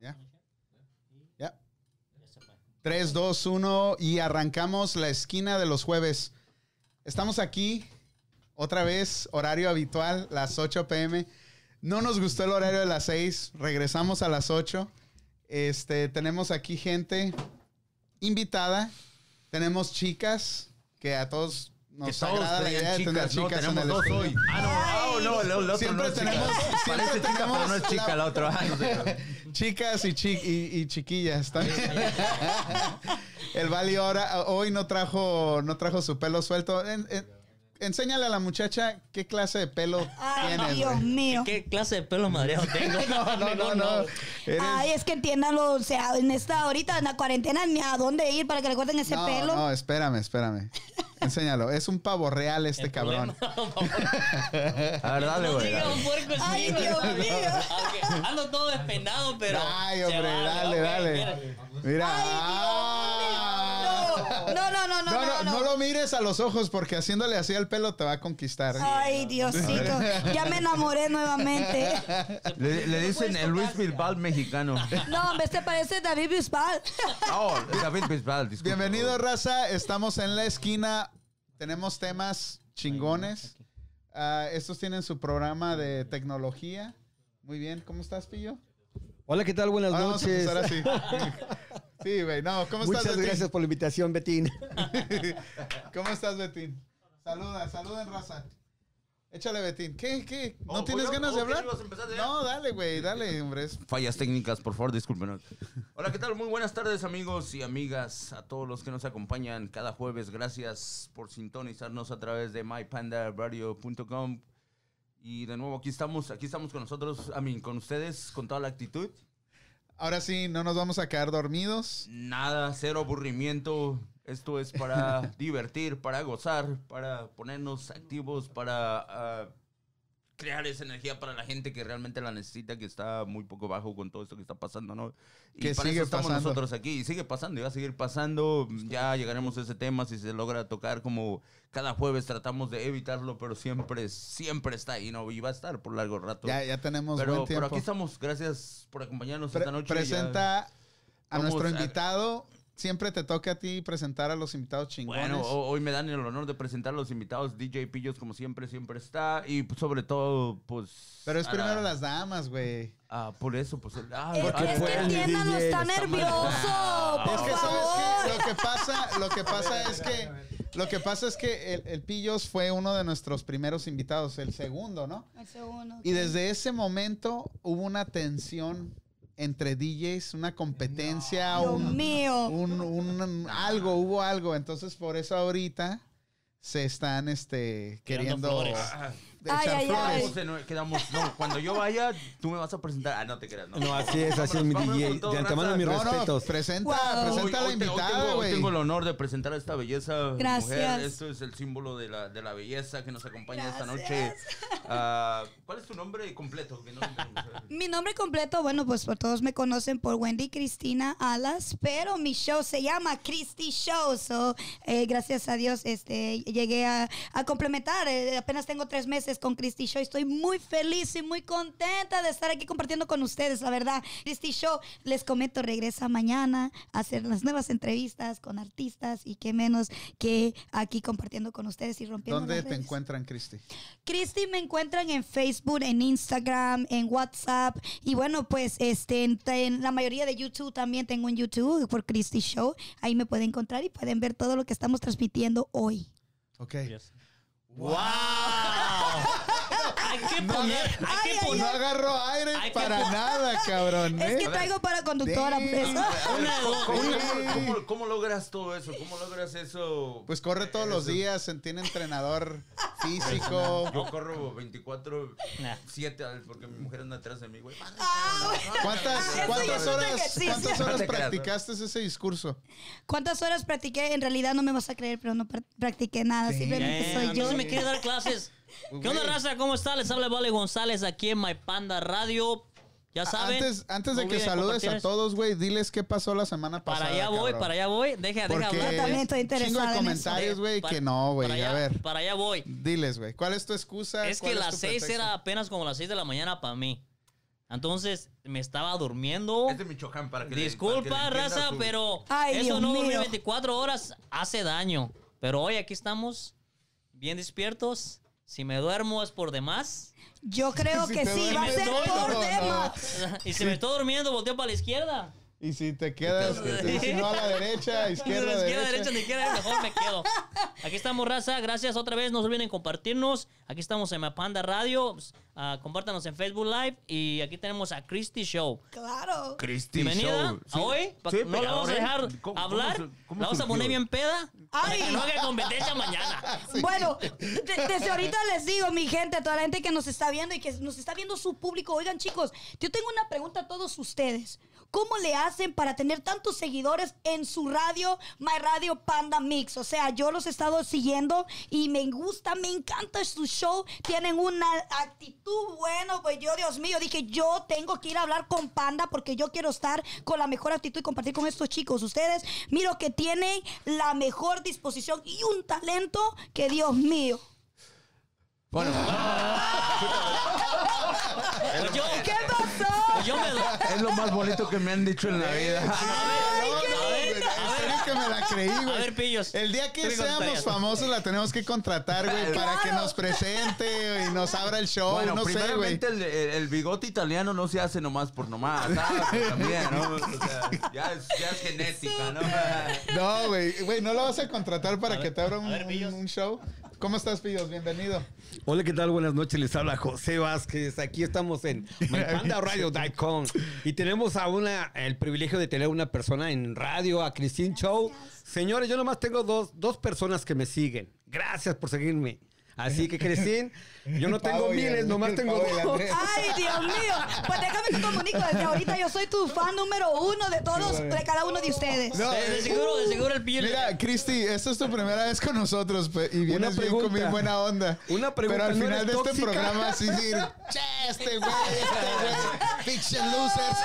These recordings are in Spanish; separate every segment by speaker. Speaker 1: Ya. Ya. 3, 2, 1 y arrancamos la esquina de los jueves. Estamos aquí otra vez, horario habitual, las 8 pm. No nos gustó el horario de las 6, regresamos a las 8. Este, tenemos aquí gente invitada, tenemos chicas que a todos
Speaker 2: Que
Speaker 1: nos
Speaker 2: todos
Speaker 1: agrada la idea
Speaker 2: traigan
Speaker 1: de tener
Speaker 2: chicas, no,
Speaker 1: chicas en
Speaker 2: tenemos
Speaker 1: el
Speaker 2: dos
Speaker 1: estudio.
Speaker 2: hoy. Ah, no, ah, no, el- el otro
Speaker 1: Siempre
Speaker 2: no es chica.
Speaker 1: tenemos- siempre
Speaker 2: Parece chica,
Speaker 1: tenemos
Speaker 2: pero no es chica
Speaker 1: la-
Speaker 2: la otra. Ah, no sé.
Speaker 1: Chicas y, chi- y, y chiquillas también. El Vali ahora hoy no trajo no trajo su pelo suelto. En- en- enséñale a la muchacha qué clase de pelo
Speaker 3: Ay,
Speaker 1: tienes.
Speaker 3: Dios
Speaker 1: güey.
Speaker 3: mío.
Speaker 4: ¿Qué clase de pelo madreado tengo?
Speaker 1: No, no, no, no. Este Eres-
Speaker 3: Ay, es que entiendan, o sea, en esta ahorita en la cuarentena ni a dónde ir para que le corten ese
Speaker 1: no,
Speaker 3: pelo.
Speaker 1: no, espérame, espérame. Enséñalo. Es un pavo real este
Speaker 4: El
Speaker 1: cabrón.
Speaker 4: problema-
Speaker 2: A ver, dale,
Speaker 4: No
Speaker 2: güey.
Speaker 4: diga
Speaker 2: dale.
Speaker 4: un puerco
Speaker 3: Ay,
Speaker 4: chino,
Speaker 3: Dios
Speaker 4: ¿sabes?
Speaker 3: mío.
Speaker 4: Aunque Ando todo despenado, pero.
Speaker 1: Ay,
Speaker 4: se
Speaker 1: hombre,
Speaker 4: vale,
Speaker 1: dale,
Speaker 4: ok,
Speaker 1: dale.
Speaker 4: mira.
Speaker 1: Mira.
Speaker 3: Ay, Dios mío. No, no, no, no,
Speaker 1: No, no,
Speaker 3: no, no.
Speaker 1: no lo mires a los ojos porque haciéndole así al pelo te va a conquistar.
Speaker 3: Ay, Diosito. Ya me enamoré nuevamente.
Speaker 2: Le, le
Speaker 4: No
Speaker 2: dicen
Speaker 4: puedes
Speaker 2: el Luis
Speaker 4: tocar,
Speaker 2: Bilbao mexicano.
Speaker 3: No, hombre, este parece David Bisbal.
Speaker 2: Oh, David Bisbal, disculpa.
Speaker 1: Bienvenido, raza. Estamos en la esquina. Tenemos temas chingones. Ah, estos tienen su programa de tecnología. Muy bien. ¿Cómo estás, Pillo?
Speaker 5: Hola, ¿qué tal? Buenas
Speaker 1: Ahora vamos a
Speaker 5: noches.
Speaker 1: empezar así. Sí, güey. No, ¿cómo
Speaker 5: Muchas
Speaker 1: estás,
Speaker 5: gracias por la invitación, Betín.
Speaker 1: Betín? ¿Cómo estás, Betín? Saluda, saluden, raza. Échale, Betín. ¿Qué, qué? ¿No
Speaker 2: Oh,
Speaker 1: tienes
Speaker 2: oh,
Speaker 1: ganas de
Speaker 2: oh,
Speaker 1: hablar?
Speaker 2: ¿ibas a empezar ya?
Speaker 1: No, dale, güey. Dale, hombre. Es-
Speaker 2: Fallas técnicas, por favor, discúlpenos. Hola, ¿qué tal? Muy buenas tardes, amigos y amigas, a todos los que nos acompañan cada jueves. Gracias por sintonizarnos a través de mypandaradio.com. Y de nuevo, aquí estamos, aquí estamos con nosotros, a mí, con ustedes, con toda la actitud.
Speaker 1: Ahora sí, no nos vamos a quedar dormidos.
Speaker 2: Nada, cero aburrimiento. Esto es para divertir, para gozar, para ponernos activos, para ah, crear esa energía para la gente que realmente la necesita, que está muy poco bajo con todo esto que está pasando, ¿no? Y
Speaker 1: Que
Speaker 2: para
Speaker 1: sigue
Speaker 2: eso estamos
Speaker 1: pasando.
Speaker 2: nosotros aquí. Y sigue pasando, y va a seguir pasando. Ya llegaremos a ese tema si se logra tocar como cada jueves tratamos de evitarlo, pero siempre, siempre está ahí, ¿no? Y va a estar por largo rato.
Speaker 1: Ya, ya tenemos
Speaker 2: pero,
Speaker 1: buen
Speaker 2: pero
Speaker 1: tiempo.
Speaker 2: aquí estamos. Gracias por acompañarnos
Speaker 1: Pre-
Speaker 2: esta noche. Ya-
Speaker 1: presenta a
Speaker 2: Vamos
Speaker 1: nuestro
Speaker 2: a-
Speaker 1: invitado. Siempre te toca a ti presentar a los invitados chingones.
Speaker 2: Bueno, oh, ho- hoy me dan el honor de presentar a los invitados. DJ Pillos, como siempre, siempre está. Y pues, sobre todo, pues.
Speaker 1: Pero es
Speaker 2: a
Speaker 1: primero
Speaker 2: la-
Speaker 1: las damas, güey.
Speaker 2: Ah, por eso, pues. el- ah,
Speaker 3: Es,
Speaker 2: ah,
Speaker 3: es que
Speaker 2: ah,
Speaker 3: entiendan, no está
Speaker 2: está mal.
Speaker 3: nervioso.
Speaker 2: Oh.
Speaker 1: Es
Speaker 3: Por
Speaker 1: que sabes
Speaker 3: favor.
Speaker 1: qué? lo que pasa, lo que pasa es que lo que pasa es que el, el Pillos fue uno de nuestros primeros invitados, el segundo, ¿no?
Speaker 3: El segundo.
Speaker 1: Y desde ese momento hubo una tensión entre DJs, una competencia,
Speaker 3: Dios
Speaker 1: un,
Speaker 3: mío.
Speaker 1: un, un- algo, hubo algo. Entonces, por eso ahorita se están este
Speaker 4: Tirando
Speaker 1: queriendo
Speaker 4: flores.
Speaker 1: echar
Speaker 3: Ay, ay, ay.
Speaker 1: flores.
Speaker 2: Quedamos en- quedamos- no, cuando yo vaya, tú me vas a presentar. Ah, no te creas, no.
Speaker 5: No, así es, así es mi
Speaker 2: Vámonos, vámonos
Speaker 5: DJ.
Speaker 2: con todo,
Speaker 5: De antemano,
Speaker 2: raza.
Speaker 5: mis
Speaker 1: No, no,
Speaker 5: respetos.
Speaker 1: presenta,
Speaker 3: Wow.
Speaker 2: Hoy-
Speaker 1: presenta a
Speaker 2: hoy
Speaker 1: la
Speaker 2: te- hoy tengo-
Speaker 1: invitada,
Speaker 2: hoy
Speaker 1: güey.
Speaker 2: tengo el honor de presentar a esta belleza
Speaker 3: Gracias.
Speaker 2: mujer. Esto es el símbolo de la, de la belleza que nos acompaña esta noche.
Speaker 3: Gracias.
Speaker 2: Ah, ¿Cuál es tu nombre completo? Que no-
Speaker 3: Mi nombre completo, bueno, pues por todos me conocen por Wendy Cristina Alas, pero mi show se llama Christy Show. So, eh, gracias a Dios este, llegué a, a complementar. eh, apenas tengo tres meses con Christy Show. y Estoy muy feliz y muy contenta de estar aquí compartiendo con ustedes, la verdad. Christy Show, les comento, regresa mañana a hacer las nuevas entrevistas con artistas y qué menos que aquí compartiendo con ustedes y rompiendo
Speaker 1: ¿Dónde
Speaker 3: las
Speaker 1: te
Speaker 3: redes.
Speaker 1: encuentran, Cristi?
Speaker 3: Cristi me encuentran en Facebook, en Instagram, en WhatsApp y bueno, pues este en, en la mayoría de YouTube también tengo en YouTube por Cristi Show. Ahí me pueden encontrar y pueden ver todo lo que estamos transmitiendo hoy.
Speaker 1: Ok.
Speaker 2: ¡Wow!
Speaker 4: Hay que
Speaker 1: No,
Speaker 4: poner.
Speaker 1: no,
Speaker 4: hay
Speaker 3: ay,
Speaker 4: que
Speaker 3: ay,
Speaker 1: No
Speaker 4: poner
Speaker 1: agarró aire
Speaker 4: Hay que
Speaker 1: para
Speaker 4: po-
Speaker 1: nada, cabrón. ¿eh?
Speaker 3: Es que traigo para conductora.
Speaker 1: Damn.
Speaker 3: pues.
Speaker 2: Una, ¿cómo,
Speaker 1: una-
Speaker 2: cómo- cómo- cómo logras todo eso? ¿Cómo logras eso? Eh,
Speaker 1: Pues corre todos los
Speaker 2: Eso.
Speaker 1: días, en- tiene entrenador físico.
Speaker 2: Yo corro 24,
Speaker 4: Nah.
Speaker 2: 7 al- porque mi mujer anda atrás de mí, güey.
Speaker 3: Ah,
Speaker 1: ¿Cuántas,
Speaker 3: Eso ya
Speaker 1: cuántas
Speaker 3: es un
Speaker 1: horas,
Speaker 3: ejercicio.
Speaker 1: cuántas
Speaker 2: No
Speaker 1: horas
Speaker 2: te creas, ¿no?
Speaker 1: practicaste ese discurso?
Speaker 3: ¿Cuántas horas practiqué? En realidad no me vas a creer, pero no pra- practiqué nada.
Speaker 1: Sí.
Speaker 3: Simplemente
Speaker 4: Eh, a
Speaker 3: soy
Speaker 4: mí
Speaker 3: yo.
Speaker 4: se me quiere dar clases. ¿Qué onda,
Speaker 1: Güey.
Speaker 4: raza? ¿Cómo está? Les habla Vale González aquí en My Panda Radio. Ya saben.
Speaker 1: Antes, antes de
Speaker 4: no
Speaker 1: que
Speaker 4: olviden
Speaker 1: saludes
Speaker 4: compartir.
Speaker 1: a todos, güey, diles qué pasó la semana
Speaker 4: Para
Speaker 1: pasada.
Speaker 4: allá voy,
Speaker 1: cabrón.
Speaker 4: para allá voy. Deja, deja
Speaker 1: Porque
Speaker 4: hablar.
Speaker 3: Yo también estoy interesada
Speaker 1: chingo de
Speaker 3: en eso.
Speaker 1: comentarios, güey,
Speaker 4: Para-
Speaker 1: que no,
Speaker 4: para
Speaker 1: güey.
Speaker 4: allá-
Speaker 1: A ver,
Speaker 4: Para allá voy.
Speaker 1: diles, güey. ¿Cuál es tu excusa?
Speaker 4: Es
Speaker 1: ¿Cuál
Speaker 4: que
Speaker 1: tu
Speaker 4: las seis
Speaker 1: pretexto?
Speaker 4: era apenas como las seis de la mañana para mí. Entonces, me estaba durmiendo.
Speaker 2: Es de Michoacán para que le- para
Speaker 4: Disculpa,
Speaker 2: que le entienda
Speaker 4: raza,
Speaker 2: su-
Speaker 4: pero
Speaker 3: Ay,
Speaker 4: eso
Speaker 3: Dios
Speaker 4: no
Speaker 3: mío.
Speaker 4: dormir 24 horas hace daño. Pero hoy aquí estamos, bien despiertos. Si me duermo es por demás.
Speaker 3: Yo creo
Speaker 1: Si
Speaker 3: que
Speaker 1: te
Speaker 3: sí, va a
Speaker 4: duermes
Speaker 3: ser
Speaker 4: todo,
Speaker 3: por
Speaker 1: no,
Speaker 3: tema.
Speaker 4: Y si me estoy durmiendo, volteo para la izquierda.
Speaker 1: Y si te quedas, y si no a la derecha, izquierda,
Speaker 4: izquierda, izquierda,
Speaker 1: derecha.
Speaker 4: derecha, ni izquierda, mejor me quedo. Aquí estamos, raza. Gracias otra vez. No se olviden compartirnos. Aquí estamos en Mapanda Radio. Ah, compártanos en Facebook Live. Y aquí tenemos a Christy Show.
Speaker 3: Claro.
Speaker 2: Cristi
Speaker 4: Bienvenida
Speaker 2: Show.
Speaker 4: a hoy. Pa-
Speaker 2: Sí,
Speaker 4: no la vamos
Speaker 2: pegador,
Speaker 4: a
Speaker 2: ¿eh?
Speaker 4: dejar
Speaker 2: ¿Cómo-
Speaker 4: hablar.
Speaker 2: cómo se- cómo
Speaker 4: la vamos a
Speaker 2: surgió?
Speaker 4: poner bien peda. Para
Speaker 3: Ay.
Speaker 4: que no haga competencia mañana.
Speaker 3: Bueno, de- desde ahorita les digo, mi gente, a toda la gente que nos está viendo y que nos está viendo su público, oigan chicos, yo tengo una pregunta a todos ustedes. ¿Cómo le hacen para tener tantos seguidores en su radio, My Radio Panda Mix? O sea, yo los he estado siguiendo y me gusta, me encanta su show. Tienen una actitud buena, pues yo, Dios mío, dije, yo tengo que ir a hablar con Panda porque yo quiero estar con la mejor actitud y compartir con estos chicos. Ustedes, miro que tienen la mejor disposición y un talento que, Dios mío.
Speaker 2: Bueno,
Speaker 4: Pues yo,
Speaker 3: ¿Qué pasó?
Speaker 4: pues yo me.
Speaker 2: es lo más bonito que me han dicho en la vida.
Speaker 3: Ay, qué
Speaker 4: A
Speaker 1: En
Speaker 4: ver,
Speaker 1: serio que me la creí,
Speaker 4: A
Speaker 1: güey.
Speaker 4: ver, pillos.
Speaker 1: El día que
Speaker 4: Tú me
Speaker 1: seamos
Speaker 4: contarías.
Speaker 1: famosos la tenemos que contratar, güey, para que
Speaker 3: Claro.
Speaker 1: nos presente y nos abra el show,
Speaker 2: Bueno,
Speaker 1: no sé, güey.
Speaker 2: primeramente el, el- el bigote italiano no se hace nomás por nomás, ¿sabes? También, ¿no? O sea, ya, es, ya es genética, ¿no?
Speaker 1: No, güey, güey, no lo vas a contratar para que te abra un,
Speaker 4: a ver, Pillos.
Speaker 1: un show. ¿Cómo estás, Pillos? Bienvenido.
Speaker 5: Hola, ¿qué tal? Buenas noches. Les habla José Vázquez. Aquí estamos en MyPandaRadio.com y tenemos a una, el privilegio de tener una persona en radio, a Christine Show. Señores, yo nomás tengo dos, dos personas que me siguen. Gracias por seguirme. Así que, Christine, yo no tengo
Speaker 1: Pavo y
Speaker 5: miles,
Speaker 1: el-
Speaker 5: nomás
Speaker 1: el
Speaker 5: tengo
Speaker 1: Pavo y el
Speaker 5: dos.
Speaker 1: Andrés.
Speaker 3: Ay, Dios mío. Pues déjame te comunico. Desde ahorita yo soy tu fan número uno de todos, de cada uno de ustedes.
Speaker 1: No,
Speaker 4: Pues,
Speaker 1: eh,
Speaker 4: De, de seguro, de seguro el pillo. le-
Speaker 1: Mira, Cristi, esta es tu primera vez con nosotros pe- y vienes bien con
Speaker 5: pregunta.
Speaker 1: bien buena onda.
Speaker 5: Una pregunta,
Speaker 1: Pero al
Speaker 5: ¿no
Speaker 1: final
Speaker 5: eres
Speaker 1: de este
Speaker 5: tóxica?
Speaker 1: programa sí decir, che, este güey, este güey, fiction losers.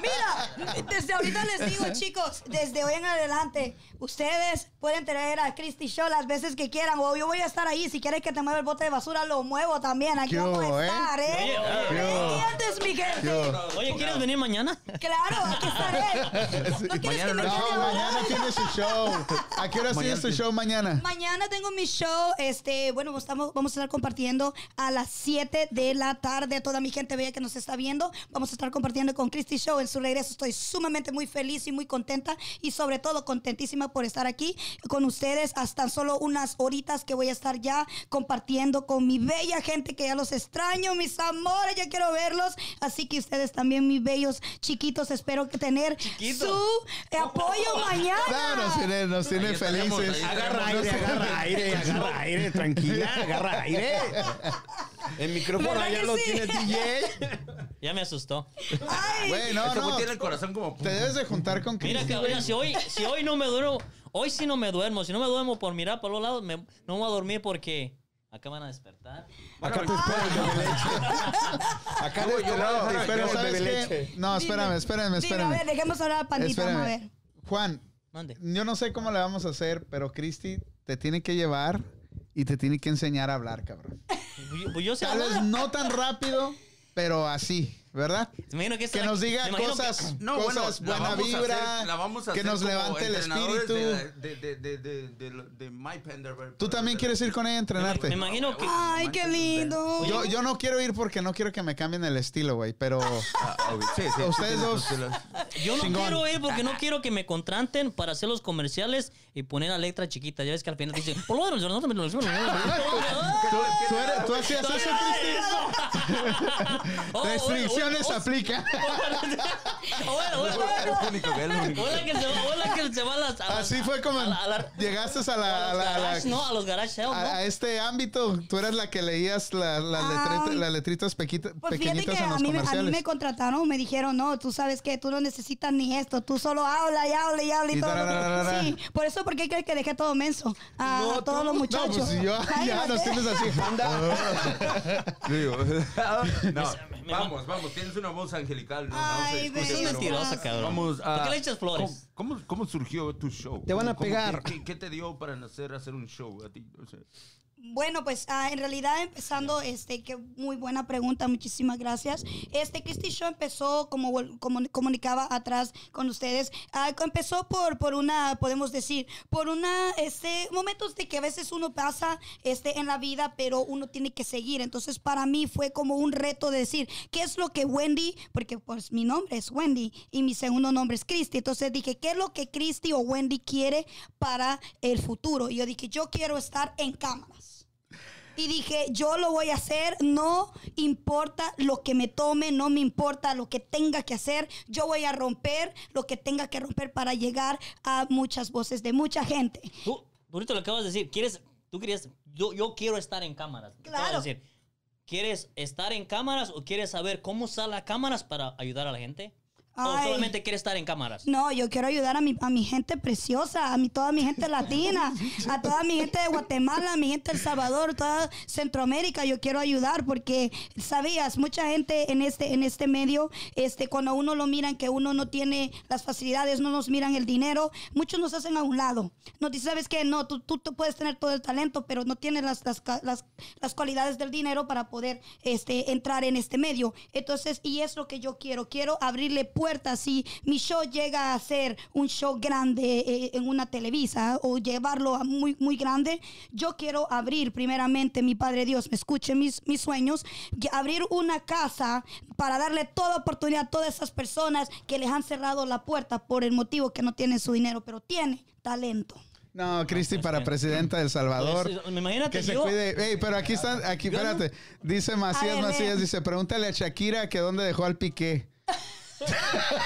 Speaker 3: Mira, desde ahorita les digo, chicos, desde hoy en adelante, ustedes pueden traer a Christy Show las veces que quieran. O yo voy a estar ahí. Si quieres que te mueva el bote de basura, lo muevo también. Aquí
Speaker 1: ¿Qué
Speaker 3: vamos
Speaker 1: hubo,
Speaker 3: a
Speaker 1: eh?
Speaker 3: estar, ¿eh?
Speaker 4: Oye, oye.
Speaker 3: ¿Me
Speaker 1: ¿Qué hubo?
Speaker 3: entiendes, mi gente?
Speaker 1: Yo,
Speaker 4: Oye, ¿quieres venir mañana?
Speaker 3: Claro, aquí estaré. ¿No quieres
Speaker 2: Mañana
Speaker 3: que
Speaker 2: no.
Speaker 3: me quede
Speaker 1: no, mañana
Speaker 3: varada?
Speaker 1: tiene su show. ¿A qué hora
Speaker 2: Mañana
Speaker 1: tienes tu
Speaker 2: tiene-
Speaker 1: show mañana?
Speaker 3: Mañana tengo mi show. Este, bueno, estamos, vamos a estar compartiendo a las 7 de la tarde. A toda mi gente bella que nos está viendo. Vamos a estar compartiendo con Christy Show en su regreso. Estoy sumamente muy feliz y muy contenta. Y sobre todo contentísima por estar aquí con ustedes hasta solo unas horitas que voy a estar ya compartiendo con mi bella gente que ya los extraño, mis amores. Ya quiero verlos. Así que ustedes también, mis bellos chiquitos, espero que tener
Speaker 4: Chiquitos.
Speaker 3: su eh, apoyo mañana.
Speaker 1: No, nos tiene, nos tiene
Speaker 2: Ahí estaremos,
Speaker 1: felices.
Speaker 2: ahí
Speaker 5: Agarra
Speaker 2: Tenemos
Speaker 5: aire,
Speaker 2: dos-
Speaker 5: agarra aire, agarra aire, tranquila, agarra aire. El micrófono
Speaker 3: ¿Verdad
Speaker 5: ya
Speaker 3: que
Speaker 5: lo
Speaker 3: sí?
Speaker 5: tiene el DJ.
Speaker 4: Ya me asustó.
Speaker 3: Ay,
Speaker 1: Güey, no,
Speaker 2: Este güey
Speaker 1: no.
Speaker 2: tiene el corazón como...
Speaker 1: Te debes de juntar con
Speaker 4: Mira,
Speaker 1: Cristi.
Speaker 4: cabrón, si hoy, si hoy no me duermo, hoy sí no me duermo. Si no me duermo por mirar para los lados, me- no voy a dormir porque acá van a despertar.
Speaker 5: Acá te espera el bebé leche.
Speaker 2: Yo-
Speaker 5: Acá de
Speaker 2: yo
Speaker 5: este
Speaker 2: voy a
Speaker 5: lado
Speaker 2: dejar
Speaker 5: te
Speaker 2: acá
Speaker 5: espera
Speaker 1: Pero
Speaker 5: el
Speaker 1: ¿sabes
Speaker 5: bebé
Speaker 1: qué?
Speaker 5: leche.
Speaker 1: No, espérame, espérame,
Speaker 3: Dime, a ver,
Speaker 1: espérame.
Speaker 3: dejemos hablar a Pandita, vamos a ver.
Speaker 1: Espérame. Juan,
Speaker 4: Mande.
Speaker 1: yo no sé cómo le vamos a hacer, pero Cristi te tiene que llevar y te tiene que enseñar a hablar, cabrón.
Speaker 4: Pues yo- pues yo sé
Speaker 1: Tal vez
Speaker 4: hablar.
Speaker 1: no tan rápido, pero así, ¿verdad?
Speaker 4: Me imagino es
Speaker 1: Que
Speaker 4: la-
Speaker 1: nos
Speaker 4: me
Speaker 1: diga
Speaker 4: imagino que-
Speaker 1: cosas,
Speaker 2: No,
Speaker 1: cosas
Speaker 2: bueno,
Speaker 1: buena
Speaker 2: la vamos a
Speaker 1: vibra,
Speaker 2: hacer- la vamos a
Speaker 1: que
Speaker 2: hacer
Speaker 1: nos
Speaker 2: como
Speaker 1: levante el
Speaker 2: entrenadores
Speaker 1: espíritu.
Speaker 2: De, de, de, de, de, de, de My Pender, güey.
Speaker 1: Tú también quieres ir con ella a
Speaker 4: Me
Speaker 1: entrenarte.
Speaker 4: imagino que.
Speaker 3: Ay, qué lindo.
Speaker 1: Yo, yo no quiero ir porque no quiero que me cambien el estilo, güey, pero
Speaker 2: Ah, ok. Sí, sí,
Speaker 1: Ustedes
Speaker 2: sí,
Speaker 1: dos.
Speaker 2: sí, sí, sí.
Speaker 4: Yo no
Speaker 1: Chingón.
Speaker 4: quiero ir porque no quiero que me contraten para hacer los comerciales y poner a letra chiquita. Ya ves que al final dicen, por lo menos, no te me lo
Speaker 1: tú, tú eres- tú hacías eso, Cristi.
Speaker 4: Oh,
Speaker 1: Restricciones aplica.
Speaker 4: Hola,
Speaker 2: Es lo único que es lo único.
Speaker 4: que se va, hola que se va a las. a las-
Speaker 1: Así fue como
Speaker 4: a la- a la-
Speaker 1: llegaste a la,
Speaker 4: a
Speaker 1: a
Speaker 4: los
Speaker 1: la- a la-
Speaker 4: garage, no, a los garage sale,
Speaker 1: a- a este ámbito. Tú eras la que leías la- las letreta-
Speaker 3: Ay.
Speaker 1: las letritas pequita-
Speaker 3: Pues fíjate que
Speaker 1: pequeñitas en
Speaker 3: a
Speaker 1: los
Speaker 3: mí, me- a mí
Speaker 1: comerciales.
Speaker 3: me contrataron, me dijeron, no, tú sabes que tú no necesitas ni esto, tú solo habla y habla y habla y
Speaker 1: Y
Speaker 3: todo. lo que-".
Speaker 1: tararara.
Speaker 3: Sí, por eso, ¿por qué crees que dejé todo menso? A,
Speaker 5: No,
Speaker 3: a todos
Speaker 5: tú-
Speaker 3: los
Speaker 5: no,
Speaker 1: no,
Speaker 3: muchachos.
Speaker 1: pues yo,
Speaker 3: Ay,
Speaker 1: ya
Speaker 3: no
Speaker 1: nos
Speaker 3: sé.
Speaker 1: tienes así.
Speaker 2: Digo, no, vamos, vamos, tienes una voz angelical. No, no se
Speaker 3: Ay,
Speaker 4: Es
Speaker 2: discute,
Speaker 3: bello.
Speaker 2: pero-
Speaker 4: mentirosa, cabrón.
Speaker 2: Vamos a-
Speaker 4: ¿Por qué le echas flores?
Speaker 2: ¿Cómo, cómo, cómo surgió tu show?
Speaker 5: Te van a
Speaker 2: ¿Cómo-
Speaker 5: pegar.
Speaker 2: ¿Qué, qué- qué te dio para nacer hacer un show a ti? O sea,
Speaker 3: Bueno, pues ah, en realidad empezando, este, que muy buena pregunta, muchísimas gracias. Este Christy Show empezó, como, vol- como comunicaba atrás con ustedes, ah, empezó por, por una, podemos decir, por una, este, momentos de que a veces uno pasa este, en la vida, pero uno tiene que seguir. Entonces, para mí fue como un reto de decir, ¿qué es lo que Wendy, porque pues mi nombre es Wendy y mi segundo nombre es Christy, entonces dije, ¿qué es lo que Christy o Wendy quiere para el futuro? Y yo dije, yo quiero estar en cámaras. Y dije, yo lo voy a hacer, no importa lo que me tome, no me importa lo que tenga que hacer, yo voy a romper lo que tenga que romper para llegar a muchas voces de mucha gente.
Speaker 4: Tú, Durito, lo acabas de decir. ¿Quieres, tú querías, yo, yo quiero estar en cámaras. Te acabas de
Speaker 3: Claro.
Speaker 4: decir, ¿quieres estar en cámaras o quieres saber cómo usar las cámaras para ayudar a la gente? ¿O
Speaker 3: Ay.
Speaker 4: solamente quieres estar en cámaras?
Speaker 3: No, yo quiero ayudar a mi, a mi gente preciosa, a mi, toda mi gente latina, a toda mi gente de Guatemala, a mi gente de El Salvador, toda Centroamérica. Yo quiero ayudar porque, sabías, mucha gente en este, en este medio, este, cuando a uno lo miran que uno no tiene las facilidades, no nos miran el dinero, muchos nos hacen a un lado. Nos dicen, ¿sabes qué? No, tú, tú, tú puedes tener todo el talento, pero no tienes las, las, ca- las- las cualidades del dinero para poder este, entrar en este medio. Entonces, y es lo que yo quiero. Quiero abrirle puertas. Si mi show llega a ser un show grande eh, en una televisa o llevarlo a muy, muy grande, yo quiero abrir primeramente, mi Padre Dios, me escuche mis, mis sueños, y abrir una casa para darle toda oportunidad a todas esas personas que les han cerrado la puerta por el motivo que no tienen su dinero, pero tiene talento.
Speaker 1: No, Cristi
Speaker 4: pues,
Speaker 1: para
Speaker 4: bien.
Speaker 1: presidenta de El Salvador.
Speaker 4: Pues, imagínate
Speaker 1: Que se
Speaker 4: yo-
Speaker 1: cuide. Ey, pero aquí están, aquí,
Speaker 4: Yo no-
Speaker 1: espérate. Dice
Speaker 3: A
Speaker 1: Macías
Speaker 3: ver,
Speaker 1: Macías,
Speaker 3: vean.
Speaker 1: dice, pregúntale a Shakira que dónde dejó al piqué.
Speaker 2: No,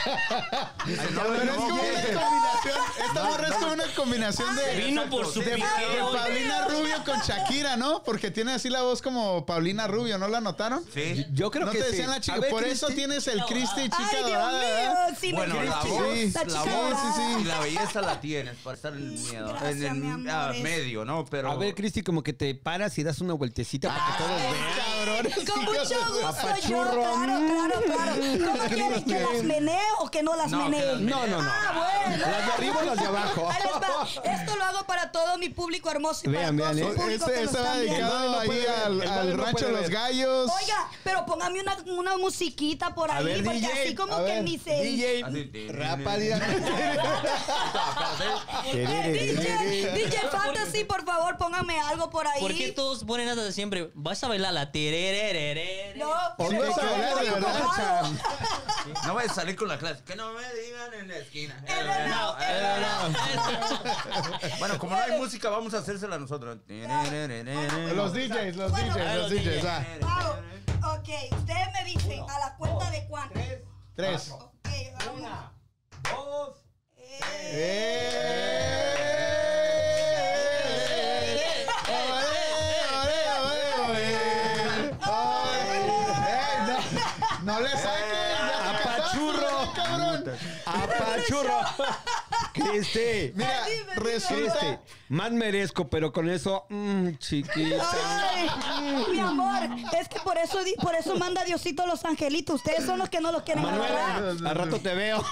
Speaker 1: Pero es
Speaker 2: no,
Speaker 1: como
Speaker 2: no,
Speaker 1: una
Speaker 2: no.
Speaker 1: combinación, esta morra es como una combinación de...
Speaker 4: Se vino por su
Speaker 2: De-
Speaker 1: De,
Speaker 4: piqueo.
Speaker 1: de Paulina Rubio con Shakira, ¿no? Porque tiene así la voz como Paulina Rubio, ¿no la notaron?
Speaker 2: Sí.
Speaker 5: Yo creo
Speaker 1: no
Speaker 5: que
Speaker 1: te
Speaker 5: sí.
Speaker 1: decían la
Speaker 5: A
Speaker 1: chica.
Speaker 5: ver,
Speaker 1: Por eso
Speaker 5: Cristi.
Speaker 1: tienes el Cristi chica
Speaker 3: Ay, Dios
Speaker 1: dorada, ¿verdad?
Speaker 3: mío, sí, me
Speaker 2: Bueno, la
Speaker 3: encanta.
Speaker 2: voz,
Speaker 3: La
Speaker 2: la
Speaker 3: chica
Speaker 2: voz
Speaker 3: dorada.
Speaker 2: y la belleza la tienes para estar en el miedo,
Speaker 3: Gracias,
Speaker 2: en el
Speaker 3: mi
Speaker 2: ah,
Speaker 3: amor, es-
Speaker 2: medio, ¿no? Pero
Speaker 5: A ver, Cristi, como que te paras y das una vueltecita para que todos vean.
Speaker 1: Cabrones,
Speaker 3: Con
Speaker 1: hijos
Speaker 3: mucho
Speaker 1: de-
Speaker 3: gusto yo,
Speaker 5: Papachurro.
Speaker 3: claro, claro, claro. ¿Cómo quieren que las menee o que no las
Speaker 2: No, que
Speaker 3: menee?
Speaker 2: las menee.
Speaker 5: No, no, no.
Speaker 3: Ah, bueno.
Speaker 5: Las de arriba o las de abajo.
Speaker 3: Ahí les va. Esto lo hago para todo mi público hermoso y
Speaker 5: Vean,
Speaker 3: para
Speaker 5: vean,
Speaker 3: todo su
Speaker 5: eh.
Speaker 3: público
Speaker 1: Este,
Speaker 3: que nos
Speaker 1: este va
Speaker 3: están viendo.
Speaker 5: El
Speaker 1: dedicado
Speaker 5: vale no
Speaker 1: ahí
Speaker 5: puede ver,
Speaker 1: al,
Speaker 5: el
Speaker 1: al
Speaker 5: vale no
Speaker 1: rancho de
Speaker 5: puede
Speaker 1: los
Speaker 5: ver.
Speaker 1: gallos.
Speaker 3: Oiga, pero póngame una, una musiquita por
Speaker 5: A
Speaker 3: ahí,
Speaker 5: ver,
Speaker 3: porque
Speaker 5: DJ,
Speaker 3: así como
Speaker 5: a
Speaker 3: que
Speaker 5: ver,
Speaker 3: ni se...
Speaker 5: DJ,
Speaker 2: Así.
Speaker 5: rapa, diga.
Speaker 3: Eh, DJ, DJ Fantasy, por favor, póngame algo por ahí.
Speaker 4: ¿Por qué todos ponen hasta siempre? Vas a bailar la tererererere?
Speaker 3: No,
Speaker 1: O no
Speaker 3: no,
Speaker 1: es que
Speaker 3: no,
Speaker 1: hablar de
Speaker 3: no,
Speaker 1: verdad,
Speaker 3: no,
Speaker 1: Chan.
Speaker 2: No voy a salir con la clase. Que no me digan en la esquina.
Speaker 3: Eh, no, no, eh,
Speaker 2: Bueno, como no hay música, vamos a hacérsela nosotros.
Speaker 1: Los DJs, los
Speaker 3: Bueno,
Speaker 1: DJs,
Speaker 4: los
Speaker 1: los DJs.
Speaker 4: DJs.
Speaker 1: va.
Speaker 3: Vamos. Ok, ustedes me dicen a la cuenta de cuánto.
Speaker 1: Tres.
Speaker 3: Ok, vamos. Eh,
Speaker 1: ¡Eh! ¡Ole, ole, ole, ole! ¡Ole! ¡Eh, no! ¡No le saquen!
Speaker 5: Apachurro.
Speaker 1: ¡Cabrón!
Speaker 5: Apachurro. Ah, Cristi.
Speaker 1: Mira,
Speaker 3: Dime, dime.
Speaker 5: Cristi.
Speaker 1: resulta...
Speaker 5: Más merezco, pero con eso, mmm, chiquita.
Speaker 3: Ay, mi amor, es que por eso, di- por eso manda Diosito los angelitos. Ustedes son los que no los quieren agarrar.
Speaker 5: Manuel, al rato te veo.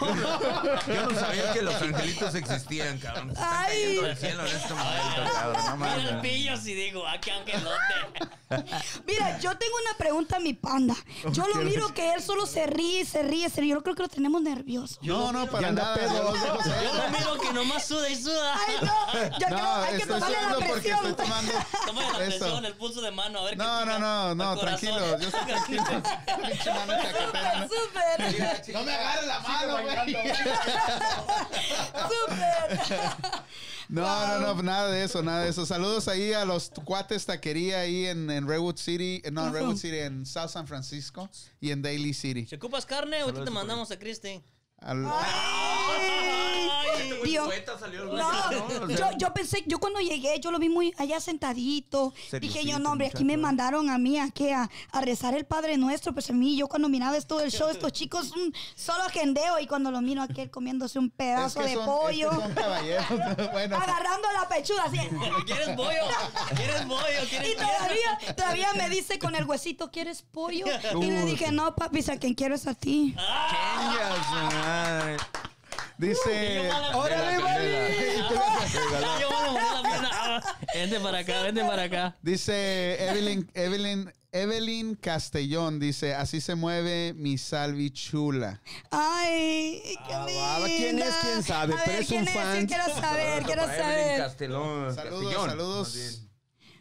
Speaker 2: Yo no sabía que los angelitos existían, cabrón. Se Están
Speaker 3: Ay.
Speaker 2: cayendo del cielo en este momento, cabrón. No
Speaker 4: Mira el
Speaker 2: mames.
Speaker 4: pillo si digo, aquí aunque no te.
Speaker 3: Mira, yo tengo una pregunta a mi panda. Yo lo miro que él solo se ríe, se ríe, se ríe. Yo creo que lo tenemos nervioso.
Speaker 1: No, no, para
Speaker 5: anda
Speaker 1: nada.
Speaker 5: pedo.
Speaker 1: los dejo ser.
Speaker 4: Yo lo miro que nomás suda y suda.
Speaker 3: Ay, no, yo creo
Speaker 1: No,
Speaker 3: hay que
Speaker 1: estoy
Speaker 3: tomarle la
Speaker 1: sudando porque estoy
Speaker 3: presión.
Speaker 1: tomando...
Speaker 4: Toma la
Speaker 1: esto.
Speaker 4: presión, el pulso de mano, a ver
Speaker 1: No,
Speaker 4: qué pica
Speaker 1: no, no,
Speaker 4: al
Speaker 1: no,
Speaker 4: corazón.
Speaker 1: tranquilo, yo estoy tranquilo. Pinche mano
Speaker 3: Súper,
Speaker 1: chaquetera, ¿no?
Speaker 3: súper,
Speaker 1: No me agarres la mano, güey.
Speaker 3: súper.
Speaker 1: No, no, no, nada de eso, nada de eso. Saludos ahí a los cuates taquería ahí en, en Redwood City, eh, no, en Redwood City, en South San Francisco y en Daly City.
Speaker 4: Si ocupas carne, ahorita te mandamos a Cristi.
Speaker 1: Al-
Speaker 3: Ay, Dios.
Speaker 2: Poeta salió el Este güey,
Speaker 3: No,
Speaker 2: O sea,
Speaker 3: yo, yo pensé, yo cuando llegué, yo lo vi muy allá sentadito. Dije yo,
Speaker 2: Seriocito,
Speaker 3: no, hombre, aquí me
Speaker 2: muchacho.
Speaker 3: mandaron a mí a, qué, a, a rezar el Padre Nuestro. Pues a mí, yo cuando miraba esto del show, estos chicos, un solo agendeo. Y cuando lo miro aquel comiéndose un
Speaker 1: Es
Speaker 3: pedazo
Speaker 1: que
Speaker 3: de
Speaker 1: son,
Speaker 3: pollo,
Speaker 1: es que son caballeros. Bueno,
Speaker 3: agarrando la pechuga así.
Speaker 4: ¿Quieres bollo? ¿Quieres bollo? ¿Quieres
Speaker 3: Y todavía, todavía me dice con el huesito, ¿quieres pollo? Y le dije, no, papi, si a quien quiero es a ti.
Speaker 4: Ah,
Speaker 2: chinga su madre.
Speaker 1: dice...
Speaker 4: yo-
Speaker 1: ¡Órale,
Speaker 2: Candela.
Speaker 1: Mari!
Speaker 4: Ah, Yo voy a morir la pierna. Ah, Vente para acá, vente para acá.
Speaker 1: Dice Evelyn, Evelyn, Evelyn Castellón, dice, así se mueve mi salvi chula.
Speaker 3: Ay, qué
Speaker 5: Ah,
Speaker 3: linda.
Speaker 5: guau, ¿quién es? ¿Quién sabe?
Speaker 3: A ver,
Speaker 5: Pero es un
Speaker 3: ¿quién Yo
Speaker 5: fan.
Speaker 3: Quiero saber, quiero
Speaker 2: Para Evelyn
Speaker 3: saber.
Speaker 2: Castelón,
Speaker 1: Saludos,
Speaker 2: Castellón,
Speaker 1: saludos.
Speaker 2: más bien.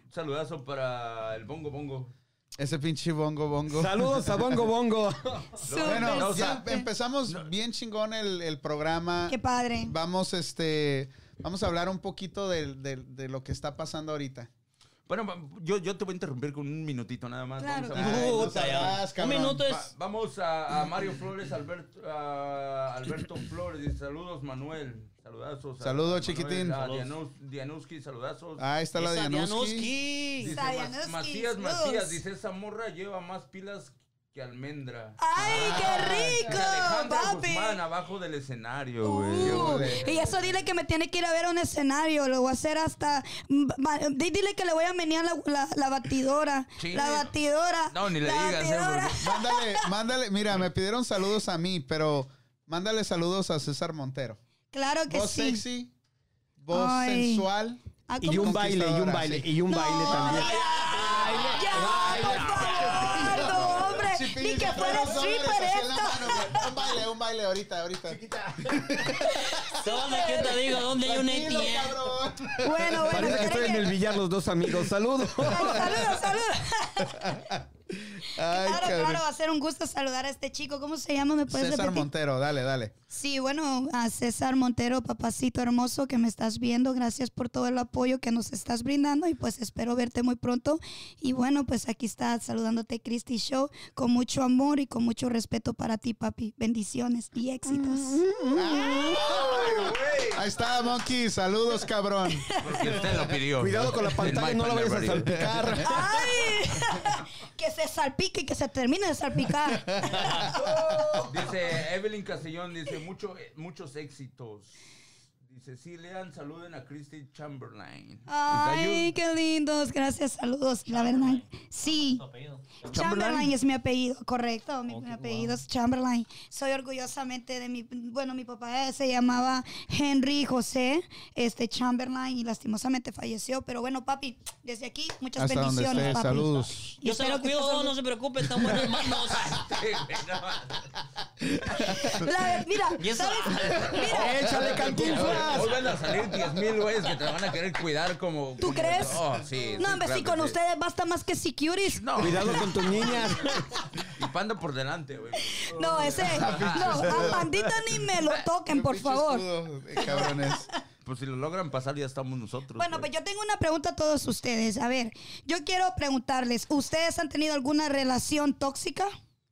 Speaker 2: Un saludazo para el Bongo Bongo.
Speaker 1: Ese pinche bongo bongo.
Speaker 5: Saludos a Bongo Bongo.
Speaker 3: Súper
Speaker 1: Bueno,
Speaker 2: No,
Speaker 1: ya
Speaker 2: o
Speaker 1: em,
Speaker 2: sea,
Speaker 3: supe.
Speaker 1: empezamos bien chingón el, el programa.
Speaker 3: Qué padre.
Speaker 1: Vamos, este, vamos a hablar un poquito del- del- de, lo que está pasando ahorita.
Speaker 2: Bueno, va- yo, yo te voy a interrumpir con un minutito nada más.
Speaker 3: Claro,
Speaker 2: Vamos a-
Speaker 3: claro.
Speaker 1: Ay, no
Speaker 4: Puta,
Speaker 1: sabrás,
Speaker 4: ya. Un
Speaker 1: cabrón.
Speaker 4: minuto
Speaker 2: Va-
Speaker 4: es.
Speaker 2: vamos a, a Mario Flores, Alberto, a Alberto Flores. Dice, saludos, Manuel. Saludazos. a-
Speaker 1: Saludos,
Speaker 2: a Manuel,
Speaker 1: chiquitín. Ah.
Speaker 2: A
Speaker 4: Saludos.
Speaker 2: Dianus- Dianuski, saludazos.
Speaker 1: Ahí está la
Speaker 4: Esa
Speaker 1: Dianuski.
Speaker 4: Dianuski.
Speaker 2: Dice,
Speaker 3: Isa
Speaker 2: "Ma-
Speaker 3: Dianuski,
Speaker 2: Macías,
Speaker 3: saludos".
Speaker 2: Macías. Dice, esa morra lleva más pilas que almendra. Ah,
Speaker 3: Ay, qué
Speaker 2: Dice,
Speaker 3: rico,
Speaker 2: Alejandra
Speaker 3: papi.
Speaker 2: Guzmán, abajo del escenario, güey.
Speaker 3: Uh,
Speaker 1: güey.
Speaker 3: y eso dile que me tiene que ir a ver a un escenario. Lo voy a hacer hasta. ma- di- Dile que le voy a menear la, la, la batidora.
Speaker 2: Sí.
Speaker 3: La batidora.
Speaker 2: No, ni le
Speaker 3: la
Speaker 2: digas, eh,
Speaker 3: batidora.
Speaker 2: porque-
Speaker 1: Mándale, mándale, mira, me pidieron saludos a mí, pero mándale saludos a César Montero.
Speaker 3: Claro que
Speaker 1: Voz
Speaker 3: sí.
Speaker 1: sexy, voz
Speaker 3: Ay.
Speaker 1: sensual.
Speaker 3: Ah,
Speaker 5: Y un
Speaker 3: ¿cómo?
Speaker 5: baile, y un
Speaker 1: Conquistadora,
Speaker 5: baile,
Speaker 1: sí.
Speaker 5: y un
Speaker 3: No,
Speaker 5: baile también.
Speaker 3: ya, Ya, por favor, no, hombre.
Speaker 1: Sí,
Speaker 3: Ni que
Speaker 1: pinche,
Speaker 3: fuera
Speaker 1: los hombres
Speaker 3: stripper
Speaker 1: así en la
Speaker 3: esto.
Speaker 1: mano, güey. Un baile, un baile ahorita, ahorita.
Speaker 4: Toma, ¿qué te digo? ¿Dónde hay E un
Speaker 1: Tranquilo,
Speaker 4: ATM?
Speaker 1: cabrón.
Speaker 3: Bueno, bueno,
Speaker 5: Parece que
Speaker 3: ¿creen
Speaker 5: estoy en
Speaker 3: que-
Speaker 5: el billar los dos amigos. Saludos.
Speaker 3: Saludos, saludos.
Speaker 1: Ay,
Speaker 3: claro,
Speaker 1: cabrón.
Speaker 3: claro, va a ser un gusto saludar a este chico. ¿Cómo se llama? ¿Me puedes
Speaker 1: César
Speaker 3: repetir?
Speaker 1: Montero, dale, dale.
Speaker 3: Sí, bueno, a César Montero, papacito hermoso que me estás viendo, gracias por todo el apoyo que nos estás brindando y pues espero verte muy pronto. Y bueno, pues aquí está saludándote Christy Show con mucho amor y con mucho respeto para ti, papi. Bendiciones y éxitos.
Speaker 1: Ahí está, Monkey. Saludos, cabrón.
Speaker 2: Porque usted lo pidió.
Speaker 5: Cuidado con la
Speaker 2: En
Speaker 5: pantalla,
Speaker 2: My
Speaker 5: no la
Speaker 2: Panda
Speaker 5: vayas a
Speaker 2: Radio.
Speaker 1: Ah,
Speaker 5: salpicar.
Speaker 3: ¡Ay! que se salpique y que se termine de salpicar.
Speaker 2: Dice Evelyn Castellón, dice mucho, eh, muchos éxitos. Dice, sí, lean, saluden a Christy Chamberlain.
Speaker 3: Ay, qué lindos, gracias, saludos, la verdad. Sí.
Speaker 4: Tu apellido.
Speaker 3: Chamberlain es mi apellido, correcto. Mi,
Speaker 4: Oh,
Speaker 3: mi
Speaker 4: qué
Speaker 3: apellido
Speaker 4: guau.
Speaker 3: es Chamberlain. Soy orgullosamente de mi. Bueno, mi papá eh, se llamaba Henry José este Chamberlain y lastimosamente falleció. Pero bueno, papi, desde aquí, muchas
Speaker 1: Hasta donde
Speaker 3: bendiciones,
Speaker 1: esté.
Speaker 3: papi.
Speaker 1: Saludos.
Speaker 3: Y
Speaker 4: Yo se
Speaker 3: espero
Speaker 4: lo
Speaker 3: que estés
Speaker 4: cuido,
Speaker 3: orgu-
Speaker 4: no se preocupe, están buenas manos.
Speaker 3: La- mira,
Speaker 4: Y eso-
Speaker 3: ¿sabes? Mira,
Speaker 5: ¡Échale cantinflas!
Speaker 2: Hoy van a salir 10 mil güeyes que te van a querer cuidar como...
Speaker 3: ¿Tú
Speaker 2: como-
Speaker 3: crees?
Speaker 2: Oh, sí. sí,
Speaker 3: no, hombre,
Speaker 2: claro
Speaker 3: sí, con
Speaker 2: que sí.
Speaker 3: ustedes basta más que securities.
Speaker 2: No,
Speaker 5: Cuidado con tus niñas.
Speaker 2: y panda por delante, güey.
Speaker 3: No, ese. No, a Pandita ni me lo toquen, por favor.
Speaker 1: Escudo, eh, cabrones.
Speaker 2: Pues si lo logran pasar ya estamos nosotros.
Speaker 3: Bueno,
Speaker 2: güey.
Speaker 3: pues yo tengo una pregunta a todos ustedes. A ver, yo quiero preguntarles, ¿ustedes han tenido alguna relación tóxica?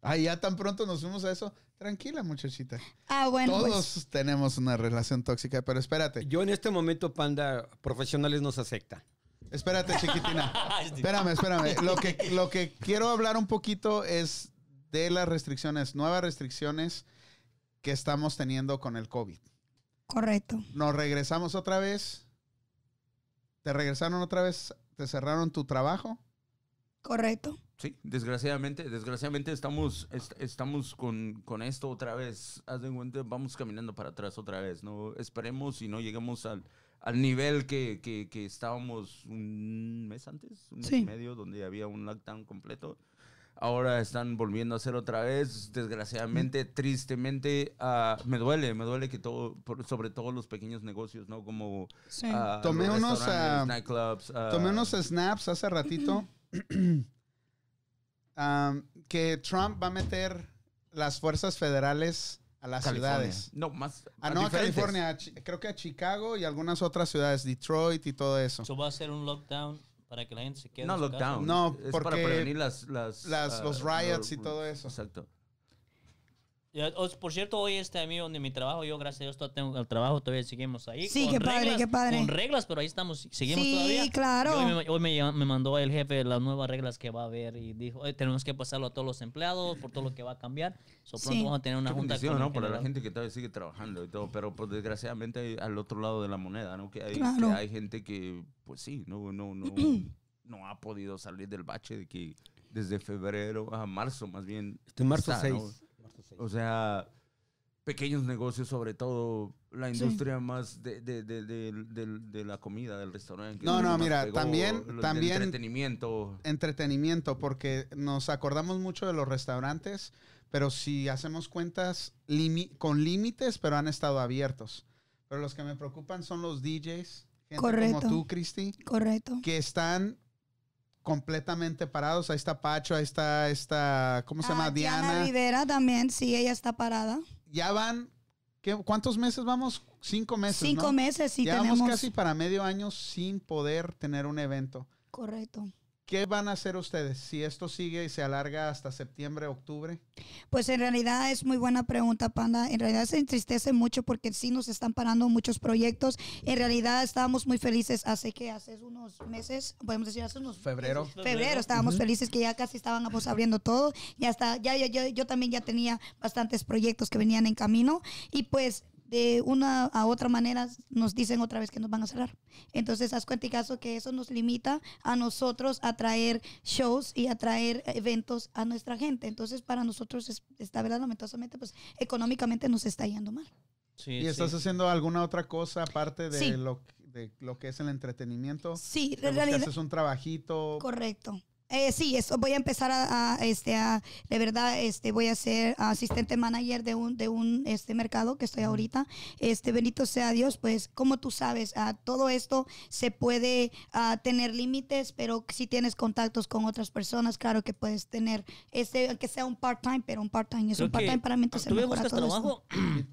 Speaker 1: Ay, ya tan pronto nos fuimos a eso. Tranquila, muchachita.
Speaker 3: Ah, bueno. pues,
Speaker 1: Todos tenemos una relación tóxica, pero espérate.
Speaker 5: Yo en este momento, Panda, profesionales nos acepta.
Speaker 1: Espérate, chiquitina. Espérame, espérame. Lo que, lo que quiero hablar un poquito es de las restricciones, nuevas restricciones que estamos teniendo con el COVID.
Speaker 3: correcto.
Speaker 1: Nos regresamos otra vez. Te regresaron otra vez. Te cerraron tu trabajo.
Speaker 3: Correcto.
Speaker 2: Sí, desgraciadamente, desgraciadamente estamos, est- estamos con, con esto otra vez. Haz de cuenta, vamos caminando para atrás otra vez, ¿no? Esperemos y no llegamos al, al nivel que, que, que estábamos un mes antes, un mes
Speaker 3: Sí.
Speaker 2: y medio, donde había un lockdown completo. Ahora están volviendo a hacer otra vez, desgraciadamente,
Speaker 3: Mm.
Speaker 2: tristemente, ah, me duele, me duele que todo, por- sobre todo los pequeños negocios, ¿no? Como
Speaker 3: Sí.
Speaker 2: ah,
Speaker 1: Tomé
Speaker 2: los
Speaker 1: unos,
Speaker 2: restaurantes,
Speaker 1: ah,
Speaker 2: nightclubs, ah,
Speaker 1: Tomé unos snaps hace ratito am, que Trump va a meter las fuerzas federales a las
Speaker 2: California.
Speaker 1: ciudades.
Speaker 2: No, más.
Speaker 1: Ah, no, a
Speaker 2: diferentes.
Speaker 1: California, a Chi- creo que a Chicago y algunas otras ciudades, Detroit y todo eso.
Speaker 4: Eso va a ser un lockdown para que la gente se quede.
Speaker 2: No,
Speaker 4: en su casa.
Speaker 2: lockdown.
Speaker 1: No,
Speaker 2: es
Speaker 1: porque
Speaker 2: para prevenir las, las,
Speaker 1: las-
Speaker 2: ah,
Speaker 1: los riots y todo eso.
Speaker 2: Exacto.
Speaker 4: Ya, os- Por cierto, hoy este amigo de mi trabajo, yo gracias a Dios todavía tengo el trabajo, todavía seguimos ahí.
Speaker 3: Sí,
Speaker 4: con
Speaker 3: qué padre,
Speaker 4: reglas,
Speaker 3: qué padre.
Speaker 4: Con reglas, pero ahí estamos, seguimos
Speaker 3: Sí,
Speaker 4: todavía.
Speaker 3: claro.
Speaker 4: Y Hoy, me, hoy me llama- me mandó el jefe las nuevas reglas que va a haber y dijo, "Eh, tenemos que pasarlo a todos los empleados por todo lo que va a cambiar. So, pronto
Speaker 3: Sí.
Speaker 4: vamos a tener una
Speaker 2: Qué
Speaker 4: junta
Speaker 2: bendición,
Speaker 4: con el
Speaker 2: ¿no? Para la
Speaker 4: general.
Speaker 2: gente que todavía sigue trabajando y todo, pero pues desgraciadamente hay al otro lado de la moneda, ¿no? Que hay, que
Speaker 3: Claro.
Speaker 2: hay gente que, pues sí, no, no, no, no ha podido salir del bache de que desde febrero a marzo, más bien.
Speaker 5: Este marzo
Speaker 2: está,
Speaker 5: 6.
Speaker 2: ¿no? O sea, pequeños negocios, sobre todo la industria más de, de- de- de- de- de la comida, del restaurante. que
Speaker 1: No,
Speaker 2: es lo
Speaker 1: no,
Speaker 2: que más
Speaker 1: mira, también-
Speaker 2: lo del
Speaker 1: también-
Speaker 2: entretenimiento.
Speaker 1: entretenimiento, porque nos acordamos mucho de los restaurantes, pero si hacemos cuentas limi- con límites, pero han estado abiertos. Pero los que me preocupan son los DJs, gente
Speaker 3: Correcto.
Speaker 1: como tú, Cristi,
Speaker 3: Correcto.
Speaker 1: que están completamente parados. Ahí está Pacho, ahí está esta, ¿cómo se llama?
Speaker 3: Ah, Diana
Speaker 1: Diana.
Speaker 3: Rivera también, sí, ella está parada.
Speaker 1: Ya van, ¿qué- ¿cuántos meses vamos? Cinco meses.
Speaker 3: Cinco
Speaker 1: ¿no?
Speaker 3: meses sí
Speaker 1: Llevamos
Speaker 3: tenemos.
Speaker 1: casi para medio año sin poder tener un evento.
Speaker 3: Correcto.
Speaker 1: ¿Qué van a hacer ustedes si esto sigue y se alarga hasta septiembre, octubre?
Speaker 3: Pues en realidad es muy buena pregunta, Panda. En realidad se entristece mucho porque sí nos están parando muchos proyectos. En realidad estábamos muy felices hace que hace unos meses, podemos decir hace unos
Speaker 1: Febrero.
Speaker 3: meses, febrero estábamos felices que ya casi estábamos abriendo todo. Ya está, ya, ya, ya- yo también ya tenía bastantes proyectos que venían en camino y pues de una a otra manera nos dicen otra vez que nos van a cerrar. Entonces, haz cuenta y caso que eso nos limita a nosotros a traer shows y a traer eventos a nuestra gente. Entonces, para nosotros, es- está verdad, lamentablemente, pues económicamente nos está yendo mal.
Speaker 4: Sí,
Speaker 1: ¿Y
Speaker 4: sí.
Speaker 1: estás haciendo alguna otra cosa aparte de,
Speaker 3: Sí.
Speaker 1: lo, de lo que es el entretenimiento?
Speaker 3: Sí,
Speaker 1: ¿Te buscas
Speaker 3: en realidad.
Speaker 1: es un trabajito?
Speaker 3: Correcto. Eh, sí, eso voy a empezar a, a, este a de verdad este voy a ser asistente manager de un de un este mercado que estoy ahorita. Este bendito sea Dios, pues como tú sabes, ah, todo esto se puede ah, tener límites, pero si tienes contactos con otras personas, claro que puedes tener este aunque sea un part-time, pero un part-time es
Speaker 4: Creo
Speaker 3: un part-time
Speaker 4: que
Speaker 3: para mí entonces
Speaker 4: ¿Todavía
Speaker 3: mejora
Speaker 4: buscas
Speaker 3: todo esto.
Speaker 4: trabajo?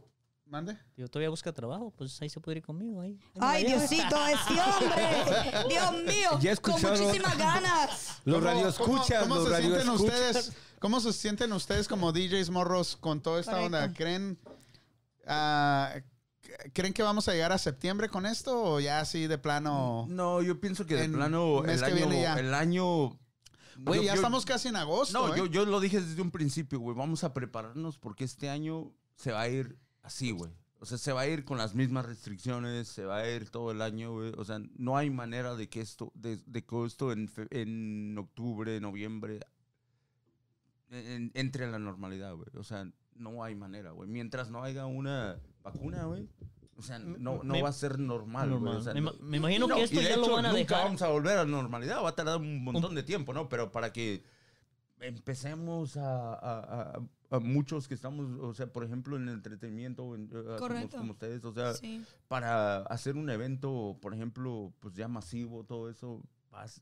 Speaker 1: ¿Mande?
Speaker 4: Digo, todavía busca trabajo, pues ahí se puede ir conmigo. Ahí. Ahí nos
Speaker 3: Ay,
Speaker 4: la llevas.
Speaker 3: Diosito, este hombre. Dios mío.
Speaker 5: Ya
Speaker 3: con
Speaker 5: escucharon.
Speaker 3: muchísimas ganas.
Speaker 5: Los
Speaker 1: ¿Cómo-
Speaker 5: radioescuchas,
Speaker 1: ¿Cómo,
Speaker 5: los
Speaker 1: cómo se sienten
Speaker 5: radioescuchas.
Speaker 1: ustedes? ¿Cómo se sienten ustedes como DJs morros con toda esta
Speaker 3: Correcto.
Speaker 1: onda? ¿Creen, ah, ¿Creen que vamos a llegar a septiembre con esto o ya así de plano?
Speaker 2: No, yo pienso que de
Speaker 1: En
Speaker 2: plano
Speaker 1: mes
Speaker 2: el
Speaker 1: que
Speaker 2: año,
Speaker 1: viene ya.
Speaker 2: el año...
Speaker 1: Güey,
Speaker 2: yo-
Speaker 1: ya
Speaker 2: yo-
Speaker 1: estamos casi en agosto.
Speaker 2: No,
Speaker 1: ¿eh?
Speaker 2: yo, yo lo dije desde un principio, güey. Vamos a prepararnos porque este año se va a ir así, güey. O sea, se va a ir con las mismas restricciones, se va a ir todo el año, güey. O sea, no hay manera de que esto, de, de que esto en, fe- en octubre, noviembre, en- entre en la normalidad, güey. O sea, no hay manera, güey. Mientras no haya una vacuna, güey. O sea, no, no
Speaker 4: Me-
Speaker 2: va a ser normal, güey.
Speaker 4: Normal.
Speaker 2: O sea,
Speaker 4: me,
Speaker 2: no-
Speaker 4: ima- me imagino
Speaker 2: no,
Speaker 4: que esto
Speaker 2: y de
Speaker 4: ya lo
Speaker 2: hecho,
Speaker 4: van a
Speaker 2: nunca
Speaker 4: dejar.
Speaker 2: vamos a volver a la normalidad, va a tardar un montón de tiempo, ¿no? Pero para que empecemos a, a- a- a muchos que estamos, o sea, por ejemplo, en el entretenimiento, en- eh, como-
Speaker 3: Correcto.
Speaker 2: Como, ustedes, o sea,
Speaker 3: Sí.
Speaker 2: para hacer un evento, por ejemplo, pues ya masivo, todo eso, va a, s-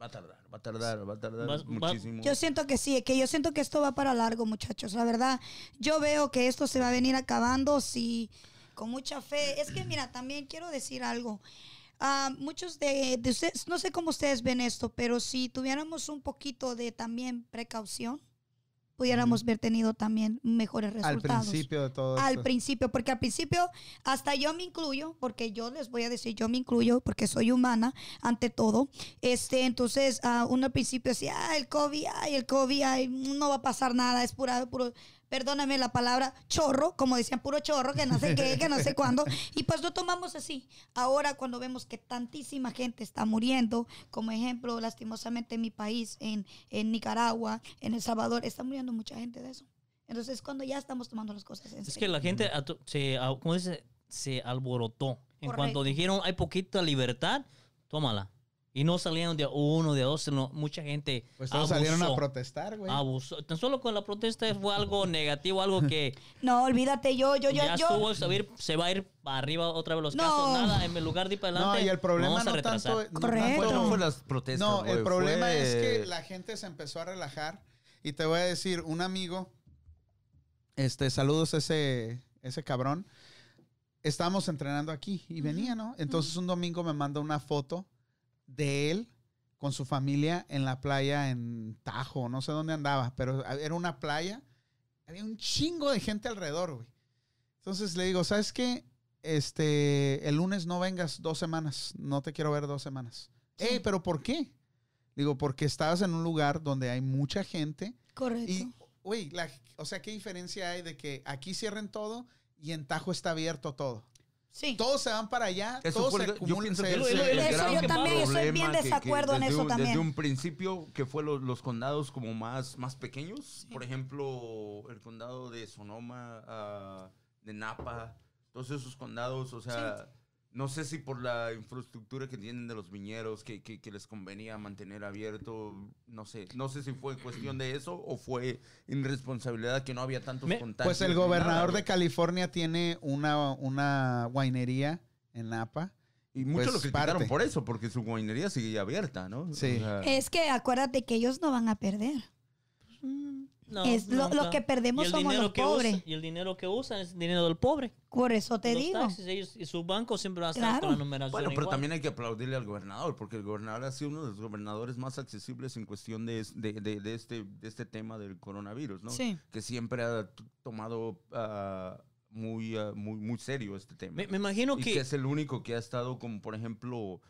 Speaker 2: va a tardar, va a tardar, va a tardar
Speaker 4: Vas- va-
Speaker 2: muchísimo.
Speaker 3: Yo siento que sí, que yo siento que esto va para largo, muchachos. La verdad, yo veo que esto se va a venir acabando si con mucha fe. Es que mira, también quiero decir algo. Ah, muchos de, de ustedes, no sé cómo ustedes ven esto, pero si tuviéramos un poquito de también precaución, pudiéramos haber tenido también mejores
Speaker 1: Al
Speaker 3: resultados.
Speaker 1: principio de todo
Speaker 3: Al
Speaker 1: esto.
Speaker 3: principio, porque al principio hasta yo me incluyo, porque yo les voy a decir, yo me incluyo porque soy humana ante todo. Este, entonces, a uno al principio decía, ah, el COVID, ay, el COVID, ay, no va a pasar nada, es pura, puro, perdóname la palabra, chorro, como decían, puro chorro, que no sé qué, que no sé cuándo. Y pues lo tomamos así. Ahora cuando vemos que tantísima gente está muriendo, como ejemplo, lastimosamente en mi país, en, en Nicaragua, en El Salvador, está muriendo mucha gente de eso. Entonces, cuando ya estamos tomando las cosas en
Speaker 4: Es
Speaker 3: serio.
Speaker 4: que la gente, atu- se, ah, ¿cómo dice? Se alborotó. En
Speaker 3: Correcto.
Speaker 4: cuanto dijeron, hay poquita libertad, tómala. Y no salieron de a uno, de a dos, sino mucha gente
Speaker 1: Pues todos
Speaker 4: abusó.
Speaker 1: salieron a protestar, güey.
Speaker 4: abusó. Tan solo con la protesta fue algo negativo, algo que
Speaker 3: No, olvídate, yo, yo, yo,
Speaker 4: ya
Speaker 3: yo.
Speaker 4: estuvo, se va, a ir, se va a ir para arriba otra vez los
Speaker 3: No.
Speaker 4: casos. Nada, en lugar de ir para
Speaker 1: No,
Speaker 4: adelante,
Speaker 1: y el problema
Speaker 4: vamos a
Speaker 1: no
Speaker 4: retrasar.
Speaker 1: tanto... no
Speaker 3: Correcto.
Speaker 1: tanto-
Speaker 2: Bueno, no fue las protestas,
Speaker 1: No,
Speaker 2: güey,
Speaker 1: el problema
Speaker 2: fue-
Speaker 1: es que la gente se empezó a relajar. Y te voy a decir, un amigo, este, saludos a ese, ese cabrón. Estábamos entrenando aquí y venía, ¿no? Entonces un domingo me manda una foto de él con su familia en la playa en Tajo, no sé dónde andaba, pero era una playa. Había un chingo de gente alrededor, güey. Entonces le digo, ¿sabes qué? Este, el lunes no vengas dos semanas. No te quiero ver dos semanas. Ey, pero ¿por qué? Le Digo, porque estabas en un lugar donde hay mucha gente
Speaker 3: Correcto.
Speaker 1: y, uy, o sea, ¿qué diferencia hay de que aquí cierren todo y en Tajo está abierto todo?
Speaker 3: Sí.
Speaker 1: Todos se van para allá,
Speaker 2: Eso
Speaker 1: todos
Speaker 2: fue
Speaker 1: se
Speaker 2: el- yo
Speaker 1: acumulan.
Speaker 2: pienso que
Speaker 1: se-
Speaker 2: ese
Speaker 4: Eso
Speaker 2: es el
Speaker 4: yo
Speaker 2: gran
Speaker 4: también estoy
Speaker 2: problema
Speaker 3: bien desacuerdo en
Speaker 2: desde
Speaker 3: eso
Speaker 2: un-
Speaker 3: también.
Speaker 2: Desde un principio que fue lo- los condados como más, más pequeños, por ejemplo, el condado de Sonoma, ah, de Napa, todos esos condados, o sea, no sé si por la infraestructura que tienen de los viñedos, que, que- que les convenía mantener abierto, no sé, no sé si fue cuestión de eso o fue irresponsabilidad que no había tantos
Speaker 4: Me-
Speaker 2: contactos.
Speaker 1: Pues el
Speaker 2: ni nada,
Speaker 1: gobernador
Speaker 2: güey.
Speaker 1: de California tiene una, una winería en Napa.
Speaker 2: Y muchos
Speaker 1: pues,
Speaker 2: lo criticaron
Speaker 1: parte.
Speaker 2: por eso, porque su winería sigue abierta, ¿no?
Speaker 1: Sí.
Speaker 2: sea,
Speaker 4: Eh,
Speaker 3: Es que acuérdate que ellos no van a perder.
Speaker 4: No,
Speaker 3: es lo,
Speaker 4: nunca.
Speaker 3: lo que perdemos
Speaker 4: Y el
Speaker 3: somos
Speaker 4: dinero
Speaker 3: los
Speaker 4: que usa-
Speaker 3: pobres.
Speaker 4: y el dinero que usan es dinero del pobre.
Speaker 3: Por eso te
Speaker 4: Los
Speaker 3: digo.
Speaker 4: taxis, ellos- y su banco siempre va a
Speaker 3: Claro.
Speaker 4: estar con la numeración
Speaker 2: Bueno, pero
Speaker 4: igual.
Speaker 2: también hay que aplaudirle al gobernador, porque el gobernador ha sido uno de los gobernadores más accesibles en cuestión de, es- de, de- de este, de este tema del coronavirus, ¿no?
Speaker 3: Sí.
Speaker 2: Que siempre ha t- tomado ah, muy, ah, muy, muy serio este tema.
Speaker 4: Me, me imagino
Speaker 2: y
Speaker 4: que...
Speaker 2: que es el único que ha estado como, por ejemplo,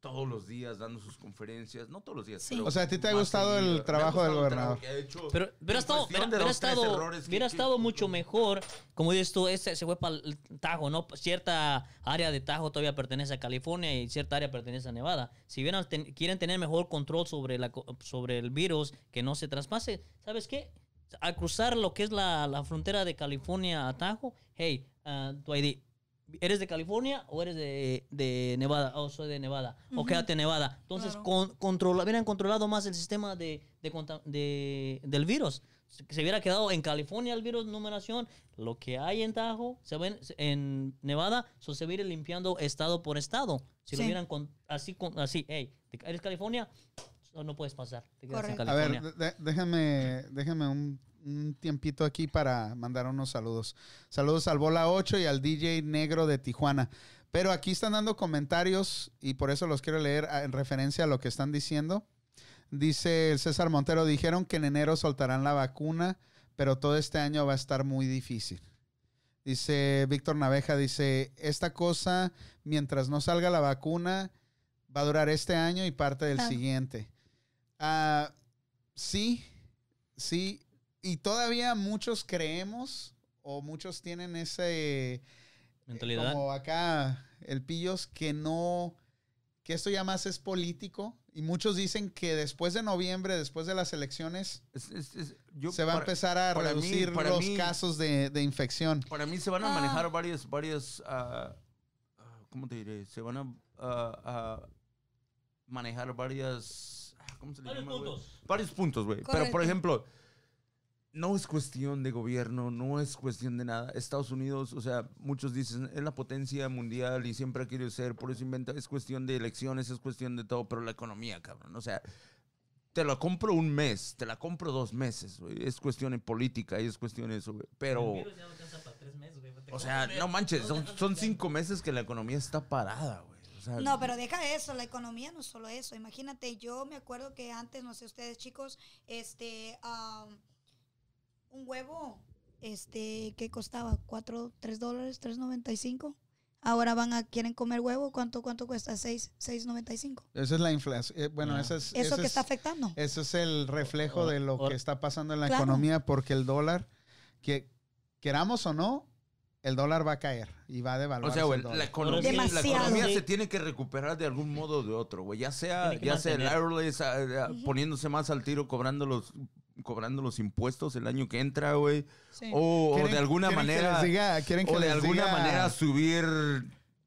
Speaker 2: todos los días dando sus conferencias, no todos los días.
Speaker 3: Sí.
Speaker 2: pero
Speaker 1: O sea, ¿a ti te ha
Speaker 2: más
Speaker 1: gustado
Speaker 2: seguido.
Speaker 1: el
Speaker 2: Me ha
Speaker 1: trabajo del
Speaker 2: gustado el trabajo
Speaker 1: gobernador?
Speaker 2: que ha hecho.
Speaker 4: Pero hubiera
Speaker 2: en
Speaker 4: estado,
Speaker 2: cuestión
Speaker 4: hubiera-
Speaker 2: de
Speaker 4: hubiera
Speaker 2: los tres
Speaker 4: estado-
Speaker 2: errores que-
Speaker 4: hubiera
Speaker 2: que-
Speaker 4: estado mucho mejor, como dices tú, ese se fue para el Tajo, ¿no? Cierta área de Tajo todavía pertenece a California y cierta área pertenece a Nevada. Si hubieran ten- quieren tener mejor control sobre, la, co- sobre el virus, que no se traspase, ¿sabes qué? Al cruzar lo que es la, la frontera de California a Tajo, hey, ah, tu ID. ¿Eres de California o eres de, de Nevada? Oh, soy de Nevada. O quédate en Nevada. Entonces,
Speaker 3: Claro.
Speaker 4: con, controla- hubieran controlado más el sistema de, de conta- de- del virus. Se, se hubiera quedado en California el virus, numeración. Lo que hay en Tajo, se ven en Nevada, so se hubiera ido limpiando estado por estado. Si lo
Speaker 3: Sí.
Speaker 4: hubieran con- así, con- así, hey, te- ¿eres California? No, no puedes pasar. Te quedas en
Speaker 3: Correcto.
Speaker 1: A ver,
Speaker 4: California.
Speaker 1: de- de- déjame, déjame un, un tiempito aquí para mandar unos saludos. Saludos al Bola 8 y al DJ Negro de Tijuana. Pero aquí están dando comentarios y por eso los quiero leer ah, en referencia a lo que están diciendo. Dice el César Montero, dijeron que en enero soltarán la vacuna, pero todo este año va a estar muy difícil. Dice Víctor Naveja, dice, esta cosa, mientras no salga la vacuna, va a durar este año y parte del
Speaker 3: Claro.
Speaker 1: siguiente. Ah, sí, sí, y todavía muchos creemos o muchos tienen ese,
Speaker 4: Mentalidad.
Speaker 1: como acá el Pillos, que no, que esto ya más es político. Y muchos dicen que después de noviembre, después de las elecciones,
Speaker 2: Es- es- es- yo
Speaker 1: se va a
Speaker 2: para-
Speaker 1: empezar a
Speaker 2: para mí-
Speaker 1: reducir
Speaker 2: para
Speaker 1: los
Speaker 2: mí-
Speaker 1: casos de, de infección.
Speaker 2: Para mí se van a
Speaker 3: Ah.
Speaker 2: manejar varias, varias, ah, ah, ¿cómo te diré? Se van a ah, ah, manejar varias, ah, ¿cómo se le
Speaker 4: Varios
Speaker 2: llama, güey?
Speaker 4: puntos.
Speaker 2: Varios puntos, güey. Pero,
Speaker 3: Correcto.
Speaker 2: por ejemplo, no es cuestión de gobierno, no es cuestión de nada. Estados Unidos, o sea, muchos dicen, es la potencia mundial y siempre ha querido ser, por eso inventa, es cuestión de elecciones, es cuestión de todo, pero la economía, cabrón, o sea... Te la compro un mes, te la compro dos meses, güey. Es cuestión de política y es cuestión de eso, güey. Pero... Oh. O sea, no manches, son, son cinco meses que la economía está parada, güey. O sea,
Speaker 3: No, pero deja eso, la economía no es solo eso. Imagínate, yo me acuerdo que antes, no sé ustedes chicos, este, am, un huevo, este, ¿qué costaba? ¿Cuatro, tres dólares, tres noventa y cinco? Ahora van a, quieren comer huevo, ¿cuánto, cuánto cuesta? Seis, seis noventa y cinco.
Speaker 1: Esa es la inflación. eh, bueno,
Speaker 4: Ah.
Speaker 1: esa es,
Speaker 3: Eso
Speaker 1: esa
Speaker 3: que
Speaker 1: es- eh,
Speaker 3: está afectando.
Speaker 1: Eso es el reflejo
Speaker 4: O-
Speaker 1: de lo
Speaker 4: o-
Speaker 1: que está pasando en la
Speaker 3: Claro.
Speaker 1: economía, porque el dólar, que queramos o no, el dólar va a caer y va a
Speaker 2: o
Speaker 1: devaluar.
Speaker 2: sea, güey, la economía, la
Speaker 3: Demasiado.
Speaker 2: economía
Speaker 4: Sí.
Speaker 2: se tiene que recuperar de algún modo o de otro, güey. Ya sea,
Speaker 4: Tiene que
Speaker 2: ya sea el
Speaker 4: mantener.
Speaker 2: IRS ah, ah, poniéndose más al tiro, cobrando los, cobrando los impuestos el año que entra, güey. O, o de alguna manera.
Speaker 1: quieren que
Speaker 2: o de
Speaker 1: les
Speaker 2: alguna
Speaker 1: diga-
Speaker 2: manera subir.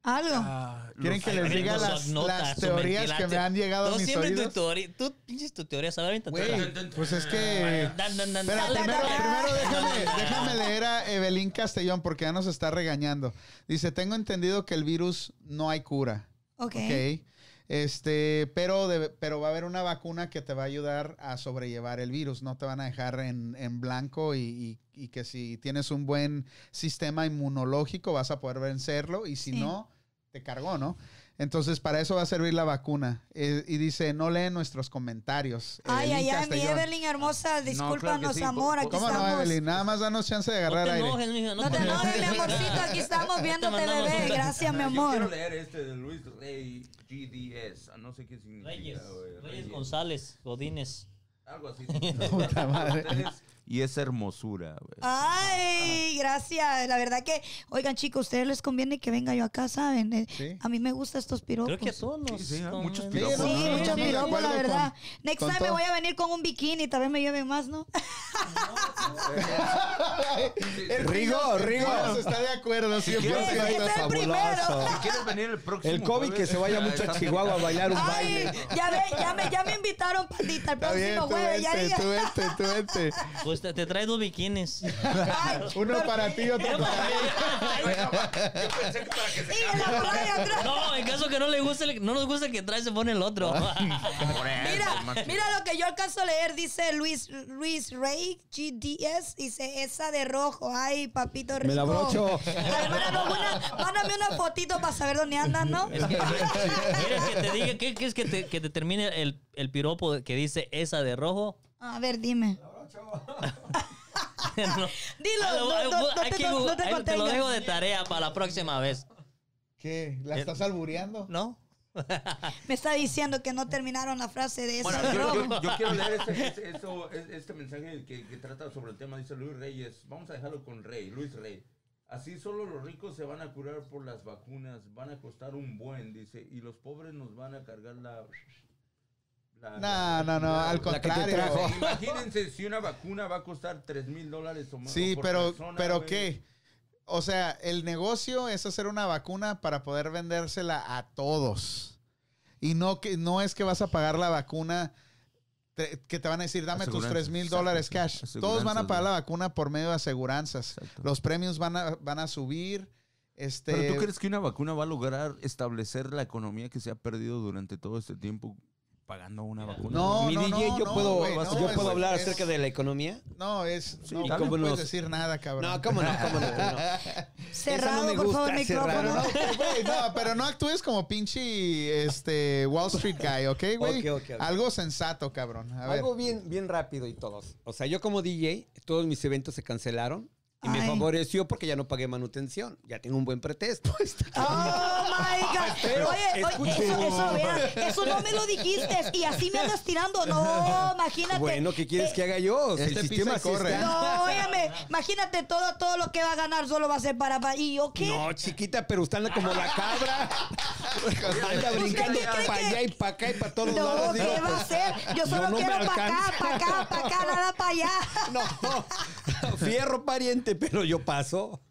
Speaker 3: Algo.
Speaker 2: ah,
Speaker 1: Quieren
Speaker 2: los-
Speaker 1: que les
Speaker 4: Ay,
Speaker 1: diga
Speaker 4: no,
Speaker 1: las,
Speaker 4: son notas,
Speaker 1: las
Speaker 4: son
Speaker 1: teorías que me han llegado a
Speaker 4: Tú
Speaker 1: mis
Speaker 4: siempre tu
Speaker 1: oídos.
Speaker 4: teoría, tú pinches tu teoría, ¿sabes?
Speaker 1: Güey, pues es que.
Speaker 4: Dan, dan, dan,
Speaker 1: Pero
Speaker 4: dan, dan,
Speaker 1: primero,
Speaker 4: dan, dan.
Speaker 1: primero déjame, déjame leer a Evelyn Castellón porque ya nos está regañando. Dice: Tengo entendido que el virus no hay cura.
Speaker 3: ok.
Speaker 1: Ok. Este, pero, de- pero va a haber una vacuna que te va a ayudar a sobrellevar el virus. No te van a dejar en, en blanco y, y- y que si tienes un buen sistema inmunológico vas a poder vencerlo y si
Speaker 3: Sí.
Speaker 1: no, te cargó, ¿no? Entonces, para eso va a servir la vacuna. Eh, y dice, no leen nuestros comentarios.
Speaker 3: Ay, ay,
Speaker 1: Evelyn
Speaker 3: ay, mi
Speaker 1: Castellón.
Speaker 3: Evelyn hermosa, discúlpanos,
Speaker 2: claro que sí,
Speaker 3: amor,
Speaker 2: po-
Speaker 3: aquí
Speaker 1: ¿Cómo
Speaker 3: estamos.
Speaker 1: no, Evelyn? Nada más danos chance de
Speaker 4: No
Speaker 1: agarrar
Speaker 4: te
Speaker 1: aire.
Speaker 4: enojes, mija,
Speaker 3: No te enojes, mi amorcito, aquí estamos viéndote,
Speaker 4: mandamos
Speaker 3: bebé.
Speaker 4: un-
Speaker 3: Gracias, mi
Speaker 2: Yo quiero
Speaker 3: amor.
Speaker 2: leer este de Luis Rey GDS. ah, No sé qué significa.
Speaker 4: Reyes,
Speaker 2: güey,
Speaker 4: Reyes González, Godínez.
Speaker 2: Algo así.
Speaker 1: Puta madre.
Speaker 2: Ustedes, y esa hermosura, güey.
Speaker 3: Ah. Ay, gracias. La verdad que, oigan, chicos, a ustedes les conviene que venga yo acá, ¿saben? Eh,
Speaker 1: Sí.
Speaker 3: A mí me gustan estos piropos.
Speaker 4: Creo que a todos nos...
Speaker 2: Sí, sí, ¿no?
Speaker 4: no,
Speaker 2: Muchos
Speaker 4: no,
Speaker 1: Sí,
Speaker 2: piropos,
Speaker 3: pues, Sí,
Speaker 1: no, no, no,
Speaker 3: muchos
Speaker 1: de
Speaker 3: piropos, la
Speaker 1: acuerdo
Speaker 3: verdad.
Speaker 1: con-
Speaker 3: Next
Speaker 1: con
Speaker 3: time me
Speaker 1: todo.
Speaker 3: voy a venir con un bikini, tal vez me lleve más, ¿no?
Speaker 1: El
Speaker 5: Rigo, Rigo.
Speaker 1: Rigo se está de acuerdo. Sí,
Speaker 2: quieres,
Speaker 1: sí,
Speaker 3: Es que
Speaker 1: sí.
Speaker 3: sea el primero.
Speaker 2: Si quieres venir el próximo
Speaker 5: El COVID que
Speaker 2: jueves,
Speaker 5: se vaya
Speaker 2: ya
Speaker 5: mucho a
Speaker 2: estás
Speaker 5: Chihuahua a
Speaker 2: invitado.
Speaker 5: bailar un
Speaker 3: Ay,
Speaker 5: baile.
Speaker 3: ya, ve, ya, me, ya me invitaron, pandita, el
Speaker 1: Está bien,
Speaker 3: próximo
Speaker 1: tú
Speaker 3: jueves. Ya
Speaker 1: vente,
Speaker 3: diga.
Speaker 1: tú vente, tú vente.
Speaker 4: Pues te, te traes dos bikinis.
Speaker 3: Ay,
Speaker 1: Uno para ti y otro para mí.
Speaker 2: Yo pensé que para que
Speaker 3: sí, en la playa atrás.
Speaker 4: No, en caso que no le guste, el- no nos gusta el que trae, se pone el otro.
Speaker 3: Ah. Mira, mira lo que yo alcanzo a leer, dice Luis, Luis Rey GDS, dice esa de rojo, ay papito rico.
Speaker 5: Me la brocho.
Speaker 3: Ay, mándanos una- mándame una fotito para saber dónde andan, ¿no?
Speaker 4: Es que, ¿Quieres que te diga qué qué es que te, que te termine el, el piropo que dice esa de rojo?
Speaker 3: A ver, dime.
Speaker 4: No.
Speaker 3: Dilo,
Speaker 4: Ah,
Speaker 3: no, no, no
Speaker 4: hay
Speaker 3: te
Speaker 4: que
Speaker 3: con- no te
Speaker 4: Google- ahí te lo
Speaker 3: contengas.
Speaker 4: dejo de tarea para la próxima vez.
Speaker 1: ¿Qué? ¿La estás albureando?
Speaker 4: ¿No?
Speaker 3: Me está diciendo que no terminaron la frase de esa
Speaker 2: Bueno,
Speaker 3: de
Speaker 2: yo,
Speaker 3: rojo.
Speaker 2: yo- yo quiero leer este, este- eso- este mensaje que, que trata sobre el tema. Dice Luis Reyes. Vamos a dejarlo con Rey, Luis Rey. Así solo los ricos se van a curar por las vacunas. Van a costar un buen, dice. Y los pobres nos van a cargar la... la-
Speaker 1: No, no, no, al
Speaker 5: que te
Speaker 1: contrario.
Speaker 5: trajo.
Speaker 2: Imagínense si una vacuna va a costar 3 mil dólares o más.
Speaker 1: Sí,
Speaker 2: por
Speaker 1: pero,
Speaker 2: persona,
Speaker 1: pero
Speaker 2: güey.
Speaker 1: ¿qué? O sea, el negocio es hacer una vacuna para poder vendérsela a todos. Y no, que, no es que vas a pagar la vacuna te- que te van a decir, dame tus
Speaker 2: Aseguranzas,
Speaker 1: 3 mil
Speaker 2: exacto,
Speaker 1: dólares
Speaker 2: sí.
Speaker 1: cash. Todos van a
Speaker 2: Aseguranzas,
Speaker 1: pagar la
Speaker 2: güey.
Speaker 1: vacuna por medio de aseguranzas.
Speaker 2: Exacto.
Speaker 1: Los premios van a, van a subir. Este,
Speaker 2: ¿Pero tú crees que una vacuna va a lograr establecer la economía que se ha perdido durante todo este tiempo pagando una vacuna?
Speaker 1: No,
Speaker 5: Mi
Speaker 1: no,
Speaker 5: DJ,
Speaker 1: no,
Speaker 5: yo
Speaker 1: no,
Speaker 5: puedo,
Speaker 1: güey,
Speaker 5: yo
Speaker 1: no, es-
Speaker 5: puedo hablar
Speaker 1: es-
Speaker 5: acerca de la economía.
Speaker 1: No, es. no,
Speaker 5: ¿y
Speaker 1: no
Speaker 5: cómo
Speaker 1: puedes
Speaker 5: nos-
Speaker 1: decir nada, cabrón.
Speaker 5: No, cómo no, cómo no. cómo no.
Speaker 3: Cerrado,
Speaker 5: me
Speaker 3: por
Speaker 5: gusta,
Speaker 3: favor, micrófono.
Speaker 5: cerrado.
Speaker 1: No, güey, no, pero no actúes como pinche este, Wall Street guy, ¿ok, güey?
Speaker 5: Ok, ok, ok.
Speaker 1: Algo sensato, cabrón. A ver.
Speaker 5: Algo bien, bien rápido y todos. O sea, yo como DJ, todos mis eventos se cancelaron. Y me
Speaker 3: Ay.
Speaker 5: favoreció porque ya no pagué manutención. Ya tengo un buen pretexto.
Speaker 3: Oh my God. Oye, oye,
Speaker 5: escuche.
Speaker 3: eso, eso, vea, eso no me lo dijiste y así me andas tirando. No, imagínate.
Speaker 5: bueno, ¿qué quieres
Speaker 3: Eh,
Speaker 5: que haga yo? Si
Speaker 1: Este
Speaker 5: el
Speaker 1: pisa
Speaker 5: sistema
Speaker 1: y
Speaker 5: sí
Speaker 1: corre.
Speaker 5: está-
Speaker 3: No, óyame, imagínate todo, todo lo que va a ganar solo va a ser para para- ¿Y yo qué?
Speaker 5: No, chiquita, pero usted anda como la cabra. anda
Speaker 2: ¿Usted
Speaker 5: brincando
Speaker 2: qué cree
Speaker 5: para
Speaker 3: que-
Speaker 5: allá y para acá y para todos
Speaker 3: No,
Speaker 5: lados.
Speaker 3: ¿qué
Speaker 5: Digo,
Speaker 3: va a
Speaker 5: pues,
Speaker 3: hacer? Yo solo
Speaker 5: no me
Speaker 3: quiero para acá,
Speaker 5: alcanza.
Speaker 3: para acá, para acá, nada para allá.
Speaker 5: No, fierro pariente, pero yo paso.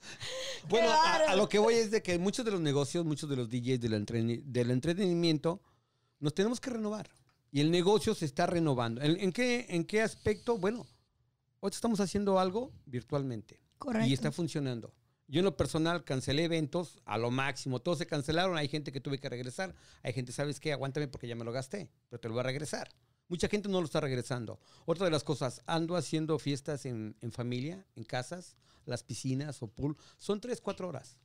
Speaker 5: Bueno, a,
Speaker 3: bárbaro.
Speaker 5: a lo que voy es de que muchos de los negocios, muchos de los DJs del, entreni- del entretenimiento, nos tenemos que renovar. Y el negocio se está renovando. ¿En, en qué, ¿En qué aspecto? Bueno, hoy estamos haciendo algo virtualmente.
Speaker 3: Correcto.
Speaker 5: Y está funcionando. Yo en lo personal cancelé eventos a lo máximo. Todos se cancelaron. Hay gente que tuve que regresar. Hay gente, ¿sabes qué? Aguántame porque ya me lo gasté, pero te lo voy a regresar. Mucha gente no lo está regresando. Otra de las cosas, ando haciendo fiestas en, en familia, en casas, las piscinas o pool. Son tres, cuatro horas.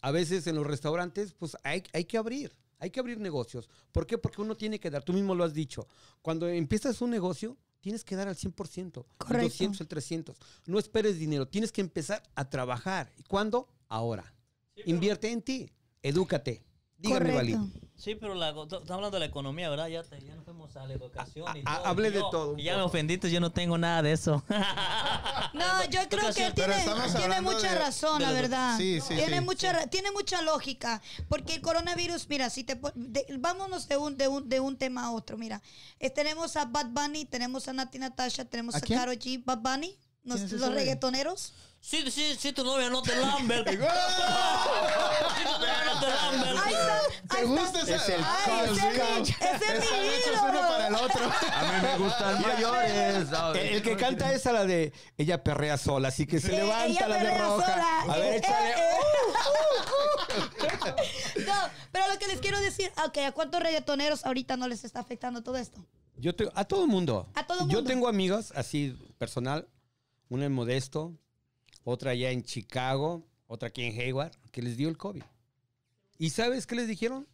Speaker 5: A veces en los restaurantes, pues hay, hay que abrir. Hay que abrir negocios. ¿Por qué? Porque uno tiene que dar. Tú mismo lo has dicho. Cuando empiezas un negocio, tienes que dar al 100%.
Speaker 3: Correcto.
Speaker 5: El 200, el 300. No esperes dinero. Tienes que empezar a trabajar. ¿Y cuándo? Ahora. Invierte en ti. Edúcate. Dígame, Valí.
Speaker 3: Correcto.
Speaker 4: Sí, pero la, estamos hablando de la economía, ¿verdad? Ya, te- ya nos fuimos a la educación.
Speaker 1: Ah,
Speaker 4: y
Speaker 5: A- a-
Speaker 4: todo.
Speaker 5: hable de
Speaker 4: Yo-
Speaker 5: todo un
Speaker 4: Ya me
Speaker 5: poco.
Speaker 4: ofendiste, yo no tengo nada de eso.
Speaker 3: No, yo creo que
Speaker 4: Pero
Speaker 3: tiene,
Speaker 1: estamos
Speaker 3: tiene
Speaker 1: hablando
Speaker 3: mucha
Speaker 1: de-
Speaker 3: razón,
Speaker 4: de
Speaker 3: la
Speaker 4: la-
Speaker 3: verdad.
Speaker 1: Sí, sí,
Speaker 3: tiene
Speaker 1: sí.
Speaker 3: mucha ra- tiene mucha lógica, porque el coronavirus, mira, si te pon- de- vámonos de un, de un de un tema a otro, mira. Eh, tenemos a Bad Bunny, tenemos a Nati Natasha, tenemos
Speaker 1: ¿A
Speaker 3: a,
Speaker 1: quién?
Speaker 3: Karol G, Bad Bunny,
Speaker 1: ¿Quién
Speaker 3: nos-
Speaker 1: es ese
Speaker 3: los
Speaker 1: güey?
Speaker 3: reggaetoneros.
Speaker 4: sí, sí, sí, tu novia no te lambe. Sí, tu
Speaker 1: ¡ah!
Speaker 4: novia no te lambe.
Speaker 3: Ahí está,
Speaker 1: ¿Te
Speaker 3: ahí está.
Speaker 1: gusta esa?
Speaker 5: Es el
Speaker 1: Ay,
Speaker 3: Cosby.
Speaker 1: sí.
Speaker 3: Ese es mi
Speaker 1: Esa leche es
Speaker 3: ídolo.
Speaker 1: uno para el otro.
Speaker 2: A mí me gustan mayores.
Speaker 5: El,
Speaker 2: ¿sabes?
Speaker 5: el que canta es a la de ella perrea sola, así que se
Speaker 3: Eh,
Speaker 5: levanta
Speaker 3: ella
Speaker 5: la de
Speaker 3: perrea
Speaker 5: roja.
Speaker 3: sola.
Speaker 5: A ver,
Speaker 3: Eh,
Speaker 5: échale.
Speaker 3: eh, uh. No, pero lo que les quiero decir, ok, ¿a cuántos reggaetoneros ahorita no les está afectando todo esto?
Speaker 5: Yo te- a todo el mundo.
Speaker 3: A todo
Speaker 5: Yo
Speaker 3: mundo.
Speaker 5: tengo amigas así personal, una en Modesto, otra allá en Chicago, otra aquí en Hayward, que les dio el COVID. ¿Y sabes qué les dijeron?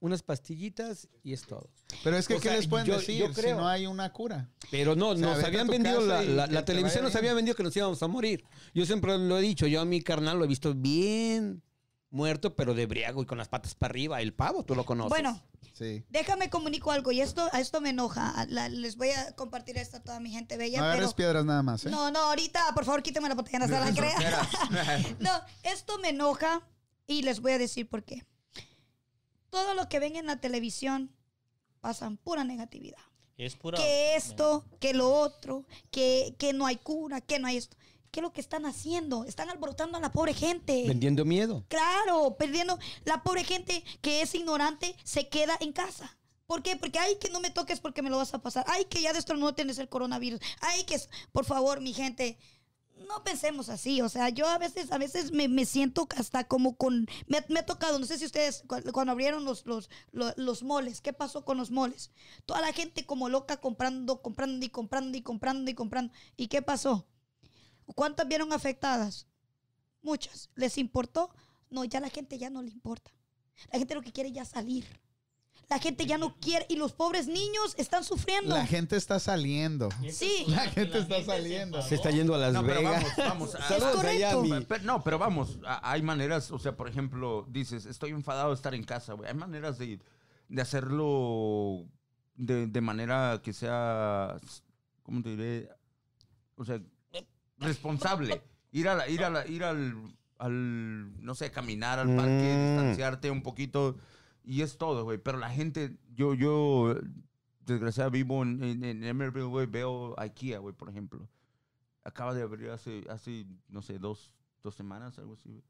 Speaker 5: Unas pastillitas y es todo.
Speaker 1: Pero es que,
Speaker 5: O
Speaker 1: ¿qué
Speaker 5: sea,
Speaker 1: les pueden
Speaker 5: yo- yo
Speaker 1: decir si
Speaker 5: creo-
Speaker 1: no hay una cura?
Speaker 5: Pero no,
Speaker 1: O sea,
Speaker 5: nos
Speaker 1: vete a
Speaker 5: habían
Speaker 1: tu
Speaker 5: vendido,
Speaker 1: casa
Speaker 5: la,
Speaker 1: y
Speaker 5: la-
Speaker 1: que
Speaker 5: la
Speaker 1: te
Speaker 5: televisión
Speaker 1: vaya
Speaker 5: nos había
Speaker 1: bien.
Speaker 5: vendido que nos íbamos a morir. Yo siempre lo he dicho, yo a mi carnal lo he visto bien, muerto, pero de briago y con las patas para arriba. El pavo, tú lo conoces.
Speaker 3: Bueno,
Speaker 1: Sí.
Speaker 3: déjame comunico algo y esto, a esto me enoja. A la- les voy a compartir esto a toda mi gente bella.
Speaker 1: No
Speaker 3: pero,
Speaker 1: agarres piedras nada más, ¿eh?
Speaker 3: No, no, ahorita, por favor, quítame la botella, no se la crea. no, esto me enoja y les voy a decir por qué. Todo lo que ven en la televisión pasan pura negatividad.
Speaker 4: Es pura.
Speaker 3: Que esto, que lo otro, que, que no hay cura, que no hay esto. ¿Qué es lo que están haciendo? Están alborotando a la pobre gente.
Speaker 5: Vendiendo miedo.
Speaker 3: Claro, perdiendo. La pobre gente que es ignorante se queda en casa. ¿Por qué? Porque, ay, que no me toques porque me lo vas a pasar. Ay, que ya de esto no tienes el coronavirus. Ay, que, es- por favor, mi gente, no pensemos así. O sea, yo a veces, a veces me, me siento hasta como con... Me, ha- me ha tocado, no sé si ustedes, cu- cuando, abrieron los, los, lo- los, moles, ¿qué pasó con los moles? Toda la gente como loca comprando, comprando y comprando y comprando y comprando. ¿Y qué pasó? ¿Cuántas vieron afectadas? Muchas. ¿Les importó? No, ya la gente ya no le importa. La gente lo que quiere es ya salir. La gente ya no quiere y los pobres niños están sufriendo.
Speaker 1: La gente está saliendo.
Speaker 3: Sí.
Speaker 1: La gente está saliendo.
Speaker 5: Se está yendo a Las
Speaker 2: No, pero
Speaker 5: Vegas.
Speaker 2: vamos, vamos. a-
Speaker 5: Saludos a
Speaker 3: correcto.
Speaker 5: Miami.
Speaker 2: Pero- no, pero vamos, a- hay maneras, o sea, por ejemplo, dices, estoy enfadado de estar en casa, güey. Hay maneras de, de hacerlo de, de manera que sea, ¿cómo te diré? O sea, responsable. Ir, a la- ir, a la- ir al, al, no sé, caminar al parque,
Speaker 5: Mm.
Speaker 2: distanciarte un poquito, y es todo, güey. Pero la gente, yo, yo, desgraciada, vivo en, en, en Emeryville, güey, veo IKEA, güey, por ejemplo acaba de abrir hace, hace no sé, dos, dos semanas, algo así. güey.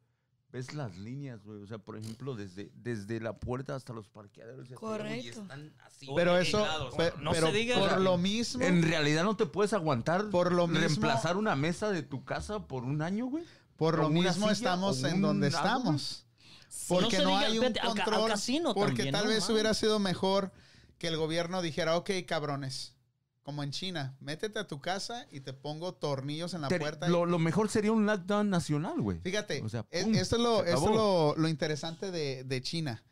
Speaker 2: Ves las líneas, güey. O sea, por ejemplo, desde, desde la puerta hasta los parqueaderos. y así, güey, y
Speaker 3: Correcto.
Speaker 2: están así,
Speaker 1: Pero
Speaker 2: güey,
Speaker 1: eso,
Speaker 2: pegados,
Speaker 1: pe-
Speaker 2: cabrón.
Speaker 4: no
Speaker 1: pero
Speaker 4: se diga.
Speaker 1: por lo mismo,
Speaker 2: en realidad no te puedes aguantar
Speaker 1: Por lo mismo-
Speaker 2: reemplazar una mesa de tu casa por un año, güey.
Speaker 1: por lo
Speaker 2: con una
Speaker 1: mismo
Speaker 2: silla
Speaker 1: estamos
Speaker 2: o
Speaker 1: en
Speaker 2: un
Speaker 1: donde
Speaker 2: algo,
Speaker 1: estamos.
Speaker 4: No
Speaker 1: Porque
Speaker 4: se
Speaker 1: no,
Speaker 4: diga,
Speaker 1: hay un
Speaker 4: vete al ca- al
Speaker 1: control.
Speaker 4: casino
Speaker 1: porque
Speaker 4: también,
Speaker 1: tal
Speaker 4: no
Speaker 1: vez
Speaker 4: mames.
Speaker 1: hubiera sido mejor que el gobierno dijera, ok, cabrones, como en China, métete a tu casa y te pongo tornillos en la
Speaker 2: Te-
Speaker 1: puerta. y
Speaker 2: lo, lo mejor sería un lockdown nacional, güey.
Speaker 1: Fíjate,
Speaker 2: O sea,
Speaker 1: e-
Speaker 2: pum,
Speaker 1: esto es lo,
Speaker 2: se
Speaker 1: esto es
Speaker 2: acabó.
Speaker 1: lo, lo interesante de, de China.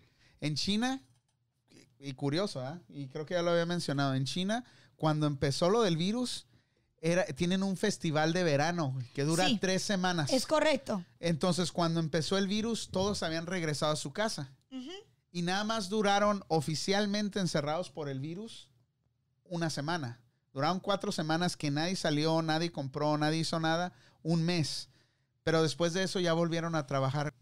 Speaker 1: En China, y y curioso, ¿ah? y creo que ya lo había mencionado, en China, cuando empezó lo del virus, era, tienen un festival de verano güey, que dura
Speaker 3: Sí.
Speaker 1: tres semanas.
Speaker 3: Es correcto.
Speaker 1: Entonces, cuando empezó el virus, todos habían regresado a su casa.
Speaker 3: Ujú.
Speaker 1: Y nada más duraron oficialmente encerrados por el virus una semana. Duraron cuatro semanas que nadie salió, nadie compró, nadie hizo nada, un mes. Pero después de eso ya volvieron a trabajar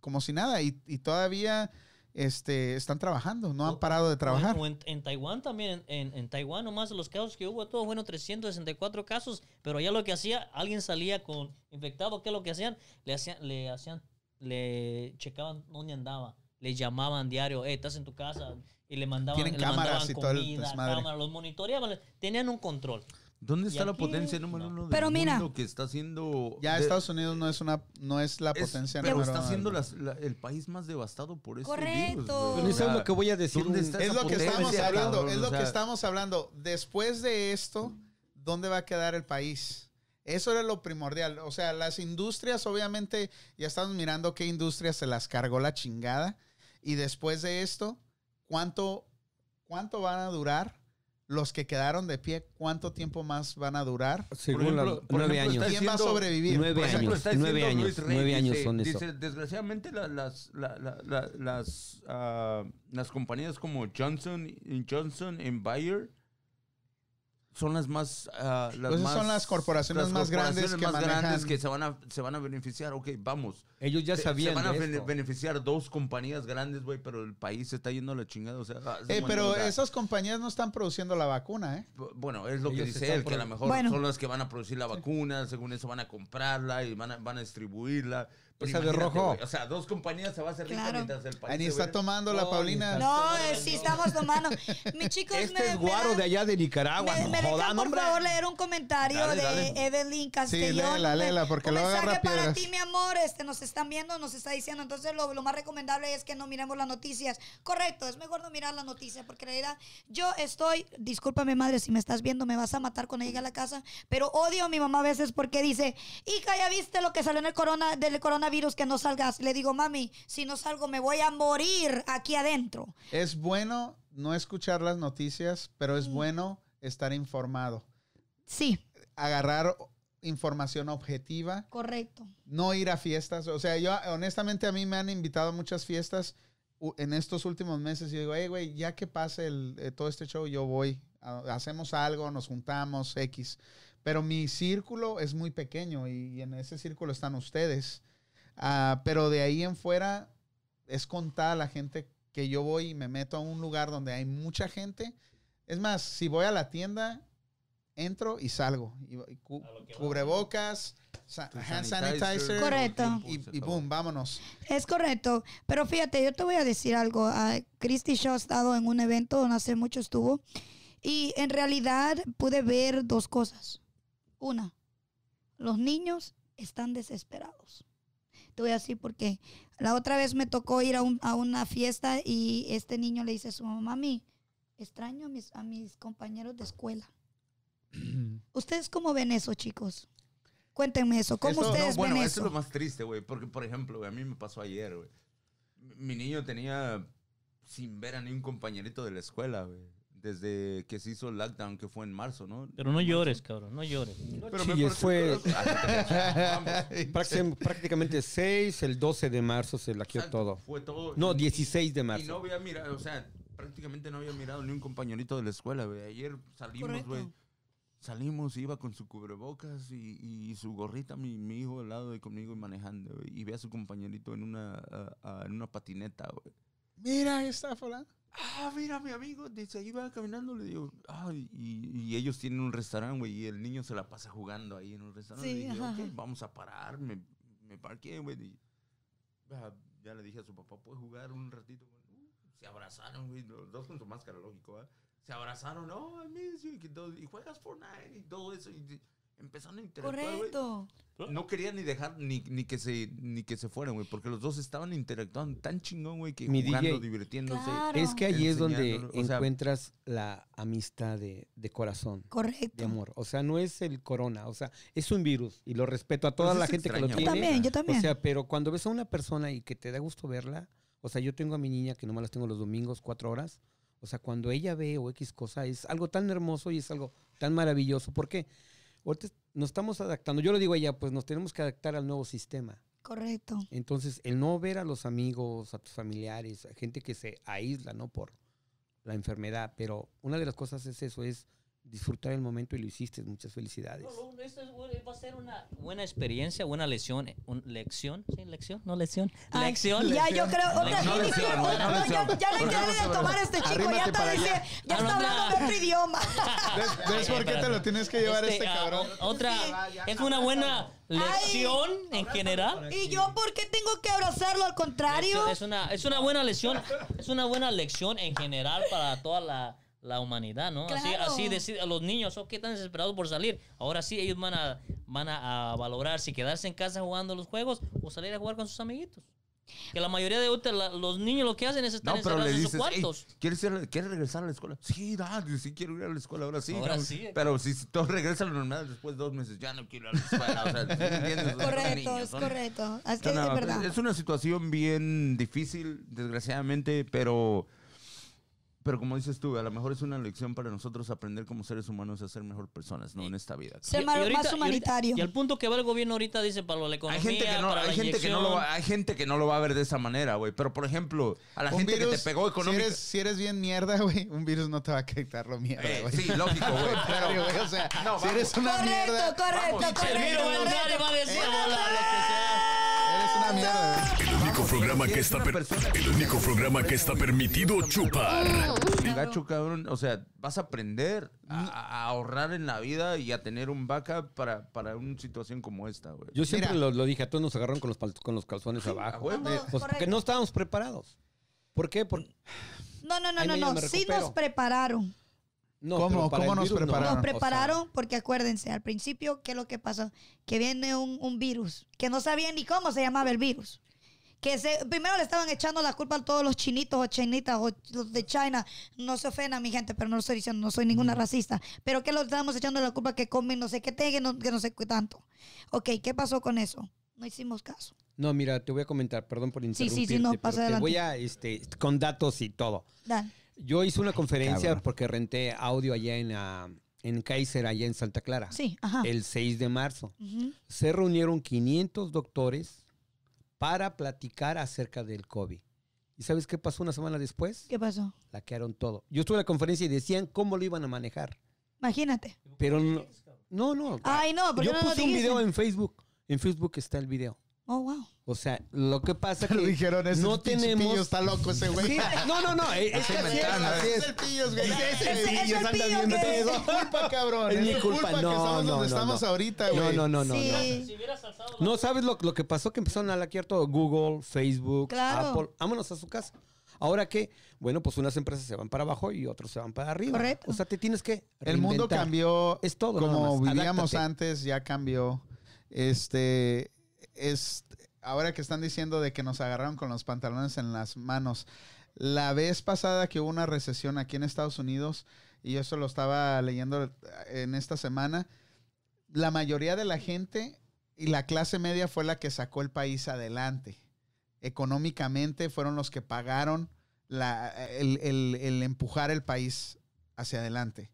Speaker 1: como si nada y, y todavía este, están trabajando, no han
Speaker 4: O-
Speaker 1: parado de trabajar.
Speaker 4: O en, en Taiwán también, en, en Taiwán nomás los casos que hubo, todos fueron 364 casos, pero allá lo que hacía, alguien salía con infectado, ¿qué es lo que hacían? Le hacían, le hacían, le checaban dónde andaba, le llamaban diario, eh, estás en tu casa, y le mandaban,
Speaker 1: Tienen
Speaker 4: le
Speaker 1: cámaras
Speaker 4: mandaban
Speaker 1: y todo el
Speaker 4: comida,
Speaker 1: desmadre.
Speaker 4: cámaras, los monitoreaban, le- tenían un control.
Speaker 2: ¿Dónde
Speaker 4: Y
Speaker 2: está la
Speaker 4: aquí-
Speaker 2: potencia número uno del
Speaker 3: Pero mira.
Speaker 2: mundo que está haciendo...
Speaker 1: Ya
Speaker 2: de-
Speaker 1: Estados Unidos no es, una, no es la
Speaker 2: es-
Speaker 1: potencia
Speaker 2: pero
Speaker 1: número
Speaker 2: está
Speaker 1: uno.
Speaker 2: siendo las- la- el país más devastado por este virus.
Speaker 3: Correcto.
Speaker 2: güey.
Speaker 5: Pero eso es lo que voy a decir.
Speaker 2: ¿Dónde
Speaker 5: un-
Speaker 2: está?
Speaker 1: Es
Speaker 2: esa
Speaker 1: lo que estamos
Speaker 2: potencia,
Speaker 1: hablando,
Speaker 2: cabrón,
Speaker 1: es
Speaker 2: o
Speaker 1: lo que
Speaker 2: sea.
Speaker 1: estamos hablando. Después de esto, ¿dónde va a quedar el país? Eso era lo primordial. O sea, las industrias, obviamente, ya estamos mirando qué industrias se las cargó la chingada. Y después de esto, ¿cuánto, cuánto van a durar? Los que quedaron de pie, ¿cuánto tiempo más van a durar?
Speaker 5: Según
Speaker 2: Por
Speaker 5: la-
Speaker 2: ejemplo- por
Speaker 5: nueve
Speaker 2: ejemplo,
Speaker 5: años.
Speaker 2: está
Speaker 1: ¿Quién va a
Speaker 2: diciendo-
Speaker 1: sobrevivir? Pues,
Speaker 5: nueve
Speaker 2: Por ejemplo,
Speaker 5: años,
Speaker 2: está diciendo
Speaker 5: nueve años,
Speaker 2: Luis Rey,
Speaker 5: nueve años
Speaker 2: dice-
Speaker 5: son eso.
Speaker 2: dice, desgraciadamente la- las, la- la- la- las, ah, las compañías como Johnson y- Johnson y Bayer son las más ah, las
Speaker 1: Pues esas
Speaker 2: más-
Speaker 1: son las corporaciones más grandes
Speaker 2: corporaciones
Speaker 1: que
Speaker 2: más grandes
Speaker 1: manejan-
Speaker 2: que se van a se van a beneficiar ok vamos
Speaker 5: Ellos ya
Speaker 2: Se-
Speaker 5: sabían.
Speaker 2: se van a
Speaker 5: de
Speaker 2: bene-
Speaker 5: esto.
Speaker 2: beneficiar dos compañías grandes güey pero el país se está yendo a la chingada o sea ah,
Speaker 1: Eh,
Speaker 2: bueno,
Speaker 1: pero
Speaker 2: o sea,
Speaker 1: esas compañías no están produciendo la vacuna, ¿eh?
Speaker 2: Bu- Bueno, es lo que
Speaker 5: Ellos
Speaker 2: dice
Speaker 5: están
Speaker 2: él, que a
Speaker 5: por-
Speaker 2: lo mejor
Speaker 3: Bueno.
Speaker 2: son las que van a producir la vacuna, según eso van a comprarla y van a, van a distribuirla. Pero
Speaker 5: Esa de
Speaker 2: imagínate,
Speaker 5: rojo.
Speaker 2: güey, o sea, dos compañías se va a hacer rica
Speaker 3: Claro.
Speaker 2: mientras el país...
Speaker 1: Ahí ni
Speaker 2: se
Speaker 1: está
Speaker 2: ve-
Speaker 1: tomando la
Speaker 5: No,
Speaker 1: Paulina.
Speaker 3: No, eh, sí estamos tomando. Mis chicos,
Speaker 5: Este
Speaker 3: me,
Speaker 5: es
Speaker 3: me
Speaker 5: guaro
Speaker 3: dan-
Speaker 5: de allá de Nicaragua.
Speaker 3: me,
Speaker 5: no
Speaker 3: me
Speaker 5: jodan,
Speaker 3: dejan, por
Speaker 5: hombre.
Speaker 3: favor, leer un comentario
Speaker 2: Dale,
Speaker 3: de
Speaker 2: dale.
Speaker 3: Evelyn Castellón.
Speaker 1: léela,
Speaker 3: Un-
Speaker 1: léela, porque
Speaker 3: un
Speaker 1: luego
Speaker 3: mensaje
Speaker 1: agarra
Speaker 3: para
Speaker 1: piedras.
Speaker 3: ti, mi amor. Este, nos están viendo, nos está diciendo. Entonces, lo, lo más recomendable es que no miremos las noticias. Correcto, es mejor no mirar las noticias, porque en realidad yo estoy... Discúlpame, madre, si me estás viendo, me vas a matar cuando llegue a la casa. Pero odio a mi mamá a veces porque dice, hija, ¿ya viste lo que salió en el corona, del coronavirus? Que no salgas. Le digo, mami, si no salgo, me voy a morir aquí adentro.
Speaker 1: Es bueno no escuchar las noticias, pero es bueno estar informado.
Speaker 3: Sí,
Speaker 1: Agarrar información objetiva,
Speaker 3: Correcto.
Speaker 1: no ir a fiestas. O sea, yo honestamente a mí me han invitado a muchas fiestas u- en estos últimos meses y digo, hey, güey, ya que pase el- eh, todo este show, yo voy, a- hacemos algo, nos juntamos, X. Pero mi círculo es muy pequeño y, y en ese círculo están ustedes. Ah, pero de ahí en fuera es contada la gente que yo voy y me meto a un lugar donde hay mucha gente. Es más, si voy a la tienda, entro y salgo. Y, y cu-
Speaker 4: A lo que va.
Speaker 1: cubrebocas, sa-
Speaker 2: Tu
Speaker 1: hand
Speaker 2: sanitizer,
Speaker 1: sanitizer.
Speaker 3: Correcto.
Speaker 1: Y,
Speaker 2: se
Speaker 1: y
Speaker 2: acabó.
Speaker 1: boom, vámonos.
Speaker 3: Es correcto, pero fíjate, yo te voy a decir algo. Ah, Christy Shaw ha estado en un evento, donde hace mucho estuvo, y en realidad pude ver dos cosas. Una, los niños están desesperados. Te voy a decir por qué. La otra vez me tocó ir a, un- a una fiesta y este niño le dice a su mamá, mami, extraño a mis, a mis compañeros de escuela. ¿Ustedes cómo ven eso, chicos? Cuéntenme eso. ¿Cómo
Speaker 1: Eso- no,
Speaker 2: No,
Speaker 3: ustedes
Speaker 2: bueno,
Speaker 3: ven
Speaker 2: eso
Speaker 3: eso?
Speaker 2: es lo más triste, güey. Porque, por ejemplo, güey, a mí me pasó ayer, güey. Mi- Mi niño tenía sin ver a ni un compañerito de la escuela, güey. Desde que se hizo el lockdown, que fue en marzo, ¿no?
Speaker 4: Pero no llores, cabrón, no llores.
Speaker 2: Pero me
Speaker 5: Chilles,
Speaker 2: parece-
Speaker 5: fue
Speaker 2: Ah,
Speaker 5: prácti- prácticamente 6, el 12 de marzo se laqueó
Speaker 2: exacto,
Speaker 5: todo.
Speaker 2: Fue todo.
Speaker 5: No,
Speaker 2: Y-
Speaker 5: 16 de
Speaker 2: Y no
Speaker 5: marzo.
Speaker 2: había mirado, o sea, prácticamente no había mirado ni un compañerito de la escuela, güey. Ayer salimos,
Speaker 3: Correcto.
Speaker 2: güey. Salimos, iba con su cubrebocas y, y su gorrita, mi, mi hijo al lado de conmigo y manejando, güey. Y ve a su compañerito en una, ah, ah, en una patineta, güey.
Speaker 1: Mira, ahí está fulano.
Speaker 2: Ah, mira, mi amigo, dice, ahí va caminando, le digo, ah, y, y ellos tienen un restaurante, güey, y el niño se la pasa jugando ahí en un restaurante.
Speaker 3: Sí,
Speaker 2: le dije,
Speaker 3: ajá,
Speaker 2: "Ok,
Speaker 3: ajá.
Speaker 2: vamos a parar, me, me parqué, güey. y, ah, ya le dije a su papá, ¿puedes jugar un ratito? con-?" Uh, se abrazaron, güey, los dos con su máscara, lógico, ¿ah? Se abrazaron, oh, I miss you", y, que todo- y juegas Fortnite y todo eso, y, y empezaron a interactuar, güey.
Speaker 3: Correcto.
Speaker 2: No quería ni dejar ni, ni que se ni que se fueran, güey, porque los dos estaban interactuando tan chingón, güey, que
Speaker 5: Mi
Speaker 2: jugando,
Speaker 5: DJ.
Speaker 2: divirtiéndose.
Speaker 3: Claro.
Speaker 5: Es que ahí es donde
Speaker 2: Enseñándolo, o sea-
Speaker 5: encuentras la amistad de, de corazón, de
Speaker 3: Correcto.
Speaker 5: amor. O sea, no es el corona, o sea, es un virus. Y lo respeto a toda
Speaker 2: sí
Speaker 5: la
Speaker 2: se
Speaker 5: gente que lo
Speaker 2: extraña,
Speaker 3: Yo
Speaker 5: tiene.
Speaker 3: también, yo también.
Speaker 5: O sea, pero cuando ves a una persona y que te da gusto verla, o sea, yo tengo a mi niña que nomás las tengo los domingos, cuatro horas. O sea, cuando ella ve o X cosa, es algo tan hermoso y es algo tan maravilloso. ¿Por qué? Ahorita nos estamos adaptando. Yo lo digo a ella, pues nos tenemos que adaptar al nuevo sistema.
Speaker 3: Correcto.
Speaker 5: Entonces, el no ver a los amigos, a tus familiares, a gente que se aísla, ¿no? Por la enfermedad. Pero una de las cosas es eso, es disfrutar el momento y lo hiciste. Muchas felicidades.
Speaker 4: No, no, esto es bu- va a ser una buena experiencia, buena lesión, eh, un- lección, sí, lección, no lección,
Speaker 3: Ay,
Speaker 4: lección.
Speaker 3: Ya, yo creo. Otra,
Speaker 2: No lección,
Speaker 3: otra-
Speaker 2: no
Speaker 3: otra-
Speaker 2: lección.
Speaker 3: ya, ya le
Speaker 2: Porque no
Speaker 3: quedé de
Speaker 2: sabrás.
Speaker 3: tomar a este chico.
Speaker 5: Arrímate
Speaker 3: ya está,
Speaker 5: para
Speaker 3: dice,
Speaker 5: allá.
Speaker 3: ya está
Speaker 4: Ah, no,
Speaker 3: hablando en
Speaker 4: ya.
Speaker 3: otro idioma.
Speaker 2: Ah,
Speaker 1: ¿Ves, ves por qué te lo tienes que llevar este,
Speaker 4: ah,
Speaker 1: cabrón?
Speaker 4: o- Otra, es una buena lección en general.
Speaker 3: ¿Y yo por qué tengo que abrazarlo al contrario?
Speaker 4: Es una, es una buena lección, es una buena lección en general para toda la, la humanidad, ¿no? Así,
Speaker 3: Claro.
Speaker 4: así decir a los niños, oh, qué tan desesperados por salir. Ahora sí ellos van a, van a, a valorar si quedarse en casa jugando los juegos o salir a jugar con sus amiguitos. Que la mayoría de ahorita, la- los niños lo que hacen es estar
Speaker 2: No, pero
Speaker 4: encerrados
Speaker 2: le
Speaker 4: en sus
Speaker 2: dices, "Ey,
Speaker 4: cuartos.
Speaker 2: ¿quieres, ir a la- quieres regresar a la escuela? Sí, dale, sí quiero ir a la escuela, ahora sí.
Speaker 4: Ahora
Speaker 2: ¿no?
Speaker 4: sí. eh.
Speaker 2: Pero si todos regresan a lo normal después de dos meses, ya no quiero ir a la escuela. O sea, ¿sí me entiendes? O sea, son
Speaker 3: correcto,
Speaker 2: niños,
Speaker 3: es
Speaker 2: son-
Speaker 3: correcto. Ah, Es que
Speaker 2: son-
Speaker 3: es
Speaker 2: no,
Speaker 3: verdad.
Speaker 2: es una situación bien difícil, desgraciadamente, pero... Pero como dices tú, a lo mejor es una lección para nosotros aprender como seres humanos a ser mejor personas, ¿no? En esta vida.
Speaker 4: Y-
Speaker 3: Ser
Speaker 4: y
Speaker 3: ma-
Speaker 4: ahorita- y
Speaker 3: más
Speaker 4: ahorita-
Speaker 3: humanitario.
Speaker 4: Y el punto que va el gobierno ahorita dice para la economía,
Speaker 2: Hay gente, que no,
Speaker 4: para
Speaker 2: hay,
Speaker 4: la
Speaker 2: gente que no lo,
Speaker 4: inyección.
Speaker 2: va- hay gente que no lo va a ver de esa manera, güey. Pero, por ejemplo, a la
Speaker 1: Un
Speaker 2: gente que
Speaker 1: virus,
Speaker 2: te pegó
Speaker 1: Si
Speaker 2: económicamente...
Speaker 1: eres, si eres bien mierda, güey, un virus no te va a quitar lo mierda,
Speaker 2: Eh,
Speaker 1: güey.
Speaker 2: sí, lógico,
Speaker 1: Al
Speaker 2: güey,
Speaker 1: contrario, güey, o sea,
Speaker 2: No,
Speaker 1: si eres una mierda,
Speaker 3: Correcto, correcto,
Speaker 2: Vamos,
Speaker 4: El virus va a entrar y va a
Speaker 3: correcto.
Speaker 4: decir,
Speaker 1: eh,
Speaker 4: "Hola,
Speaker 1: lo que sea, eres una mierda, güey.
Speaker 6: El único programa que está per- el único programa que está permitido chupar.
Speaker 2: Un gacho, cabrón. O sea, vas a aprender a, a ahorrar en la vida y a tener un backup para, para una situación como esta, güey.
Speaker 5: Yo siempre
Speaker 1: Mira.
Speaker 5: lo, lo dije, a todos nos agarraron con los, pal- con los calzones
Speaker 2: a
Speaker 5: abajo.
Speaker 2: huevo.
Speaker 5: Pues, porque no estábamos preparados. ¿Por qué? Por,
Speaker 3: No, no, no,
Speaker 5: Ay,
Speaker 3: no,
Speaker 5: no, yo
Speaker 3: no.
Speaker 5: me
Speaker 3: Sí
Speaker 5: recupero.
Speaker 3: nos prepararon.
Speaker 5: no,
Speaker 1: ¿Cómo?
Speaker 5: pero para
Speaker 1: ¿Cómo
Speaker 5: el
Speaker 1: nos
Speaker 5: virus, no.
Speaker 1: prepararon?
Speaker 3: Nos
Speaker 1: Claro,
Speaker 3: prepararon
Speaker 5: O sea,
Speaker 3: porque acuérdense, al principio, ¿qué es lo que pasó? Que viene un, un virus, que no sabían ni cómo se llamaba el virus. Que se, primero le estaban echando la culpa a todos los chinitos o chinitas o los de China. No se ofendan, mi gente, pero no lo estoy diciendo, no soy ninguna racista. Pero que lo estábamos echando la culpa que comen no sé qué te, que no, que no sé qué tanto. Ok, ¿qué pasó con eso? No hicimos caso.
Speaker 5: no, mira, te voy a comentar, perdón por
Speaker 3: sí,
Speaker 5: interrumpirte.
Speaker 3: no,
Speaker 5: pero
Speaker 3: pasa
Speaker 5: te
Speaker 3: adelante.
Speaker 5: voy a, este, con datos y todo.
Speaker 3: Dan.
Speaker 5: Yo hice una conferencia
Speaker 1: cabrón.
Speaker 5: porque renté audio allá en, ah, en Kaiser, allá en Santa Clara,
Speaker 3: Sí, ajá.
Speaker 5: Ah. el 6 de marzo.
Speaker 3: Ujú.
Speaker 5: Se reunieron 500 doctores para platicar acerca del COVID. ¿Y sabes qué pasó una semana después?
Speaker 3: ¿Qué pasó?
Speaker 5: La quedaron todo. Yo estuve en la conferencia y decían cómo lo iban a manejar.
Speaker 3: Imagínate.
Speaker 5: Pero no, no. no.
Speaker 3: Ay, no, ¿por qué
Speaker 5: Yo
Speaker 3: no lo
Speaker 5: puse un
Speaker 3: dijiste?
Speaker 5: video en Facebook. En Facebook está el video.
Speaker 3: Oh, wow.
Speaker 5: O sea, lo que pasa que
Speaker 1: Lo dijeron, ese
Speaker 5: no
Speaker 1: pinche
Speaker 5: tenemos...
Speaker 1: pillo está loco ese güey.
Speaker 5: Sí, no, no, no. eh, Es, es que así es,
Speaker 2: inventaron,
Speaker 5: así
Speaker 1: Ese
Speaker 5: es.
Speaker 1: el pillos, güey.
Speaker 3: ese-
Speaker 1: Ese-
Speaker 3: ese-
Speaker 5: Ellos andan
Speaker 3: pillo
Speaker 5: bien
Speaker 3: que-
Speaker 5: pedo.
Speaker 1: Es culpa, cabrón.
Speaker 5: Es mi
Speaker 1: tu
Speaker 5: culpa.
Speaker 1: que
Speaker 5: No,
Speaker 1: estamos donde
Speaker 5: no, no,
Speaker 1: estamos
Speaker 5: no.
Speaker 1: ahorita,
Speaker 5: No,
Speaker 1: güey.
Speaker 5: no, no, no. no.
Speaker 3: sí.
Speaker 4: hubieras alzado
Speaker 5: No sabes lo, lo que pasó que empezaron a laquear todo. Google, Facebook,
Speaker 3: Claro.
Speaker 5: Apple. Vámonos a su casa. Ahora qué, bueno, pues unas empresas se van para abajo y otros se van para arriba.
Speaker 3: Correcto.
Speaker 5: O sea, te tienes que.
Speaker 1: El mundo
Speaker 5: reinventar.
Speaker 1: cambió.
Speaker 5: Es todo, nada
Speaker 1: Como
Speaker 5: más.
Speaker 1: vivíamos
Speaker 5: Adáptate.
Speaker 1: antes, ya cambió. Este, es ahora que están diciendo de que nos agarraron con los pantalones en las manos. La vez pasada que hubo una recesión aquí en Estados Unidos, y eso lo estaba leyendo en esta semana, la mayoría de la gente y la clase media fue la que sacó el país adelante. Económicamente fueron los que pagaron la- el- el- el empujar el país hacia adelante.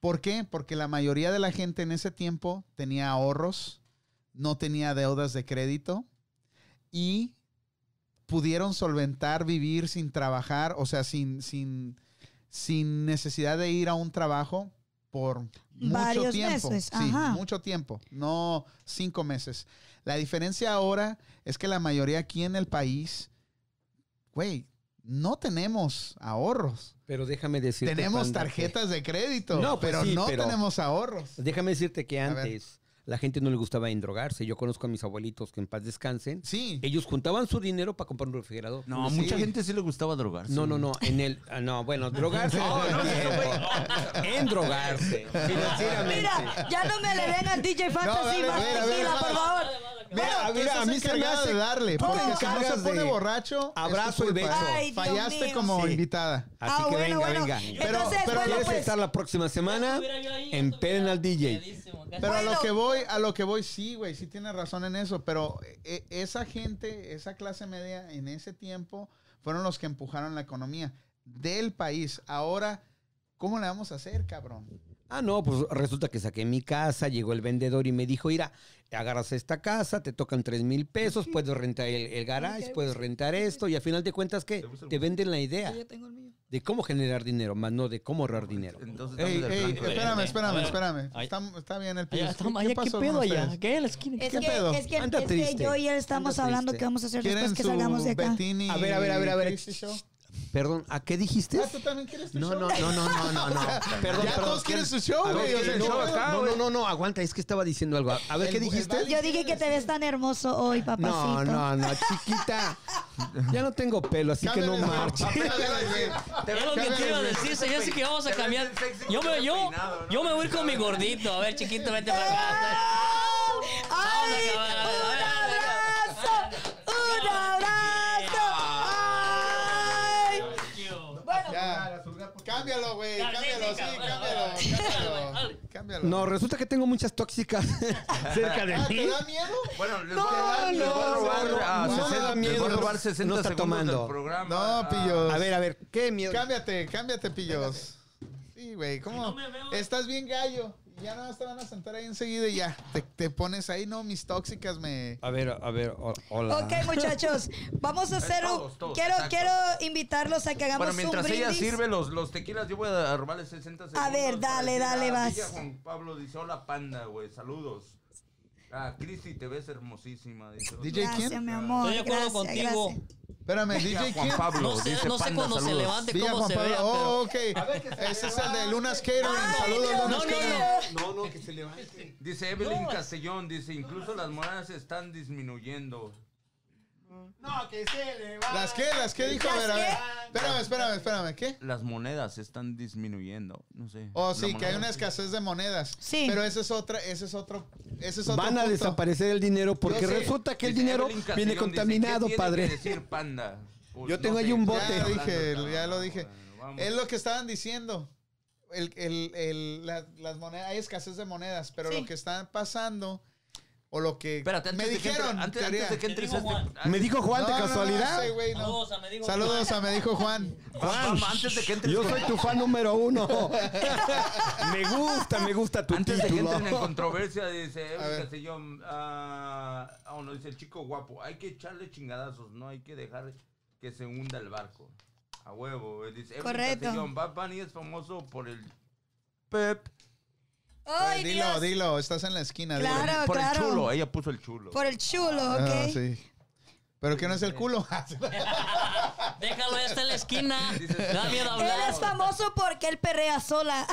Speaker 1: ¿Por qué? Porque la mayoría de la gente en ese tiempo tenía ahorros, no tenía deudas de crédito y pudieron solventar vivir sin trabajar, o sea, sin, sin, sin necesidad de ir a un trabajo por mucho
Speaker 3: Varios
Speaker 1: tiempo.
Speaker 3: meses,
Speaker 1: Sí,
Speaker 3: ajá.
Speaker 1: mucho tiempo, no cinco meses. La diferencia ahora es que la mayoría aquí en el país, güey, no tenemos ahorros.
Speaker 5: Pero déjame decirte.
Speaker 1: Tenemos
Speaker 5: Panda, que-
Speaker 1: tarjetas de crédito,
Speaker 5: No, pues
Speaker 1: pero
Speaker 5: sí,
Speaker 1: no
Speaker 5: pero-
Speaker 1: tenemos ahorros.
Speaker 5: déjame decirte que
Speaker 1: A ver.
Speaker 5: antes la gente no le gustaba endrogarse. Yo conozco a mis abuelitos que en paz descansen.
Speaker 1: Sí.
Speaker 5: Ellos juntaban su dinero para comprar un refrigerador.
Speaker 2: No, a
Speaker 1: Sí.
Speaker 2: mucha gente sí le gustaba drogarse.
Speaker 5: No, no, no. En el. ah, No, bueno, drogarse. todo el tiempo. Endrogarse. Financieramente.
Speaker 3: Mira, ya no me le den al DJ Fantasy
Speaker 1: dale,
Speaker 3: más
Speaker 1: a ver, a ver,
Speaker 3: tequila,
Speaker 1: a ver.
Speaker 3: por favor.
Speaker 1: Mira,
Speaker 5: mira,
Speaker 1: mira, a mí se me hace de darle,
Speaker 5: Tú te
Speaker 1: porque si no se
Speaker 5: encargas
Speaker 1: pone
Speaker 5: de
Speaker 1: borracho,
Speaker 5: abrazo
Speaker 1: es tu
Speaker 5: y
Speaker 1: culpa.
Speaker 5: beso.
Speaker 3: Ay, Dios
Speaker 1: fallaste
Speaker 3: mío.
Speaker 1: como
Speaker 5: Sí.
Speaker 1: invitada.
Speaker 5: Así
Speaker 3: Ah,
Speaker 5: que
Speaker 3: bueno,
Speaker 5: venga,
Speaker 3: bueno.
Speaker 5: venga.
Speaker 3: Entonces,
Speaker 1: Pero-
Speaker 3: bueno,
Speaker 5: ¿Quieres
Speaker 3: pues,
Speaker 5: estar la próxima semana? Empeden al DJ.
Speaker 1: Pero a lo
Speaker 3: Bueno.
Speaker 1: que voy, a lo que voy, sí, güey, sí tienes razón en eso, pero eh, esa gente, esa clase media en ese tiempo fueron los que empujaron la economía del país. Ahora, ¿cómo le vamos a hacer, cabrón?
Speaker 5: Ah, no, pues resulta que saqué mi casa, llegó el vendedor y me dijo, mira, agarras esta casa, te tocan tres mil pesos, puedes rentar el, el garage, puedes rentar esto, y al final de cuentas, ¿qué? Te venden la idea
Speaker 3: Yo tengo el mío.
Speaker 5: de cómo generar dinero, más no de cómo ahorrar dinero.
Speaker 2: Entonces,
Speaker 1: Ey,
Speaker 2: estamos del
Speaker 1: ey,
Speaker 2: blanco de-
Speaker 1: espérame,
Speaker 4: eh,
Speaker 1: espérame,
Speaker 4: eh,
Speaker 1: espérame.
Speaker 4: ay.
Speaker 1: Está, está bien el
Speaker 4: Allá,
Speaker 1: piso.
Speaker 4: estamos, allá, ¿qué,
Speaker 1: pasó con
Speaker 4: pedo allá?
Speaker 1: ustedes?
Speaker 4: ¿Qué? En la esquina.
Speaker 3: Es
Speaker 1: ¿Qué
Speaker 3: que,
Speaker 1: pedo?
Speaker 3: es que,
Speaker 5: Anda
Speaker 3: es que
Speaker 5: triste.
Speaker 3: yo y él estamos
Speaker 5: Anda
Speaker 3: hablando
Speaker 5: triste.
Speaker 3: que vamos a hacer
Speaker 1: ¿Quieren
Speaker 3: después que
Speaker 1: su
Speaker 3: salgamos de acá.
Speaker 1: Bettini
Speaker 5: A ver, a ver, a ver, a ver.
Speaker 1: Crazy Show?
Speaker 5: Perdón, ¿a qué dijiste?
Speaker 1: Ah, ¿tú también quieres tu
Speaker 5: No,
Speaker 1: show?
Speaker 5: no, no, no, no, no, no. Perdón,
Speaker 1: Ya
Speaker 5: perdón,
Speaker 1: todos quieren su show,
Speaker 5: A ver,
Speaker 1: güey.
Speaker 5: ¿qué-
Speaker 1: o sea,
Speaker 5: no,
Speaker 1: yo-
Speaker 5: no, no, no, no, aguanta, es que estaba diciendo algo. A ver,
Speaker 1: El-
Speaker 5: ¿qué
Speaker 1: el
Speaker 5: dijiste?
Speaker 1: vale-
Speaker 3: Yo dije que te ves tan hermoso hoy,
Speaker 5: No,
Speaker 3: papacito.
Speaker 5: no, no, chiquita. Ya no tengo pelo, así que no
Speaker 1: Cámbiale,
Speaker 5: marches.
Speaker 1: cámbiale, güey.
Speaker 4: Es lo que te iba a decir, se me hace que vamos a cambiar. Yo me, yo, yo me voy a ir con mi gordito. A ver, chiquito, vete para acá.
Speaker 3: ¡Ay!
Speaker 4: Vamos a acabar,
Speaker 3: ¡Un abrazo! ¡Un abrazo! ¡Ay! Bueno,
Speaker 1: Ya. Cámbialo, güey.
Speaker 4: Carnete,
Speaker 1: Cámbialo, sí,
Speaker 4: cabrón.
Speaker 1: cámbialo. Cámbialo.
Speaker 4: Dale.
Speaker 1: Cámbialo.
Speaker 5: No, resulta que tengo muchas tóxicas cerca de
Speaker 1: Ah,
Speaker 5: mí.
Speaker 1: ¿Te da miedo?
Speaker 2: Bueno, les voy a dar- les voy a
Speaker 5: no,
Speaker 2: robar
Speaker 5: no,
Speaker 2: a
Speaker 5: no,
Speaker 2: 60 les voy a
Speaker 5: no,
Speaker 2: robar 60
Speaker 5: no está
Speaker 2: segundos del
Speaker 5: tomando.
Speaker 2: programa.
Speaker 1: No,
Speaker 2: Ah,
Speaker 1: pillos.
Speaker 5: A ver, a ver, qué miedo.
Speaker 1: Cámbiate, cámbiate, pillos. Sí, güey, ¿cómo?
Speaker 4: me veo-
Speaker 1: Estás bien gallo. Ya nada más te van a sentar ahí enseguida y ya. Te, te pones ahí, no, mis tóxicas me.
Speaker 5: A ver, a ver, o- hola.
Speaker 3: ok, muchachos, vamos a hacer un.
Speaker 2: todos, todos,
Speaker 3: quiero,
Speaker 2: exacto.
Speaker 3: quiero invitarlos a que hagamos
Speaker 2: Bueno, mientras
Speaker 3: un brindis.
Speaker 2: ella sirve los, los tequilas, yo voy a robarle 60 segundos.
Speaker 3: ver,
Speaker 2: para
Speaker 3: dale,
Speaker 2: decir,
Speaker 3: dale,
Speaker 2: ah,
Speaker 3: vas.
Speaker 2: Villa Juan Pablo dice, hola, panda, güey, saludos. Ah, Cristi, te ves hermosísima. Dice, otro.
Speaker 1: DJ
Speaker 3: Gracias,
Speaker 1: quién?
Speaker 3: mi amor.
Speaker 4: Estoy de acuerdo
Speaker 3: gracias,
Speaker 4: contigo.
Speaker 3: gracias.
Speaker 1: Espérame,
Speaker 2: Villa
Speaker 1: DJ
Speaker 2: Juan
Speaker 1: quién?
Speaker 2: Pablo
Speaker 4: No sé,
Speaker 2: dice,
Speaker 4: no sé
Speaker 2: panda,
Speaker 4: cuando se
Speaker 2: saludos.
Speaker 4: levante,
Speaker 1: Villa
Speaker 4: cómo
Speaker 1: Juan
Speaker 4: se
Speaker 1: Pablo.
Speaker 4: vea.
Speaker 1: Oh,
Speaker 4: pero-
Speaker 1: ok. Ese es el de Lunas Catering.
Speaker 3: Ay,
Speaker 1: Saludos, Eh,
Speaker 3: Dios
Speaker 1: Lunas
Speaker 3: mío.
Speaker 1: Catering.
Speaker 5: No, no, que se levante.
Speaker 2: Dice Evelyn Castellón, dice, incluso las monedas están disminuyendo.
Speaker 5: No, que se levante.
Speaker 1: ¿Las qué? ¿Las qué dijo? A ver, a ver. Espérame, espérame, espérame. ¿Qué?
Speaker 2: Las monedas están disminuyendo, no sé.
Speaker 1: Oh,
Speaker 2: La
Speaker 1: sí, que hay
Speaker 2: moneda.
Speaker 1: una escasez de monedas.
Speaker 3: Sí.
Speaker 1: Pero ese es otra, ese es otro, ese es otro
Speaker 5: Van a
Speaker 1: punto.
Speaker 5: desaparecer el dinero porque
Speaker 1: Yo sé.
Speaker 5: resulta que el
Speaker 2: Dice
Speaker 5: dinero
Speaker 2: Evelyn Castellón,
Speaker 5: viene
Speaker 2: dice, ¿qué
Speaker 5: contaminado,
Speaker 2: tiene
Speaker 5: padre.
Speaker 2: que decir panda? Pues,
Speaker 5: Yo tengo ahí
Speaker 2: sé,
Speaker 5: un
Speaker 2: ya
Speaker 5: bote.
Speaker 1: Ya
Speaker 2: hablando,
Speaker 1: dije,
Speaker 2: cabrón.
Speaker 1: ya lo dije.
Speaker 2: Bueno, vamos.
Speaker 1: Es lo que estaban diciendo. El, el- el- la- las monedas, hay escasez de monedas, pero
Speaker 3: Sí.
Speaker 1: lo que está pasando o lo que
Speaker 2: Espérate, antes
Speaker 1: me
Speaker 2: de que entre-
Speaker 1: dijeron.
Speaker 2: antes,
Speaker 1: teoría.
Speaker 2: antes de que
Speaker 4: Te
Speaker 2: entres
Speaker 4: digo,
Speaker 2: a este-
Speaker 4: Juan.
Speaker 5: ¿Me dijo Juan de
Speaker 1: No, no, no,
Speaker 5: casualidad?
Speaker 1: ese güey no.
Speaker 4: Saludos a me dijo-
Speaker 1: Saludos a me dijo Juan.
Speaker 5: Juan,
Speaker 2: Vamos, antes de que entres- este
Speaker 5: yo soy tu fan número uno. me gusta, me gusta tu
Speaker 2: Antes de que
Speaker 5: título.
Speaker 2: entren en controversia, dice
Speaker 1: A
Speaker 2: Edwin
Speaker 1: ver.
Speaker 2: Castillo, ah, ah, no, dice el chico guapo, hay que echarle chingadazos, no hay que dejar que se hunda el barco. A huevo, eh, dice Edwin
Speaker 3: Correcto.
Speaker 2: Castillo, Bad Bunny es famoso por el pep,
Speaker 3: ¡Ay,
Speaker 1: dilo,
Speaker 3: Dios!
Speaker 1: dilo, estás en la esquina. dilo.
Speaker 3: Claro.
Speaker 2: por
Speaker 3: claro.
Speaker 2: el chulo, ella puso el chulo.
Speaker 3: Por el chulo, ¿ok?
Speaker 1: Ah, sí. Pero que no es el culo. Eh,
Speaker 4: Déjalo, ya está en la esquina.
Speaker 2: Dices-
Speaker 4: Da miedo
Speaker 3: Él
Speaker 4: hablar.
Speaker 3: es famoso porque él perrea sola.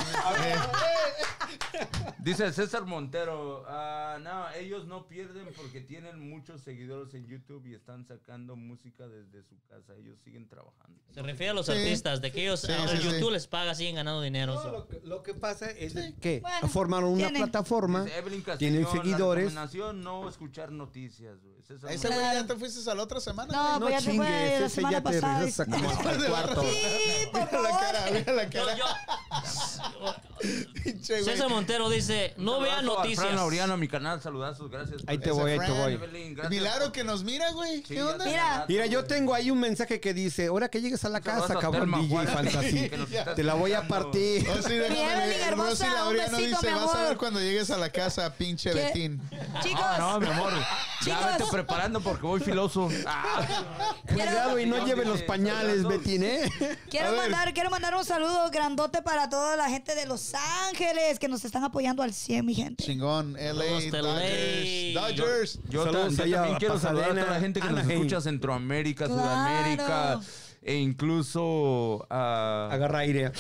Speaker 2: Dice César Montero, ah, no, ellos no pierden porque tienen muchos seguidores en YouTube y están sacando música desde su casa, ellos siguen trabajando.
Speaker 4: Se refiere a los
Speaker 1: Sí.
Speaker 4: artistas, de que ellos,
Speaker 1: Sí,
Speaker 4: a
Speaker 1: sí, sí.
Speaker 4: YouTube les paga, siguen ganando dinero. so.
Speaker 5: Lo que pasa es que
Speaker 3: Bueno,
Speaker 5: formaron una
Speaker 3: tienen-
Speaker 5: plataforma,
Speaker 2: Dice Evelyn Castillo,
Speaker 5: tienen
Speaker 2: la
Speaker 5: seguidores.
Speaker 2: recomendación, no escuchar noticias, güey. César
Speaker 1: Ese
Speaker 2: Montero.
Speaker 1: güey ya te fuiste a la otra semana.
Speaker 3: No,
Speaker 5: No
Speaker 3: pues ya se fue
Speaker 5: chingues,
Speaker 3: la
Speaker 5: ese ya
Speaker 3: semana
Speaker 5: te
Speaker 3: pasada.
Speaker 5: regresa como hasta el cuarto.
Speaker 3: Sí, por
Speaker 1: Mira la
Speaker 3: favor.
Speaker 1: cara, mira la
Speaker 4: Yo-
Speaker 1: cara.
Speaker 4: yo-
Speaker 1: pinche güey.
Speaker 4: César Montero dice, no
Speaker 2: Un
Speaker 4: vean
Speaker 2: saludazo a Fran
Speaker 4: noticias.
Speaker 2: Laureano, mi canal, saludazos, gracias.
Speaker 5: Ahí te
Speaker 1: Ese
Speaker 5: voy, ahí te
Speaker 1: friend.
Speaker 5: voy.
Speaker 2: Evelyn, gracias.
Speaker 1: Milagro que nos mira, güey.
Speaker 2: Sí,
Speaker 1: ¿Qué onda?
Speaker 2: ya
Speaker 3: Mira.
Speaker 2: te-
Speaker 5: Mira, yo tengo ahí un mensaje que dice, ahora que llegues a la
Speaker 2: Un saludazo
Speaker 5: casa,
Speaker 2: a
Speaker 5: cabrón,
Speaker 2: Telma
Speaker 5: DJ
Speaker 2: Juárez,
Speaker 5: Fantasy,
Speaker 2: que nos está
Speaker 5: te la voy a
Speaker 2: escuchando.
Speaker 5: partir.
Speaker 1: Oh, sí, déjame
Speaker 3: Mira,
Speaker 1: leer.
Speaker 3: mi hermosa,
Speaker 1: Rosy
Speaker 3: un
Speaker 1: Laureano
Speaker 3: besito,
Speaker 1: dice,
Speaker 3: mi
Speaker 1: vas a ver
Speaker 3: amor".
Speaker 1: cuando llegues a la casa, pinche
Speaker 3: ¿Qué?
Speaker 1: Betín.
Speaker 3: Chicos,
Speaker 2: Ah, no, mi amor. Ya
Speaker 3: Chicos.
Speaker 2: vete preparando porque voy filoso. Ah.
Speaker 5: Cuidado y no
Speaker 2: Dice,
Speaker 5: lleves los pañales,
Speaker 2: saludazos.
Speaker 5: Betín, ¿eh?
Speaker 1: A
Speaker 3: quiero
Speaker 1: ver.
Speaker 3: mandar, quiero mandar un saludo grandote para toda la gente de Los Ángeles que nos están apoyando al 100, mi gente.
Speaker 1: Chingón. LA,
Speaker 4: Hasta
Speaker 1: Dodgers.
Speaker 4: LA.
Speaker 1: Dodgers.
Speaker 2: Yo, ta-
Speaker 5: Saludos
Speaker 2: yo
Speaker 5: allá
Speaker 2: también
Speaker 5: a
Speaker 2: quiero saludar a toda la
Speaker 5: Pasadena,
Speaker 2: gente que nos
Speaker 5: Anaheim.
Speaker 2: escucha Centroamérica,
Speaker 3: Claro.
Speaker 2: Sudamérica e incluso a
Speaker 5: Agarra aire.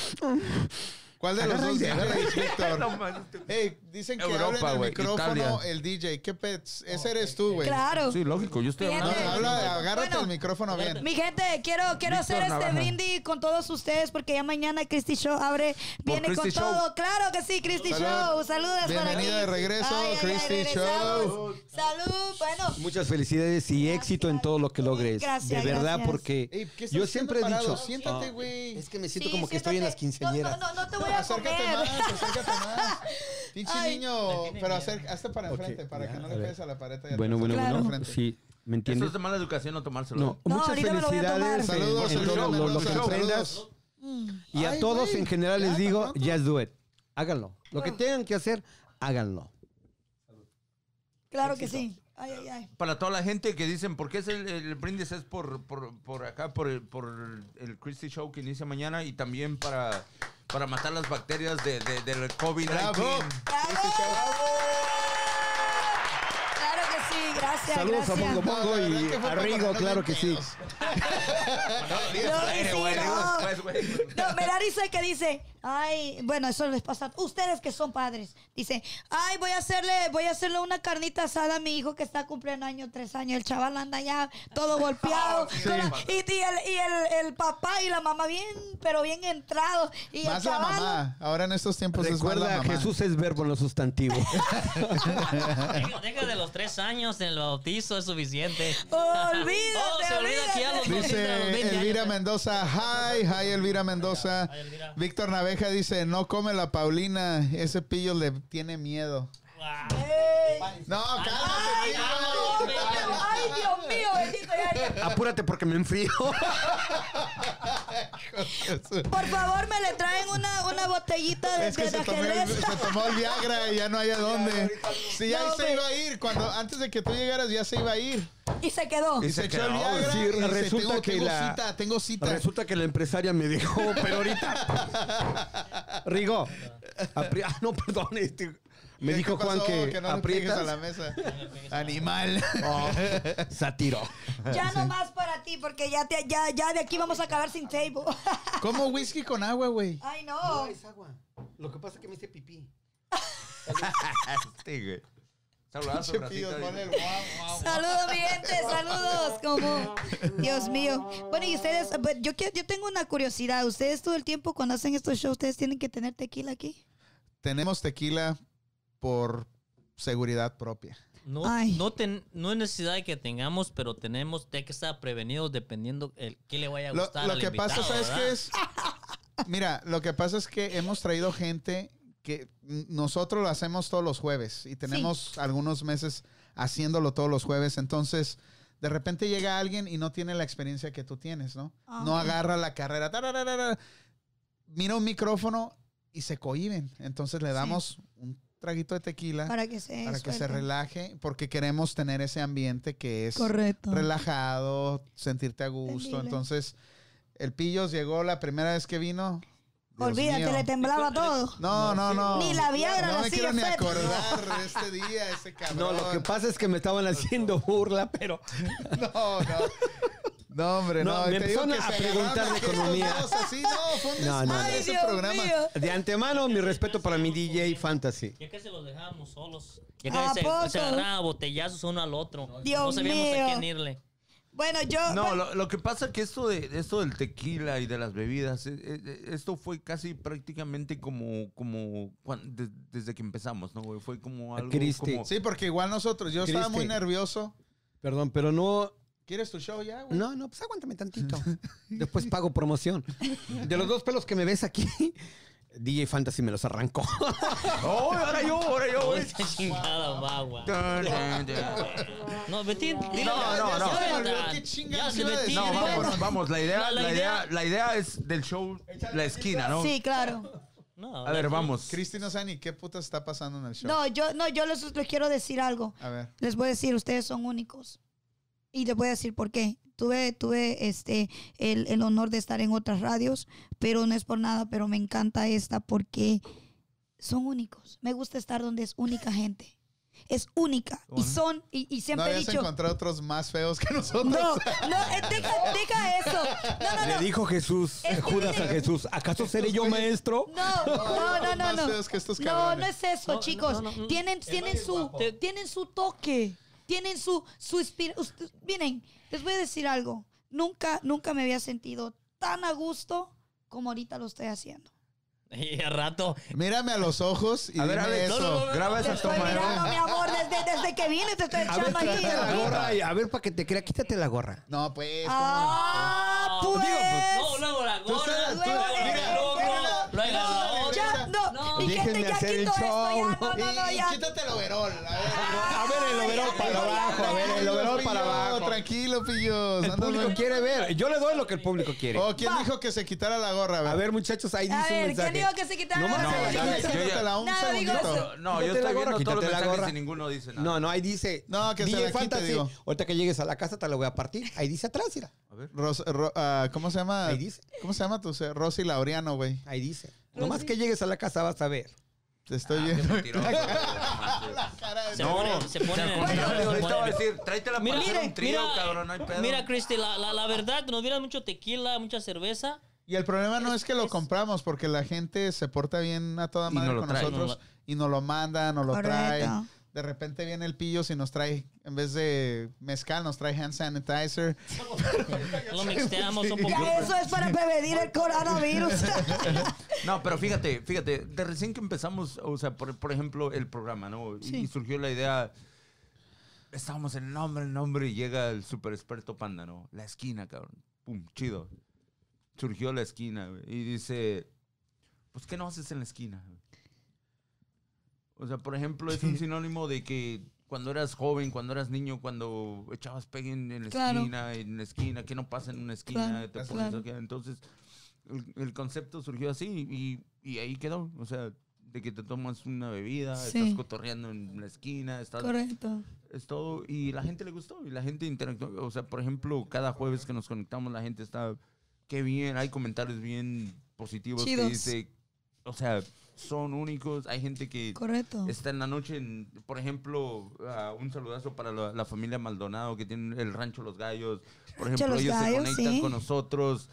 Speaker 1: ¿Cuál de los
Speaker 5: Agarra
Speaker 1: dos
Speaker 5: aire, agarra
Speaker 1: dices,
Speaker 2: No
Speaker 1: Víctor?
Speaker 2: mames, tú-
Speaker 1: Hey, dicen que
Speaker 2: Europa,
Speaker 1: hablen el
Speaker 2: güey,
Speaker 1: micrófono
Speaker 2: Italia.
Speaker 1: el DJ. ¿Qué pets? Ese eres tú, güey.
Speaker 3: Claro.
Speaker 2: Sí, lógico, yo estoy
Speaker 1: No,
Speaker 2: hablando.
Speaker 3: Fíjate.
Speaker 1: habla, agárrate
Speaker 3: Bueno.
Speaker 1: el micrófono bien.
Speaker 3: Mi gente, quiero, quiero
Speaker 2: Víctor
Speaker 3: hacer este
Speaker 2: Navaja.
Speaker 3: brindis con todos ustedes porque ya mañana Christy Show abre, viene
Speaker 2: Christy
Speaker 3: con
Speaker 2: Show.
Speaker 3: todo. Claro que sí, Christy
Speaker 1: Salud.
Speaker 3: Show. Saludos para ti.
Speaker 1: Bienvenida de regreso, Christy
Speaker 3: regresamos.
Speaker 1: Show.
Speaker 3: Salud, bueno.
Speaker 5: Muchas felicidades y éxito en todo lo que logres.
Speaker 3: Gracias,
Speaker 5: de verdad,
Speaker 3: gracias.
Speaker 1: Ey,
Speaker 5: porque
Speaker 1: ¿qué estás
Speaker 5: yo
Speaker 1: haciendo
Speaker 5: siempre he
Speaker 1: parado?
Speaker 5: dicho,
Speaker 1: Siéntate,
Speaker 5: Ah,
Speaker 1: güey.
Speaker 5: es que me siento
Speaker 3: Sí,
Speaker 5: como que estoy en las
Speaker 3: siéntate. No,
Speaker 5: quinceañeras.
Speaker 3: No, no, no te voy a
Speaker 1: acércate
Speaker 3: comer.
Speaker 1: más, acércate más. Pinche
Speaker 3: Ay.
Speaker 1: niño.
Speaker 4: tiene
Speaker 1: Pero
Speaker 4: miedo.
Speaker 1: acerca, hazte para
Speaker 5: Ok,
Speaker 1: enfrente, para
Speaker 5: ya,
Speaker 1: que no
Speaker 5: a
Speaker 1: le
Speaker 5: ver.
Speaker 1: pegues a la pared. allá
Speaker 5: Bueno, bueno,
Speaker 1: atrás.
Speaker 3: Claro.
Speaker 5: bueno. Sí,
Speaker 2: Eso
Speaker 5: ¿me entiendes?
Speaker 2: es de mala educación no tomárselo. ¿eh?
Speaker 5: No,
Speaker 3: No,
Speaker 5: muchas
Speaker 3: ahorita me lo voy a
Speaker 5: felicidades.
Speaker 3: tomar.
Speaker 1: Saludos,
Speaker 5: en
Speaker 1: saludos,
Speaker 5: todo lo, lo que
Speaker 1: Mendoza,
Speaker 5: emprendas.
Speaker 1: saludos.
Speaker 5: Y a
Speaker 1: Ay,
Speaker 5: todos
Speaker 1: güey,
Speaker 5: en general
Speaker 1: ya,
Speaker 5: les digo,
Speaker 1: cabrón.
Speaker 5: just do it. Háganlo. Lo que
Speaker 3: Ah.
Speaker 5: tengan que hacer, háganlo.
Speaker 3: Claro que sí. Ay, ay, ay.
Speaker 2: Para toda la gente que dicen, ¿por qué es el, el brindis? Es por, por, por acá, por el, por el Christie Show que inicia mañana y también para, para matar las bacterias de, de- del COVID-19.
Speaker 1: Bravo.
Speaker 3: Claro que sí, gracias.
Speaker 5: Saludos a
Speaker 3: gracias.
Speaker 5: Bongo Bongo
Speaker 1: No, la verdad
Speaker 5: y
Speaker 1: que fue
Speaker 5: a
Speaker 1: para
Speaker 5: Rigo,
Speaker 1: ponernos
Speaker 5: claro
Speaker 1: bien
Speaker 5: que sí.
Speaker 1: pedos.
Speaker 3: Ay, sí,
Speaker 2: Güey,
Speaker 3: no.
Speaker 2: después, güey.
Speaker 3: No, me da risa que dice, ay, bueno, eso les pasa. Ustedes que son padres, dice, ay, voy a hacerle, voy a hacerle una carnita asada a mi hijo que está cumpliendo año tres años. El chaval anda ya todo golpeado.
Speaker 2: sí,
Speaker 3: con la-
Speaker 2: sí.
Speaker 3: y y el, y el, el papá y la mamá bien, pero bien entrados. Y el
Speaker 1: Más la
Speaker 3: chaval.
Speaker 1: mamá. Ahora en estos tiempos Pues es más la
Speaker 5: Recuerda,
Speaker 1: mamá.
Speaker 5: Jesús es verbo en los sustantivos.
Speaker 4: Deja- Deja de los tres años en el bautizo, es suficiente.
Speaker 3: Olvídate,
Speaker 4: Oh, se olvida que ya los
Speaker 3: olvídate.
Speaker 4: bautistas a los 20
Speaker 1: Dice
Speaker 4: años.
Speaker 1: Elvira Mendoza, hi, hi Elvira Mendoza.
Speaker 4: Hi, Elvira.
Speaker 1: Víctor Naveja dice, no come la Paulina, ese pillo le tiene miedo.
Speaker 4: Wow.
Speaker 3: Ey.
Speaker 1: No,
Speaker 3: ¡eh! Ay, no,
Speaker 1: cálmate,
Speaker 3: no, ay, Dios mío, bendito, ya, ya.
Speaker 5: Apúrate porque me enfrío.
Speaker 1: Víctor.
Speaker 3: Por favor, me le traen una, una botellita de,
Speaker 1: Es que
Speaker 3: de- de
Speaker 1: se tomó, el,
Speaker 3: ajedrez.
Speaker 1: se tomó el Viagra y ya no hay a dónde. Si ya
Speaker 3: No,
Speaker 1: se
Speaker 3: hombre.
Speaker 1: iba a ir, cuando antes de que tú llegaras ya se iba a ir.
Speaker 3: Y se quedó.
Speaker 1: Y
Speaker 5: se
Speaker 1: se echó el
Speaker 5: quedó,
Speaker 1: Viagra
Speaker 5: sí,
Speaker 1: y dice,
Speaker 5: resulta
Speaker 1: tengo,
Speaker 5: que
Speaker 1: tengo
Speaker 5: la-
Speaker 1: cita, tengo cita.
Speaker 5: Resulta que la empresaria me dijo, pero ahorita. Rigo. apri- ah, no, perdón. este, me
Speaker 1: ¿Qué-
Speaker 5: dijo
Speaker 1: qué
Speaker 5: Juan
Speaker 1: pasó?
Speaker 5: que,
Speaker 1: no le pegues
Speaker 5: aprietas. Oh.
Speaker 1: a la mesa. Animal.
Speaker 5: Satiro.
Speaker 3: Ya no más para ti, porque ya, te, ya, ya de aquí vamos a acabar sin table.
Speaker 1: ¿Cómo whisky con agua, güey?
Speaker 3: Ay, no.
Speaker 5: agua. Lo que pasa es que me hice pipí.
Speaker 2: Este, güey. Saludazo,
Speaker 1: Pinche pillo,
Speaker 2: ratito.
Speaker 1: ponle el guau, guau.
Speaker 3: Saludos, mi gente, saludos. Como, Dios mío. Bueno, y ustedes, but yo, quiero- yo tengo una curiosidad. Ustedes todo el tiempo cuando hacen estos shows, ustedes tienen que tener tequila aquí.
Speaker 1: Tenemos tequila por seguridad propia.
Speaker 4: No,
Speaker 3: Ay.
Speaker 4: no, ten- no es necesidad de que tengamos, pero tenemos de que estar prevenidos dependiendo el qué le vaya a
Speaker 1: Lo,
Speaker 4: gustar.
Speaker 1: lo
Speaker 4: al
Speaker 1: que pasa,
Speaker 4: invitado,
Speaker 1: ¿sabes
Speaker 4: ¿verdad?
Speaker 1: qué es? Mira, lo que pasa es que hemos traído gente que n- nosotros lo hacemos todos los jueves y tenemos algunos meses haciéndolo todos los jueves. Entonces, de repente llega alguien y no tiene la experiencia que tú tienes, ¿no?
Speaker 3: Ah,
Speaker 1: No
Speaker 3: ok.
Speaker 1: agarra la carrera. tarararara, Mira un micrófono y se cohiben. Entonces le damos un traguito de tequila para,
Speaker 3: Para que se
Speaker 1: que se
Speaker 3: suelte.
Speaker 1: relaje, porque queremos tener ese ambiente que es
Speaker 3: Correcto.
Speaker 1: relajado, sentirte a gusto.
Speaker 3: Entendible.
Speaker 1: Entonces, el Pillos llegó la primera vez que vino. Dios
Speaker 3: Olvídate,
Speaker 1: mío.
Speaker 3: le temblaba todo.
Speaker 1: No, no, no.
Speaker 3: Ni la Viagra,
Speaker 1: No
Speaker 3: la
Speaker 1: me
Speaker 3: silla
Speaker 1: quiero ni
Speaker 3: fue-
Speaker 1: acordar de este día, ese cabrón.
Speaker 5: No, lo que pasa es que me estaban haciendo burla, pero
Speaker 1: No, no. No, hombre,
Speaker 5: No,
Speaker 1: no.
Speaker 5: me
Speaker 1: Te digo
Speaker 5: empezaron
Speaker 1: que
Speaker 5: a
Speaker 1: se
Speaker 5: preguntar de
Speaker 1: agarraron aquellos
Speaker 5: economía.
Speaker 1: dos Así, no, fue un
Speaker 5: No, no,
Speaker 1: desmadre
Speaker 5: no.
Speaker 3: Ay,
Speaker 1: ese
Speaker 3: Dios
Speaker 1: programa.
Speaker 3: mío.
Speaker 5: de antemano mi respeto para mi DJ Fantasy.
Speaker 4: Ya que se los dejábamos solos. Ya
Speaker 3: ¿A
Speaker 4: que
Speaker 3: poco?
Speaker 4: se, se agarraban botellazos uno al otro.
Speaker 3: Dios
Speaker 4: no sabíamos a
Speaker 3: mío.
Speaker 4: quién irle.
Speaker 3: Bueno, yo.
Speaker 2: No,
Speaker 3: bueno,
Speaker 2: lo, lo que pasa es que esto, de, esto del tequila y de las bebidas, e- e- esto fue casi prácticamente como, como cuan- de- desde que empezamos, ¿no, güey? Fue como algo
Speaker 5: Cristi.
Speaker 2: como...
Speaker 1: Sí, porque igual nosotros, yo estaba
Speaker 5: Cristi.
Speaker 1: muy nervioso.
Speaker 5: Perdón, pero no
Speaker 1: ¿Quieres tu show ya, güey?
Speaker 5: No, no, pues aguántame tantito. Después pago promoción. De los dos pelos que me ves aquí, DJ Fantasy me los arrancó.
Speaker 2: ¡Oh, ahora yo, ahora yo, güey!
Speaker 4: Esta chingada guagua.
Speaker 2: Dun, dun, dun.
Speaker 4: No, Betín, dile.
Speaker 2: No, no, no.
Speaker 1: Ya se me olvidó qué chingados
Speaker 4: Ya,
Speaker 1: iba a decir.
Speaker 4: Betín,
Speaker 2: No,
Speaker 4: ya.
Speaker 2: vamos, vamos, la idea,
Speaker 4: No, la
Speaker 2: la
Speaker 4: idea-
Speaker 2: idea, la idea es del show La Esquina, ¿no?
Speaker 3: Sí, claro.
Speaker 4: No,
Speaker 2: A ver, vamos.
Speaker 1: Cristi no sabe ni qué puta está pasando en el show.
Speaker 3: No, yo, no, yo les, les quiero decir algo.
Speaker 1: A ver.
Speaker 3: Les voy a decir, ustedes son únicos. Y les voy a decir por qué. Tuve, tuve este, el, el honor de estar en otras radios, pero no es por nada, pero me encanta esta porque son únicos. Me gusta estar donde es única gente. Es única. Y son, y, y
Speaker 1: No
Speaker 3: siempre he
Speaker 1: habías
Speaker 3: dicho...
Speaker 1: encontrado otros más feos que nosotros.
Speaker 3: No, no, eh, deja, deja eso. No, no,
Speaker 5: Le
Speaker 3: no.
Speaker 5: dijo Jesús,
Speaker 3: Es que
Speaker 5: Judas a
Speaker 3: tiene-
Speaker 5: Jesús, ¿acaso seré yo maestro?
Speaker 3: No, no, no, no,
Speaker 1: Más
Speaker 3: no.
Speaker 1: feos que estos
Speaker 3: No,
Speaker 1: cabrones.
Speaker 3: no es eso,
Speaker 4: No, no,
Speaker 3: chicos.
Speaker 4: no, no, no.
Speaker 3: Tienen, tienen su,
Speaker 4: guapo.
Speaker 3: tienen su toque, tienen su, su espir- ust- Miren, les voy a decir algo. Nunca, nunca me había sentido tan a gusto como ahorita lo estoy haciendo.
Speaker 4: Y a rato.
Speaker 1: Mírame a los ojos y
Speaker 2: A ver,
Speaker 1: dime
Speaker 2: Alex,
Speaker 1: eso.
Speaker 2: graba
Speaker 3: Te
Speaker 2: esa
Speaker 3: estoy
Speaker 2: toma, ¿eh?
Speaker 3: mirando, mi
Speaker 2: ¿no?
Speaker 3: amor, desde, desde que vine te estoy
Speaker 5: A ver,
Speaker 3: echando aquí.
Speaker 5: quítate la
Speaker 3: ojito.
Speaker 5: gorra, y- a ver, para que te crea, quítate la gorra.
Speaker 1: No, pues. ¿cómo?
Speaker 3: Ah, pues. eh,
Speaker 4: No, luego la
Speaker 1: Tú
Speaker 4: gorra.
Speaker 1: sabes, tú-
Speaker 4: Luego
Speaker 1: mira,
Speaker 4: el logro. Luego la
Speaker 1: mira,
Speaker 4: otra.
Speaker 3: Ya, no,
Speaker 4: No.
Speaker 3: y que te
Speaker 5: Déjenme
Speaker 3: ya
Speaker 5: hacer el
Speaker 3: quito esto, ya,
Speaker 5: show,
Speaker 3: no,
Speaker 1: Y,
Speaker 3: no, no,
Speaker 1: y
Speaker 3: ya.
Speaker 1: quítate el overol. A ver.
Speaker 5: Ah, A ver, el overol para abajo, a ver, el overol para abajo.
Speaker 1: Tranquilo, pillos.
Speaker 5: El público quiere ver, yo le doy lo que el público quiere.
Speaker 1: Oh, ¿quién
Speaker 3: Va.
Speaker 1: dijo que se quitara la gorra?
Speaker 5: A ver, muchachos, ahí
Speaker 3: A
Speaker 5: dice un
Speaker 3: ver,
Speaker 5: mensaje.
Speaker 3: ¿quién dijo que se quitara
Speaker 5: No,
Speaker 3: la gorra?
Speaker 5: no, no,
Speaker 1: Dale,
Speaker 5: no,
Speaker 1: quítatela un
Speaker 3: Nada, digo,
Speaker 1: segundito.
Speaker 3: eso-
Speaker 2: No, yo
Speaker 5: Quítate la
Speaker 2: estoy viendo
Speaker 5: gorra,
Speaker 2: todos los
Speaker 5: quítate la
Speaker 2: mensajes
Speaker 5: gorra.
Speaker 2: y ninguno dice nada.
Speaker 5: No, no, ahí dice.
Speaker 1: No, que se la
Speaker 5: DJ
Speaker 1: quite,
Speaker 5: Fantasy.
Speaker 1: digo.
Speaker 5: Ahorita que llegues a la casa te la voy a partir. Ahí dice atrás, mira.
Speaker 2: A ver.
Speaker 1: Ros- ro- ah, ¿Cómo se llama?
Speaker 5: Ahí dice.
Speaker 1: ¿Cómo se llama tu se- Rosy Laureano, güey?
Speaker 5: Ahí dice. Nomás que llegues a la casa vas a ver.
Speaker 1: Te estoy
Speaker 2: Ah, qué
Speaker 1: viendo.
Speaker 2: mentiroso, güey, no manches.
Speaker 1: Cara de-
Speaker 4: Se pone, se pone.
Speaker 2: Al contrario, ahorita va a decir, tráetela para
Speaker 4: Mira,
Speaker 2: hacer un trío,
Speaker 4: mira,
Speaker 2: cabrón, no hay pedo.
Speaker 4: mira, Cristi, la, la, la verdad, nos dieron mucho tequila, mucha cerveza.
Speaker 1: Y el problema no es que lo compramos, porque la gente se porta bien a toda
Speaker 2: Y
Speaker 1: madre
Speaker 2: no lo
Speaker 1: con
Speaker 2: trae.
Speaker 1: nosotros
Speaker 4: No
Speaker 1: y nos lo manda, nos lo
Speaker 3: Correcto.
Speaker 1: trae. De repente viene el pillo y nos trae, en vez de mezcal, nos trae hand sanitizer.
Speaker 4: Lo mixteamos un poco.
Speaker 3: Ya eso es para prevenir el coronavirus.
Speaker 2: No, pero fíjate, fíjate, de recién que empezamos, o sea, por, por ejemplo, el programa, ¿no? Y, y surgió la idea, estábamos en el nombre, el nombre, y llega el super experto panda, ¿no? La esquina, cabrón. Pum, chido. Surgió la esquina, güey, y dice, pues, ¿qué no haces en la esquina? O sea, por ejemplo, es un sinónimo de que cuando eras joven, cuando eras niño, cuando echabas pegue en, en la
Speaker 3: Claro.
Speaker 2: esquina, en la esquina, que no pasa en una esquina,
Speaker 3: Claro,
Speaker 2: te pones
Speaker 3: claro.
Speaker 2: acá. Entonces, el, el concepto surgió así y, y ahí quedó. O sea, de que te tomas una bebida,
Speaker 3: Sí.
Speaker 2: estás cotorreando en la esquina, estás,
Speaker 3: Correcto.
Speaker 2: es todo. Y la gente le gustó y la gente interactuó. O sea, por ejemplo, cada jueves que nos conectamos, la gente está, qué bien, hay comentarios bien positivos
Speaker 3: Chidos.
Speaker 2: que dice, o sea, son únicos, hay gente que...
Speaker 3: Correcto.
Speaker 2: Está en la noche, en- por ejemplo, ah, un saludazo para la, la familia Maldonado que tiene el Rancho Los Gallos. Por
Speaker 3: Rancho
Speaker 2: ejemplo,
Speaker 3: Los
Speaker 2: ellos se
Speaker 3: Gallos,
Speaker 2: conectan
Speaker 3: sí.
Speaker 2: con nosotros.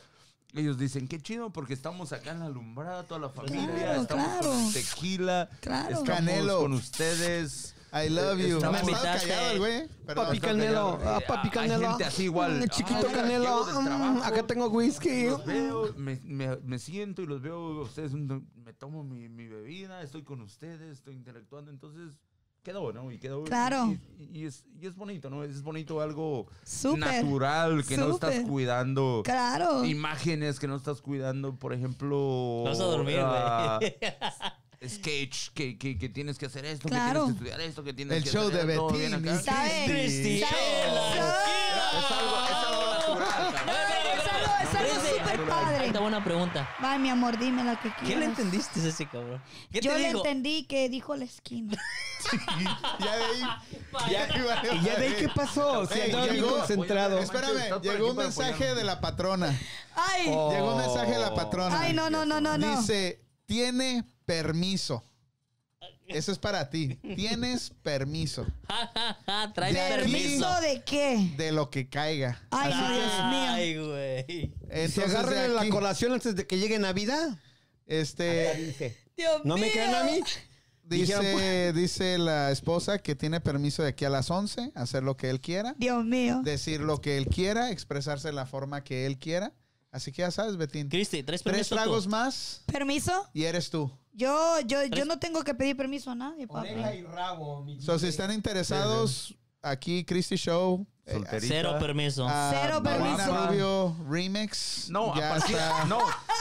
Speaker 2: Ellos dicen, qué chido, porque estamos acá en la alumbrada, toda la familia,
Speaker 3: Claro,
Speaker 2: estamos
Speaker 3: claro.
Speaker 2: con tequila,
Speaker 3: Claro.
Speaker 2: estamos
Speaker 1: Canelo.
Speaker 2: con ustedes.
Speaker 5: Eh,
Speaker 1: I love you.
Speaker 2: Estamos-
Speaker 1: Estaba
Speaker 4: me invitaste.
Speaker 1: callado el güey. Perdón.
Speaker 5: Papi Canelo,
Speaker 2: Ah,
Speaker 5: ah, papi
Speaker 2: hay
Speaker 5: Canelo.
Speaker 2: gente así igual.
Speaker 5: Mm, Chiquito
Speaker 2: Ah,
Speaker 5: Canelo,
Speaker 2: llego del
Speaker 5: mm,
Speaker 2: trabajo,
Speaker 5: acá tengo whisky.
Speaker 2: Los veo, me, me- me siento y los veo a ustedes, un- me tomo mi, mi bebida, estoy con ustedes, estoy interactuando, entonces quedó, ¿no? Y quedó.
Speaker 3: Claro.
Speaker 2: Y, y- y es, y es bonito, ¿no? Es bonito algo
Speaker 3: Súper.
Speaker 2: natural, que no estás
Speaker 3: Súper.
Speaker 2: cuidando
Speaker 3: Claro.
Speaker 2: imágenes, que no estás cuidando, por ejemplo...
Speaker 4: Vas a dormir,
Speaker 2: ah,
Speaker 4: güey.
Speaker 2: sketch, que, que, que tienes que hacer esto,
Speaker 3: Claro.
Speaker 2: que tienes que estudiar esto, que tienes
Speaker 1: El
Speaker 2: que
Speaker 1: show
Speaker 2: hacer
Speaker 1: de
Speaker 2: esto,
Speaker 1: Betín,
Speaker 2: bien acá.
Speaker 1: mis
Speaker 2: Es
Speaker 3: ¿Sabes?
Speaker 4: Christy
Speaker 2: algo, es algo natural,
Speaker 3: No,
Speaker 2: cabrón.
Speaker 3: no, es algo- es algo
Speaker 4: Christy,
Speaker 3: súper
Speaker 4: ahí
Speaker 3: padre.
Speaker 4: está buena pregunta.
Speaker 3: Ay, mi amor, dime la que quieras.
Speaker 4: ¿Qué le entendiste a ese cabrón? ¿Qué
Speaker 3: Yo
Speaker 4: te
Speaker 3: le
Speaker 4: digo?
Speaker 3: entendí que dijo la esquina.
Speaker 1: Ya de ahí. Ya,
Speaker 5: ¿Y ya de ahí qué pasó? Si
Speaker 1: Ey,
Speaker 5: andaba bien
Speaker 1: llegó-
Speaker 5: concentrado.
Speaker 1: Espérame,
Speaker 2: Está por
Speaker 1: llegó
Speaker 2: aquí
Speaker 1: un
Speaker 2: para
Speaker 1: mensaje
Speaker 2: apoyarnos.
Speaker 1: de la patrona.
Speaker 3: Ay,
Speaker 5: Oh.
Speaker 1: Llegó un mensaje de la patrona.
Speaker 3: ay, no, no, no, no, no.
Speaker 1: Dice, tiene permiso. Eso es para ti. Tienes permiso
Speaker 4: Ja, ja, ja, trae
Speaker 1: De aquí-
Speaker 4: permiso.
Speaker 3: ¿Permiso de qué?
Speaker 1: de lo que caiga.
Speaker 3: Ay,
Speaker 1: Así
Speaker 3: Dios mío.
Speaker 4: Ay, güey.
Speaker 1: que,
Speaker 5: ¿Se
Speaker 1: entonces, de
Speaker 5: agarran la
Speaker 1: aquí,
Speaker 5: colación antes de que llegue Navidad?
Speaker 1: Este,
Speaker 3: Dios
Speaker 5: ¿No me
Speaker 3: mío.
Speaker 5: creen a mí?
Speaker 1: dice, dice la esposa que tiene permiso de aquí a las 11 hacer lo que él quiera,
Speaker 3: Dios mío.
Speaker 1: decir lo que él quiera, expresarse de la forma que él quiera. Así que ya sabes, Betín.
Speaker 4: Cristi,
Speaker 1: Tres
Speaker 4: traes permiso tú?
Speaker 1: tragos más
Speaker 3: ¿Permiso?
Speaker 1: y eres tú.
Speaker 3: Yo, yo, yo no tengo que pedir permiso a nadie, papi.
Speaker 5: y rabo.
Speaker 1: So, si están interesados, aquí Christy Show. eh,
Speaker 2: Solterita.
Speaker 4: Cero permiso.
Speaker 1: ah,
Speaker 3: Cero
Speaker 1: Paulina
Speaker 5: permiso.
Speaker 1: Rubio Remix.
Speaker 2: No, a
Speaker 1: ya
Speaker 2: partir,
Speaker 1: está.
Speaker 2: no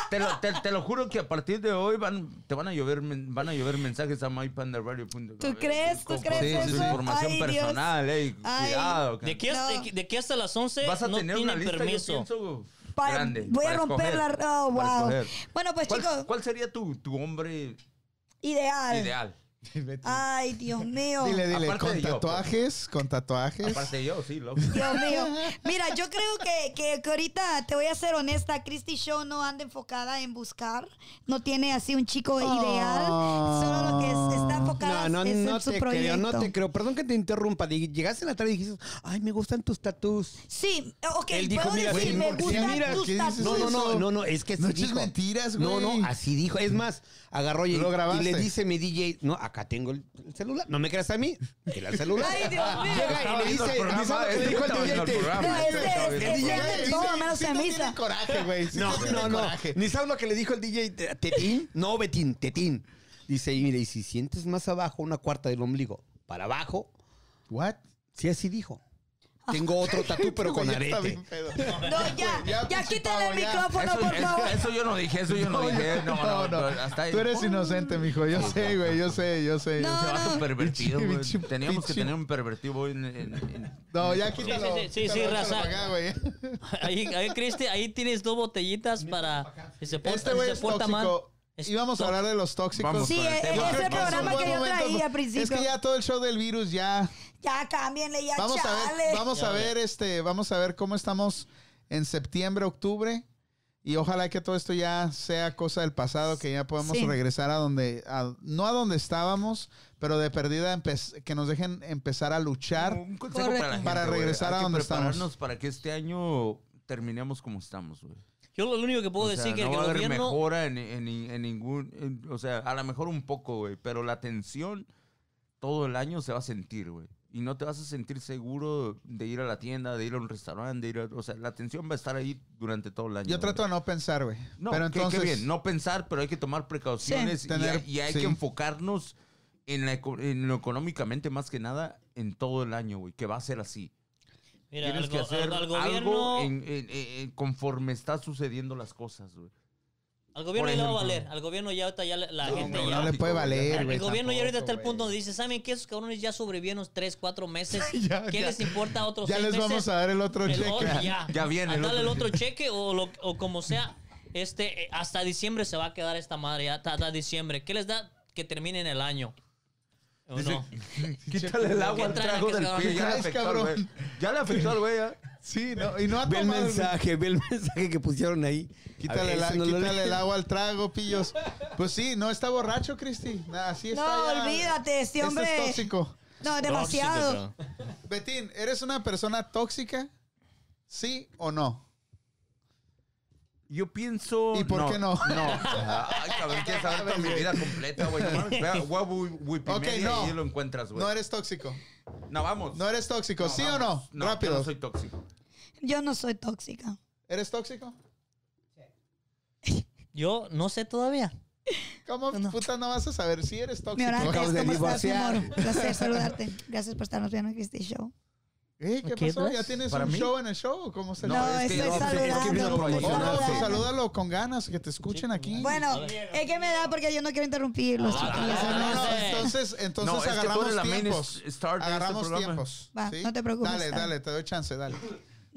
Speaker 2: te, lo, te, te lo juro que a partir de hoy van, te van a llover men- van a llover mensajes a mypandaradio.com.
Speaker 3: ¿Tú crees? ¿Tú
Speaker 2: Con-
Speaker 3: crees
Speaker 2: con
Speaker 1: eso?
Speaker 2: su información
Speaker 3: Ay, Dios.
Speaker 2: personal, ey,
Speaker 3: Ay.
Speaker 2: cuidado.
Speaker 4: De aquí, hasta, de aquí hasta las 11
Speaker 2: Vas a
Speaker 4: no
Speaker 2: tener una
Speaker 4: tienen
Speaker 2: lista, yo
Speaker 4: permiso.
Speaker 2: pienso,
Speaker 3: Pa-
Speaker 2: grande,
Speaker 3: voy a
Speaker 2: para
Speaker 3: romper
Speaker 2: escoger,
Speaker 3: la. Oh,
Speaker 2: para
Speaker 3: wow.
Speaker 2: escoger.
Speaker 3: Bueno, pues,
Speaker 2: ¿Cuál,
Speaker 3: chicos,
Speaker 2: cuál sería tu, tu hombre
Speaker 3: ideal.
Speaker 2: ideal?
Speaker 1: Betín.
Speaker 5: Ah,
Speaker 3: Ay, Dios mío.
Speaker 1: Dile, dile,
Speaker 2: Aparte
Speaker 1: con
Speaker 2: de yo, pues.
Speaker 1: tatuajes, con tatuajes.
Speaker 2: Aparte yo, sí, loco.
Speaker 3: Dios mío. Mira, yo creo que, que, que ahorita te voy a ser honesta. Christy Show no anda enfocada en buscar. No tiene así un
Speaker 1: Oh.
Speaker 3: chico ideal. Solo lo que es- está enfocada
Speaker 5: No, no,
Speaker 3: es
Speaker 5: no
Speaker 3: en su
Speaker 5: te creo,
Speaker 3: proyecto.
Speaker 5: no te creo. Perdón que te interrumpa. Di- Llegaste en la tarde y dijiste, ay, me gustan tus tatús.
Speaker 3: Sí, ok,
Speaker 5: Él dijo,
Speaker 3: puedo
Speaker 5: mira,
Speaker 3: decir,
Speaker 5: sí,
Speaker 3: me
Speaker 5: ¿por qué?
Speaker 3: gustan
Speaker 1: Mira,
Speaker 3: tus
Speaker 1: ¿qué dices
Speaker 3: tatuajes.
Speaker 5: No, no, no,
Speaker 1: eso?
Speaker 5: no, no, es que así
Speaker 1: No eches
Speaker 5: dijo.
Speaker 1: mentiras,
Speaker 5: No,
Speaker 1: güey.
Speaker 5: no, así dijo. Es más, agarró y,
Speaker 1: Lo
Speaker 5: y
Speaker 1: grabaste.
Speaker 5: le dice mi DJ, no, acá tengo el celular. No me creas a mí, era el celular.
Speaker 3: Ay, Dios mío.
Speaker 5: Llega y le dice, ¿y sabes lo que dijo el DJ?
Speaker 3: No, es de- es de-
Speaker 1: Güey,
Speaker 3: es de
Speaker 1: sí,
Speaker 3: todo,
Speaker 1: sí,
Speaker 3: menos
Speaker 1: sí
Speaker 3: en
Speaker 1: no
Speaker 3: misa.
Speaker 1: tiene coraje, güey. Sí
Speaker 5: No,
Speaker 1: tiene
Speaker 5: no, no.
Speaker 1: coraje.
Speaker 5: Ni sabes lo que le dijo el DJ Tetín. No, Betín, Tetín. Dice, y mire, y si sientes más abajo, una cuarta del ombligo, para abajo,
Speaker 1: What?
Speaker 5: sí, así dijo.
Speaker 3: Ah.
Speaker 5: Tengo otro tatú, pero con
Speaker 1: Güey, ya está
Speaker 5: arete.
Speaker 1: bien pedo.
Speaker 3: No, ya,
Speaker 1: Ya,
Speaker 3: ya,
Speaker 1: pinche
Speaker 3: quítale el
Speaker 1: pavo, ya.
Speaker 3: micrófono,
Speaker 2: Eso,
Speaker 3: por
Speaker 2: es-
Speaker 3: favor.
Speaker 2: eso yo no dije, eso yo no, dije. No, no, no, hasta ahí.
Speaker 1: Tú eres inocente, mijo. Yo sé, güey. Yo sé, yo sé. yo
Speaker 3: No,
Speaker 1: sé.
Speaker 2: Se va
Speaker 3: no.
Speaker 2: un pervertido,
Speaker 1: Pinche,
Speaker 2: güey.
Speaker 1: pinche,
Speaker 2: Teníamos que
Speaker 1: pinche.
Speaker 2: tener un pervertido en, en, en-
Speaker 1: No, ya quítalo.
Speaker 4: sí, sí, sí,
Speaker 1: quítalo, quítalo para
Speaker 4: raza.
Speaker 1: acá, güey.
Speaker 4: Ahí, ahí, Cristi, ahí tienes dos botellitas para. Si se porta,
Speaker 1: Este
Speaker 4: si
Speaker 1: güey
Speaker 4: se
Speaker 1: es
Speaker 4: porta mal.
Speaker 1: tóxico.
Speaker 4: Es
Speaker 1: Íbamos a hablar de los tóxicos.
Speaker 2: Vamos.
Speaker 3: Sí,
Speaker 2: con el
Speaker 3: eh,
Speaker 1: Creo
Speaker 2: tema.
Speaker 3: ese es
Speaker 1: que
Speaker 3: el programa
Speaker 1: es pues, un
Speaker 3: que yo
Speaker 1: buen momento.
Speaker 3: traía al principio.
Speaker 1: Es que ya todo el show del virus ya.
Speaker 3: Ya, cámbienle, ya,
Speaker 1: Vamos a
Speaker 3: chale.
Speaker 1: ver, vamos a ver este, vamos a ver cómo estamos en septiembre, octubre. Y ojalá que todo esto ya sea cosa del pasado, que ya podamos
Speaker 3: Sí.
Speaker 1: regresar a donde, a- no a donde estábamos, pero de perdida empe- que nos dejen empezar a luchar.
Speaker 2: Un consejo
Speaker 3: Correcto.
Speaker 2: para, la gente,
Speaker 1: Para
Speaker 2: güey.
Speaker 1: regresar
Speaker 2: Hay
Speaker 1: a
Speaker 2: que
Speaker 1: donde estamos.
Speaker 2: prepararnos para que este año terminemos como estamos, güey.
Speaker 4: Yo lo único que puedo
Speaker 2: O sea,
Speaker 4: decir que
Speaker 2: no
Speaker 4: el
Speaker 2: va a haber
Speaker 4: gobierno.
Speaker 2: mejora en, en- en ningún... en- o sea, a lo mejor un poco, güey, pero la tensión todo el año se va a sentir, güey. Y no te vas a sentir seguro de ir a la tienda, de ir a un restaurante, de ir a- O sea, la tensión va a estar ahí durante todo el año.
Speaker 1: Yo
Speaker 2: güey.
Speaker 1: trato de no pensar, güey.
Speaker 2: No,
Speaker 1: pero
Speaker 2: qué-
Speaker 1: entonces,
Speaker 2: qué bien, no pensar, pero hay que tomar precauciones
Speaker 1: Sí,
Speaker 2: y
Speaker 1: tener-
Speaker 2: hay- y, hay
Speaker 1: sí.
Speaker 2: que enfocarnos en, la eco- en lo económicamente más que nada en todo el año, güey, que va a ser así.
Speaker 4: Mira,
Speaker 2: Tienes
Speaker 4: al,
Speaker 2: que
Speaker 4: go-
Speaker 2: hacer
Speaker 4: al- al
Speaker 2: algo
Speaker 4: gobierno.
Speaker 2: en- en- en- conforme está sucediendo las cosas, güey.
Speaker 4: Al gobierno
Speaker 2: por
Speaker 4: ya le va a
Speaker 2: ejemplo.
Speaker 4: valer. Al gobierno ya ahorita ya la, la gente
Speaker 1: no,
Speaker 4: ya.
Speaker 1: le puede valer,
Speaker 4: el
Speaker 1: güey.
Speaker 4: gobierno ya ahorita
Speaker 1: tampoco,
Speaker 4: está al punto
Speaker 1: güey.
Speaker 4: donde dice, ¿saben qué? Esos cabrones ya sobrevivieron 3, 4 meses.
Speaker 1: Ya,
Speaker 4: ¿Qué
Speaker 1: ya.
Speaker 4: les importa otros
Speaker 1: Ya
Speaker 4: seis
Speaker 1: les vamos
Speaker 4: meses?
Speaker 1: a dar el otro
Speaker 4: El
Speaker 1: cheque.
Speaker 4: otro, ya.
Speaker 2: Ya viene
Speaker 4: A
Speaker 2: el
Speaker 4: darle el
Speaker 2: otro.
Speaker 4: otro cheque o, lo- o como sea. Este, eh, hasta diciembre se va a quedar esta madre. ya, Hasta, hasta diciembre. ¿Qué les da que terminen el año? ¿O
Speaker 2: Dice-
Speaker 4: no?
Speaker 2: Quítale el agua al
Speaker 4: traen
Speaker 2: trago
Speaker 4: aquí,
Speaker 2: del
Speaker 4: cabrón?
Speaker 2: pie. Ya le
Speaker 1: Ay,
Speaker 2: afectó al
Speaker 1: cabrón.
Speaker 2: güey. Ya le afectó al güey. ¿eh?
Speaker 1: Sí, no, y no ha
Speaker 5: Ve el
Speaker 1: tomado el-
Speaker 5: mensaje, ve el mensaje que pusieron ahí. A
Speaker 1: Quítale,
Speaker 5: ver,
Speaker 1: la-
Speaker 5: ese no lo
Speaker 1: quítale
Speaker 5: leí.
Speaker 1: el agua al trago, pillos. Pues sí, no está borracho, Cristi. Así está.
Speaker 3: No,
Speaker 1: ya.
Speaker 3: olvídate, este
Speaker 1: Esto
Speaker 3: hombre.
Speaker 1: es tóxico.
Speaker 3: No, demasiado.
Speaker 4: Tóxico, cabrón.
Speaker 1: Betín, ¿eres una persona tóxica? ¿Sí o no?
Speaker 2: Yo pienso.
Speaker 1: ¿Y por qué no?
Speaker 2: No. Ay, cabrón, quieres saber toda mi vida completa, güey. No mames, Ve a Guau Wikimedia
Speaker 1: no.
Speaker 2: y ahí lo encuentras, güey.
Speaker 1: No
Speaker 2: No,
Speaker 1: eres tóxico.
Speaker 2: vamos.
Speaker 1: No eres tóxico, ¿sí o no?
Speaker 2: vamos. yo
Speaker 1: Rápido.
Speaker 2: No soy tóxico.
Speaker 3: Yo no soy tóxica.
Speaker 1: ¿Eres tóxico?
Speaker 4: Yo no sé todavía.
Speaker 1: ¿Cómo puta no vas a saber si eres
Speaker 3: Mi
Speaker 1: tóxico?
Speaker 3: hora, ¿cómo
Speaker 5: acabas de
Speaker 3: estás, mi
Speaker 5: divorciar.
Speaker 3: amor? Un placer saludarte. Gracias por estarnos viendo en Christy este Show.
Speaker 1: Eh, ¿Qué
Speaker 4: ¿Qué
Speaker 1: pasó?
Speaker 4: das?
Speaker 1: ¿Ya tienes
Speaker 2: ¿Para
Speaker 1: un
Speaker 2: mí?
Speaker 1: show en el show? ¿Cómo se
Speaker 2: No,
Speaker 1: llama?
Speaker 3: No,
Speaker 2: es que-
Speaker 3: eso es
Speaker 2: no, es que- es que vino a
Speaker 3: saludando.
Speaker 2: promocionarse.
Speaker 1: Oh,
Speaker 2: sí.
Speaker 1: salúdalo con ganas, que te escuchen aquí.
Speaker 3: Bueno, es que me da porque yo no quiero interrumpirlos.
Speaker 4: Ah,
Speaker 1: Ah,
Speaker 3: chiquillos.
Speaker 1: no, no,
Speaker 4: Ah, sí.
Speaker 1: entonces, entonces
Speaker 2: No, es que tú
Speaker 1: agarramos
Speaker 2: eres la main
Speaker 1: tiempos.
Speaker 2: star de este
Speaker 1: agarramos
Speaker 2: programa.
Speaker 1: tiempos.
Speaker 3: Va, no te preocupes,
Speaker 1: Dale,
Speaker 3: dale.
Speaker 1: dale, te doy chance, dale.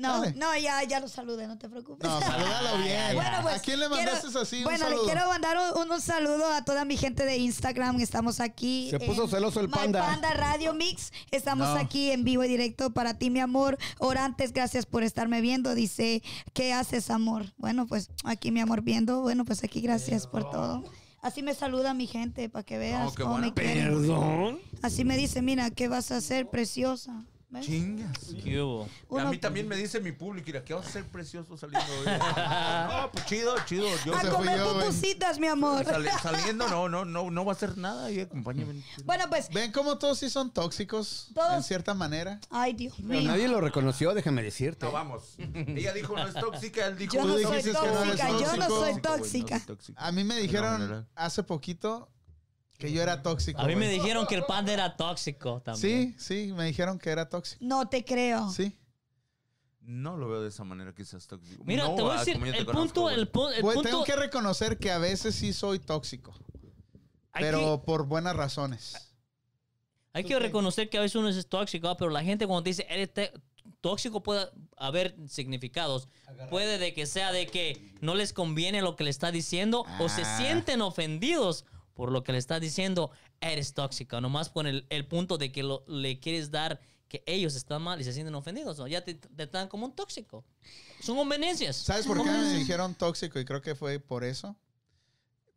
Speaker 3: No,
Speaker 1: Dale.
Speaker 3: no, ya, ya lo saludé, no te preocupes.
Speaker 1: No, salúdalo bien.
Speaker 3: Bueno, pues,
Speaker 1: ¿A quién le mandaste
Speaker 3: quiero-
Speaker 1: así un
Speaker 3: Bueno,
Speaker 1: saludo?
Speaker 3: le quiero mandar un, un- un saludo a toda mi gente de Instagram. Estamos aquí.
Speaker 5: Se puso
Speaker 3: en
Speaker 5: celoso el
Speaker 3: My
Speaker 5: panda.
Speaker 3: Panda Radio Mix. Estamos
Speaker 1: No.
Speaker 3: aquí en vivo y directo para ti, mi amor. Orantes, gracias por estarme viendo. Dice, ¿qué haces, amor? Bueno, pues aquí, mi amor, viendo. Bueno, pues aquí, gracias por todo. Así me saluda mi gente para que veas
Speaker 2: No, qué
Speaker 3: cómo
Speaker 2: buena
Speaker 3: me quieren.
Speaker 5: Perdón.
Speaker 3: Así me dice, mira, ¿qué vas a hacer, preciosa? ¿Ves?
Speaker 2: Chingas.
Speaker 4: ¿Qué hubo?
Speaker 2: A
Speaker 3: Uno-
Speaker 2: mí también me dice mi público, mira, que vas a ser precioso saliendo hoy. No, pues chido, chido. Yo
Speaker 3: A
Speaker 1: se fui
Speaker 3: comer
Speaker 1: yo, güey.
Speaker 3: pupusitas, mi amor.
Speaker 2: sali- saliendo, no, no, no, no va a hacer nada y acompáñame.
Speaker 3: Bueno, pues,
Speaker 1: ¿Ven cómo todos sí son tóxicos?
Speaker 3: Todos.
Speaker 1: En cierta manera.
Speaker 3: ay, Dios
Speaker 5: Pero
Speaker 3: mío.
Speaker 5: nadie lo reconoció, déjame decirte.
Speaker 2: No, vamos. Ella dijo no es tóxica, él dijo
Speaker 3: Yo
Speaker 1: Tú
Speaker 3: no soy
Speaker 1: dijiste que no eres
Speaker 3: tóxica, yo no
Speaker 1: tóxico.
Speaker 3: soy
Speaker 2: Tóxico, güey,
Speaker 3: tóxica.
Speaker 2: no soy tóxico.
Speaker 1: A mí me dijeron
Speaker 2: No, no, no.
Speaker 1: hace poquito que yo era tóxico.
Speaker 4: A mí me
Speaker 1: güey.
Speaker 4: dijeron que el panda era tóxico también.
Speaker 1: Sí, sí, me dijeron que era tóxico.
Speaker 3: No te creo.
Speaker 1: Sí.
Speaker 2: No lo veo de esa manera que seas tóxico.
Speaker 4: Mira,
Speaker 2: No,
Speaker 4: te voy
Speaker 2: ah,
Speaker 4: a decir,
Speaker 2: como yo te
Speaker 4: el
Speaker 2: conozco,
Speaker 4: punto,
Speaker 2: güey.
Speaker 4: el, pu- el
Speaker 1: Güey,
Speaker 4: punto...
Speaker 1: tengo que reconocer que a veces sí soy tóxico,
Speaker 4: hay
Speaker 1: pero
Speaker 4: que-
Speaker 1: por buenas razones.
Speaker 4: Hay que reconocer que a veces uno es tóxico, ah, pero la gente cuando te dice eres te- tóxico puede haber significados. Puede de que sea de que no les conviene lo que le está diciendo o se
Speaker 1: Ah.
Speaker 4: sienten ofendidos por lo que le está diciendo, eres tóxico. Nomás con el, el punto de que lo- le quieres dar que ellos están mal y se sienten ofendidos. ¿no? Ya te, te tratan como un tóxico. Son conveniencias.
Speaker 1: ¿Sabes por qué me dijeron tóxico? Y creo que fue por eso.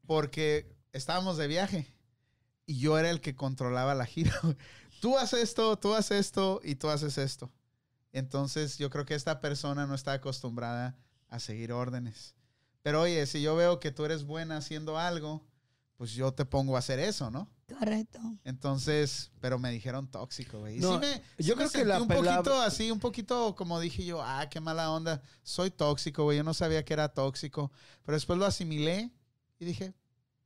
Speaker 1: Porque estábamos de viaje y yo era el que controlaba la gira. güey. Tú haces esto, tú haces esto y tú haces esto. Entonces yo creo que esta persona no está acostumbrada a seguir órdenes. Pero oye, si yo veo que tú eres buena haciendo algo, pues yo te pongo a hacer eso, ¿no?
Speaker 3: Correcto.
Speaker 1: Entonces, pero me dijeron tóxico, güey. Y
Speaker 5: No,
Speaker 1: sí me-
Speaker 5: yo
Speaker 1: sí me
Speaker 5: creo que
Speaker 1: sentí
Speaker 5: la
Speaker 1: un
Speaker 5: palabra-
Speaker 1: poquito así, un poquito como dije yo, ah, qué mala onda, soy tóxico, güey. Yo no sabía que era tóxico, pero después lo asimilé y dije,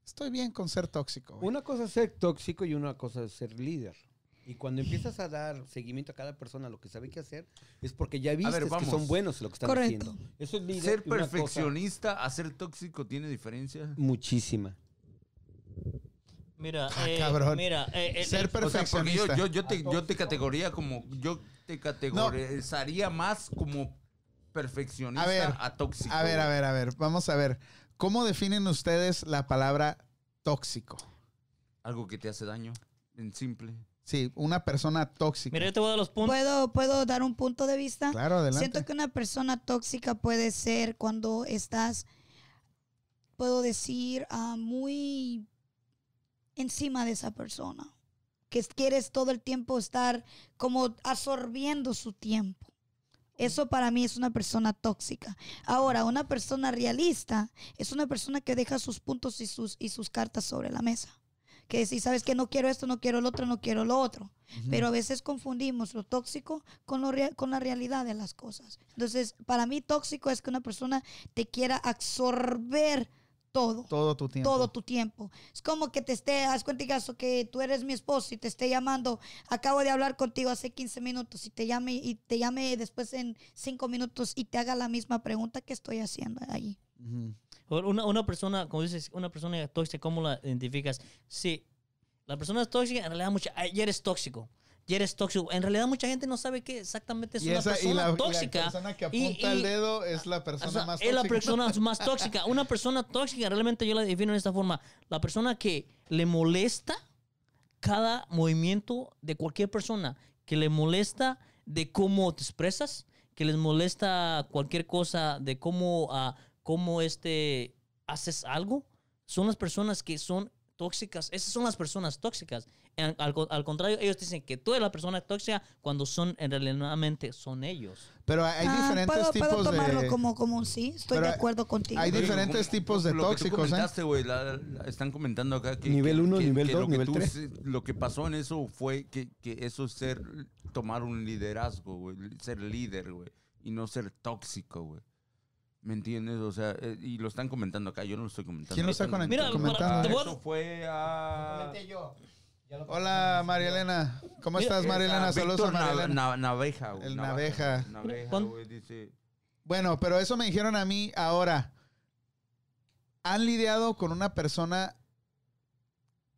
Speaker 1: estoy bien con ser tóxico.
Speaker 2: Pues.
Speaker 1: güey.
Speaker 5: Una cosa es ser tóxico y una cosa es ser líder. Y cuando empiezas a dar seguimiento a cada persona lo que sabe que hacer, es porque ya viste que
Speaker 2: vamos.
Speaker 5: son buenos lo que están
Speaker 3: Correcto.
Speaker 5: haciendo. Eso es líder.
Speaker 2: Ser
Speaker 5: y una cosa
Speaker 2: perfeccionista a ser tóxico tiene diferencia.
Speaker 5: Muchísima.
Speaker 4: Mira,
Speaker 1: Ah,
Speaker 4: eh,
Speaker 1: cabrón.
Speaker 4: mira, eh, eh,
Speaker 1: Ser
Speaker 2: O sea, porque yo,
Speaker 1: perfeccionista.
Speaker 2: yo, yo, te, yo te categoría como. Yo te categorizaría más como perfeccionista a,
Speaker 1: A ver,
Speaker 2: tóxico.
Speaker 1: a ver, a
Speaker 2: güey.
Speaker 1: ver, a ver, vamos a ver. ¿Cómo definen ustedes la palabra tóxico?
Speaker 2: Algo que te hace daño, en simple.
Speaker 1: Sí, una persona tóxica.
Speaker 4: mira, yo te voy a dar los puntos.
Speaker 3: ¿Puedo, ¿Puedo dar un punto de vista?
Speaker 1: claro, adelante.
Speaker 3: Siento que una persona tóxica puede ser cuando estás, puedo decir, ah, muy encima de esa persona. Que es- quieres todo el tiempo estar como absorbiendo su tiempo. Eso para mí es una persona tóxica. Ahora, una persona realista es una persona que deja sus puntos y sus, y sus cartas sobre la mesa. Que si sabes que no quiero esto, no quiero lo otro, no quiero lo otro. Pero a veces confundimos lo tóxico con, lo rea- con la realidad de las cosas. Entonces, para mí tóxico es que una persona te quiera absorber todo
Speaker 1: todo tu tiempo.
Speaker 3: todo tu tiempo. Es como que te esté, haz cuenta y caso que tú eres mi esposo y te esté llamando, acabo de hablar contigo hace 15 minutos y te llame y te llame después en 5 minutos y te haga la misma pregunta que estoy haciendo ahí.
Speaker 1: Ujú.
Speaker 4: Una, una persona, como dices, una persona tóxica, ¿cómo la identificas? Sí, la persona es tóxica, en realidad mucha, ay, ya eres tóxico. Ya eres tóxico. En realidad mucha gente no sabe qué exactamente es
Speaker 1: Y
Speaker 4: una
Speaker 1: esa- y
Speaker 4: persona
Speaker 1: la- y la
Speaker 4: tóxica.
Speaker 1: persona que
Speaker 4: Y-
Speaker 1: apunta
Speaker 4: y-
Speaker 1: el dedo es la persona
Speaker 4: o sea,
Speaker 1: más
Speaker 4: es
Speaker 1: tóxica.
Speaker 4: la persona más tóxica. Una persona tóxica, realmente yo la defino de esta forma. La persona que le molesta cada movimiento de cualquier persona, que le molesta de cómo te expresas, que les molesta cualquier cosa, de cómo, ah, cómo este, haces algo, son las personas que son tóxicas. Esas son las personas tóxicas. En- Al, co- al contrario, ellos dicen que tú eres la persona tóxica cuando son, en realidad, son ellos.
Speaker 1: Pero hay
Speaker 3: Ah,
Speaker 1: diferentes
Speaker 3: puedo,
Speaker 1: tipos
Speaker 3: puedo tomarlo
Speaker 1: de...
Speaker 3: como, como un sí, estoy
Speaker 1: Pero
Speaker 3: de
Speaker 1: hay-
Speaker 3: acuerdo contigo.
Speaker 1: hay
Speaker 2: Oye,
Speaker 1: diferentes tipos de
Speaker 2: lo que tú
Speaker 1: tóxicos, ¿eh?
Speaker 2: comentaste, güey, la- la- están comentando acá que.
Speaker 5: Nivel
Speaker 2: que-
Speaker 5: uno,
Speaker 2: que-
Speaker 5: nivel
Speaker 2: que
Speaker 5: dos,
Speaker 2: lo que
Speaker 5: nivel
Speaker 2: tú
Speaker 5: tres.
Speaker 2: se- Lo que pasó en eso fue que, que eso es ser. Tomar un liderazgo, güey. Ser líder, güey. Y no ser tóxico, güey. ¿Me entiendes? O sea, eh, y lo están comentando acá. Yo no lo estoy comentando.
Speaker 1: ¿Quién lo
Speaker 2: Están
Speaker 1: está
Speaker 2: comentando.
Speaker 4: Mira, para-
Speaker 1: comentando?
Speaker 4: te voy a-
Speaker 2: Eso fue a.
Speaker 7: yo.
Speaker 1: Hola, María Elena. ¿Cómo
Speaker 4: Mira,
Speaker 1: estás, María Elena? Saludos a
Speaker 2: Víctor
Speaker 1: María
Speaker 2: Na-
Speaker 1: Elena.
Speaker 2: Na- Naveja, güey.
Speaker 1: El
Speaker 2: Navaja.
Speaker 1: Naveja.
Speaker 2: Naveja,
Speaker 4: Pon-
Speaker 2: güey, dice.
Speaker 1: Bueno, pero eso me dijeron a mí ahora. ¿Han lidiado con una persona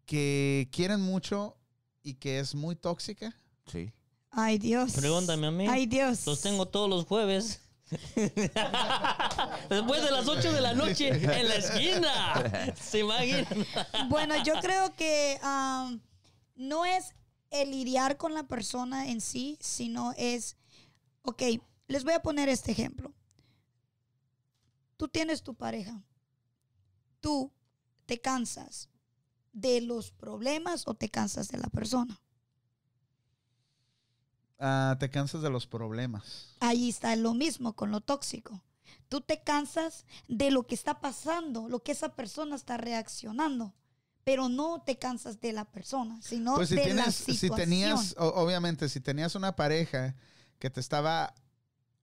Speaker 1: que quieren mucho y que es muy tóxica?
Speaker 2: Sí.
Speaker 3: Ay, Dios.
Speaker 4: Pregúntame a mí.
Speaker 3: Ay, Dios.
Speaker 4: Los tengo todos los jueves. Después de las 8 de la noche en la esquina. ¿Se imaginan?
Speaker 3: Bueno, yo creo que am, no es el lidiar con la persona en sí, sino es, ok, les voy a poner este ejemplo. Tú tienes tu pareja, tú te cansas de los problemas o te cansas de la persona.
Speaker 1: Ah, te cansas de los problemas.
Speaker 3: Ahí está lo mismo con lo tóxico. Tú te cansas de lo que está pasando, lo que esa persona está reaccionando, pero no te cansas de la persona, sino
Speaker 1: Pues si
Speaker 3: de la
Speaker 1: tienes, si
Speaker 3: situación.
Speaker 1: tenías, o- obviamente, si tenías una pareja que te estaba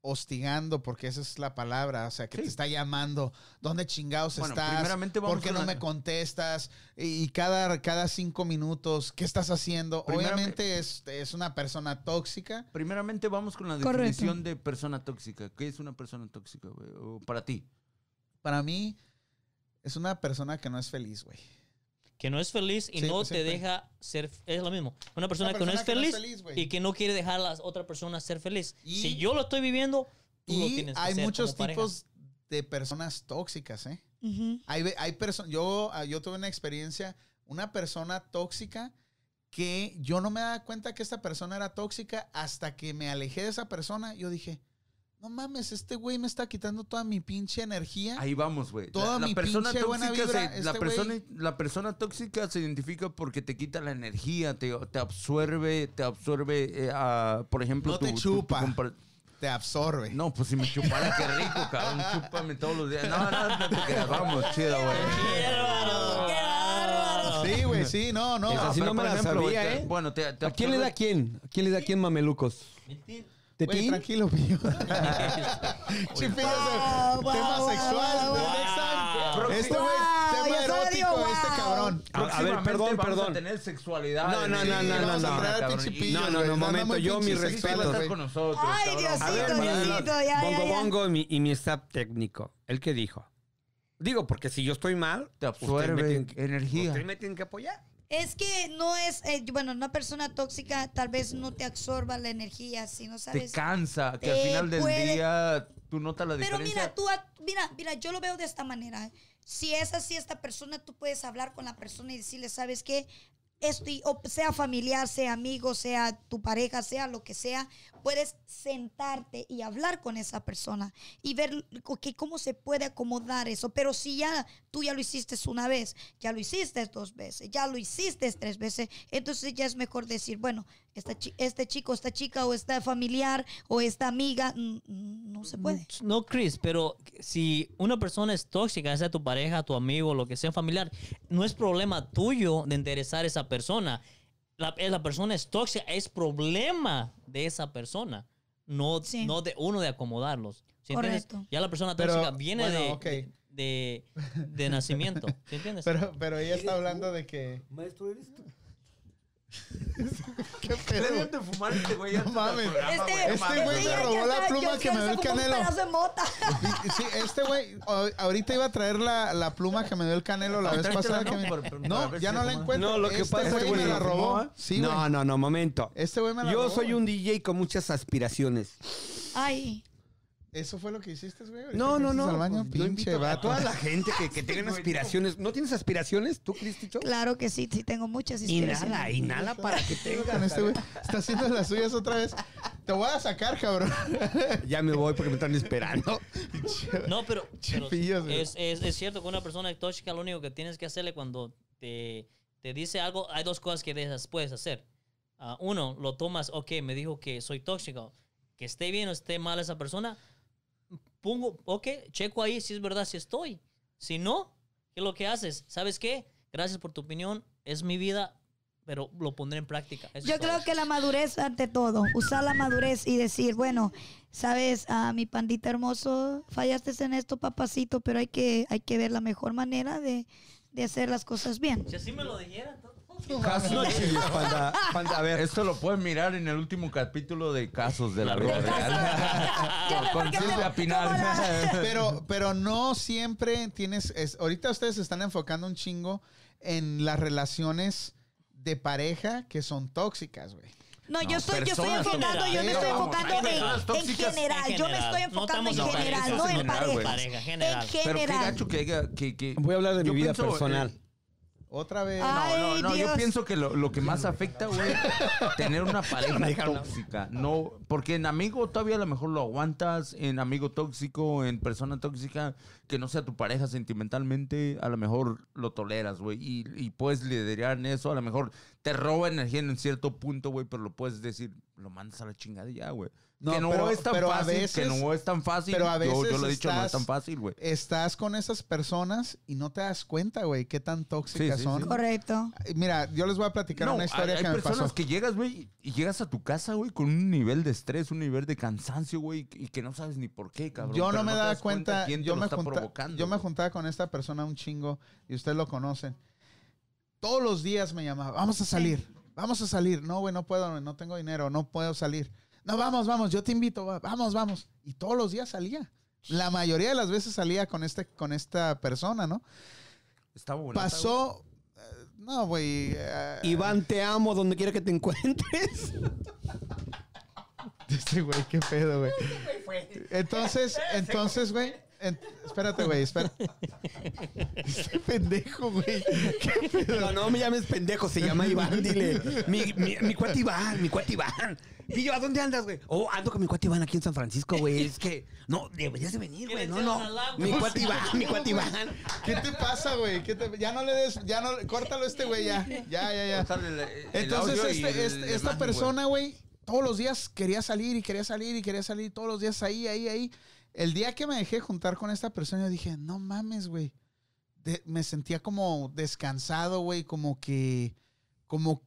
Speaker 1: hostigando, porque esa es la palabra, o sea, que te está llamando, ¿dónde chingados
Speaker 2: Bueno,
Speaker 1: estás?
Speaker 2: primeramente vamos
Speaker 1: ¿Por qué
Speaker 2: con
Speaker 1: no
Speaker 2: la-
Speaker 1: me contestas? Y, y cada, cada cinco minutos, ¿qué estás haciendo?
Speaker 2: Primero-
Speaker 1: obviamente es, es una persona tóxica.
Speaker 2: Primeramente vamos con la
Speaker 3: Correcto.
Speaker 2: definición de persona tóxica. ¿Qué es una persona tóxica, güey? O Para ti.
Speaker 1: Para mí, es una persona que no es feliz, güey.
Speaker 4: Que no es feliz y
Speaker 1: Sí,
Speaker 4: no
Speaker 1: pues,
Speaker 4: te
Speaker 1: siempre.
Speaker 4: deja ser. Es lo mismo. Una persona,
Speaker 1: Una
Speaker 4: que no
Speaker 1: persona
Speaker 4: es feliz,
Speaker 1: güey.
Speaker 4: y que no quiere dejar a la otra persona ser feliz.
Speaker 1: Y-
Speaker 4: si yo lo estoy viviendo, tú lo
Speaker 1: Y
Speaker 4: tienes que
Speaker 1: hay
Speaker 4: hacer
Speaker 1: muchos
Speaker 4: como pareja.
Speaker 1: tipos de personas tóxicas, ¿eh?
Speaker 3: Ujú.
Speaker 1: Hay, ve- hay personas, yo, ah, yo tuve una experiencia, una persona tóxica que yo no me daba cuenta que esta persona era tóxica hasta que me alejé de esa persona. Yo dije, no mames, este güey me está quitando toda mi pinche energía.
Speaker 2: Ahí vamos, güey.
Speaker 1: ¿Eh? Toda mi pinche buena vibra,
Speaker 2: se- la,
Speaker 1: este
Speaker 2: persona, la persona tóxica se identifica porque te quita la energía, te, te absorbe, te absorbe, eh, a, por ejemplo,
Speaker 1: No te
Speaker 2: tu- tu- tu
Speaker 1: chupa.
Speaker 2: compar-
Speaker 1: Te absorbe.
Speaker 2: No, pues si me chupara, qué rico, cabrón. Chúpame todos los días. No, no, no te creas. Vamos, chido, güey.
Speaker 4: ¡Qué bárbaro!
Speaker 3: ¡Qué bárbaro!
Speaker 1: Sí, güey, sí, no, no.
Speaker 5: Esa sí
Speaker 2: pero
Speaker 5: no me
Speaker 2: por
Speaker 5: la sabía,
Speaker 2: güey, te-
Speaker 5: ¿eh?
Speaker 2: Bueno, te, te
Speaker 5: ¿A quién le da
Speaker 2: absorbe-
Speaker 5: quién? ¿A quién le da quién, mamelucos? ¿De
Speaker 1: Güey,
Speaker 5: ti?
Speaker 1: tranquilo, pillo. Chipillo,
Speaker 3: Wow, wow,
Speaker 1: tema
Speaker 3: wow,
Speaker 1: sexual.
Speaker 3: wow,
Speaker 1: güey,
Speaker 3: wow.
Speaker 1: next time.
Speaker 2: Próximo-
Speaker 1: Este güey,
Speaker 3: Wow,
Speaker 1: tema
Speaker 3: yo solo digo
Speaker 1: erótico, este
Speaker 3: wow.
Speaker 1: cabrón.
Speaker 5: A- a ver,
Speaker 2: Próximamente
Speaker 5: perdón,
Speaker 2: vamos
Speaker 5: perdón.
Speaker 2: a tener sexualidad.
Speaker 5: No, no,
Speaker 2: Sí,
Speaker 5: no, no,
Speaker 2: vamos
Speaker 5: no,
Speaker 2: a
Speaker 5: no.
Speaker 2: entrar al pinche pillo.
Speaker 5: No, no, no, momento, yo mi
Speaker 2: Sí, sí, va a
Speaker 5: respeto.
Speaker 2: estar con nosotros,
Speaker 3: Ay,
Speaker 2: cabrón.
Speaker 5: A ver,
Speaker 3: Diosito,
Speaker 5: para-
Speaker 3: Diosito, ya, ya,
Speaker 5: Bongo
Speaker 3: ya.
Speaker 5: Bongo y mi, y mi staff técnico. ¿El que dijo? Digo, porque si yo estoy mal,
Speaker 2: Te absorbe
Speaker 5: ustedes me tienen que-
Speaker 2: energía.
Speaker 5: ustedes me tienen que apoyar.
Speaker 3: Es que no es, eh, bueno, una persona tóxica tal vez no te absorba la energía, si no
Speaker 2: te
Speaker 3: sabes.
Speaker 2: cansa, que al
Speaker 3: Te
Speaker 2: final del
Speaker 3: puede-
Speaker 2: día tú notas la
Speaker 3: Pero
Speaker 2: diferencia.
Speaker 3: mira, tú, a- mira, mira, yo lo veo de esta manera. ¿eh? Si es así esta persona, tú puedes hablar con la persona y decirle, ¿sabes qué? Esto, y- o sea familiar, sea amigo, sea tu pareja, sea lo que sea, puedes sentarte y hablar con esa persona y ver co- que cómo se puede acomodar eso. Pero si ya tú ya lo hiciste una vez, ya lo hiciste dos veces, ya lo hiciste tres veces, entonces ya es mejor decir, bueno, esta chi- este chico, esta chica o esta familiar o esta amiga, mm, mm, no se puede.
Speaker 4: No, Chris, pero si una persona es tóxica, sea tu pareja, tu amigo, lo que sea familiar, no es problema tuyo de interesar a esa persona. La, eh, la persona es tóxica, es problema de esa persona, no,
Speaker 3: Sí.
Speaker 4: no de uno de acomodarlos. ¿sí entiendes?
Speaker 3: Correcto.
Speaker 4: Ya la persona
Speaker 1: Pero,
Speaker 4: tóxica viene
Speaker 1: bueno,
Speaker 4: de,
Speaker 1: ok.
Speaker 4: de, de- de nacimiento. ¿sí entiendes?
Speaker 1: Pero, pero ella está hablando de que.
Speaker 5: Maestro, eres tú.
Speaker 1: ¿Qué pedo?
Speaker 2: Deberían de fumar este güey. antes del
Speaker 1: mames.
Speaker 2: programa,
Speaker 3: Este
Speaker 2: güey, no
Speaker 1: este
Speaker 2: mames.
Speaker 1: güey me
Speaker 3: ya- ya
Speaker 1: robó la
Speaker 3: está,
Speaker 1: pluma
Speaker 3: yo
Speaker 1: que me dio el
Speaker 3: siento como un
Speaker 1: Canelo.
Speaker 3: pedazo de mota.
Speaker 1: Y- y Sí, este güey, a- ahorita iba a traer la, la pluma que me dio el canelo la vez
Speaker 2: Ah, Tráetela,
Speaker 1: pasada.
Speaker 2: ¿no?
Speaker 1: que me-
Speaker 2: Por- por- para
Speaker 1: No,
Speaker 2: ver
Speaker 1: ya
Speaker 2: si
Speaker 1: no
Speaker 2: la
Speaker 1: la
Speaker 2: tomas.
Speaker 1: encuentro.
Speaker 5: No, lo que pasa
Speaker 1: este
Speaker 5: es que
Speaker 1: güey me la robó. Sí,
Speaker 5: ¿eh? no,
Speaker 1: güey.
Speaker 5: no, no, momento.
Speaker 1: Este güey me la
Speaker 5: Yo
Speaker 1: robó,
Speaker 5: soy
Speaker 1: güey.
Speaker 5: un DJ con muchas aspiraciones.
Speaker 3: Ay,
Speaker 1: ¿Eso fue lo que hiciste, güey? Ahorita
Speaker 5: No,
Speaker 1: que
Speaker 5: no,
Speaker 1: fuiste
Speaker 5: no.
Speaker 1: Al baño,
Speaker 5: Yo
Speaker 1: pinche
Speaker 5: invito a
Speaker 1: vato.
Speaker 5: toda la gente que, que tengan aspiraciones. ¿No tienes aspiraciones tú, Cristicho?
Speaker 3: claro que sí, sí tengo muchas historias.
Speaker 5: Inhala, inhala para que
Speaker 1: Con
Speaker 5: tengas.
Speaker 1: este güey. Está haciendo las suyas otra vez. Te voy a sacar, cabrón.
Speaker 5: Ya me voy porque me están esperando.
Speaker 4: No, pero, pero
Speaker 1: Chipillos, güey.
Speaker 4: es, es- es cierto que una persona tóxica lo único que tienes que hacerle cuando te, te dice algo, hay dos cosas que dejas- puedes hacer. Ah, uno, lo tomas, ok, me dijo que soy tóxico, que esté bien o esté mal esa persona, pongo, ok, checo ahí si es verdad, si estoy. Si no, ¿qué es lo que haces? ¿Sabes qué? Gracias por tu opinión, es mi vida, pero lo pondré en práctica. Eso
Speaker 3: Yo
Speaker 4: es todo.
Speaker 3: creo que la madurez ante todo, usar la madurez y decir, bueno, sabes, a mi pandita hermoso, fallaste en esto, papacito, pero hay que, hay que ver la mejor manera de, de hacer las cosas bien.
Speaker 4: Si así me lo dijera, entonces-
Speaker 5: Casos de chiles, panda. Panda, a ver.
Speaker 2: Esto lo pueden mirar en el último capítulo de Casos de la Vida
Speaker 3: Ya
Speaker 2: Real.
Speaker 3: ve por
Speaker 2: Con
Speaker 3: qué te-
Speaker 2: Silvia Pinal.
Speaker 1: Pero, pero no siempre tienes. es- ahorita ustedes se están enfocando un chingo en las relaciones de pareja que son tóxicas, güey.
Speaker 3: No, yo estoy, yo estoy
Speaker 2: personas
Speaker 3: enfocando, yo me estoy
Speaker 2: tóxicas.
Speaker 3: enfocando en,
Speaker 4: Personas
Speaker 3: en
Speaker 2: tóxicas en
Speaker 3: general. Yo me
Speaker 4: general.
Speaker 3: estoy
Speaker 4: No
Speaker 3: enfocando en
Speaker 4: estamos
Speaker 2: en
Speaker 3: general,
Speaker 2: parejas,
Speaker 3: no en
Speaker 2: en general, güey.
Speaker 3: parejas.
Speaker 4: Pareja,
Speaker 3: En
Speaker 4: general.
Speaker 2: Pero qué
Speaker 3: general.
Speaker 2: gacho que haya- que- que-
Speaker 5: Voy a hablar de
Speaker 2: Yo
Speaker 5: mi vida
Speaker 2: pienso,
Speaker 5: personal.
Speaker 2: eh,
Speaker 1: Otra vez.
Speaker 3: Ah.
Speaker 2: No, no,
Speaker 3: Ay,
Speaker 2: no, yo
Speaker 3: Dios.
Speaker 2: pienso que lo, lo que más afecta, güey, tener una pareja tóxica. No, porque en amigo todavía a lo mejor lo aguantas, en amigo tóxico, en persona tóxica, que no sea tu pareja sentimentalmente, a lo mejor lo toleras, güey. Y, y puedes liderar en eso, a lo mejor te roba energía en un cierto punto, güey, pero lo puedes decir, lo mandas a la chingada y ya, güey.
Speaker 1: No,
Speaker 2: que no
Speaker 1: pero-
Speaker 2: es tan
Speaker 1: pero a
Speaker 2: fácil,
Speaker 1: veces-
Speaker 2: que no es tan fácil.
Speaker 1: pero a
Speaker 2: yo, yo
Speaker 1: veces
Speaker 2: lo he dicho, no es
Speaker 1: estás-
Speaker 2: tan fácil, güey.
Speaker 1: Estás con esas personas y no te das cuenta, güey, qué tan tóxicas
Speaker 2: Sí, sí,
Speaker 1: son.
Speaker 2: sí.
Speaker 3: Correcto.
Speaker 1: Ah. Mira, yo les voy a platicar una historia
Speaker 2: hay,
Speaker 1: que
Speaker 2: hay
Speaker 1: me
Speaker 2: personas
Speaker 1: pasó.
Speaker 2: que llegas, güey, y llegas a tu casa, güey, con un nivel de estrés, un nivel de cansancio, güey, y que no sabes ni por qué, cabrón.
Speaker 1: yo
Speaker 2: pero
Speaker 1: no me
Speaker 2: te
Speaker 1: daba
Speaker 2: das
Speaker 1: cuenta,
Speaker 2: quién te
Speaker 1: yo,
Speaker 2: lo
Speaker 1: me
Speaker 2: está
Speaker 1: junta-
Speaker 2: provocando,
Speaker 1: yo me
Speaker 2: güey.
Speaker 1: juntaba con esta persona un chingo y ustedes lo conocen. Todos los días me llamaba, vamos a salir, vamos a salir. No, güey, no puedo, no tengo dinero, no puedo salir. No, vamos, vamos, yo te invito, va- vamos, vamos. Y todos los días salía. La mayoría de las veces salía con, este, con esta persona, ¿no?
Speaker 2: Estaba bonita, güey.
Speaker 1: Pasó... eh, No, güey. eh,
Speaker 5: Iván, te amo donde quiera que te encuentres.
Speaker 1: Este güey, qué pedo, güey. Entonces, entonces, güey. en- espérate, güey, espera. Este pendejo, güey. Qué pedo.
Speaker 5: No, no me llames pendejo, se llama Iván, dile. Mi, mi, mi cuate Iván, mi cuate Iván. Y yo, ¿a dónde andas, güey? Oh, ando con mi cuate Iván aquí en San Francisco, güey. Es que, no, deberías de venir, güey. No, no. Mi cuate Iván, mi cuate Iván.
Speaker 1: ¿Qué te pasa, güey? ¿Qué te- ya no le des, ya no, córtalo este güey, ya. Ya, ya, ya.
Speaker 2: Cortarle el- el
Speaker 1: Entonces,
Speaker 2: audio y
Speaker 1: este-
Speaker 2: el-
Speaker 1: este-
Speaker 2: la
Speaker 1: esta
Speaker 2: imagen, güey.
Speaker 1: persona, güey, todos los días quería salir y quería salir y quería salir, todos los días ahí, ahí, ahí. El día que me dejé juntar con esta persona, yo dije, no mames, güey. De- me sentía como descansado, güey, como que, como,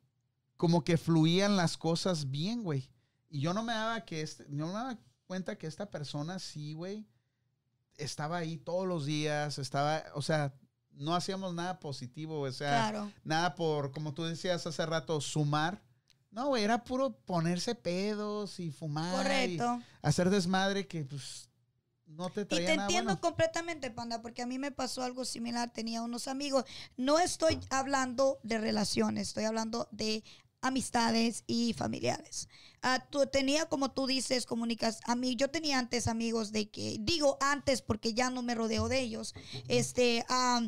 Speaker 1: como que fluían las cosas bien, güey. Y yo no me daba que este, no me daba cuenta que esta persona sí, güey, estaba ahí todos los días, estaba, o sea, no hacíamos nada positivo, o sea,
Speaker 3: Claro.
Speaker 1: nada por, como tú decías hace rato, sumar. No, güey, era puro ponerse pedos y fumar.
Speaker 3: Correcto.
Speaker 1: Y hacer desmadre que, pues, no te
Speaker 3: Y
Speaker 1: traía
Speaker 3: te
Speaker 1: nada
Speaker 3: entiendo
Speaker 1: bueno.
Speaker 3: completamente, Panda, porque a mí me pasó algo similar. Tenía unos amigos. No estoy hablando de relaciones, estoy hablando de amistades y familiares. Ah, tú tenía, como tú dices, comunicas a mí. Yo tenía antes amigos de que, digo antes porque ya no me rodeo de ellos. Este, ah,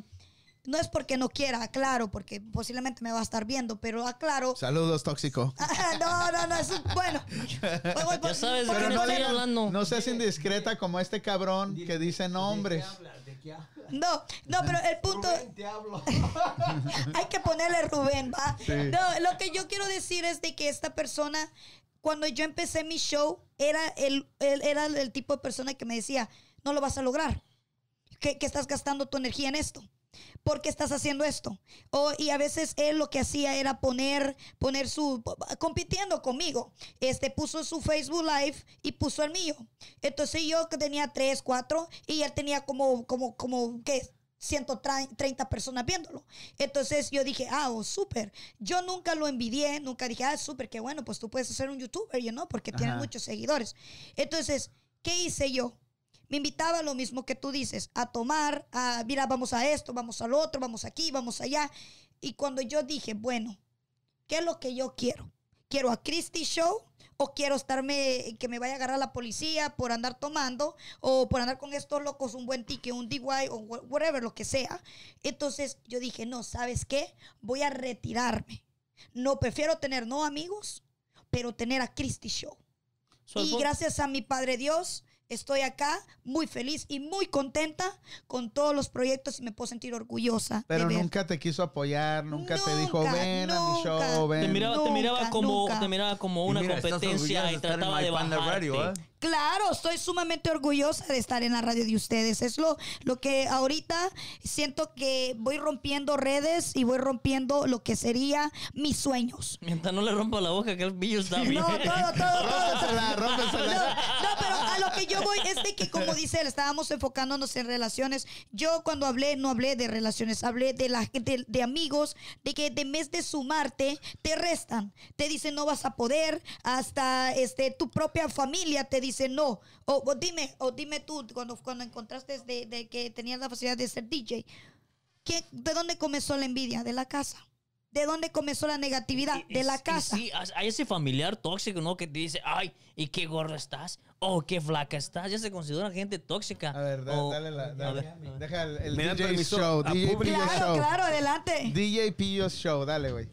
Speaker 3: no es porque no quiera, aclaro, porque posiblemente me va a estar viendo, pero aclaro.
Speaker 1: Saludos, tóxico.
Speaker 3: Ah, no, no, no, eso es bueno. Voy- voy por-
Speaker 4: Ya sabes de
Speaker 3: porque
Speaker 4: quién
Speaker 3: no
Speaker 4: estoy
Speaker 3: le-
Speaker 4: hablando.
Speaker 1: No seas indiscreta como este cabrón que dice nombres.
Speaker 3: No, no, pero el punto. Hay que ponerle Rubén, va. No, lo que yo quiero decir es de que esta persona, cuando yo empecé mi show, era el, el- era el tipo de persona que me decía, no lo vas a lograr. Que, que estás gastando tu energía en esto. ¿Por qué estás haciendo esto? O- y a veces él lo que hacía era poner, poner su, compitiendo conmigo. Este puso su Facebook Live y puso el mío. Entonces yo que tenía tres, cuatro y él tenía como, como, como, ¿qué? 130 personas viéndolo. Entonces yo dije, ah, oh, súper. Yo nunca lo envidié, nunca dije, ah, súper, qué bueno, pues tú puedes ser un youtuber, you know, porque tienen
Speaker 1: Ajá.
Speaker 3: muchos seguidores. Entonces, ¿qué hice yo? Me invitaba a lo mismo que tú dices, a tomar, a, mira, vamos a esto, vamos al otro, vamos aquí, vamos allá. Y cuando yo dije, bueno, ¿qué es lo que yo quiero? ¿Quiero a Christie Show? ¿O quiero estarme, que me vaya a agarrar la policía por andar tomando? ¿O por andar con estos locos un buen ticket, un DY o wha- whatever, lo que sea? Entonces yo dije, no, ¿sabes qué? Voy a retirarme. No, prefiero tener no amigos, pero tener a Christie Show.
Speaker 4: So,
Speaker 3: y
Speaker 4: el pun-
Speaker 3: gracias a mi Padre Dios, estoy acá muy feliz y muy contenta con todos los proyectos y me puedo sentir orgullosa. de
Speaker 1: Pero
Speaker 3: ver.
Speaker 1: nunca te quiso apoyar, nunca, te dijo,
Speaker 3: Nunca,
Speaker 1: ven a mi
Speaker 3: nunca.
Speaker 1: show,
Speaker 4: te
Speaker 1: ven.
Speaker 4: miraba, te miraba
Speaker 3: Nunca,
Speaker 4: como
Speaker 3: nunca.
Speaker 4: te miraba como
Speaker 2: Y
Speaker 4: una
Speaker 2: mira, estás orgullosa
Speaker 4: competencia
Speaker 2: de
Speaker 4: y
Speaker 2: estar en
Speaker 4: trataba
Speaker 2: My
Speaker 4: de
Speaker 2: Panda
Speaker 4: bajarte.
Speaker 2: Radio, ¿eh?
Speaker 3: Claro, estoy sumamente orgullosa de estar en la radio de ustedes. Es lo, lo que ahorita siento que voy rompiendo redes y voy rompiendo lo que sería mis sueños.
Speaker 4: Mientras no le rompa la boca, que el billo está bien.
Speaker 3: No, todo, todo, todo.
Speaker 8: Rómpesela, rómpesela.
Speaker 3: No, no, pero a lo que yo voy es de que, como dice él, estábamos enfocándonos en relaciones. Yo cuando hablé, no hablé de relaciones, hablé de, la, de, de amigos, de que de mes de sumarte, te restan. Te dicen no vas a poder, hasta este, tu propia familia te dice no. O, o dime, o dime tú, cuando, cuando encontraste de, de que tenías la facilidad de ser DJ, ¿qué- ¿de dónde comenzó la envidia? De la casa. ¿De dónde comenzó la negatividad?
Speaker 4: Y-
Speaker 3: de
Speaker 4: y-
Speaker 3: la
Speaker 4: y
Speaker 3: casa.
Speaker 4: sí, has- hay ese familiar tóxico, ¿no? Que te dice, ay, ¿y qué gorda estás? Oh, qué flaca estás. Ya se considera gente tóxica.
Speaker 8: A ver, da-
Speaker 4: O-
Speaker 8: dale la.
Speaker 4: Oh, a
Speaker 8: dale.
Speaker 4: ver, a ver.
Speaker 8: Deja el, el
Speaker 5: ¿Me dan
Speaker 8: DJ
Speaker 5: permiso
Speaker 8: Show.
Speaker 5: a
Speaker 8: DJ
Speaker 5: publicar?
Speaker 8: Pillo
Speaker 3: claro,
Speaker 8: Show.
Speaker 3: claro, adelante.
Speaker 8: DJ Pillo Show, dale, güey.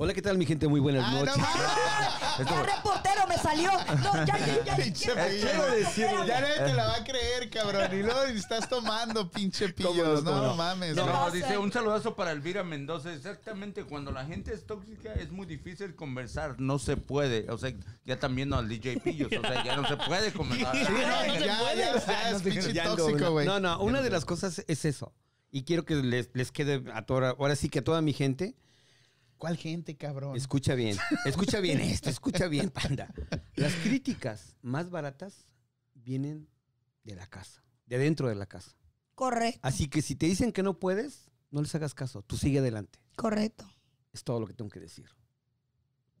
Speaker 5: Hola, ¿qué tal, mi gente? Muy buenas
Speaker 8: Ah, no
Speaker 5: noches.
Speaker 3: ¡Ah! Ya reportero me salió. No, ya, ya, ya.
Speaker 8: Pinche
Speaker 3: ya-
Speaker 8: pillo.
Speaker 5: Quiero decir-
Speaker 8: Ya nadie te la va a creer, cabrón. Y luego estás tomando, pinche pillos.
Speaker 5: no,
Speaker 8: No,
Speaker 5: cómo no.
Speaker 8: mames.
Speaker 3: No,
Speaker 8: güey.
Speaker 2: No,
Speaker 3: pasa?
Speaker 2: dice un saludazo para Elvira Mendoza. Exactamente, cuando la gente es tóxica es muy difícil conversar, no se puede. O sea, ya están viendo al DJ Pillos, o sea, ya no se puede conversar.
Speaker 8: Sí, no, ya, ya, ya, es pinche
Speaker 5: Ya ando,
Speaker 8: tóxico,
Speaker 5: no,
Speaker 8: güey.
Speaker 5: No, no, una de las cosas es eso. Y quiero que les, les quede a toda, ahora sí que a toda mi gente,
Speaker 8: ¿Cuál gente, cabrón?
Speaker 5: escucha bien, escucha bien esto, escucha bien, panda. Las críticas más baratas vienen de la casa, de adentro de la casa.
Speaker 3: Correcto,
Speaker 5: Así que si te dicen que no puedes, no les hagas caso, tú sigue adelante.
Speaker 3: correcto.
Speaker 5: Es todo lo que tengo que decir.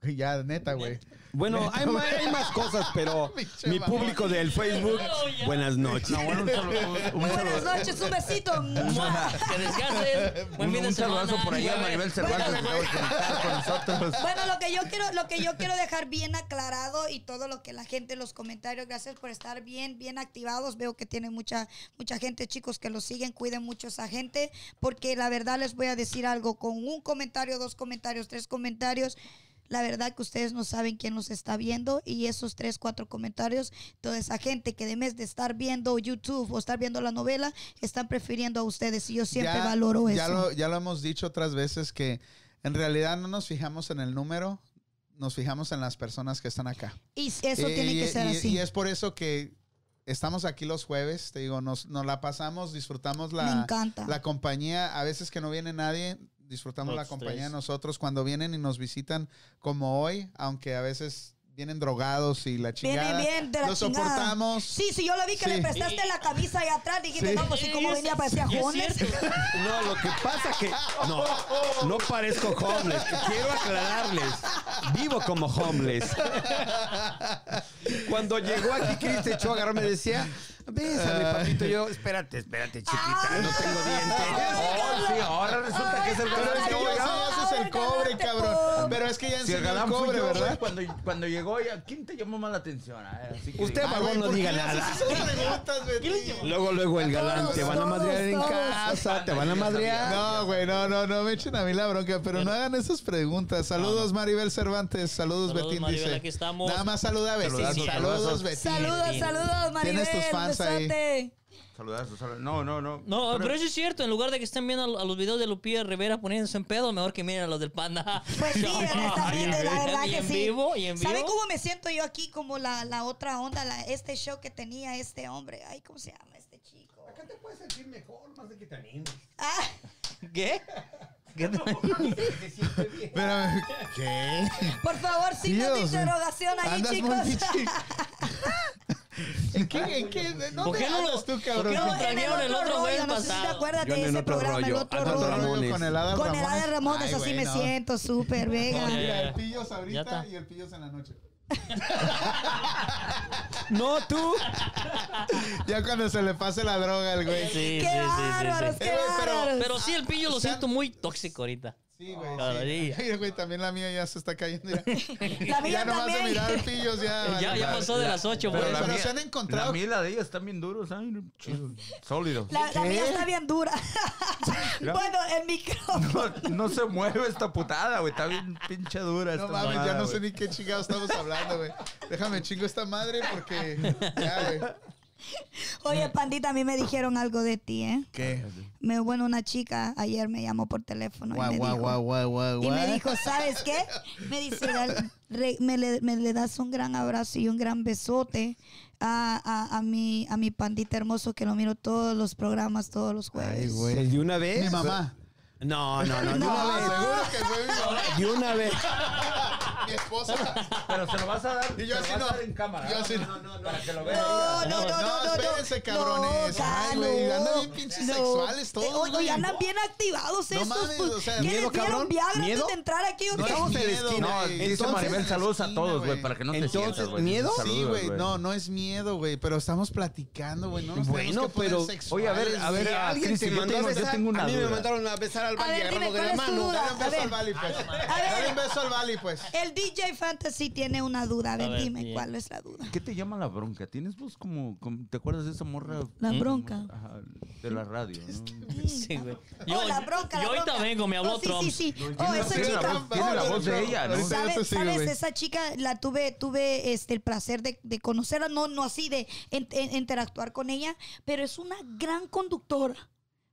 Speaker 8: Ya, neta, güey.
Speaker 5: Bueno, hay, ma- hay más cosas, pero
Speaker 8: Pinche
Speaker 5: mi
Speaker 8: mamón.
Speaker 5: público del Facebook, buenas noches.
Speaker 2: No, bueno, un saludo- un
Speaker 3: Buenas
Speaker 2: saludo-
Speaker 3: noches, un besito.
Speaker 4: ¡Mua! Que descansen. Buen
Speaker 2: un-
Speaker 4: fin de
Speaker 2: un saludazo
Speaker 4: semana.
Speaker 2: por allá a
Speaker 4: Cuídate.
Speaker 2: Maribel Cervantes, que acaba de conectar con nosotros.
Speaker 3: Bueno, lo que yo quiero, lo que yo quiero dejar bien aclarado y todo lo que la gente en los comentarios, gracias por estar bien, bien activados. Veo que tiene mucha, mucha gente, chicos, que lo siguen, cuiden mucho a esa gente, porque la verdad les voy a decir algo, con un comentario, dos comentarios, tres comentarios. La verdad que ustedes no saben quién nos está viendo y esos tres, cuatro comentarios, toda esa gente que de mes de estar viendo YouTube o estar viendo la novela, están prefiriendo a ustedes y yo siempre
Speaker 8: Ya-
Speaker 3: valoro
Speaker 8: ya
Speaker 3: eso.
Speaker 8: Lo, ya lo hemos dicho otras veces que en realidad no nos fijamos en el número, nos fijamos en las personas que están acá.
Speaker 3: y eso
Speaker 8: Eh,
Speaker 3: tiene
Speaker 8: y-
Speaker 3: que ser
Speaker 8: y-
Speaker 3: así.
Speaker 8: Y es por eso que estamos aquí los jueves, te digo, nos, nos la pasamos, disfrutamos
Speaker 3: Me
Speaker 8: la,
Speaker 3: encanta.
Speaker 8: la compañía. A veces que no viene nadie, disfrutamos la
Speaker 4: Nosotros
Speaker 8: compañía de
Speaker 4: tres.
Speaker 8: nosotros cuando vienen y nos visitan como hoy, aunque a veces vienen drogados y la chingada.
Speaker 3: Viene bien de la
Speaker 8: lo
Speaker 3: chingada.
Speaker 8: soportamos.
Speaker 3: Sí, sí, yo la vi que le
Speaker 8: Sí.
Speaker 3: prestaste la camisa allá atrás. Dijiste,
Speaker 8: Sí.
Speaker 3: no, pues sí, como
Speaker 4: Y es-
Speaker 3: venía, parecía
Speaker 4: y es
Speaker 3: Jones.
Speaker 4: cierto.
Speaker 5: No, lo que pasa que no, no parezco homeless. Quiero aclararles, vivo como homeless. Cuando llegó aquí Cristi Chogar me decía, bésame papito, yo, espérate, espérate
Speaker 3: Ah.
Speaker 5: chiquita, no tengo dientes.
Speaker 2: Oh, sí, ahora resulta que es el
Speaker 8: Pero
Speaker 2: galán
Speaker 8: es que
Speaker 2: de
Speaker 8: yo
Speaker 2: hoy.
Speaker 8: sé,
Speaker 2: ¿ah?
Speaker 8: haces el cobre, cabrón. Pero es que
Speaker 2: Si
Speaker 8: ya
Speaker 2: el
Speaker 8: enseñó el
Speaker 2: galán fue
Speaker 8: cobre,
Speaker 2: yo, güey,
Speaker 8: ¿verdad?
Speaker 2: cuando, cuando llegó, ya, ¿quién te llamó más la atención? A ver, así que-
Speaker 5: Usted,
Speaker 2: Ah,
Speaker 8: Ay, güey,
Speaker 5: no
Speaker 8: ¿por qué
Speaker 5: diga
Speaker 8: le
Speaker 5: nada.
Speaker 8: haces esas preguntas, Betín?
Speaker 5: Luego, luego el galán, te van a madrear en
Speaker 3: Todos, todos.
Speaker 5: casa, te van a madrear.
Speaker 8: No, güey, no, no, no me echen a mí la bronca, pero no hagan esas preguntas. Saludos, Maribel Cervantes. Saludos,
Speaker 4: Saludos,
Speaker 8: Betín,
Speaker 4: Maribel,
Speaker 8: dice.
Speaker 4: aquí estamos.
Speaker 8: Nada más saluda a Betín.
Speaker 2: Saludazos,
Speaker 8: Saludos,
Speaker 2: saludazos.
Speaker 8: Betín.
Speaker 3: Saludos,
Speaker 4: Sí.
Speaker 3: saludos, Maribel.
Speaker 8: Tienes tus fans ahí.
Speaker 3: besote.
Speaker 2: Saludazo, saludazo. No, no, no.
Speaker 4: No, pero, eso es cierto. En lugar de que estén viendo a los videos de Lupilla Rivera poniéndose en pedo, mejor que miren a los del Panda.
Speaker 3: Pues sí, exactamente, la verdad
Speaker 4: Y
Speaker 3: que
Speaker 4: en
Speaker 3: sí.
Speaker 4: vivo, y en vivo.
Speaker 3: ¿Saben cómo me siento yo aquí? Como la, la otra onda, la- este show que tenía este hombre. Ay, ¿cómo se llama este chico?
Speaker 5: Acá te puedes sentir mejor, más de que te animes.
Speaker 3: Ah,
Speaker 4: ¿Qué? ¿Qué te-
Speaker 5: Te sientes bien.
Speaker 8: Espérame, ¿Qué?
Speaker 3: por favor, signos de
Speaker 8: Dios,
Speaker 3: interrogación ahí,
Speaker 8: Andas
Speaker 3: chicos.
Speaker 8: muy pinche- ¿En qué? ¿En qué? ¿Dónde
Speaker 4: ¿Por qué no lo-
Speaker 8: andas tú,
Speaker 4: por qué
Speaker 8: cabrón?
Speaker 4: no lo
Speaker 3: No, en el
Speaker 4: Trajeron el
Speaker 3: otro
Speaker 4: otro
Speaker 3: rollo,
Speaker 4: jueves
Speaker 3: no sé si te
Speaker 4: pasado.
Speaker 3: acuerdas
Speaker 5: Yo
Speaker 3: de
Speaker 5: en el
Speaker 3: ese
Speaker 5: otro
Speaker 3: programa, el
Speaker 5: rollo,
Speaker 3: otro
Speaker 5: Adal
Speaker 3: rollo.
Speaker 5: Ramones.
Speaker 8: Con el Adal
Speaker 3: Con el
Speaker 8: Ramones.
Speaker 3: Ada Ramones,
Speaker 8: Ay,
Speaker 3: así
Speaker 8: güey,
Speaker 3: me
Speaker 8: no.
Speaker 3: siento, súper vega.
Speaker 4: Ay, ay,
Speaker 8: Mira,
Speaker 4: ay.
Speaker 8: el pillos
Speaker 4: Ya
Speaker 8: ahorita
Speaker 4: está.
Speaker 8: y el pillos en la noche.
Speaker 5: No, tú.
Speaker 8: Ya cuando se le pase la droga al
Speaker 4: Sí,
Speaker 8: güey.
Speaker 4: sí, sí,
Speaker 3: ¡Qué
Speaker 4: sí,
Speaker 3: bárbaros,
Speaker 4: sí.
Speaker 8: Eh,
Speaker 3: qué
Speaker 8: güey, pero-
Speaker 3: bárbaros!
Speaker 4: Pero sí, el pillo lo
Speaker 8: O sea-
Speaker 4: siento muy tóxico ahorita.
Speaker 8: Sí, güey.
Speaker 4: Cada
Speaker 8: sí.
Speaker 4: día.
Speaker 8: Ay, güey, también la mía ya se está cayendo. Ya,
Speaker 3: La mía
Speaker 8: ya nomás
Speaker 3: también.
Speaker 8: de mirar pillos, ya.
Speaker 4: Ya, ya
Speaker 8: vale.
Speaker 4: pasó de las 8,
Speaker 8: Pero
Speaker 4: güey.
Speaker 8: la- se han encontrado-
Speaker 2: La mía y la de ellos están bien duros, ¿sabes? Chido, Sólidos.
Speaker 3: La, la
Speaker 8: ¿Qué?
Speaker 3: mía está bien dura. bueno, el micrófono.
Speaker 2: No, no se mueve esta putada, güey. Está bien pinche dura esta
Speaker 8: No mames, ya
Speaker 2: mamada,
Speaker 8: no sé
Speaker 2: güey.
Speaker 8: ni qué chingados estamos hablando, güey. Déjame chingo esta madre porque. Ya, güey.
Speaker 3: Oye, Pandita, a mí me dijeron algo de ti, ¿eh?
Speaker 1: ¿Qué?
Speaker 3: Me, bueno, una chica ayer me llamó por teléfono y
Speaker 1: Guau,
Speaker 3: me
Speaker 1: guau,
Speaker 3: dijo...
Speaker 1: guau, guau, guau,
Speaker 3: Y me
Speaker 1: guau.
Speaker 3: dijo, ¿sabes qué? Me dice, "Dale, re- me, le, me le das un gran abrazo y un gran besote a, a- a mi, a mi pandita hermoso que lo miro todos los programas, todos los jueves.
Speaker 1: Ay, güey.
Speaker 5: ¿El de una vez?
Speaker 1: Mi mamá.
Speaker 5: No, no, no. De
Speaker 3: No.
Speaker 5: una vez.
Speaker 1: Seguro que fue mi mamá.
Speaker 5: De una vez.
Speaker 1: Mi esposa.
Speaker 2: Pero se lo vas a dar,
Speaker 1: Y yo
Speaker 2: se lo
Speaker 1: así
Speaker 2: vas
Speaker 1: no.
Speaker 2: a dar en cámara.
Speaker 1: Yo así no.
Speaker 2: no, no, no, no, para que lo vea.
Speaker 3: No, no, no, no, no, no.
Speaker 1: No, espérense, cabrones.
Speaker 3: No,
Speaker 1: Ay,
Speaker 3: Cano,
Speaker 1: güey, andan bien pinches sexuales todos,
Speaker 3: Eh, oye,
Speaker 1: güey.
Speaker 3: andan bien activados
Speaker 1: No
Speaker 3: estos.
Speaker 1: mames,
Speaker 3: pues,
Speaker 1: o sea,
Speaker 3: ¿Qué
Speaker 1: miedo,
Speaker 3: les dieron
Speaker 1: cabrón?
Speaker 3: Viagra
Speaker 5: ¿Miedo?
Speaker 3: antes de entrar aquí o
Speaker 1: No,
Speaker 3: qué?
Speaker 5: Estamos en la
Speaker 1: miedo,
Speaker 5: esquina.
Speaker 2: No,
Speaker 1: güey.
Speaker 2: dice
Speaker 1: Entonces,
Speaker 2: Maribel, saludos a
Speaker 1: esquina,
Speaker 2: todos, güey, para que no te
Speaker 5: Entonces,
Speaker 2: sientas, güey.
Speaker 5: ¿miedo?
Speaker 1: Sí,
Speaker 2: Saludos,
Speaker 1: güey. No, no es miedo, güey. Pero estamos platicando, güey. No nos
Speaker 5: Bueno,
Speaker 1: tenemos Pues que poner
Speaker 5: pero-
Speaker 1: sexuales,
Speaker 2: Oye, a ver, a ver,
Speaker 1: güey.
Speaker 2: a Cristi, yo
Speaker 5: mandó
Speaker 2: tengo- yo
Speaker 5: besar.
Speaker 2: tengo una
Speaker 5: A mí me
Speaker 2: duda.
Speaker 5: mandaron a besar al
Speaker 3: A
Speaker 5: Bali y
Speaker 3: ver,
Speaker 5: agarrarlo
Speaker 3: dime,
Speaker 5: de
Speaker 3: ¿cuál
Speaker 5: la
Speaker 3: es tu
Speaker 5: mano.
Speaker 3: duda?
Speaker 1: Dale un beso
Speaker 3: A
Speaker 1: al
Speaker 3: ver.
Speaker 1: Bali, pues.
Speaker 3: A ver.
Speaker 1: Dale un beso al Bali, pues.
Speaker 3: El DJ Fantasy tiene una duda. A ver,
Speaker 4: ver,
Speaker 3: dime
Speaker 4: bien.
Speaker 3: cuál es la duda.
Speaker 2: ¿Qué te llama la bronca? ¿Tienes vos como, como- ¿Te acuerdas de esa morra?
Speaker 3: La bronca. Este,
Speaker 2: Ajá, de la radio, ¿no?
Speaker 4: Mm. Sí, güey.
Speaker 3: oh, la bronca, la
Speaker 4: yo ahorita
Speaker 3: bronca.
Speaker 4: vengo, me habló
Speaker 3: oh, sí,
Speaker 4: Trump.
Speaker 3: sí, sí. Oh,
Speaker 2: tiene-
Speaker 3: esa
Speaker 2: tiene la
Speaker 3: chica.
Speaker 2: voz- tiene la
Speaker 3: oye,
Speaker 2: voz de ella, ¿no?
Speaker 1: Ahorita ya te
Speaker 3: ¿Sabes?
Speaker 1: sigue,
Speaker 3: sabes?
Speaker 1: güey.
Speaker 3: Esa chica la tuve, tuve este, el placer de, de conocerla, no, no así de en- en- interactuar con ella, pero es una gran conductora.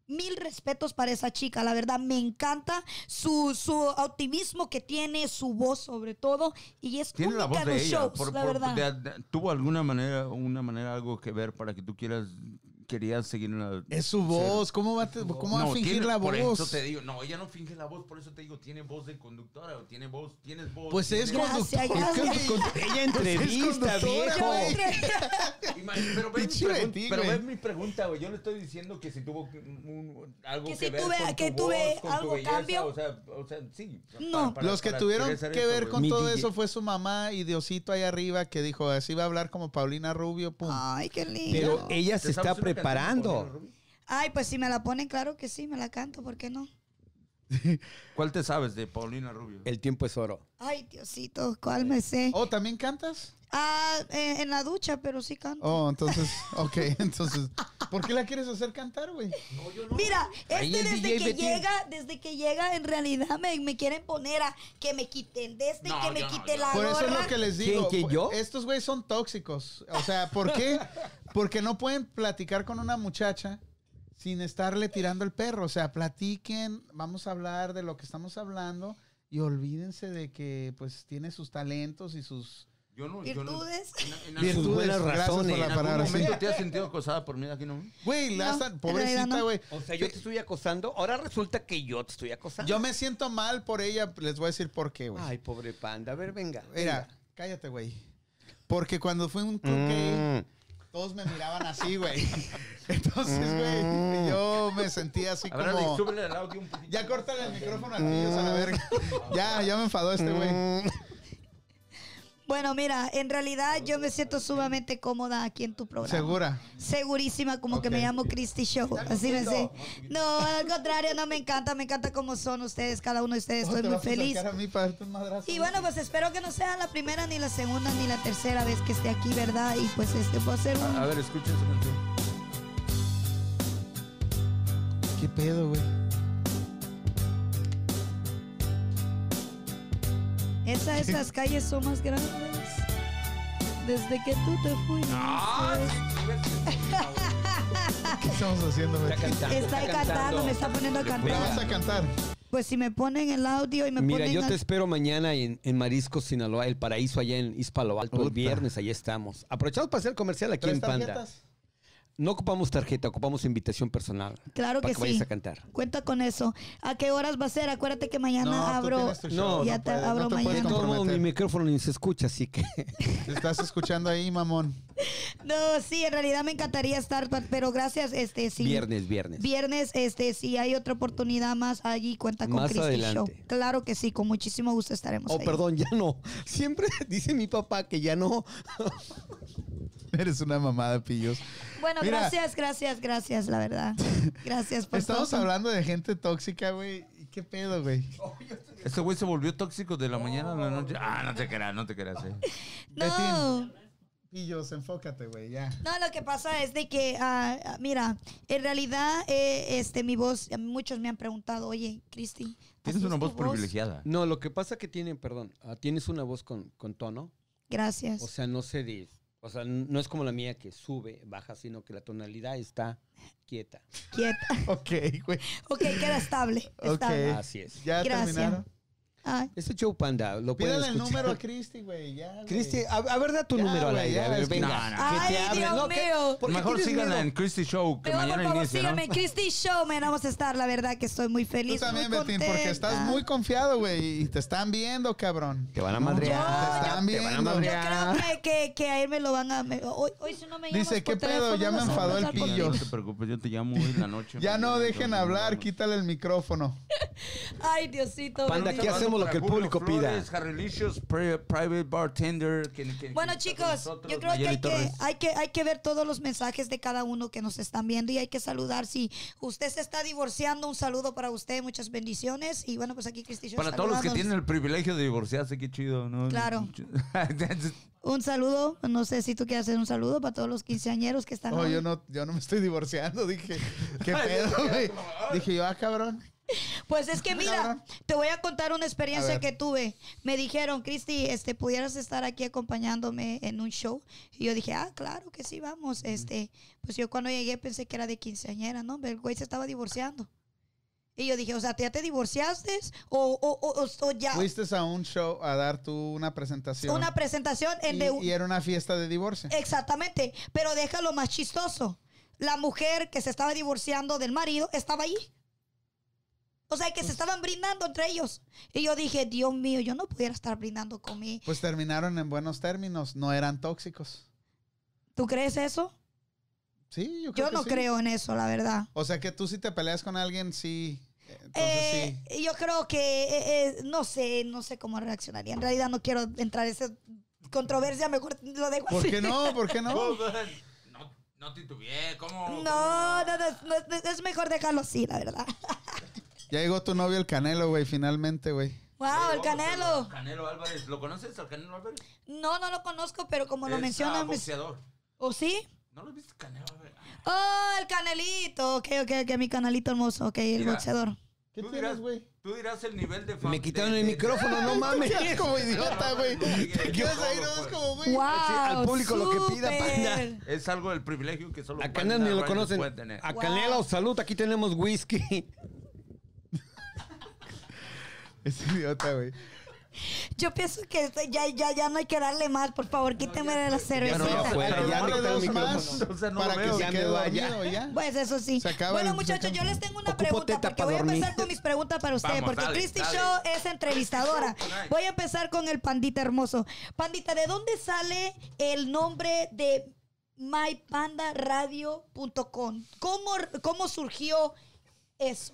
Speaker 3: Mil respetos para esa chica, la verdad me encanta su, su optimismo que tiene, su voz sobre todo, y es
Speaker 2: Tiene la voz
Speaker 3: única en
Speaker 2: de
Speaker 3: los
Speaker 2: ella.
Speaker 3: shows,
Speaker 2: por-
Speaker 3: la
Speaker 2: por-
Speaker 3: verdad.
Speaker 2: de- de- ¿Tuvo alguna manera, una manera algo que ver para que tú quieras, querías seguir en la...
Speaker 1: Es su voz. ¿Cómo va, a te- Eh, cómo va a
Speaker 2: No,
Speaker 1: fingir
Speaker 2: tiene-
Speaker 1: la
Speaker 2: Por eso
Speaker 1: voz?
Speaker 2: te digo, no, ella no finge la voz, por eso te digo, tiene voz de conductora, o tiene voz, tienes voz.
Speaker 1: Pues es
Speaker 2: tienes-
Speaker 1: conductor.
Speaker 3: Gracias, gracias.
Speaker 1: güey.
Speaker 5: Ella
Speaker 1: Pues es
Speaker 5: entrevista,
Speaker 1: conductora,
Speaker 5: viejo.
Speaker 1: güey.
Speaker 2: Ima- Pero ves mi,
Speaker 1: Pinche
Speaker 2: pregun-
Speaker 1: Betty,
Speaker 2: pero
Speaker 1: güey.
Speaker 2: ves mi pregunta, güey. Yo le estoy diciendo que si tuvo un- un- algo que,
Speaker 3: Que si
Speaker 2: ver
Speaker 3: tuve-
Speaker 2: con tu
Speaker 3: que
Speaker 2: voz,
Speaker 3: tuve
Speaker 2: con tu
Speaker 3: algo,
Speaker 2: belleza,
Speaker 3: cambio.
Speaker 2: O sea, o sea, sí.
Speaker 3: No.
Speaker 1: Los que
Speaker 2: para
Speaker 1: tuvieron
Speaker 2: regresar
Speaker 1: que
Speaker 2: esto,
Speaker 1: ver
Speaker 2: güey.
Speaker 1: con
Speaker 5: Mi
Speaker 1: todo
Speaker 5: DJ.
Speaker 1: eso fue su mamá y Diosito ahí arriba que dijo, así va a hablar como Paulina Rubio, pum.
Speaker 3: Ay, qué lindo.
Speaker 5: Pero ella se
Speaker 2: ¿Te sabes
Speaker 5: está
Speaker 2: una canción de Paulina
Speaker 5: preparando.
Speaker 2: Rubio?
Speaker 3: Ay, pues si me la ponen, claro que sí, me la canto, ¿por qué no?
Speaker 2: ¿Cuál te sabes de Paulina Rubio?
Speaker 5: El tiempo es oro.
Speaker 3: Ay, Diosito, ¿cuál me sé?
Speaker 1: Oh, ¿también cantas?
Speaker 3: Ah, eh, en la ducha, pero sí canto.
Speaker 1: Oh, entonces, ok, entonces, ¿por qué la quieres hacer cantar, güey?
Speaker 3: Mira,
Speaker 5: Ahí
Speaker 3: este
Speaker 5: el
Speaker 3: desde
Speaker 5: DJ
Speaker 3: que
Speaker 5: Betín.
Speaker 3: llega, desde que llega, en realidad me, me quieren poner a que me quiten de este y
Speaker 2: No,
Speaker 3: que me
Speaker 2: yo no, yo
Speaker 3: quite la
Speaker 2: no.
Speaker 1: Por
Speaker 3: gorra.
Speaker 1: eso es lo que les digo.
Speaker 5: ¿Quién, quién, yo?
Speaker 1: Estos güeyes son tóxicos. O sea, ¿por qué? Porque no pueden platicar con una muchacha sin estarle tirando el perro. O sea, platiquen, vamos a hablar de lo que estamos hablando y olvídense de que pues tiene sus talentos y sus
Speaker 2: Yo no,
Speaker 3: Virtudes.
Speaker 2: en- en algún-
Speaker 5: Virtud.
Speaker 1: virtudes.
Speaker 5: buenas
Speaker 1: Gracias por
Speaker 5: razones.
Speaker 1: la
Speaker 2: en algún
Speaker 1: palabra, sí.
Speaker 2: momento te has sentido acosada por mí de aquí, ¿no?
Speaker 1: Güey, la
Speaker 3: No,
Speaker 1: hasta-
Speaker 3: en realidad
Speaker 1: pobrecita,
Speaker 3: no.
Speaker 1: güey.
Speaker 5: O sea, yo te estoy acosando. Ahora resulta que yo te estoy acosando.
Speaker 1: Yo me siento mal por ella, les voy a decir por qué, güey.
Speaker 5: Ay, pobre panda. A ver, venga.
Speaker 1: Mira, cállate, güey. Porque cuando fue un club gay, todos me miraban así, güey. Entonces, güey, yo me sentía así
Speaker 2: A ver, Alex,
Speaker 1: como...
Speaker 2: súbele el audio un poquito.
Speaker 1: Ya córtale el micrófono al niño, a la verga. Ya, ya me enfadó
Speaker 5: Mm.
Speaker 1: este güey.
Speaker 3: Bueno, mira, en realidad yo me siento sumamente cómoda aquí en tu programa.
Speaker 1: Segura.
Speaker 3: Segurísima, como que me llamo Christy Show. Así me sé. No, al contrario, no me encanta, me encanta como son ustedes, cada uno de ustedes.
Speaker 1: Oh,
Speaker 3: Estoy
Speaker 1: te
Speaker 3: muy
Speaker 1: vas a
Speaker 3: feliz.
Speaker 1: acercar a mí para darte un madrazo.
Speaker 3: Y bueno, pues espero que no sea la primera, ni la segunda, ni la tercera vez que esté aquí, ¿verdad? Y pues este puedo ser un-
Speaker 2: A, a ver, escucha esa canción.
Speaker 1: ¿Qué pedo, güey?
Speaker 3: Esa, esas calles son más grandes desde que tú te fuiste.
Speaker 1: ¿Qué estamos haciendo, güey?
Speaker 3: Está cantando, me está poniendo a
Speaker 1: La vas
Speaker 3: cantar.
Speaker 1: a cantar.
Speaker 3: Pues si me ponen el audio y me
Speaker 5: Mira,
Speaker 3: ponen
Speaker 5: yo
Speaker 3: al-
Speaker 5: te espero mañana en, en Marisco, Sinaloa, el paraíso allá en Ispalo Alto. El
Speaker 1: Puta.
Speaker 5: viernes, ahí estamos. Aprovechamos para hacer el comercial aquí en
Speaker 1: ¿Tres
Speaker 5: Panda.
Speaker 1: tarjetas?
Speaker 5: No ocupamos tarjeta, ocupamos invitación personal.
Speaker 3: Claro
Speaker 5: para
Speaker 3: que
Speaker 5: que, vayas
Speaker 3: sí.
Speaker 5: a cantar.
Speaker 3: Cuenta con eso. ¿A qué horas va a ser? Acuérdate que mañana
Speaker 1: tú
Speaker 3: abro.
Speaker 1: tienes tu
Speaker 5: no,
Speaker 1: show,
Speaker 3: ya te
Speaker 1: puedes,
Speaker 3: abro
Speaker 1: te puedes
Speaker 5: De
Speaker 3: mañana.
Speaker 5: todos modos, mi
Speaker 1: comprometer.
Speaker 5: micrófono ni se escucha, así que.
Speaker 1: Te estás escuchando ahí, mamón.
Speaker 3: No, sí, en realidad me encantaría estar, pa- pero gracias, este, sí.
Speaker 5: Viernes, viernes.
Speaker 3: Viernes, este, si hay otra oportunidad más allí, cuenta con
Speaker 5: Más
Speaker 3: Christy Show.
Speaker 5: adelante.
Speaker 3: Claro que sí, con muchísimo gusto estaremos
Speaker 5: Oh,
Speaker 3: ahí.
Speaker 5: perdón, ya no. Siempre dice mi papá que ya no.
Speaker 1: Eres una mamada, pillos.
Speaker 3: Bueno,
Speaker 1: Mira.
Speaker 3: gracias, gracias, gracias, la verdad. Gracias por
Speaker 1: Estamos
Speaker 3: todo.
Speaker 1: hablando de gente tóxica, güey. ¿Y ¿Qué pedo, güey?
Speaker 2: Este güey se volvió tóxico de la mañana a la noche. Ah, no te creas, no te creas. eh.
Speaker 3: No.
Speaker 1: Pillos, enfócate, güey, ya.
Speaker 3: No, lo que pasa es de que, ah, ah, mira, en realidad, eh, este, mi voz, eh, muchos me han preguntado, oye, Cristi,
Speaker 2: Tienes
Speaker 3: ¿así
Speaker 2: una
Speaker 3: es tu
Speaker 2: voz privilegiada.
Speaker 5: No, lo que pasa que tienen, perdón, ah, tienes una voz con, con tono.
Speaker 3: Gracias.
Speaker 5: O sea, no sé, de- O sea, no es como la mía que sube, baja, sino que la tonalidad está quieta.
Speaker 3: Quieta.
Speaker 8: Ok, güey.
Speaker 3: Ok, queda estable. estable.
Speaker 8: Ok.
Speaker 5: Así es.
Speaker 8: Ya
Speaker 3: Gracias.
Speaker 8: terminaron.
Speaker 3: Ay,
Speaker 5: Este show panda, lo pueden
Speaker 8: Pídale el
Speaker 5: escuchar.
Speaker 8: número a Christy, güey. Ya, güey.
Speaker 5: Cristi, a, a ver, da tu
Speaker 8: Ya,
Speaker 5: número al
Speaker 8: güey,
Speaker 5: aire.
Speaker 8: ya
Speaker 5: A ver,
Speaker 8: ves que-
Speaker 5: venga.
Speaker 2: No, no.
Speaker 5: Que te
Speaker 3: Ay,
Speaker 5: hablen,
Speaker 3: Dios
Speaker 5: ¿no? ¿Qué-
Speaker 3: mío.
Speaker 5: por qué
Speaker 2: Mejor
Speaker 5: tienes
Speaker 2: síganla
Speaker 5: miedo?
Speaker 2: en Christy Show, que
Speaker 3: Pero por
Speaker 2: mañana
Speaker 3: favor,
Speaker 2: inicia, ¿no?
Speaker 3: síganme. Christy Show, man. Vamos a estar, la verdad, que estoy muy
Speaker 8: Tú
Speaker 3: feliz.
Speaker 8: también,
Speaker 3: muy
Speaker 8: Betín, porque estás
Speaker 3: contenta.
Speaker 8: muy confiado, güey. Y te están viendo, cabrón.
Speaker 5: Te van a
Speaker 8: Te
Speaker 5: madrear.
Speaker 8: están
Speaker 5: Te van a
Speaker 8: viendo.
Speaker 3: Yo creo que,
Speaker 5: madrear.
Speaker 3: que, que a él me lo van a. me- hoy, hoy si no me llamas
Speaker 8: Dice,
Speaker 3: por
Speaker 8: ¿qué pedo?
Speaker 3: teléfono,
Speaker 8: Ya me
Speaker 3: vas a
Speaker 8: enfadó el
Speaker 3: pasar por
Speaker 8: pillo.
Speaker 2: No
Speaker 8: pillos.
Speaker 2: te preocupes, yo te llamo hoy en la noche.
Speaker 8: Ya no dejen hablar,
Speaker 2: quita.
Speaker 8: quítale el micrófono.
Speaker 3: mí. Ay, Diosito.
Speaker 5: Panda,
Speaker 3: bendito.
Speaker 5: ¿qué hace? hacemos lo que el
Speaker 2: Julio
Speaker 5: público pida.
Speaker 2: Flores, Harrelicious, Pri- Private Bartender. que- que- que
Speaker 3: Bueno,
Speaker 2: está con
Speaker 3: chicos,
Speaker 2: nosotros,
Speaker 3: yo creo que
Speaker 2: Nayeli
Speaker 3: hay que,
Speaker 2: Torres.
Speaker 3: hay, que, hay que ver todos los mensajes de cada uno que nos están viendo y hay que saludar. Si usted se está divorciando, un saludo para usted, muchas bendiciones. Y bueno, pues aquí Cristi Show
Speaker 2: Para todos los que
Speaker 3: saludándonos.
Speaker 2: tienen el privilegio de divorciarse, qué chido, ¿no?
Speaker 3: Claro. Un saludo, no sé si tú quieres hacer un saludo para todos los quinceañeros que están
Speaker 8: Oh,
Speaker 3: hoy.
Speaker 8: yo no, yo no me estoy divorciando, dije. ¿Qué pedo, güey? Dije yo, ah, cabrón.
Speaker 3: Pues es que mira,
Speaker 8: Cabrón.
Speaker 3: te voy a contar una experiencia
Speaker 8: ver.
Speaker 3: que tuve. Me dijeron, Cristi, este, pudieras estar aquí acompañándome en un show. Y yo dije, ah, claro que sí, vamos. Este, pues yo cuando llegué pensé que era de quinceañera, ¿no? Pero el güey se estaba divorciando. Y yo dije, o sea, ¿tú ¿ya te divorciaste? ¿O, o, o- o- o ya?
Speaker 8: Fuiste a un show a dar tú una presentación.
Speaker 3: Ah. Una presentación en
Speaker 8: y,
Speaker 3: de un-
Speaker 8: y era una fiesta de divorcio.
Speaker 3: Exactamente, pero déjalo más chistoso. La mujer que se estaba divorciando del marido estaba allí. O sea, que
Speaker 8: Pues
Speaker 3: se estaban brindando entre ellos. Y yo dije, Dios mío, yo no pudiera estar brindando con mi...
Speaker 8: Pues terminaron en buenos términos, no eran tóxicos.
Speaker 3: ¿Tú crees eso?
Speaker 8: Sí, yo creo
Speaker 3: Yo
Speaker 8: que
Speaker 3: no
Speaker 8: sí.
Speaker 3: creo en eso, la verdad.
Speaker 8: O sea que tú si te peleas con alguien, sí. Entonces
Speaker 3: Eh, Yo creo que, eh, eh, no sé, no sé cómo reaccionaría. En realidad no quiero entrar en esa controversia, mejor lo dejo
Speaker 8: sí. ¿Por
Speaker 3: así.
Speaker 8: qué no? ¿Por qué no?
Speaker 2: No, no titubeé, ¿cómo?
Speaker 3: No, ah, no, no, no, no, es mejor dejarlo así, la verdad.
Speaker 8: Ya llegó tu novio el Canelo, güey, finalmente, güey.
Speaker 3: Wow, el Canelo.
Speaker 2: Canelo Álvarez, ¿lo conoces al Canelo Álvarez?
Speaker 3: No, no lo conozco, pero como lo
Speaker 2: Es, ah,
Speaker 3: mencionan... mis-
Speaker 2: boxeador.
Speaker 3: ¿O sí?
Speaker 2: ¿No lo viste Canelo Álvarez?
Speaker 3: Oh, el canelito. Ok, ok, ok, mi canalito hermoso. Ok, el
Speaker 2: Mira.
Speaker 3: boxeador.
Speaker 8: ¿Qué
Speaker 2: Tú
Speaker 8: tienes,
Speaker 2: dirás,
Speaker 8: güey?
Speaker 2: Tú dirás el nivel de fan.
Speaker 5: Me quitaron
Speaker 2: de-
Speaker 5: el
Speaker 2: de-
Speaker 5: micrófono, no mames.
Speaker 8: Estás como idiota, güey. Te quedas ahí, no es como, güey.
Speaker 5: al público lo que pida, panda.
Speaker 3: súper.
Speaker 2: pues. Es algo del privilegio que solo
Speaker 5: A
Speaker 2: Canelo
Speaker 5: Canelo ni lo conocen.
Speaker 2: puede tener.
Speaker 5: A Canelo, salud, aquí tenemos whisky.
Speaker 8: Es idiota, güey.
Speaker 3: Yo pienso que este, ya, ya, ya no hay que darle más, por favor, quíteme la cervecita.
Speaker 2: no,
Speaker 5: ya fue.
Speaker 8: Pero
Speaker 5: ya
Speaker 8: dale
Speaker 5: me quitaron
Speaker 8: dos
Speaker 5: el micrófono.
Speaker 8: más
Speaker 2: Entonces no lo
Speaker 8: para que
Speaker 2: veo.
Speaker 8: se
Speaker 5: Ya
Speaker 8: quede
Speaker 5: me voy,
Speaker 8: dormido, ya.
Speaker 3: Pues eso sí.
Speaker 8: Se acaba
Speaker 3: bueno,
Speaker 8: el- se
Speaker 3: muchachos,
Speaker 8: acaba.
Speaker 3: yo les tengo una
Speaker 5: Ocupo
Speaker 3: pregunta
Speaker 5: teta
Speaker 3: porque
Speaker 5: pa'
Speaker 3: voy a
Speaker 5: dormir.
Speaker 3: empezar con mis preguntas para ustedes,
Speaker 2: Vamos,
Speaker 3: porque
Speaker 2: dale,
Speaker 3: Christy
Speaker 2: dale.
Speaker 3: Show es entrevistadora.
Speaker 2: Christy Show tonight.
Speaker 3: Voy a empezar con el pandita hermoso. Pandita, ¿de dónde sale el nombre de mypandaradio.com? ¿Cómo, ¿Cómo surgió eso?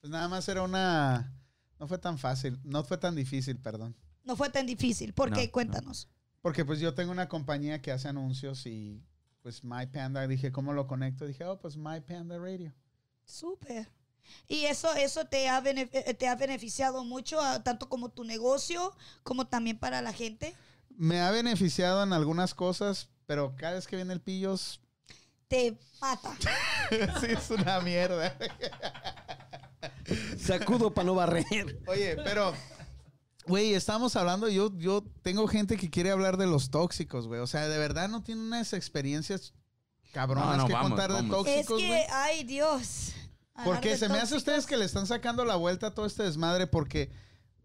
Speaker 8: Pues nada más era una... No fue tan fácil, no fue tan difícil, perdón.
Speaker 3: No fue tan difícil. ¿Por
Speaker 2: No,
Speaker 3: qué?
Speaker 2: no.
Speaker 3: Cuéntanos.
Speaker 8: Porque pues yo tengo una compañía que hace anuncios y pues My Panda, dije, ¿cómo lo conecto? Dije, oh, pues My Panda Radio.
Speaker 3: Súper. Y eso, eso te, ha bene- eh, te ha beneficiado mucho, ah, tanto como tu negocio, como también para la gente.
Speaker 8: Me ha beneficiado en algunas cosas, pero cada vez que viene el pillos,
Speaker 3: Te mata.
Speaker 8: sí es una mierda.
Speaker 5: Sacudo para no barrer.
Speaker 8: Oye, pero, güey, estamos hablando, yo, yo tengo gente que quiere hablar de los tóxicos, güey. O sea, de verdad no tiene unas experiencias cabronas
Speaker 2: No, no,
Speaker 8: que
Speaker 2: vamos,
Speaker 8: contar de
Speaker 2: vamos.
Speaker 3: Es que,
Speaker 8: tóxicos, güey.
Speaker 3: ay Dios. Hablar
Speaker 8: Porque
Speaker 3: de
Speaker 8: se me hace a
Speaker 3: tóxicos.
Speaker 8: ustedes que le están sacando la vuelta a todo este desmadre porque...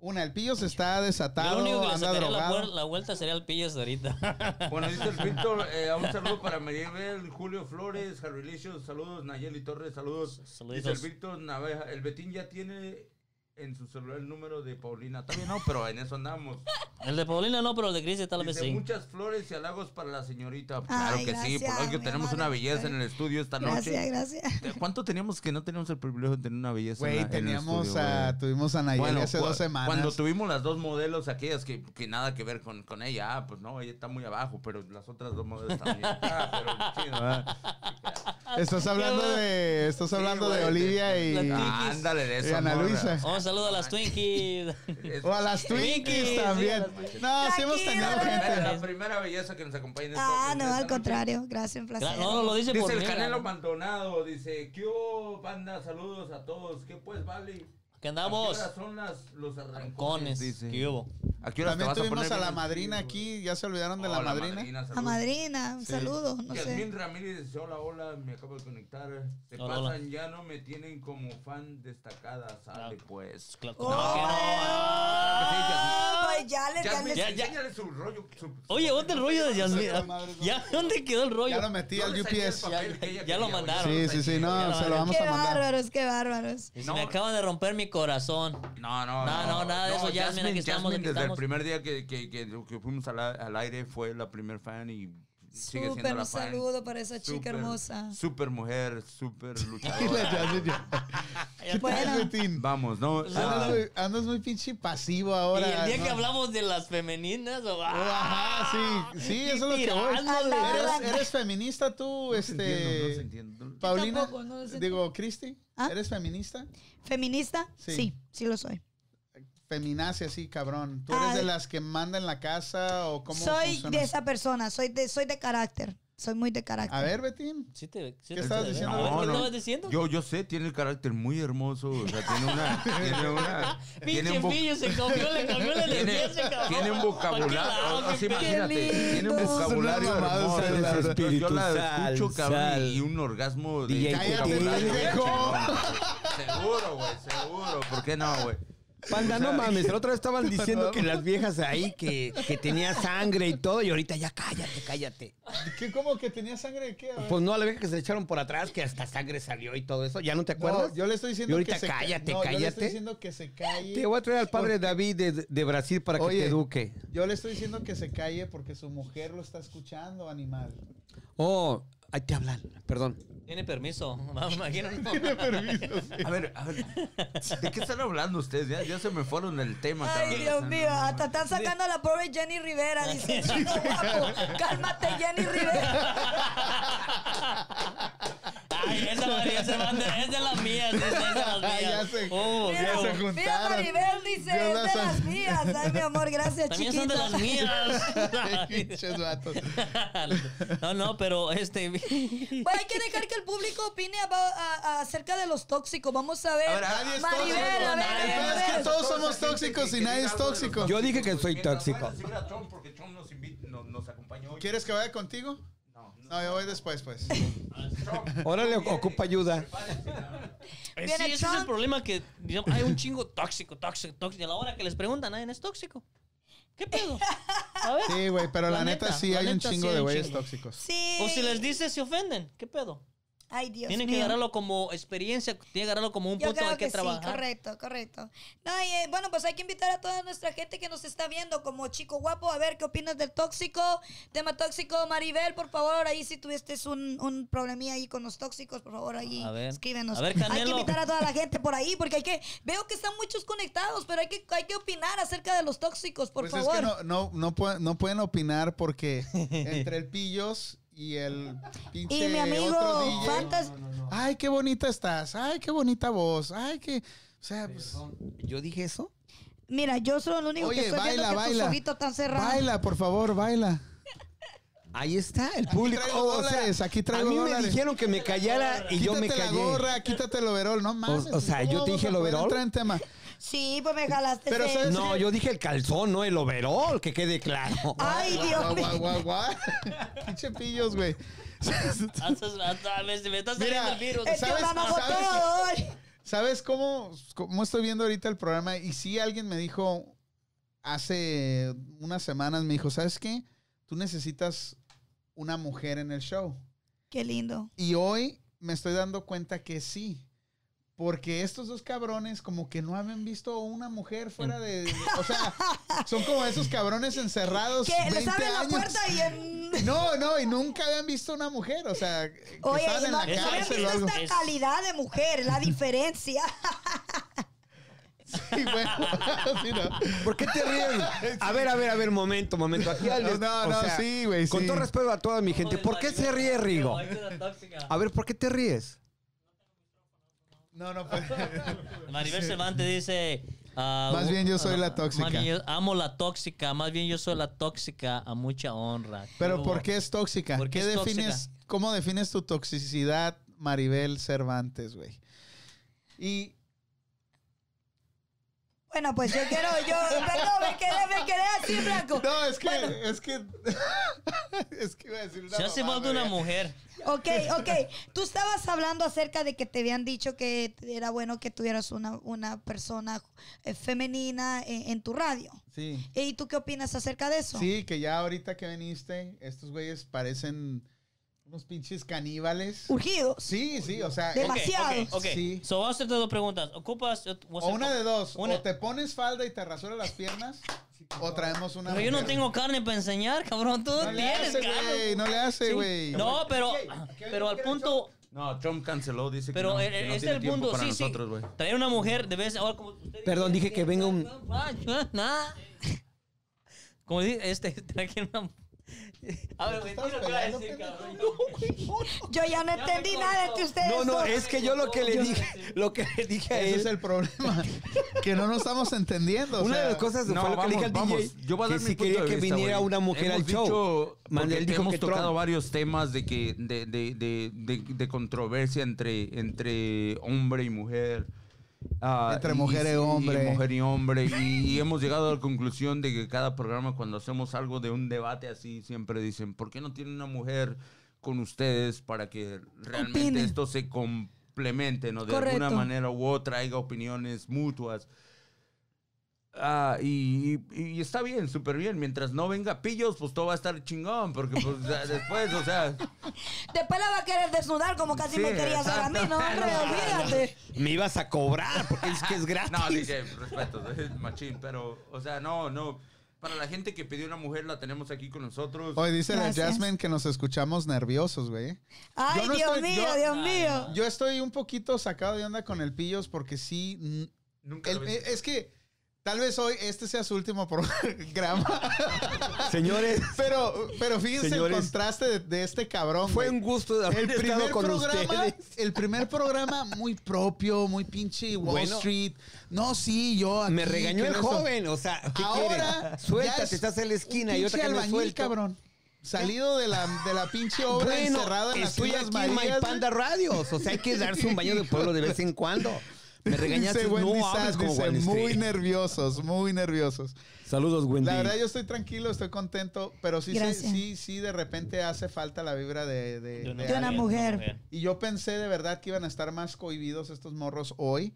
Speaker 8: Una, el pillo se está
Speaker 4: Lo
Speaker 8: desatado,
Speaker 4: único que le
Speaker 8: anda
Speaker 4: sacaría la,
Speaker 8: drogado.
Speaker 4: vuel- la vuelta sería el pillo hasta ahorita.
Speaker 2: Bueno, dice el Víctor, eh, un saludo para Maribel, Julio Flores, Harrelicious, saludos, Nayeli Torres, saludos. Dice el
Speaker 4: Saluditos.
Speaker 2: Víctor Naveja, el Betín ya tiene en su celular el número de Paulina. Todavía no, pero en eso andamos.
Speaker 4: El de Paulina no, pero el de Cris tal vez
Speaker 2: Dice,
Speaker 4: sí.
Speaker 2: muchas flores y halagos para la señorita. claro
Speaker 3: Ay,
Speaker 2: que sí, por
Speaker 3: gracias,
Speaker 2: lo que
Speaker 3: mi
Speaker 2: tenemos
Speaker 3: amor,
Speaker 2: una belleza
Speaker 3: estoy-
Speaker 2: en el estudio esta
Speaker 3: Gracias,
Speaker 2: noche.
Speaker 3: gracias.
Speaker 2: ¿De ¿Cuánto teníamos que no teníamos el privilegio de tener una belleza en la-
Speaker 8: Güey,
Speaker 2: en el
Speaker 8: teníamos
Speaker 2: estudio,
Speaker 8: a,
Speaker 2: güey?
Speaker 8: tuvimos a Nayeli hace
Speaker 2: cu-
Speaker 8: dos semanas.
Speaker 2: Cuando tuvimos las dos modelos, aquellas que, que nada que ver con, con ella, ah, pues no, ella está muy abajo, pero las otras dos modelos también. Ah, pero chido, ah.
Speaker 8: Estás hablando de, estás
Speaker 2: Sí,
Speaker 8: hablando de
Speaker 2: güey,
Speaker 8: Olivia
Speaker 2: de-
Speaker 8: y,
Speaker 2: Ah, ándale de
Speaker 8: y
Speaker 2: eso.
Speaker 8: Ana
Speaker 2: morra. Oh,
Speaker 8: Luisa.
Speaker 4: Oh, Un saludo a las Twinkies.
Speaker 2: Es-
Speaker 8: O a las Twinkies
Speaker 4: Twinkies, sí,
Speaker 8: también.
Speaker 4: a las Twinkies.
Speaker 8: No, sí hemos tenido
Speaker 3: Tranquila,
Speaker 8: gente.
Speaker 2: primera- la primera belleza que nos acompaña. en esta-
Speaker 3: Ah,
Speaker 2: en
Speaker 3: no,
Speaker 2: esta
Speaker 3: al
Speaker 2: noche.
Speaker 3: contrario. Gracias, un placer.
Speaker 4: no, no lo dice,
Speaker 2: Dice
Speaker 4: por
Speaker 2: el
Speaker 4: mí,
Speaker 2: Canelo
Speaker 4: ¿verdad?
Speaker 2: Maldonado, dice, ¿qué hubo, banda? Saludos a todos, ¿qué pues, vale?
Speaker 4: Que
Speaker 2: ¿A qué
Speaker 4: andamos
Speaker 2: hora son las, los arrancones?
Speaker 4: cones.
Speaker 2: Dice.
Speaker 4: Que hubo.
Speaker 2: ¿A qué horas te
Speaker 1: También
Speaker 2: vas a
Speaker 1: tuvimos
Speaker 2: poner
Speaker 1: a la
Speaker 2: bien
Speaker 1: madrina
Speaker 2: vestido?
Speaker 1: aquí. Ya se olvidaron de
Speaker 2: Oh,
Speaker 1: la madrina.
Speaker 2: salud.
Speaker 3: A madrina, un
Speaker 1: Sí.
Speaker 3: saludo, Oh, no sé.
Speaker 2: Yasmín Ramírez, hola, hola, me acabo de conectar. Se
Speaker 4: Hola, hola.
Speaker 2: pasan, ya no me tienen como fan destacada. Sale, pues.
Speaker 4: Claro que
Speaker 3: Oh,
Speaker 4: no, que
Speaker 3: ah,
Speaker 4: no.
Speaker 3: pues ya le ya
Speaker 2: Yasmín,
Speaker 3: le-
Speaker 4: ya-
Speaker 2: enséñale su rollo. su-
Speaker 4: Oye, ¿dónde el rollo de Yasmin?
Speaker 1: Salió la madre, ¿no?
Speaker 4: ¿Ya dónde quedó el rollo?
Speaker 1: Ya lo metí
Speaker 2: Yo
Speaker 1: al
Speaker 2: le saqué el
Speaker 1: UPS.
Speaker 2: papel que
Speaker 4: Ya-
Speaker 2: ella
Speaker 4: ya lo
Speaker 2: quería, güey.
Speaker 4: mandaron.
Speaker 1: Sí, sí, sí, no,
Speaker 4: Ya,
Speaker 1: se lo
Speaker 4: ya.
Speaker 1: vamos
Speaker 3: Qué
Speaker 1: a mandar.
Speaker 3: bárbaros, qué bárbaros.
Speaker 4: Dice,
Speaker 2: No.
Speaker 4: Me acaban de romper mi corazón.
Speaker 2: No, no,
Speaker 4: No, no, nada de eso, Yasmin, aquí estamos, aquí
Speaker 2: desde el
Speaker 4: estamos.
Speaker 2: primer día que, que, que, que fuimos al, a- al aire fue la primer fan y sigue siendo
Speaker 3: Súper,
Speaker 2: la
Speaker 3: un
Speaker 2: fan.
Speaker 3: saludo para esa chica
Speaker 2: Súper-
Speaker 3: hermosa.
Speaker 2: Súper mujer, súper
Speaker 1: Y la
Speaker 2: luchadora.
Speaker 1: Jasmine ya. ¿Qué tal,
Speaker 3: Bueno.
Speaker 1: Betín?
Speaker 2: Vamos, ¿no?
Speaker 1: Andas
Speaker 2: Ah,
Speaker 1: muy- Andas muy pinche pasivo
Speaker 4: Y
Speaker 1: ahora.
Speaker 4: el día
Speaker 1: ¿no? Oh,
Speaker 4: que hablamos de las femeninas, o-
Speaker 1: Ajá, sí, sí,
Speaker 4: Y
Speaker 1: eso es lo que voy.
Speaker 4: tirándole.
Speaker 1: ¿Eres, eres feminista tú,
Speaker 2: no se entiendo, no se
Speaker 1: este,
Speaker 2: entiendo.
Speaker 1: Paulina?
Speaker 3: tampoco, no sé.
Speaker 1: digo, Cristi,
Speaker 3: ¿Ah?
Speaker 1: ¿eres feminista?
Speaker 3: ¿Feminista?
Speaker 1: Sí.
Speaker 3: Sí. sí, lo soy.
Speaker 1: Feminazi así, cabrón. ¿Tú
Speaker 3: Ah,
Speaker 1: eres de
Speaker 3: de-
Speaker 1: las que manda en la casa o cómo
Speaker 3: Soy
Speaker 1: funciona?
Speaker 3: de esa persona, soy de, soy de carácter. Soy muy de carácter.
Speaker 1: A ver, Betín.
Speaker 4: Sí te-
Speaker 1: ¿Qué
Speaker 4: sí te-
Speaker 1: estabas
Speaker 4: a ver,
Speaker 1: diciendo?
Speaker 4: a ver,
Speaker 2: No,
Speaker 4: ¿Qué
Speaker 2: no.
Speaker 4: estabas diciendo?
Speaker 2: Yo, yo sé, tiene el carácter muy hermoso. O sea, tiene una. tiene una. tiene
Speaker 4: Ah, Pinche
Speaker 2: un vo-
Speaker 4: pillo, se comió, le cambió la
Speaker 2: tiene-
Speaker 4: energía, se acabó.
Speaker 2: tiene un vocabulario. Así
Speaker 4: ¿Para qué la hace,
Speaker 2: imagínate. Tiene un
Speaker 3: lindo. Es una
Speaker 2: vocabulario
Speaker 1: mamada,
Speaker 2: hermoso.
Speaker 1: o sea, la verdad.
Speaker 2: Yo- Yo la
Speaker 5: Espíritu,
Speaker 2: escucho, cabrón,
Speaker 5: sal,
Speaker 2: y un orgasmo de
Speaker 5: DJ,
Speaker 1: Cállate,
Speaker 2: vocabulario.
Speaker 1: pendejo.
Speaker 2: Seguro, güey, seguro. ¿Por qué no, güey?
Speaker 5: Panda, no mames, la otra vez estaban
Speaker 1: Perdón.
Speaker 5: diciendo que las viejas ahí, que, que tenía sangre y todo, y ahorita ya cállate, cállate.
Speaker 1: ¿Qué, ¿Cómo que tenía sangre de qué? A ver.
Speaker 5: Pues no, a la vieja que se le echaron por atrás, que hasta sangre salió y todo eso, ¿ya no te
Speaker 1: No,
Speaker 5: acuerdas?
Speaker 1: yo le estoy diciendo
Speaker 5: Y ahorita
Speaker 1: que se
Speaker 5: cállate,
Speaker 1: no, Yo le estoy
Speaker 5: cállate.
Speaker 1: diciendo que se calle.
Speaker 5: Te voy a traer al padre David de, de Brasil para que
Speaker 1: Oye.
Speaker 5: te eduque.
Speaker 1: Yo le estoy diciendo que se calle porque su mujer lo está escuchando, animal.
Speaker 5: Oh, ahí te hablan, perdón.
Speaker 4: Tiene permiso. Vamos, imagínate.
Speaker 2: A ver, a ver. ¿De qué están hablando ustedes? Ya, ya se me fueron del tema,
Speaker 3: Ay,
Speaker 2: cabrón.
Speaker 3: Dios
Speaker 2: No,
Speaker 3: mío,
Speaker 2: no, no.
Speaker 3: hasta están sacando a la pobre Jenny Rivera. Dice, "Chico guapo, cálmate, Jenny Rivera.
Speaker 4: Ay, esa María se manda, es de las mías, es de las mías.
Speaker 1: Ah, Ya sé.
Speaker 4: Oh,
Speaker 1: Ya se
Speaker 4: wow.
Speaker 1: juntaron.
Speaker 3: Mira, Maribel
Speaker 1: Yo
Speaker 3: dice, es
Speaker 1: las
Speaker 3: de las
Speaker 1: am-
Speaker 3: mías. Ay, mi amor, gracias,
Speaker 4: También
Speaker 3: chiquito.
Speaker 4: son de las mías.
Speaker 1: Pinches vatos.
Speaker 4: No, no, pero este.
Speaker 3: Bueno, hay que dejar que el público opine abo- a- a- acerca de los tóxicos. Vamos a ver.
Speaker 2: A ver, nadie es
Speaker 3: Maribel,
Speaker 2: tóxico,
Speaker 3: a ver,
Speaker 4: nadie.
Speaker 3: a ver.
Speaker 1: Es que todos somos
Speaker 2: Esa gente
Speaker 1: tóxicos
Speaker 2: que-
Speaker 1: y
Speaker 2: que
Speaker 1: nadie
Speaker 2: diga
Speaker 1: es
Speaker 2: algo de los
Speaker 1: tóxico.
Speaker 5: Yo dije que soy
Speaker 2: Mientras
Speaker 5: tóxico.
Speaker 2: vaya a decir a Trump, porque Trump nos invi- no- nos acompañó hoy.
Speaker 1: ¿Quieres que vaya contigo?
Speaker 2: No, no.
Speaker 1: No, yo voy después, pues.
Speaker 2: Trump,
Speaker 5: Ahora le
Speaker 2: no viene.
Speaker 5: ocupa ayuda.
Speaker 2: Prepárense, cabrón.
Speaker 4: Eh,
Speaker 3: Viene
Speaker 4: sí, ese es el
Speaker 3: Trump.
Speaker 4: problema que digamos, hay un chingo tóxico, tóxico, tóxico. Y a la hora que les preguntan, nadie es tóxico. ¿Qué pedo? A ver.
Speaker 1: Sí, güey, pero la,
Speaker 4: La
Speaker 1: neta,
Speaker 4: neta,
Speaker 1: sí
Speaker 4: la
Speaker 1: hay un
Speaker 4: neta, sí
Speaker 1: chingo
Speaker 4: hay
Speaker 1: de
Speaker 4: un
Speaker 1: güeyes
Speaker 4: chingo.
Speaker 1: tóxicos.
Speaker 3: Sí.
Speaker 4: O si les dices, se ofenden. ¿Qué pedo?
Speaker 3: Ay, Dios
Speaker 4: Tienen que
Speaker 3: mío.
Speaker 4: agarrarlo como experiencia, tienen que agarrarlo como un punto al que, trabajar.
Speaker 3: Sí, correcto, correcto. No, y, eh, bueno, pues hay que invitar a toda nuestra gente que nos está viendo como chico guapo a ver qué opinas del tóxico, tema tóxico. Maribel, por favor, ahí si tuviste un, un problemilla ahí con los tóxicos, por favor, ahí
Speaker 4: A ver.
Speaker 3: escríbenos.
Speaker 4: A ver,
Speaker 3: hay que
Speaker 4: Canelo.
Speaker 3: invitar a toda la gente por ahí porque hay que, veo que están muchos conectados, pero hay que, hay que opinar acerca de los tóxicos, por
Speaker 1: pues
Speaker 3: favor.
Speaker 1: es que no, no, no, pue- no pueden opinar porque entre el pillos y el pinche
Speaker 3: y mi amigo
Speaker 1: otro DJ,
Speaker 3: Fantas,
Speaker 1: Ay, qué bonita estás. Ay, qué bonita voz. Ay, qué. O sea, pues,
Speaker 5: ¿Yo dije eso?
Speaker 3: mira, yo soy lo único
Speaker 1: Oye,
Speaker 3: que estoy
Speaker 1: baila,
Speaker 3: viendo que
Speaker 1: baila.
Speaker 3: tus ojitos están cerrados.
Speaker 1: baila, por favor, baila.
Speaker 5: Ahí está, el público.
Speaker 1: traigo dólares, aquí traigo
Speaker 5: A mí
Speaker 1: dólares.
Speaker 5: me dijeron que me callara y yo me
Speaker 1: Quítate la
Speaker 5: callé.
Speaker 1: gorra, quítate el overol, no mames.
Speaker 5: o sea,
Speaker 1: ¿cómo
Speaker 5: yo te
Speaker 1: vamos
Speaker 5: dije
Speaker 1: a
Speaker 5: el
Speaker 1: poder
Speaker 5: overol?
Speaker 1: entrar en tema?
Speaker 3: Sí, pues me jalaste.
Speaker 1: Pero,
Speaker 3: ese-
Speaker 1: ¿sabes
Speaker 5: No, yo dije el calzón, no el overol, que quede claro.
Speaker 3: Ay, Dios
Speaker 1: Guau,
Speaker 3: mío.
Speaker 1: guau, guau, guau. Pinche pillos, güey.
Speaker 4: Haces- hasta- ah, me, me está saliendo
Speaker 1: Mira,
Speaker 4: el virus.
Speaker 1: eh,
Speaker 3: Es que
Speaker 1: ¿Sabes?
Speaker 3: mamá botó
Speaker 1: ¿Sabes?
Speaker 3: hoy.
Speaker 1: ¿Sabes cómo, cómo estoy viendo ahorita el programa? Y sí, alguien me dijo hace unas semanas, me dijo, ¿sabes qué? Tú necesitas una mujer en el show.
Speaker 3: Qué lindo.
Speaker 1: Y hoy me estoy dando cuenta que sí. Porque estos dos cabrones como que no habían visto una mujer fuera de... O sea, son como esos cabrones encerrados
Speaker 3: Que les
Speaker 1: 20
Speaker 3: abren la
Speaker 1: años.
Speaker 3: puerta y en...
Speaker 1: No, no, y nunca habían visto una mujer, o sea, que
Speaker 3: Oye,
Speaker 1: estaban en
Speaker 3: no,
Speaker 1: la
Speaker 3: no habían
Speaker 1: cárcel
Speaker 3: visto
Speaker 1: o algo.
Speaker 3: esta calidad de mujer, la diferencia.
Speaker 1: Sí, bueno, sí, no.
Speaker 5: ¿Por qué te ríes? A ver, a ver, a ver, momento, momento. Aquí al-
Speaker 1: No, no,
Speaker 5: o
Speaker 1: no,
Speaker 5: sea,
Speaker 1: sí, güey,
Speaker 5: Con
Speaker 1: sí.
Speaker 5: todo respeto a toda mi gente, ¿por qué se ríe Rigo? A ver, ¿por qué te ríes?
Speaker 1: No, no, pues,
Speaker 4: Maribel Cervantes dice. ah,
Speaker 1: Más bien yo soy la
Speaker 4: ah,
Speaker 1: tóxica.
Speaker 4: más bien yo amo la tóxica. Más bien yo soy la tóxica a mucha honra.
Speaker 1: Pero
Speaker 4: Yo-
Speaker 1: ¿por qué es tóxica?
Speaker 4: ¿Por qué
Speaker 1: ¿Qué
Speaker 4: es
Speaker 1: defines, cómo defines tu toxicidad, Maribel Cervantes, güey? Y
Speaker 3: Bueno, pues yo quiero, yo, perdón, me quedé, me quedé así en blanco.
Speaker 1: No, es que, es que, es que iba a decir una
Speaker 4: Se hace más de una
Speaker 1: mamada,
Speaker 4: mujer.
Speaker 3: Ok, ok. Tú estabas hablando acerca de que te habían dicho que era bueno que tuvieras una, una persona eh, femenina en, en tu radio. Eh,
Speaker 1: Sí.
Speaker 3: ¿Y tú qué opinas acerca de eso?
Speaker 1: Sí, que ya ahorita que viniste, estos güeyes parecen unos pinches caníbales.
Speaker 3: Urgidos.
Speaker 1: Sí, sí, o sea,
Speaker 3: Demasiado.
Speaker 4: Ok, ok, ok.
Speaker 1: Sí.
Speaker 4: So, vamos a hacerte dos preguntas. ¿Ocupas? yo- voy a
Speaker 1: o
Speaker 4: hacer-
Speaker 1: una de dos,
Speaker 4: una-
Speaker 1: o te pones falda y te rasuras las piernas, o traemos una.
Speaker 4: Pero yo no
Speaker 1: mujer.
Speaker 4: tengo carne para enseñar, cabrón. Tú
Speaker 1: No le
Speaker 4: tienes
Speaker 1: hace,
Speaker 4: carne.
Speaker 1: güey, no le hace,
Speaker 4: Sí.
Speaker 1: güey.
Speaker 4: No, pero, pero al punto...
Speaker 2: No, Trump canceló, dice
Speaker 4: Pero
Speaker 2: que no,
Speaker 3: e-
Speaker 4: eh,
Speaker 2: que
Speaker 4: eh,
Speaker 2: no
Speaker 4: es
Speaker 2: tiene
Speaker 4: el
Speaker 2: tiempo
Speaker 4: punto,
Speaker 2: para
Speaker 4: sí,
Speaker 2: nosotros,
Speaker 4: sí.
Speaker 2: güey.
Speaker 4: Traer una mujer de vez ahora como usted
Speaker 5: Perdón,
Speaker 4: dice,
Speaker 5: dije que venga un-
Speaker 4: Como dice, este, traje una... A ver, güey, tú
Speaker 1: estás
Speaker 4: lo que iba a
Speaker 1: pegando,
Speaker 4: decir,
Speaker 1: pendejo.
Speaker 4: cabrón.
Speaker 3: Yo ya no entendí nada entre ustedes.
Speaker 5: No, no,
Speaker 3: dos.
Speaker 5: es que yo lo que le dije, lo que le dije a
Speaker 1: Ese es
Speaker 5: él.
Speaker 1: el problema, que no nos estamos entendiendo. o
Speaker 5: Una de
Speaker 1: sea,
Speaker 5: las cosas
Speaker 2: No,
Speaker 5: fue lo que le dije al
Speaker 2: vamos,
Speaker 5: DJ.
Speaker 2: vamos. Yo voy a
Speaker 5: que
Speaker 2: dar mi
Speaker 5: si
Speaker 2: punto
Speaker 5: quería
Speaker 2: de
Speaker 5: que
Speaker 2: vista,
Speaker 5: viniera
Speaker 2: güey.
Speaker 5: una mujer
Speaker 2: Hemos
Speaker 5: al show.
Speaker 2: dicho-
Speaker 5: Manuel
Speaker 2: porque
Speaker 5: dijo
Speaker 2: hemos
Speaker 5: que
Speaker 2: tocado
Speaker 5: Trump.
Speaker 2: varios temas de que de, de, de, de, de controversia entre, entre hombre y mujer. ah,
Speaker 1: Entre mujer y hombre.
Speaker 2: mujer y hombre. Y, y hemos llegado a la conclusión de que cada programa, cuando hacemos algo de un debate así, siempre dicen, ¿por qué no tiene una mujer con ustedes para que realmente
Speaker 3: Opine.
Speaker 2: esto se complemente, ¿no? De alguna
Speaker 3: Correcto.
Speaker 2: manera u otra, haya opiniones mutuas. Ah, y, y- y está bien, súper bien. Mientras no venga pillos, pues todo va a estar chingón, porque pues ya después, o sea...
Speaker 3: Después la va a querer desnudar como casi
Speaker 2: Sí,
Speaker 3: me querías hacer a mí, no, hombre, olvídate.
Speaker 5: Me ibas a cobrar porque es que es gratis.
Speaker 2: No, dije, respeto, es machín, pero, o sea, no, no. Para la gente que pidió una mujer, la tenemos aquí con nosotros.
Speaker 1: Hoy dice la
Speaker 3: Gracias.
Speaker 1: Jasmine que nos escuchamos nerviosos, güey.
Speaker 3: Ay,
Speaker 1: no
Speaker 3: Dios
Speaker 1: estoy-
Speaker 3: mío,
Speaker 1: yo-
Speaker 3: Dios mío.
Speaker 1: Yo estoy un poquito sacado de onda con el Pillos porque sí. mm,
Speaker 2: Nunca
Speaker 1: el-
Speaker 2: lo
Speaker 1: eh,
Speaker 2: hice.
Speaker 1: es que tal vez hoy este sea su último programa.
Speaker 5: Señores,
Speaker 1: Pero, pero fíjense
Speaker 5: Señores.
Speaker 1: el contraste de, de este cabrón.
Speaker 5: fue
Speaker 1: güey.
Speaker 5: un gusto de haber
Speaker 1: el primer
Speaker 5: estado con
Speaker 1: programa,
Speaker 5: ustedes.
Speaker 1: el primer programa muy propio, muy pinche Wall
Speaker 5: Bueno.
Speaker 1: Street. No, sí, yo aquí,
Speaker 5: Me regañó
Speaker 1: que
Speaker 5: el
Speaker 1: no esto.
Speaker 5: joven, o sea, ¿qué
Speaker 1: Ahora
Speaker 5: quieren? Suéltate,
Speaker 1: ya es
Speaker 5: estás en la esquina
Speaker 1: un
Speaker 5: y
Speaker 1: pinche
Speaker 5: otra que me
Speaker 1: albañil,
Speaker 5: suelto.
Speaker 1: cabrón. Salido de la, de la pinche obra encerrado en las
Speaker 5: estoy
Speaker 1: Islas
Speaker 5: aquí en
Speaker 1: Marías,
Speaker 5: My Panda Radios. O sea, hay que darse un baño de pueblo de vez en cuando. Me regañaste,
Speaker 1: Dice Wendy
Speaker 5: no
Speaker 1: Sass,
Speaker 5: hables como
Speaker 1: dice,
Speaker 5: Wendy
Speaker 1: muy
Speaker 5: Street".
Speaker 1: nerviosos, muy nerviosos.
Speaker 5: Saludos, Wendy.
Speaker 1: La verdad, yo estoy tranquilo, estoy contento, pero sí, sí,
Speaker 3: Gracias.
Speaker 1: sí, sí, de repente hace falta la vibra de, de- de
Speaker 3: De una
Speaker 1: alguien.
Speaker 3: mujer.
Speaker 1: Y yo pensé de verdad que iban a estar más cohibidos estos morros hoy,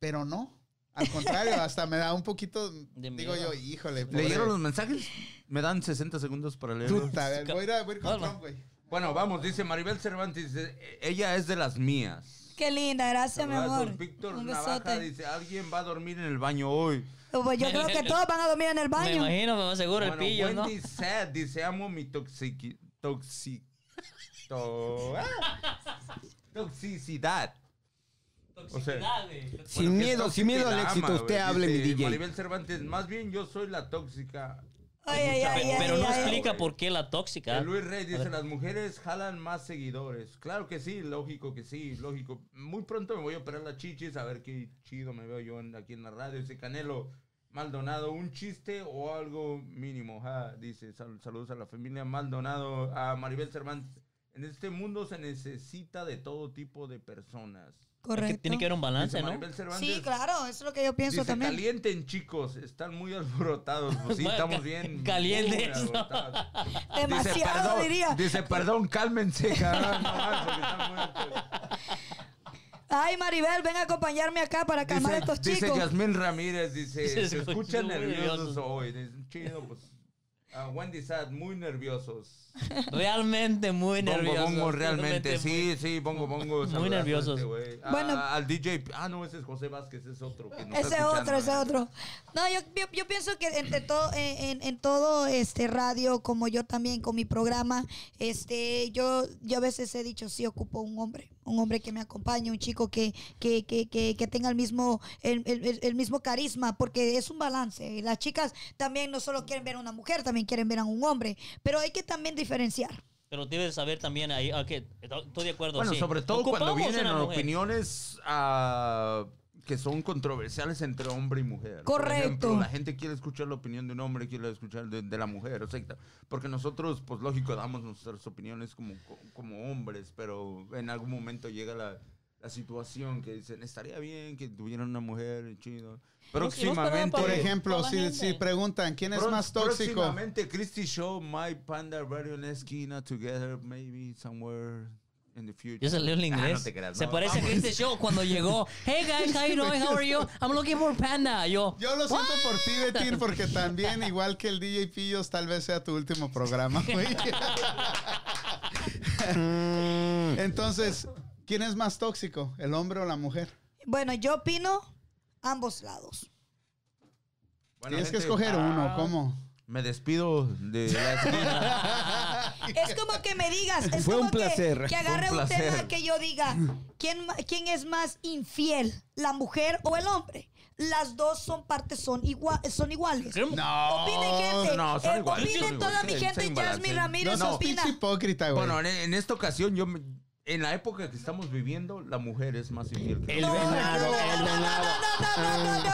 Speaker 1: pero no. Al contrario, hasta me da un poquito.
Speaker 4: De
Speaker 1: digo
Speaker 4: miedo.
Speaker 1: yo, híjole. pobre.
Speaker 2: ¿Leyeron los mensajes? Me dan 60 segundos para leerlos.
Speaker 1: Puta, a ver, voy a ir a- voy a ir con
Speaker 4: Calma.
Speaker 1: Trump, güey.
Speaker 2: Bueno, vamos, dice Maribel Cervantes, dice, "E-, ella es de las mías.
Speaker 3: Qué linda, gracias, mi
Speaker 2: Abrazos.
Speaker 3: amor.
Speaker 2: Víctor
Speaker 3: Un
Speaker 2: Navaja
Speaker 3: besote.
Speaker 2: dice, alguien va a dormir en el baño hoy.
Speaker 3: Pues yo creo que todos van a dormir en el
Speaker 4: Me
Speaker 3: baño.
Speaker 4: imagino, me aseguro el
Speaker 2: Bueno,
Speaker 4: pillo, ¿no?
Speaker 2: Wendy Sad dice, amo mi toxiqui- toxi- to- ah, toxicidad.
Speaker 4: Toxicidad, güey.
Speaker 5: Sin
Speaker 2: Bueno, que
Speaker 5: miedo,
Speaker 2: tóxica
Speaker 5: sin miedo
Speaker 2: y
Speaker 5: al
Speaker 2: la
Speaker 5: éxito, usted
Speaker 2: güey.
Speaker 5: hable, mi
Speaker 2: Dice
Speaker 5: DJ.
Speaker 2: Maribel Cervantes, más bien yo soy la tóxica.
Speaker 3: Ay, ay,
Speaker 2: Mucha-
Speaker 3: ay, ay,
Speaker 4: Pero no
Speaker 3: ay, ay.
Speaker 4: explica por qué la tóxica.
Speaker 2: El Luis Rey dice, las mujeres jalan más seguidores. Claro que sí, lógico que sí, lógico. Muy pronto me voy a operar las chichis, a ver qué chido me veo yo en- aquí en la radio. Dice Canelo Maldonado, un chiste o algo mínimo. ja. Dice, "Sal- saludos a la familia Maldonado, a Maribel Cervantes. En este mundo se necesita de todo tipo de personas.
Speaker 4: Es que
Speaker 3: Correcto.
Speaker 4: tiene que haber un balance,
Speaker 2: Dice
Speaker 4: ¿no?
Speaker 2: Maribel Cervantes.
Speaker 3: Sí, claro, eso es lo que yo pienso
Speaker 2: Dice,
Speaker 3: también.
Speaker 2: calienten, chicos. Están muy alborotados. Pues sí,
Speaker 4: Bueno,
Speaker 2: estamos
Speaker 4: ca-
Speaker 2: bien.
Speaker 4: calientes,
Speaker 2: muy alborotados. Dice,
Speaker 3: Demasiado,
Speaker 2: perdón,
Speaker 3: diría.
Speaker 2: dice, perdón, cálmense, cabrón. no más, porque están muy alborotados.
Speaker 3: Ay, Maribel, ven a acompañarme acá para calmar a estos
Speaker 2: Dice, dice
Speaker 3: chicos.
Speaker 2: Yasmín Ramírez, dice,
Speaker 4: Se
Speaker 2: se,
Speaker 4: escuchó
Speaker 2: escuchan
Speaker 4: muy
Speaker 2: nerviosos
Speaker 4: nervioso.
Speaker 2: hoy. Dice, chido, pues. Ah, Wendy Sad, muy nerviosos.
Speaker 4: Realmente muy
Speaker 2: Bongo,
Speaker 4: nervioso.
Speaker 2: bongo, realmente.
Speaker 4: muy-
Speaker 2: Sí, sí, bongo, bongo.
Speaker 4: Muy
Speaker 2: saludazo a
Speaker 4: nerviosos.
Speaker 2: este güey. Ah,
Speaker 3: Bueno.
Speaker 2: al DJ. Ah, no, ese es José Vázquez, ese es otro. que nos está
Speaker 3: Ese es otro,
Speaker 2: escuchando,
Speaker 3: ese es
Speaker 2: eh.
Speaker 3: otro. No, yo, yo, yo pienso que entre todo, en, en- en todo este radio, como yo también con mi programa, este, yo, yo a veces he dicho, sí, ocupo un hombre, un hombre que me acompañe, un chico que, que, que, que, que tenga el mismo, el, el- el- el mismo carisma, porque es un balance. Y Las chicas también no solo quieren ver a una mujer, también quieren ver a un hombre, pero hay que también diferenciar.
Speaker 4: Pero debes saber también ahí. ah, que Estoy de acuerdo.
Speaker 2: Bueno,
Speaker 4: sí.
Speaker 2: sobre todo cuando
Speaker 4: Ocupamos
Speaker 2: vienen
Speaker 4: una mujer.
Speaker 2: opiniones ah, que son controversiales entre hombre y mujer. Por
Speaker 3: Correcto.
Speaker 2: ejemplo, la gente quiere escuchar la opinión de un hombre, quiere escuchar de, de la mujer, o sea, porque nosotros, pues lógico, damos nuestras opiniones como, como hombres, pero en algún momento llega la, la situación que dicen, estaría bien que tuvieran una mujer, chido. Próximamente.
Speaker 4: esperaba
Speaker 8: Por
Speaker 4: para-
Speaker 8: ejemplo,
Speaker 4: Toda
Speaker 8: si,
Speaker 4: gente.
Speaker 8: si preguntan quién es
Speaker 2: Pro-
Speaker 8: más tóxico,
Speaker 2: Próximamente, Christy Show, My Panda Radio en la esquina, together, maybe somewhere in the future.
Speaker 4: Yo se leo en inglés.
Speaker 2: Ah, no te creas,
Speaker 4: Se
Speaker 2: no,
Speaker 4: parece a
Speaker 2: vamos.
Speaker 4: Chris de Show cuando llegó. Hey guys, how you doing? How are you? I'm looking for Panda. Yo.
Speaker 8: yo lo siento por ti, Betín, porque también, igual que el DJ Pillos, tal vez sea tu último programa, güey. Entonces, ¿quién es más tóxico, el hombre o la mujer?
Speaker 3: Bueno, yo opino ambos lados.
Speaker 2: Bueno,
Speaker 8: Tienes
Speaker 2: gente,
Speaker 8: que
Speaker 2: ah.
Speaker 8: escoger uno, ¿cómo?
Speaker 2: Me despido de la esquina.
Speaker 3: Es como que me digas, es
Speaker 5: Fue
Speaker 3: como
Speaker 5: un
Speaker 3: que-
Speaker 5: placer.
Speaker 3: que, agarre
Speaker 2: Fue
Speaker 3: un,
Speaker 2: un placer.
Speaker 3: tema que yo diga, ¿quién, ma- ¿quién es más infiel, la mujer o el hombre? Las dos son partes, son, igua- son iguales.
Speaker 8: No.
Speaker 3: Opinen gente.
Speaker 2: no, son
Speaker 3: Eh,
Speaker 2: iguales,
Speaker 3: opinen
Speaker 2: son
Speaker 3: toda
Speaker 2: iguales.
Speaker 3: mi
Speaker 2: Sí, está
Speaker 3: gente.
Speaker 2: imbalance.
Speaker 3: Jasmine Ramírez
Speaker 8: No, no,
Speaker 3: opina.
Speaker 8: pinche hipócrita, güey.
Speaker 2: bueno, en, en esta ocasión, yo me- en la época que estamos viviendo, la mujer es más infiel.
Speaker 8: Eh,
Speaker 2: que-
Speaker 5: El venado, el venado.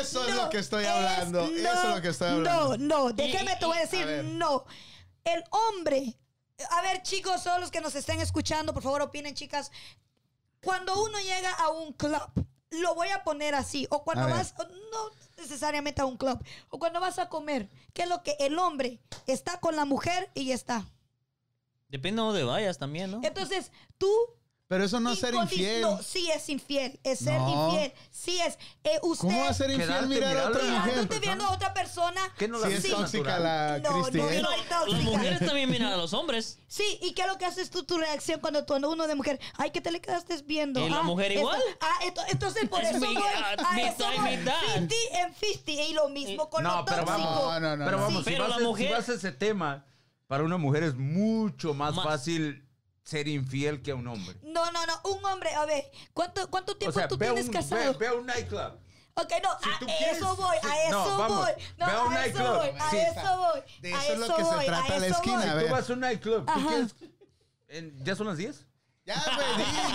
Speaker 8: Eso es lo que estoy hablando, eso es lo que estoy hablando.
Speaker 3: No, no, déjame te voy a
Speaker 8: A ver.
Speaker 3: decir, no. El hombre. A ver, chicos, todos los que nos estén escuchando, por favor, opinen, chicas. Cuando uno llega a un club, lo voy a poner así, o cuando
Speaker 8: A ver.
Speaker 3: vas, no necesariamente a un club, o cuando vas a comer, ¿qué es lo que el hombre está con la mujer y ya está?
Speaker 4: Depende de dónde vayas también, ¿no?
Speaker 3: Entonces, tú
Speaker 8: Pero eso no es ser
Speaker 3: Incondi-
Speaker 8: infiel.
Speaker 3: No, sí es infiel. Es ser
Speaker 8: No.
Speaker 3: infiel. Sí es. Eh, usted.
Speaker 8: ¿Cómo va a ser infiel
Speaker 2: Quedarte
Speaker 8: mirar a
Speaker 2: mirando
Speaker 8: otra
Speaker 2: a la
Speaker 8: mujer?
Speaker 3: Mirándote viendo a otra persona.
Speaker 2: ¿Qué no la
Speaker 8: Si
Speaker 2: Sí,
Speaker 8: es
Speaker 2: sí.
Speaker 8: tóxica la
Speaker 3: No,
Speaker 8: Cristi,
Speaker 3: no,
Speaker 8: ¿eh?
Speaker 4: Pero
Speaker 3: no. soy tóxica.
Speaker 4: las mujeres también miran a los hombres.
Speaker 3: Sí, ¿y qué es lo que haces tú, tu reacción cuando tú, uno de mujer? Ay, que te le quedaste viendo.
Speaker 4: ¿Y la
Speaker 3: Ah,
Speaker 4: mujer
Speaker 3: esto-
Speaker 4: igual?
Speaker 3: ah, esto- entonces por
Speaker 4: Es
Speaker 3: eso
Speaker 4: mi-
Speaker 3: voy.
Speaker 4: ah,
Speaker 3: Ah,
Speaker 4: mitad
Speaker 3: eso
Speaker 4: y
Speaker 3: voy.
Speaker 4: mitad.
Speaker 3: 50 en 50. Y lo mismo con
Speaker 2: No,
Speaker 3: lo
Speaker 2: pero
Speaker 3: tóxico.
Speaker 2: vamos.
Speaker 8: No, no, no.
Speaker 2: pero
Speaker 8: no.
Speaker 2: vamos, si,
Speaker 4: Pero
Speaker 2: vas
Speaker 4: la
Speaker 2: a, si
Speaker 4: mujer-
Speaker 2: vas a ese tema, para una mujer es mucho más,
Speaker 4: Más.
Speaker 2: fácil ser infiel que a un hombre.
Speaker 3: No, no, no. Un hombre, a ver, ¿cuánto, cuánto tiempo tú
Speaker 2: ve
Speaker 3: tienes
Speaker 2: un,
Speaker 3: casado?
Speaker 2: Ve, ve a un nightclub.
Speaker 3: Ok, no,
Speaker 2: Si
Speaker 3: a
Speaker 2: tú quieres-
Speaker 3: eso voy, a
Speaker 2: si- no,
Speaker 3: eso
Speaker 2: vamos,
Speaker 3: voy. No,
Speaker 2: ve a un
Speaker 3: a eso
Speaker 2: nightclub.
Speaker 3: voy, a
Speaker 8: Sí, está.
Speaker 3: eso voy.
Speaker 8: De
Speaker 3: a
Speaker 8: eso es lo que se
Speaker 3: voy,
Speaker 8: trata
Speaker 3: a
Speaker 8: la
Speaker 3: eso
Speaker 8: esquina,
Speaker 3: voy.
Speaker 8: A ver.
Speaker 2: Tú vas a un nightclub. ¿tú
Speaker 3: Ajá.
Speaker 2: quieres- en- ¿Ya son las 10?
Speaker 8: Ya, güey,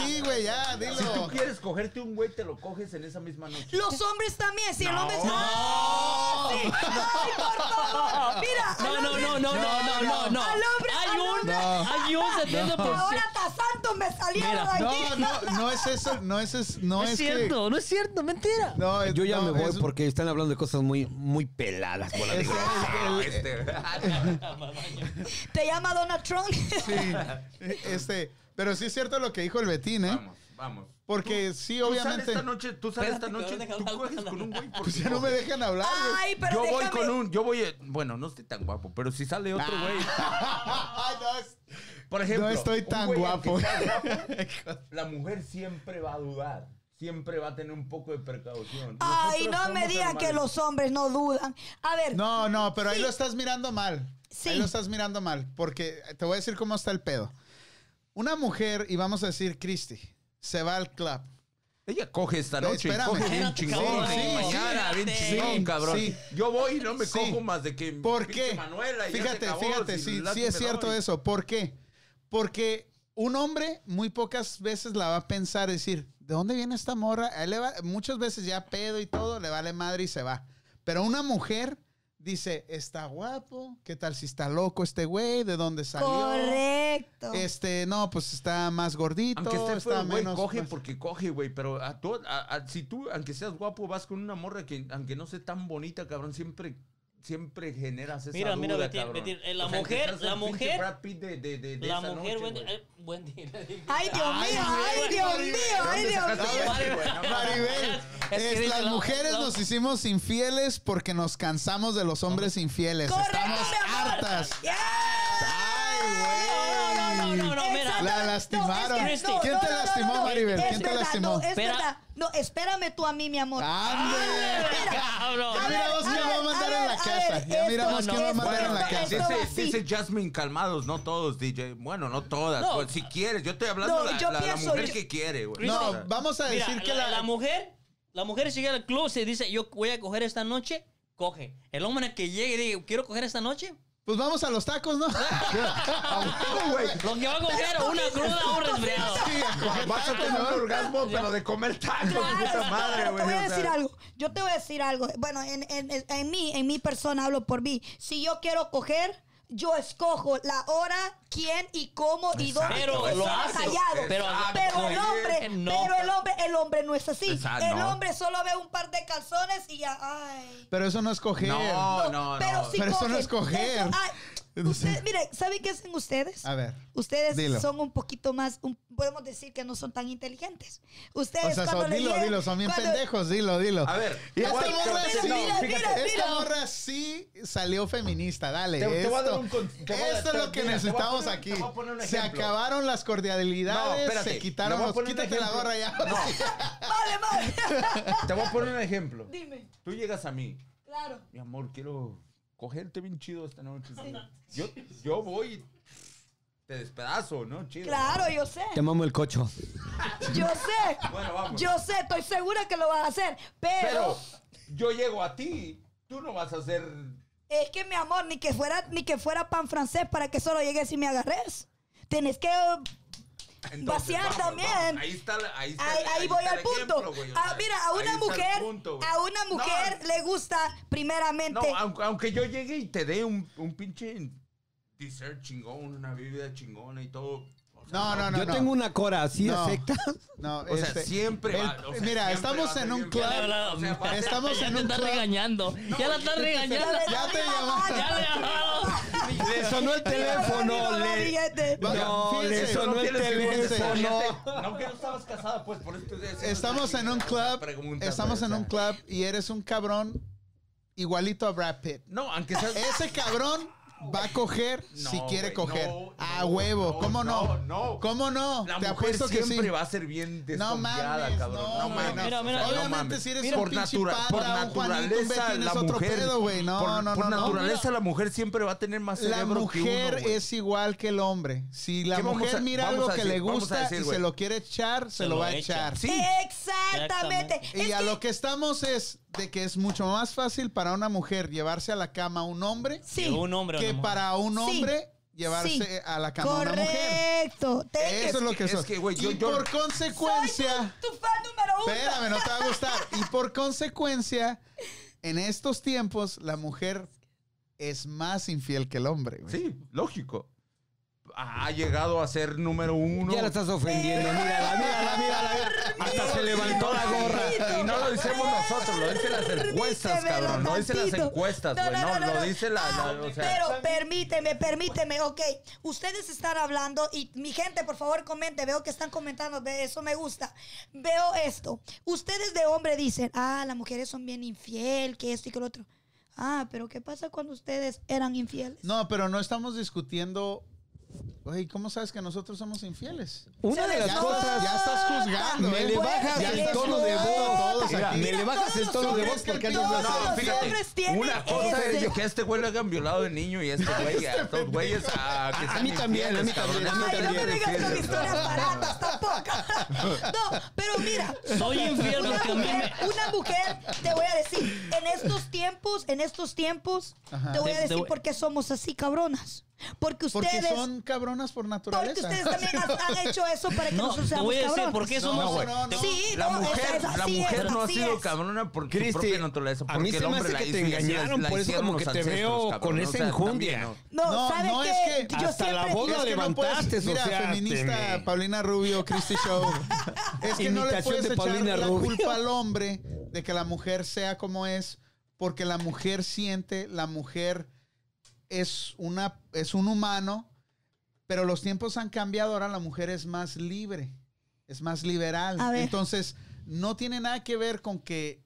Speaker 8: di, di, güey, ya,
Speaker 2: Si tú
Speaker 8: dilo.
Speaker 2: quieres cogerte un güey, te lo coges en esa misma noche.
Speaker 3: Los hombres también, si el hombre es... ¡Ah, sí! ¡Ay, por favor! Mira,
Speaker 4: No,
Speaker 3: al
Speaker 4: no,
Speaker 3: hombre-
Speaker 4: no, no, no, no, no, no.
Speaker 3: Al hombre,
Speaker 4: Hay
Speaker 3: al
Speaker 4: un,
Speaker 3: hombre.
Speaker 4: hay un 70%.
Speaker 3: Ahora hasta santo me salieron
Speaker 4: Mira,
Speaker 3: aquí.
Speaker 8: No, no, no es eso, no es eso, no,
Speaker 4: No
Speaker 8: es,
Speaker 4: es
Speaker 8: que-
Speaker 4: cierto, no es cierto, mentira.
Speaker 8: no, es-
Speaker 5: Yo ya
Speaker 8: no,
Speaker 5: me voy
Speaker 8: es-
Speaker 5: porque están hablando de cosas muy, muy peladas. bola de
Speaker 8: es-
Speaker 5: grosero.
Speaker 8: el- el-
Speaker 2: Este.
Speaker 3: Te llama Donald Trump.
Speaker 8: sí, este, pero sí es cierto lo que dijo el Betín, ¿eh?
Speaker 2: Vamos, vamos.
Speaker 8: Porque sí,
Speaker 2: Tú sales
Speaker 8: obviamente.
Speaker 2: esta noche, tú sales esta
Speaker 4: Espérate,
Speaker 2: noche,
Speaker 4: que ahora
Speaker 2: tú
Speaker 4: déjame
Speaker 2: coges
Speaker 4: hablar.
Speaker 2: con un güey. porque-
Speaker 8: Pues ya no me dejan hablar, güey.
Speaker 3: Ay, pero
Speaker 2: yo voy
Speaker 3: déjame-
Speaker 2: con un, yo voy, eh, bueno, no estoy tan guapo, pero si sale otro güey,
Speaker 8: Ah. No, es-
Speaker 2: por ejemplo,
Speaker 8: no estoy
Speaker 2: un
Speaker 8: tan
Speaker 2: güey al que
Speaker 8: guapo.
Speaker 2: está guapo, la mujer siempre va a dudar, siempre va a tener un poco de precaución.
Speaker 3: Ay,
Speaker 2: Nosotros
Speaker 3: no me
Speaker 2: somos
Speaker 3: digan que
Speaker 2: hermanos.
Speaker 3: los hombres no dudan. A ver,
Speaker 8: No, no, pero ahí
Speaker 3: Sí.
Speaker 8: lo estás mirando mal.
Speaker 3: Sí.
Speaker 8: Ahí lo estás mirando mal. Porque te voy a decir cómo está el pedo. Una mujer, y vamos a decir Christy, se va al club.
Speaker 2: Ella coge esta
Speaker 8: No,
Speaker 2: noche, y
Speaker 8: espérame.
Speaker 2: coge bien
Speaker 4: Espérate,
Speaker 2: chingón,
Speaker 8: cabrón. Sí,
Speaker 2: bien
Speaker 8: sí,
Speaker 2: mañana, bien
Speaker 4: sí.
Speaker 2: chingón,
Speaker 8: Sí,
Speaker 2: cabrón.
Speaker 8: sí.
Speaker 2: Yo voy y no me
Speaker 8: Sí.
Speaker 2: cojo más de que
Speaker 8: ¿Por
Speaker 2: pinche
Speaker 8: qué?
Speaker 2: Manuela y ya se
Speaker 8: fíjate,
Speaker 2: acabó,
Speaker 8: fíjate,
Speaker 2: si
Speaker 8: sí,
Speaker 2: la-
Speaker 8: sí es
Speaker 2: me
Speaker 8: cierto
Speaker 2: doy.
Speaker 8: eso. ¿Por qué? Porque un hombre muy pocas veces la va a pensar, decir, ¿de dónde viene esta morra? A él le va- muchas veces ya pedo y todo, le vale madre y se va. Pero una mujer dice, está guapo, ¿qué tal si está loco este güey? ¿De dónde salió?
Speaker 3: correcto.
Speaker 8: Este, no, pues está más gordito,
Speaker 2: Aunque esté
Speaker 8: está
Speaker 2: feo, güey,
Speaker 8: menos.
Speaker 2: coge
Speaker 8: pues,
Speaker 2: porque coge, güey. Pero a to- a- a- si tú, aunque seas guapo, vas con una morra que, aunque no sea tan bonita, cabrón, siempre, siempre generas esa
Speaker 4: Mira,
Speaker 2: duda,
Speaker 4: mira, Betín,
Speaker 2: cabrón.
Speaker 4: Betín, eh, la
Speaker 2: aunque
Speaker 4: mujer-
Speaker 2: seas
Speaker 4: la
Speaker 2: el pinche
Speaker 4: mujer-
Speaker 2: Brad Pitt de, de, de, de
Speaker 4: La
Speaker 2: esa
Speaker 4: mujer,
Speaker 2: noche,
Speaker 4: buen,
Speaker 2: güey.
Speaker 4: día, eh, buen día.
Speaker 3: Ay, Dios
Speaker 8: Ay,
Speaker 3: mío, ay,
Speaker 8: güey,
Speaker 3: Dios
Speaker 8: Maribel,
Speaker 3: mío,
Speaker 8: ¿de
Speaker 3: ay,
Speaker 2: dónde
Speaker 3: Dios
Speaker 2: sacaste
Speaker 3: mío.
Speaker 2: eso?
Speaker 8: Maribel,
Speaker 4: Es que
Speaker 8: es-
Speaker 4: dice,
Speaker 8: las
Speaker 4: no,
Speaker 8: mujeres
Speaker 4: no.
Speaker 8: nos hicimos infieles porque nos cansamos de los hombres infieles.
Speaker 3: Correcto,
Speaker 8: Estamos
Speaker 3: mi amor.
Speaker 8: hartas.
Speaker 3: Yeah.
Speaker 8: Ay,
Speaker 4: No, no, no, no, mira.
Speaker 8: La lastimaron.
Speaker 3: No, es que- no,
Speaker 8: ¿Quién
Speaker 3: no,
Speaker 8: te
Speaker 3: no, no,
Speaker 8: lastimó,
Speaker 3: no,
Speaker 8: Maribel?
Speaker 3: es
Speaker 8: ¿Quién te
Speaker 3: verdad,
Speaker 8: lastimó? Ah.
Speaker 3: No, es
Speaker 4: Espera.
Speaker 3: verdad. No, espérame tú a mí, mi amor.
Speaker 8: ¡Ande!
Speaker 4: Cabrón.
Speaker 8: Ya miramos
Speaker 3: a ver,
Speaker 8: quién va a mandar
Speaker 3: a
Speaker 8: en la
Speaker 3: ver, a
Speaker 8: casa.
Speaker 3: ver,
Speaker 8: Ya
Speaker 3: esto,
Speaker 8: miramos
Speaker 4: no,
Speaker 8: quién va a
Speaker 4: esto,
Speaker 8: mandar en la
Speaker 3: esto,
Speaker 8: casa.
Speaker 3: esto.
Speaker 2: Dice,
Speaker 3: va así.
Speaker 2: dice Jasmine, calmados, no todos, DJ. Bueno, no todas.
Speaker 4: No.
Speaker 2: pues, si quieres, yo estoy hablando
Speaker 3: No,
Speaker 2: de la,
Speaker 3: yo
Speaker 2: la- la
Speaker 3: pienso,
Speaker 2: mujer
Speaker 4: yo-
Speaker 2: que quiere, güey. O sea,
Speaker 8: No, vamos a
Speaker 4: Mira,
Speaker 8: decir que
Speaker 4: la,
Speaker 8: la.
Speaker 4: la mujer, la mujer llega al club y dice, yo voy a coger esta noche, coge. El hombre que llegue y diga, quiero coger esta noche,
Speaker 8: Pues vamos a los tacos, ¿no?
Speaker 2: contigo, güey.
Speaker 4: lo que va a coger es una cruda o un resfriado.
Speaker 2: Vas a tener un orgasmo, pero de comer tacos, puta madre,
Speaker 3: Pero
Speaker 2: güey.
Speaker 3: Te voy
Speaker 2: o
Speaker 3: a
Speaker 2: sea.
Speaker 3: decir algo. Yo te voy a decir algo. Bueno, en, en, en mí, en mi persona hablo por mí. Si yo quiero coger, yo escojo la hora, quién y cómo y dónde.
Speaker 4: Pero
Speaker 3: que
Speaker 4: lo
Speaker 3: sea
Speaker 4: hace.
Speaker 3: callado.
Speaker 4: Pero-
Speaker 3: Pero el
Speaker 4: Exacto.
Speaker 3: hombre,
Speaker 4: No.
Speaker 3: pero el hombre, el hombre no es así.
Speaker 2: Exacto.
Speaker 3: El hombre solo ve un par de calzones y ya, ay.
Speaker 1: Pero eso no es coger.
Speaker 2: No.
Speaker 3: pero
Speaker 2: no.
Speaker 3: sí
Speaker 1: Pero eso
Speaker 3: cogen.
Speaker 1: no es coger.
Speaker 3: Eso- ay, ustedes, mire, ¿saben qué hacen ustedes?
Speaker 1: A ver.
Speaker 3: Ustedes
Speaker 1: Dilo.
Speaker 3: son un poquito más, un- podemos decir que no son tan inteligentes. Ustedes
Speaker 1: O sea,
Speaker 3: cuando
Speaker 1: son,
Speaker 3: le
Speaker 1: dilo,
Speaker 3: llegan-
Speaker 1: dilo, son bien
Speaker 3: cuando-
Speaker 1: pendejos, dilo, dilo.
Speaker 2: A ver,
Speaker 1: Y
Speaker 2: te
Speaker 1: esta
Speaker 2: voy a- te voy
Speaker 1: morra
Speaker 2: a
Speaker 3: decir
Speaker 1: sí,
Speaker 3: algo. Mira, mira,
Speaker 1: esta
Speaker 3: mira.
Speaker 1: morra sí salió feminista, dale.
Speaker 2: Te- te voy a dar
Speaker 1: esto
Speaker 2: un con- te voy a-
Speaker 1: esto es
Speaker 2: te-
Speaker 1: lo que
Speaker 2: mira, te voy a
Speaker 1: necesitamos
Speaker 2: poner-
Speaker 1: aquí.
Speaker 2: te voy a poner un
Speaker 1: Se
Speaker 2: ejemplo.
Speaker 1: cordialidades, se cordialidades,
Speaker 2: espérate,
Speaker 1: se
Speaker 2: le
Speaker 1: quitaron
Speaker 2: voy a
Speaker 1: los...
Speaker 2: poner un
Speaker 1: Quítate la
Speaker 2: ejemplo.
Speaker 1: gorra ya.
Speaker 3: Vale, vale.
Speaker 2: Te voy a poner un ejemplo.
Speaker 3: Dime,
Speaker 2: Tú llegas a mí,
Speaker 3: claro.
Speaker 2: mi amor, quiero cogerte bien chido esta noche. Yo, yo voy y te despedazo, ¿no? Chido.
Speaker 3: Claro, yo sé.
Speaker 5: Te mamo el cocho.
Speaker 3: Yo sé.
Speaker 2: Bueno, vamos.
Speaker 3: Yo sé, estoy segura que lo vas a hacer.
Speaker 2: Pero
Speaker 3: Pero,
Speaker 2: yo llego a ti, tú no vas a hacer.
Speaker 3: es que mi amor, ni que fuera, ni que fuera pan francés para que solo llegues y me agarres. Tienes que. Vaciar también.
Speaker 2: Ahí está, la- ahí está-
Speaker 3: Ahí, ahí voy
Speaker 2: está
Speaker 3: al
Speaker 2: el
Speaker 3: punto.
Speaker 2: ejemplo, güey, o
Speaker 3: Ah,
Speaker 2: sea,
Speaker 3: mira, a
Speaker 2: ahí
Speaker 3: una
Speaker 2: está el
Speaker 3: mujer,
Speaker 2: punto, güey.
Speaker 3: a una
Speaker 2: No,
Speaker 3: mujer le gusta
Speaker 2: No,
Speaker 3: primeramente.
Speaker 2: aunque, aunque yo llegue y te dé un, un pinche dessert chingón, una bebida chingona y todo. o sea,
Speaker 1: No, no, no.
Speaker 5: Yo
Speaker 1: no.
Speaker 5: tengo una cora así
Speaker 1: No.
Speaker 5: de secta.
Speaker 1: No,
Speaker 2: O sea,
Speaker 1: este,
Speaker 2: siempre.
Speaker 1: el-
Speaker 2: va- o sea,
Speaker 1: mira,
Speaker 2: siempre va a
Speaker 1: estamos
Speaker 2: ser
Speaker 1: en un
Speaker 2: bien
Speaker 1: club.
Speaker 4: Ya la-
Speaker 2: va a ser-
Speaker 1: Estamos
Speaker 4: Ya
Speaker 1: en
Speaker 4: te
Speaker 1: un
Speaker 4: está
Speaker 1: club.
Speaker 4: regañando. Ya la está regañando.
Speaker 1: Ya te
Speaker 4: Ya le
Speaker 5: Le sonó el teléfono. Le... No,
Speaker 1: Fíjense,
Speaker 5: le
Speaker 1: no
Speaker 5: sonó el
Speaker 1: tienes que
Speaker 5: teléfono.
Speaker 2: No, que no estabas casada, pues, por eso te-
Speaker 1: Estamos en un club.
Speaker 2: Pregunta,
Speaker 1: Estamos
Speaker 2: güey,
Speaker 1: en
Speaker 2: o
Speaker 1: un
Speaker 2: sea.
Speaker 1: club y eres un cabrón igualito a Brad Pitt.
Speaker 2: No, aunque seas.
Speaker 1: Ese cabrón va a coger
Speaker 2: No,
Speaker 1: si quiere
Speaker 2: güey,
Speaker 1: coger.
Speaker 2: no,
Speaker 1: a
Speaker 2: no,
Speaker 1: huevo.
Speaker 2: no,
Speaker 1: ¿Cómo no?
Speaker 2: no, no.
Speaker 1: ¿Cómo no?
Speaker 2: La
Speaker 1: Te
Speaker 2: mujer
Speaker 1: apuesto que sí.
Speaker 2: siempre va a ser bien
Speaker 1: No
Speaker 2: desconfiada,
Speaker 1: mames,
Speaker 2: cabrón.
Speaker 1: no,
Speaker 2: No,
Speaker 1: no,
Speaker 2: mames.
Speaker 1: no.
Speaker 2: O
Speaker 4: Mira, mira.
Speaker 2: sea, no
Speaker 1: Obviamente
Speaker 2: mames.
Speaker 1: si eres
Speaker 2: Mira,
Speaker 1: un
Speaker 2: por,
Speaker 1: pinche
Speaker 2: natura-
Speaker 1: panda,
Speaker 2: por
Speaker 1: un Juanito, un
Speaker 2: naturaleza,
Speaker 1: Betín,
Speaker 2: la
Speaker 1: es otro
Speaker 2: mujer.
Speaker 1: pedo, güey. No,
Speaker 2: por,
Speaker 1: no,
Speaker 2: por
Speaker 1: no, no.
Speaker 2: naturaleza, la mujer siempre va a tener más
Speaker 1: La
Speaker 2: cerebro
Speaker 1: mujer
Speaker 2: que uno, güey.
Speaker 1: es igual que el hombre. Si la
Speaker 2: ¿Qué vamos
Speaker 1: mujer
Speaker 2: a-
Speaker 1: mira
Speaker 2: vamos
Speaker 1: algo
Speaker 2: a
Speaker 1: que
Speaker 2: decir?
Speaker 1: le
Speaker 2: Vamos a
Speaker 1: gusta
Speaker 2: decir,
Speaker 1: y se
Speaker 2: güey.
Speaker 1: lo quiere echar, se,
Speaker 4: Se
Speaker 1: lo,
Speaker 4: lo
Speaker 1: va a
Speaker 4: echa.
Speaker 1: echar.
Speaker 2: Sí.
Speaker 3: Exactamente.
Speaker 1: Y
Speaker 3: Es
Speaker 1: a
Speaker 3: que-
Speaker 1: lo que estamos es de que es mucho más fácil para una mujer llevarse a la cama a un hombre
Speaker 3: Sí.
Speaker 4: Un hombre.
Speaker 1: que
Speaker 4: una mujer.
Speaker 1: para un
Speaker 3: Sí.
Speaker 1: hombre llevarse
Speaker 3: Sí.
Speaker 1: a la cama a una mujer.
Speaker 3: Correcto. Te-
Speaker 1: Eso es lo que
Speaker 2: es
Speaker 1: soy.
Speaker 2: que, güey, yo-
Speaker 1: y
Speaker 2: yo-
Speaker 1: por consecuencia,
Speaker 3: Soy tu, tu fan número uno.
Speaker 1: espérame, no te va a gustar. Y por consecuencia, en estos tiempos la mujer es más infiel que el hombre. güey.
Speaker 2: Sí, lógico. Ha llegado a ser número uno.
Speaker 5: Ya la estás ofendiendo. Mírala, mírala, mírala. Hasta se levantó la gorra.
Speaker 2: Y no lo decimos nosotros, lo dicen las encuestas,
Speaker 3: Permíteme,
Speaker 2: cabrón. Lo dicen las
Speaker 3: tantito.
Speaker 2: encuestas, güey. No, lo dice la.
Speaker 3: Ah,
Speaker 2: la- o sea,
Speaker 3: Pero permíteme, permíteme, ok. Ustedes están hablando y mi gente, por favor, comente. Veo que están comentando, ve, eso me gusta. Veo esto. Ustedes de hombre dicen, ah, las mujeres son bien infiel, que esto y que lo otro. Ah, pero ¿qué pasa cuando ustedes eran infieles?
Speaker 1: No, pero no estamos discutiendo. Oye, ¿cómo sabes que nosotros somos infieles?
Speaker 5: Una de
Speaker 1: Ya,
Speaker 5: las
Speaker 1: estás-
Speaker 5: cosas.
Speaker 1: ya estás juzgando.
Speaker 5: Me
Speaker 1: ¿eh?
Speaker 5: le
Speaker 1: Pues,
Speaker 5: bajas
Speaker 1: ya
Speaker 5: el
Speaker 1: estás
Speaker 5: tono de
Speaker 1: juzgando
Speaker 5: voz.
Speaker 1: a todos
Speaker 5: Mira,
Speaker 1: aquí.
Speaker 5: me le bajas el tono de voz porque andas
Speaker 1: No,
Speaker 5: así.
Speaker 2: No, fíjate,
Speaker 3: hombres tienen
Speaker 2: una cosa
Speaker 3: ese-
Speaker 2: es que a este güey le hayan violado de niño y a este güey, a estos güeyes, a que
Speaker 5: A- a
Speaker 2: sean
Speaker 5: mí también, a mí
Speaker 2: infieles, cabrón.
Speaker 5: también, a
Speaker 2: Eso
Speaker 5: mí
Speaker 3: Ay, no me
Speaker 2: también
Speaker 3: digas con
Speaker 2: es
Speaker 3: historias
Speaker 2: cierto.
Speaker 3: baratas tampoco. No, pero mira.
Speaker 4: Soy infiel
Speaker 3: Una
Speaker 4: porque a mí
Speaker 3: mujer,
Speaker 4: me.
Speaker 3: una mujer, te voy a decir, en estos tiempos, en estos tiempos,
Speaker 1: Ajá.
Speaker 3: te voy a
Speaker 4: Te- te
Speaker 3: decir
Speaker 4: voy-
Speaker 3: por qué somos así cabronas. Porque ustedes,
Speaker 1: Porque son cabronas por
Speaker 3: porque
Speaker 1: naturaleza.
Speaker 3: ustedes también han, han hecho eso para que
Speaker 4: No,
Speaker 3: nosotros
Speaker 4: te
Speaker 3: seamos
Speaker 4: voy a decir
Speaker 3: cabronas.
Speaker 4: por qué
Speaker 1: No,
Speaker 4: somos.
Speaker 1: güey, no, no.
Speaker 3: Sí,
Speaker 2: La
Speaker 3: no, es-
Speaker 2: mujer,
Speaker 3: es así
Speaker 2: la
Speaker 3: es,
Speaker 2: mujer no ha
Speaker 3: así
Speaker 2: sido
Speaker 3: es.
Speaker 2: cabrona por su
Speaker 5: Cristi,
Speaker 2: propia naturaleza,
Speaker 5: a
Speaker 2: porque
Speaker 5: mí
Speaker 2: el
Speaker 5: se me
Speaker 2: hombre
Speaker 5: hace
Speaker 2: la
Speaker 5: que te
Speaker 2: hizo y así la-
Speaker 5: engañaron,
Speaker 2: la
Speaker 5: por eso
Speaker 2: hicieron
Speaker 5: como que
Speaker 2: los
Speaker 5: te
Speaker 2: ancestros,
Speaker 5: veo
Speaker 2: cabrón,
Speaker 5: con
Speaker 2: o
Speaker 5: esa
Speaker 2: sea, también,
Speaker 5: enjundia.
Speaker 2: ¿no?
Speaker 3: No,
Speaker 1: No,
Speaker 3: ¿saben
Speaker 1: no,
Speaker 3: qué?
Speaker 1: es que
Speaker 3: yo
Speaker 5: hasta la
Speaker 3: siempre,
Speaker 5: boda
Speaker 1: Es que no puedes-
Speaker 5: levantaste,
Speaker 1: mira,
Speaker 5: sociáteme.
Speaker 1: feminista Paulina Rubio, Christy Show. Es que no le
Speaker 5: Imitación
Speaker 1: puedes
Speaker 5: de
Speaker 1: echar
Speaker 5: Paulina
Speaker 1: la
Speaker 5: Rubio.
Speaker 1: culpa al hombre de que la mujer sea como es, porque la mujer siente, la mujer es una es un humano, pero los tiempos han cambiado, ahora la mujer es más libre, es más liberal.
Speaker 3: A ver.
Speaker 1: Entonces, no tiene nada que ver con que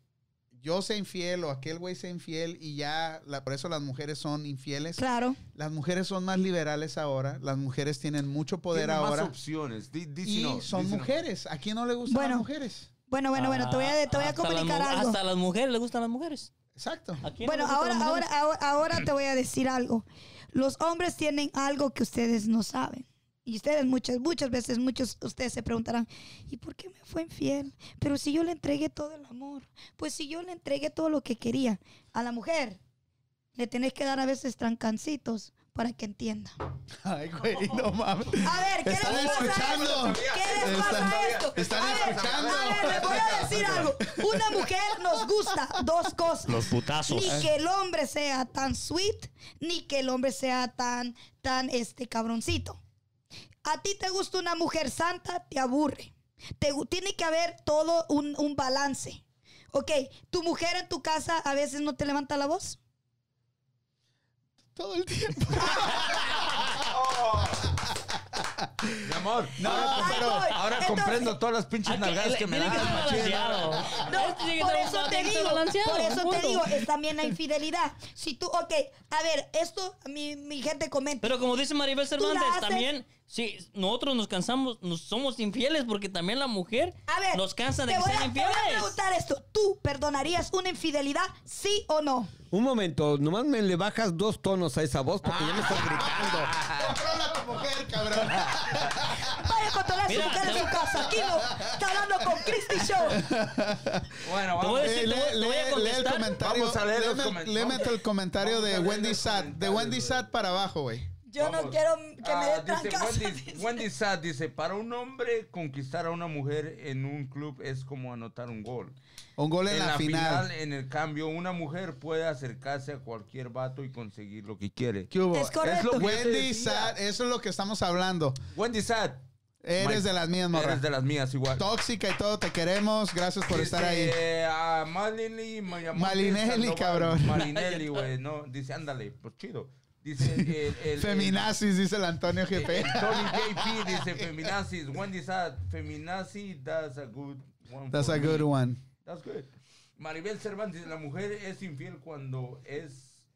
Speaker 1: yo sea infiel o aquel güey sea infiel y ya la- por eso las mujeres son infieles.
Speaker 3: Claro.
Speaker 1: Las mujeres son más liberales ahora, las mujeres tienen mucho poder
Speaker 2: Tiene
Speaker 1: ahora
Speaker 2: más opciones. Di- di si
Speaker 1: y
Speaker 2: no, di
Speaker 1: son
Speaker 2: si no.
Speaker 1: mujeres. ¿A quién no le gustan
Speaker 3: Bueno.
Speaker 1: las mujeres?
Speaker 3: Bueno, bueno, bueno, te voy a, te voy a
Speaker 4: Hasta las
Speaker 3: comunicar
Speaker 4: mu-
Speaker 3: algo.
Speaker 4: Hasta a las mujeres les gustan las mujeres.
Speaker 1: Exacto.
Speaker 4: ¿A quién
Speaker 3: Bueno,
Speaker 4: no le gustan
Speaker 3: ahora,
Speaker 4: las
Speaker 3: ahora,
Speaker 4: mujeres?
Speaker 3: ahora, ahora te voy a decir algo. Los hombres tienen algo que ustedes no saben. Y ustedes muchas, muchas veces, muchos ustedes se preguntarán, ¿y por qué me fue infiel? Pero si yo le entregué todo el amor, pues si yo le entregué todo lo que quería a la mujer, le tenés que dar a veces trancancitos para que entienda.
Speaker 8: Ay, güey, no mames.
Speaker 3: A ver, ¿qué les
Speaker 8: Están
Speaker 3: pasa
Speaker 8: escuchando.
Speaker 3: esto? ¿Qué les pasa
Speaker 8: Están-
Speaker 3: esto?
Speaker 8: están
Speaker 3: A ver,
Speaker 8: escuchando.
Speaker 3: A ver, les voy a decir algo. Una mujer nos gusta dos cosas.
Speaker 4: Los putazos.
Speaker 3: Ni que el hombre sea tan sweet, ni que el hombre sea tan, tan este cabroncito. A ti te gusta una mujer santa, te aburre. Te gu- tiene que haber todo un, un balance. Ok, tu mujer en tu casa a veces no te levanta la voz.
Speaker 8: Todo el tiempo.
Speaker 2: Mi amor.
Speaker 8: No,
Speaker 3: Ahí
Speaker 8: pero.
Speaker 3: voy.
Speaker 2: Ahora
Speaker 3: Entonces,
Speaker 2: comprendo todas las pinches nalgadas que me
Speaker 4: Tiene que estar
Speaker 2: dan.
Speaker 4: balanceado. Este
Speaker 3: No,
Speaker 4: Tiene que
Speaker 3: por
Speaker 4: estar
Speaker 3: eso
Speaker 4: un-
Speaker 3: te
Speaker 4: tiene que
Speaker 3: digo,
Speaker 4: estar balanceado,
Speaker 3: por eso te
Speaker 4: punto.
Speaker 3: digo, es también la infidelidad. Si tú, ok, a ver, esto mi, mi gente comenta.
Speaker 4: Pero como dice Maribel
Speaker 3: la
Speaker 4: Cervantes,
Speaker 3: haces.
Speaker 4: también, sí, nosotros nos cansamos, nos somos infieles porque también la mujer
Speaker 3: A ver,
Speaker 4: nos cansa de
Speaker 3: te
Speaker 4: que
Speaker 3: voy a-
Speaker 4: sean infieles.
Speaker 3: Te voy a preguntar esto, ¿tú perdonarías una infidelidad, sí o no?
Speaker 5: Un momento, nomás me le bajas dos tonos a esa voz porque ya me estás gritando.
Speaker 8: Controla a tu mujer, cabrón.
Speaker 3: Vaya a controlar a su
Speaker 4: Mira,
Speaker 3: mujer en
Speaker 4: te-
Speaker 3: su casa, aquí no, está hablando con Christy Show.
Speaker 2: Bueno,
Speaker 4: Te voy a
Speaker 1: Eh,
Speaker 2: vamos.
Speaker 4: decir, te voy- te voy a
Speaker 8: lee el
Speaker 4: contestar.
Speaker 8: comentario.
Speaker 2: Vamos a leer los
Speaker 8: Léeme-
Speaker 2: comen-
Speaker 8: léeme
Speaker 2: vamos.
Speaker 8: el comentario
Speaker 2: Vamos a
Speaker 8: de
Speaker 2: leer
Speaker 8: Wendy
Speaker 2: los
Speaker 8: Sat. De
Speaker 2: comentarios,
Speaker 8: Wendy
Speaker 2: güey.
Speaker 8: Sat para abajo, güey.
Speaker 3: Yo no
Speaker 2: Vamos.
Speaker 3: quiero que me
Speaker 2: Ah,
Speaker 3: den trancas.
Speaker 2: dice Wendy, Wendy Sad dice, para un hombre conquistar a una mujer en un club es como anotar un gol.
Speaker 8: Un gol en,
Speaker 2: en
Speaker 8: la, final.
Speaker 2: en el cambio, una mujer puede acercarse a cualquier vato y conseguir lo que quiere.
Speaker 8: ¿Qué hubo?
Speaker 3: Es correcto.
Speaker 2: que yo te
Speaker 8: Wendy
Speaker 2: decía.
Speaker 8: Sat, eso es lo que estamos hablando.
Speaker 2: Wendy Sad.
Speaker 8: Eres
Speaker 2: Mike,
Speaker 8: de las mías, morra.
Speaker 2: Eres de las mías igual.
Speaker 8: Tóxica y todo, te queremos. Gracias por estar ahí.
Speaker 2: Dice, A Malinelli,
Speaker 8: Malinelli, cabrón.
Speaker 2: Malinelli, güey. No, dice, ándale, pues chido. Dice el, el, el-
Speaker 8: Feminazis, dice el Antonio
Speaker 2: Eh,
Speaker 8: GP.
Speaker 2: Tony JP dice feminazis. eh, Wendy Sad, feminazi, that's a good one.
Speaker 8: That's
Speaker 2: for
Speaker 8: a good
Speaker 2: me.
Speaker 8: one.
Speaker 2: That's good. Maribel Cervantes, la mujer es infiel cuando es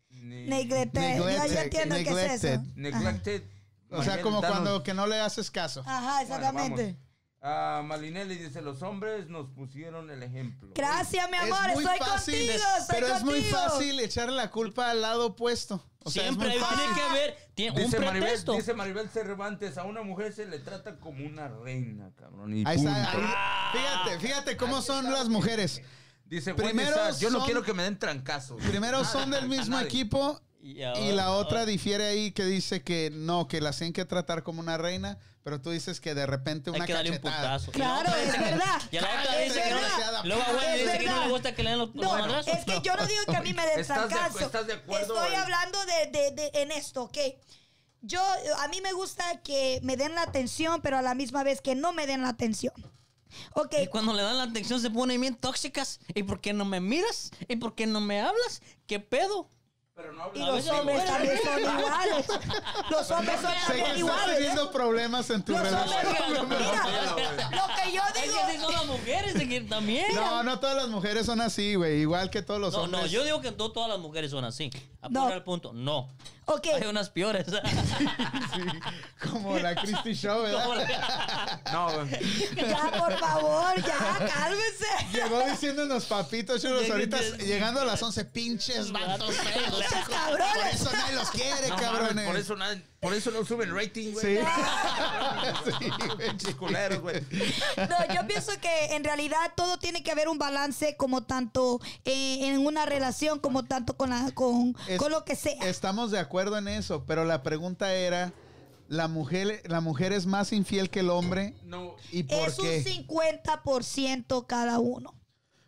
Speaker 2: ne-
Speaker 3: Neglete, yo ya
Speaker 8: Neglected,
Speaker 3: entiendo qué es eso.
Speaker 8: neglected.
Speaker 2: neglected.
Speaker 8: O sea,
Speaker 2: Maribel,
Speaker 8: como
Speaker 2: danos-
Speaker 8: cuando que no le haces caso.
Speaker 3: Ajá,
Speaker 2: Bueno,
Speaker 3: exactamente.
Speaker 2: vamos. Ah, Malinelli dice, los hombres nos pusieron el ejemplo.
Speaker 3: Gracias, mi amor, estoy contigo, estoy
Speaker 8: pero es muy
Speaker 3: contigo.
Speaker 8: fácil echarle la culpa al lado opuesto. O sea,
Speaker 4: Siempre
Speaker 8: es muy fácil.
Speaker 4: tiene que haber tiene un
Speaker 2: Dice Maribel,
Speaker 4: pretexto.
Speaker 2: dice Maribel Cervantes, a una mujer se le trata como una reina, cabrón. y
Speaker 8: Ahí está.
Speaker 2: punto.
Speaker 8: ahí- fíjate, fíjate cómo son las mujeres.
Speaker 2: Dice,
Speaker 8: Primero
Speaker 2: primero yo no
Speaker 8: son-
Speaker 2: quiero que me den trancazos.
Speaker 8: Primero
Speaker 2: Nada,
Speaker 8: son del
Speaker 2: a
Speaker 8: mismo
Speaker 2: nadie.
Speaker 8: equipo
Speaker 4: ahora-
Speaker 8: y la otra difiere ahí que dice que no, que las tienen que tratar como una reina, pero tú dices que de repente
Speaker 4: Hay
Speaker 8: una
Speaker 4: que darle un
Speaker 8: cachetada.
Speaker 4: putazo. Y la
Speaker 3: Claro,
Speaker 4: otra
Speaker 3: es
Speaker 4: dice que-
Speaker 3: verdad.
Speaker 4: Y la otra
Speaker 8: Es
Speaker 4: dice que no
Speaker 8: verdad.
Speaker 4: le- Luego a Wendy
Speaker 3: Es
Speaker 4: dice que no
Speaker 3: verdad.
Speaker 4: le gusta que le den los los
Speaker 3: No,
Speaker 4: madrazos.
Speaker 3: es que yo no digo que a mí me den
Speaker 2: ¿Estás de-
Speaker 3: trancazo.
Speaker 2: estás de acuerdo
Speaker 3: Estoy
Speaker 2: en-
Speaker 3: hablando de, de- de- en esto, ¿ok? Yo, eh, a mí me gusta que me den la atención, pero a la misma vez que no me den la atención. Ok,
Speaker 4: Y cuando le dan la atención se ponen bien tóxicas. ¿Y por qué no me miras? ¿Y por qué no me hablas? ¿Qué pedo?
Speaker 2: Pero no
Speaker 3: y
Speaker 2: habla.
Speaker 3: los hombres también son iguales. Los hombres son
Speaker 8: Sé
Speaker 3: también
Speaker 8: que estás
Speaker 3: iguales. ¿eh?
Speaker 8: teniendo problemas en tu
Speaker 3: Los
Speaker 8: relación.
Speaker 3: hombres,
Speaker 4: relación.
Speaker 3: mira, lo que yo
Speaker 4: Es
Speaker 3: digo
Speaker 4: que así son las mujeres de que también.
Speaker 8: No, no todas las mujeres son así, güey. Igual que todos los
Speaker 4: No,
Speaker 8: hombres.
Speaker 4: no, yo digo que no todas las mujeres son así. A
Speaker 3: No.
Speaker 4: poner el punto, no.
Speaker 3: Ok,
Speaker 4: Hay unas peores.
Speaker 8: Sí, como la Christie Show, ¿verdad?
Speaker 4: Como la-
Speaker 2: No, güey.
Speaker 3: ya por favor, ya cálmense.
Speaker 8: Llegó diciéndonos papitos chulos
Speaker 4: Llegué-
Speaker 8: ahorita,
Speaker 4: llegué-
Speaker 8: llegando a las 11, pinches vatos. feos.
Speaker 3: Muchos
Speaker 8: Por
Speaker 3: cabrones.
Speaker 8: eso nadie los quiere,
Speaker 2: No, mames,
Speaker 8: cabrones.
Speaker 2: por, eso nada- por eso no suben rating, güey.
Speaker 8: Sí.
Speaker 2: Pinches culeros, güey.
Speaker 3: No, yo pienso que en realidad todo tiene que haber un balance como tanto eh, en una relación como tanto con, la, con,
Speaker 8: Es-
Speaker 3: con lo que sea.
Speaker 8: Estamos de acuerdo en eso, pero la pregunta era, ¿la mujer, la mujer es más infiel que el hombre?
Speaker 2: No,
Speaker 8: ¿Y por
Speaker 3: Es un
Speaker 8: qué?
Speaker 3: 50% cada uno.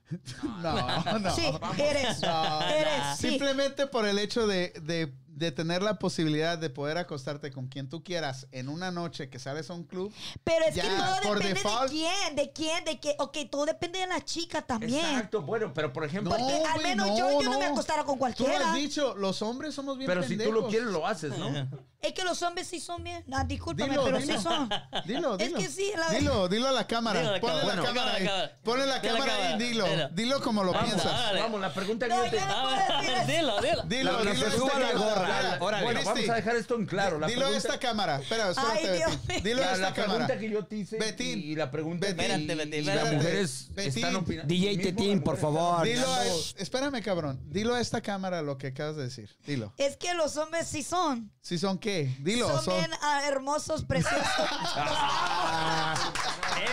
Speaker 8: No, no.
Speaker 3: sí, eres.
Speaker 8: No,
Speaker 3: eres.
Speaker 8: no.
Speaker 3: sí.
Speaker 8: Simplemente por el hecho de, de- de tener la posibilidad de poder acostarte con quien tú quieras en una noche que sales a un club.
Speaker 3: Pero es que
Speaker 8: Ya,
Speaker 3: todo
Speaker 8: por
Speaker 3: depende
Speaker 8: default.
Speaker 3: de quién, de quién, de qué. Ok, todo depende de la chica también.
Speaker 2: exacto, bueno, pero por ejemplo...
Speaker 3: Porque
Speaker 8: No,
Speaker 3: al
Speaker 8: güey,
Speaker 3: menos
Speaker 8: no,
Speaker 3: yo, yo no. me
Speaker 8: no.
Speaker 3: acostara con
Speaker 8: Tú lo
Speaker 3: cualquiera.
Speaker 8: has dicho, los hombres somos bien
Speaker 2: Pero si tú lo
Speaker 8: pendejos.
Speaker 2: quieres, lo haces, ¿no?
Speaker 3: Es que los hombres sí son bien. Ah, discúlpame,
Speaker 8: Dilo,
Speaker 3: pero
Speaker 8: dilo.
Speaker 3: sí son.
Speaker 8: Dilo,
Speaker 3: Es
Speaker 8: dilo.
Speaker 3: que sí, la-
Speaker 8: Dilo, dilo a la cámara.
Speaker 4: Dilo a la
Speaker 8: Ponle
Speaker 4: cámara. Bueno.
Speaker 8: la cámara
Speaker 4: Dilo a la
Speaker 8: ahí.
Speaker 4: cámara.
Speaker 8: Ponle la
Speaker 4: Dilo a la
Speaker 8: cámara ahí,
Speaker 4: cámara.
Speaker 8: dilo.
Speaker 4: Dilo.
Speaker 8: Dilo como lo
Speaker 4: Vamos,
Speaker 8: piensas.
Speaker 4: dale.
Speaker 2: Vamos, la pregunta que
Speaker 3: No,
Speaker 2: yo te...
Speaker 3: ya.
Speaker 4: A ver, dilo, dilo.
Speaker 8: Dilo,
Speaker 5: La- la
Speaker 8: dilo. a
Speaker 5: que suba
Speaker 8: esta
Speaker 5: la
Speaker 8: cámara.
Speaker 5: gorra.
Speaker 8: Dale,
Speaker 5: Órale.
Speaker 2: Bueno,
Speaker 8: Christy.
Speaker 2: vamos a dejar esto en claro. La
Speaker 8: Dilo a
Speaker 2: pregunta-
Speaker 8: esta cámara. Espera, espérate.
Speaker 3: Ay, Dios
Speaker 8: Betín.
Speaker 3: mío.
Speaker 8: Dilo a
Speaker 2: La,
Speaker 8: esta
Speaker 2: la
Speaker 8: cámara.
Speaker 2: pregunta que yo te hice
Speaker 8: Betín.
Speaker 2: y la pregunta
Speaker 8: Betín.
Speaker 2: que
Speaker 4: Espérate, Betín,
Speaker 2: y las
Speaker 4: espérate.
Speaker 2: mujeres
Speaker 8: Betín.
Speaker 2: están opinando.
Speaker 5: DJ
Speaker 2: Mismo las
Speaker 5: Tetín, por
Speaker 2: mujeres.
Speaker 5: favor.
Speaker 8: Dilo a- espérame, cabrón. Dilo a esta cámara lo que acabas de decir. Dilo.
Speaker 3: Es que los hombres sí son.
Speaker 8: Si son qué? Dilo.
Speaker 3: son,
Speaker 8: Son,
Speaker 3: bien ah, hermosos, preciosos. Los amo.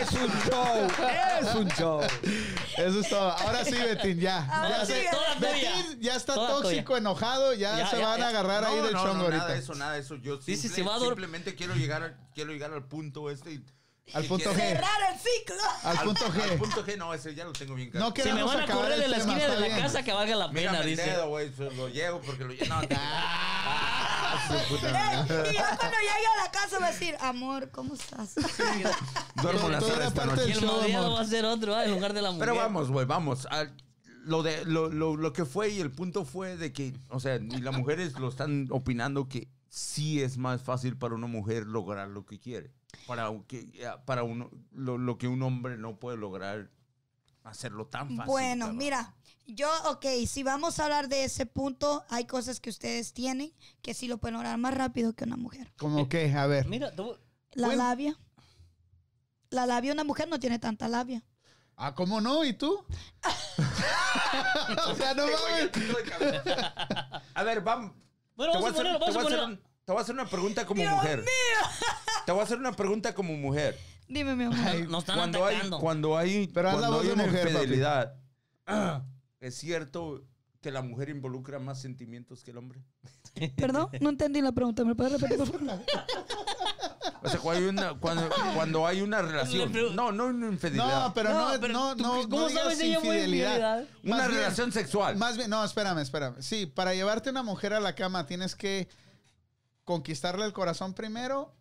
Speaker 5: Es un show, es un show.
Speaker 8: Eso es todo. Ahora sí, Betín, ya.
Speaker 3: Ahora
Speaker 8: ya,
Speaker 3: sí,
Speaker 8: se-
Speaker 4: toda tuya.
Speaker 8: Betín ya está
Speaker 4: Toda
Speaker 8: tóxico, enojado. Ya,
Speaker 4: Ya,
Speaker 8: se
Speaker 4: ya,
Speaker 8: van
Speaker 4: ya.
Speaker 8: a agarrar ahí
Speaker 2: No,
Speaker 8: del
Speaker 2: no,
Speaker 8: chongo
Speaker 2: no,
Speaker 8: ahorita.
Speaker 2: nada de eso, nada de eso. Yo
Speaker 4: Dice,
Speaker 2: simple-
Speaker 4: se va a dor-
Speaker 2: simplemente quiero llegar, al, quiero llegar al punto este. y-
Speaker 8: Al
Speaker 2: y
Speaker 8: punto
Speaker 2: quiero-
Speaker 8: G.
Speaker 3: Cerrar el ciclo.
Speaker 8: Al punto
Speaker 2: Al
Speaker 8: G.
Speaker 2: punto G, no, ese ya lo tengo bien claro.
Speaker 8: No
Speaker 4: Si me
Speaker 8: queremos
Speaker 4: van a
Speaker 8: acabar
Speaker 4: correr de
Speaker 8: el
Speaker 4: la
Speaker 8: tema.
Speaker 4: esquina de
Speaker 8: está
Speaker 4: la
Speaker 8: bien.
Speaker 4: casa, que valga la
Speaker 2: Mira
Speaker 4: pena,
Speaker 2: el
Speaker 4: dice.
Speaker 2: dedo, güey, se lo llevo porque lo llevo. No,
Speaker 8: Ah,
Speaker 3: Ey, y yo cuando llegue a la casa voy a decir, amor, ¿cómo estás?
Speaker 2: duermo
Speaker 8: Todo-
Speaker 2: las horas
Speaker 8: todo era
Speaker 2: esta
Speaker 8: parte
Speaker 2: noche.
Speaker 4: Y
Speaker 8: del
Speaker 4: el
Speaker 8: show,
Speaker 4: madreado
Speaker 8: amor.
Speaker 4: va a ser otro, ah, en lugar de la mujer.
Speaker 2: Pero vamos, güey, vamos. Al- lo, de, lo, lo, lo que fue y el punto fue de que, o sea, y las mujeres lo están opinando que sí es más fácil para una mujer lograr lo que quiere. Para, un- que, eh, para uno, lo, lo que un hombre no puede lograr, hacerlo tan fácil.
Speaker 3: Bueno,
Speaker 2: cabrón.
Speaker 3: mira, yo, ok, si vamos a hablar de ese punto, hay cosas que ustedes tienen que sí lo pueden lograr más rápido que una mujer.
Speaker 8: Como que, a ver.
Speaker 4: Mira, tú-
Speaker 3: La
Speaker 8: Bueno.
Speaker 3: labia. La labia, una mujer no tiene tanta labia.
Speaker 8: Ah, ¿cómo no? ¿Y tú? o sea, no mames.
Speaker 2: A ver, vamos.
Speaker 4: Bueno,
Speaker 2: te
Speaker 4: vamos
Speaker 2: voy
Speaker 4: a
Speaker 2: te
Speaker 4: ponerlo, vamos a
Speaker 2: voy hacer
Speaker 4: ponerlo.
Speaker 2: un- te voy a hacer una pregunta como mujer. Te voy a hacer una pregunta como mujer.
Speaker 3: Dime, mi amor.
Speaker 4: nos están
Speaker 2: cuando hay,
Speaker 4: atacando.
Speaker 2: cuando hay,
Speaker 8: Pero haz la
Speaker 2: cuando
Speaker 8: voz
Speaker 2: hay
Speaker 8: de
Speaker 2: una
Speaker 8: mujer, papi.
Speaker 2: infidelidad, ¿es cierto que la mujer involucra más sentimientos que el hombre?
Speaker 3: Perdón, no entendí la pregunta. ¿Me puedes repetir, por favor?
Speaker 2: O sea, cuando hay una, cuando, cuando hay una relación.
Speaker 4: Le pregun-
Speaker 2: No, no una infidelidad.
Speaker 8: No, pero
Speaker 4: No,
Speaker 8: no,
Speaker 4: pero
Speaker 8: no,
Speaker 4: tú,
Speaker 8: no.
Speaker 4: ¿cómo
Speaker 8: no digas
Speaker 4: sabes ella fue infidelidad?
Speaker 2: una
Speaker 8: Más bien-
Speaker 2: relación sexual.
Speaker 8: Más bien, no, espérame, espérame. Sí, para llevarte una mujer a la cama tienes que conquistarle el corazón primero.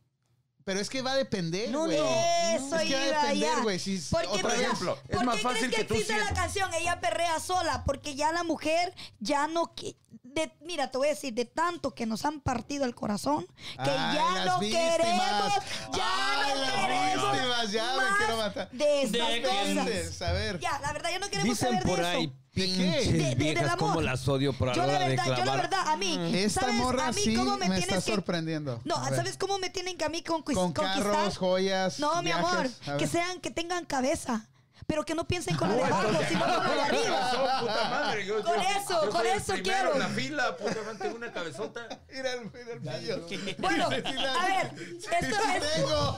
Speaker 8: Pero es que va a depender,
Speaker 4: No,
Speaker 8: güey. Mm,
Speaker 4: no.
Speaker 3: Eso
Speaker 8: Es que va a
Speaker 3: iba
Speaker 8: depender,
Speaker 3: ya.
Speaker 8: güey. Si,
Speaker 3: Porque, pues
Speaker 8: otra
Speaker 3: mira,
Speaker 8: vez,
Speaker 2: ejemplo, es
Speaker 3: ¿por
Speaker 2: más
Speaker 3: qué
Speaker 2: fácil
Speaker 3: crees
Speaker 2: que
Speaker 3: que,
Speaker 2: tú
Speaker 3: existe la
Speaker 2: sientas.
Speaker 3: canción Ella perrea sola? Porque ya la mujer ya no... qui- de- mira, te voy a decir, de tanto que nos han partido el corazón, que
Speaker 8: Ay,
Speaker 3: ya
Speaker 8: las
Speaker 3: no
Speaker 8: víctimas.
Speaker 3: queremos, ya
Speaker 8: Ay,
Speaker 3: no
Speaker 8: las
Speaker 3: queremos
Speaker 8: víctimas, ya me
Speaker 3: más
Speaker 8: quiero matar.
Speaker 3: de estas
Speaker 4: ¿De
Speaker 3: cosas.
Speaker 8: Entiendes, a ver.
Speaker 3: Ya, la verdad, yo no queremos
Speaker 5: Dicen
Speaker 3: saber
Speaker 5: por
Speaker 3: de
Speaker 5: ahí,
Speaker 3: eso.
Speaker 5: pinches
Speaker 3: De- de- del
Speaker 5: viejas,
Speaker 3: amor.
Speaker 5: como las odio por
Speaker 3: Yo
Speaker 5: la
Speaker 3: la
Speaker 5: hora de
Speaker 3: verdad, yo la
Speaker 5: clavar.
Speaker 3: verdad, a mí,
Speaker 8: Esta
Speaker 3: ¿sabes?
Speaker 8: morra
Speaker 3: a mí
Speaker 8: sí
Speaker 3: cómo me,
Speaker 8: me está
Speaker 3: tienes que...
Speaker 8: sorprendiendo.
Speaker 3: No,
Speaker 8: A ver.
Speaker 3: ¿sabes cómo me tienen que a mí conquis-
Speaker 8: Con
Speaker 3: conquistar?
Speaker 8: carros, joyas.
Speaker 3: No, mi
Speaker 8: viajes.
Speaker 3: amor,
Speaker 8: A ver.
Speaker 3: que sean, que tengan cabeza, pero que no piensen con la de
Speaker 2: pues,
Speaker 3: abajo, sino con la de arriba.
Speaker 2: puta madre. Yo-
Speaker 3: Con
Speaker 2: yo-
Speaker 3: eso,
Speaker 2: yo
Speaker 3: con
Speaker 2: soy el
Speaker 3: eso
Speaker 2: primero
Speaker 3: quiero.
Speaker 2: en la fila, puta madre, tengo una cabezota.
Speaker 8: Mira el, mira el pillo.
Speaker 3: Bueno, a
Speaker 8: Sí, sí, la-
Speaker 3: ver, esto es,
Speaker 8: Tengo.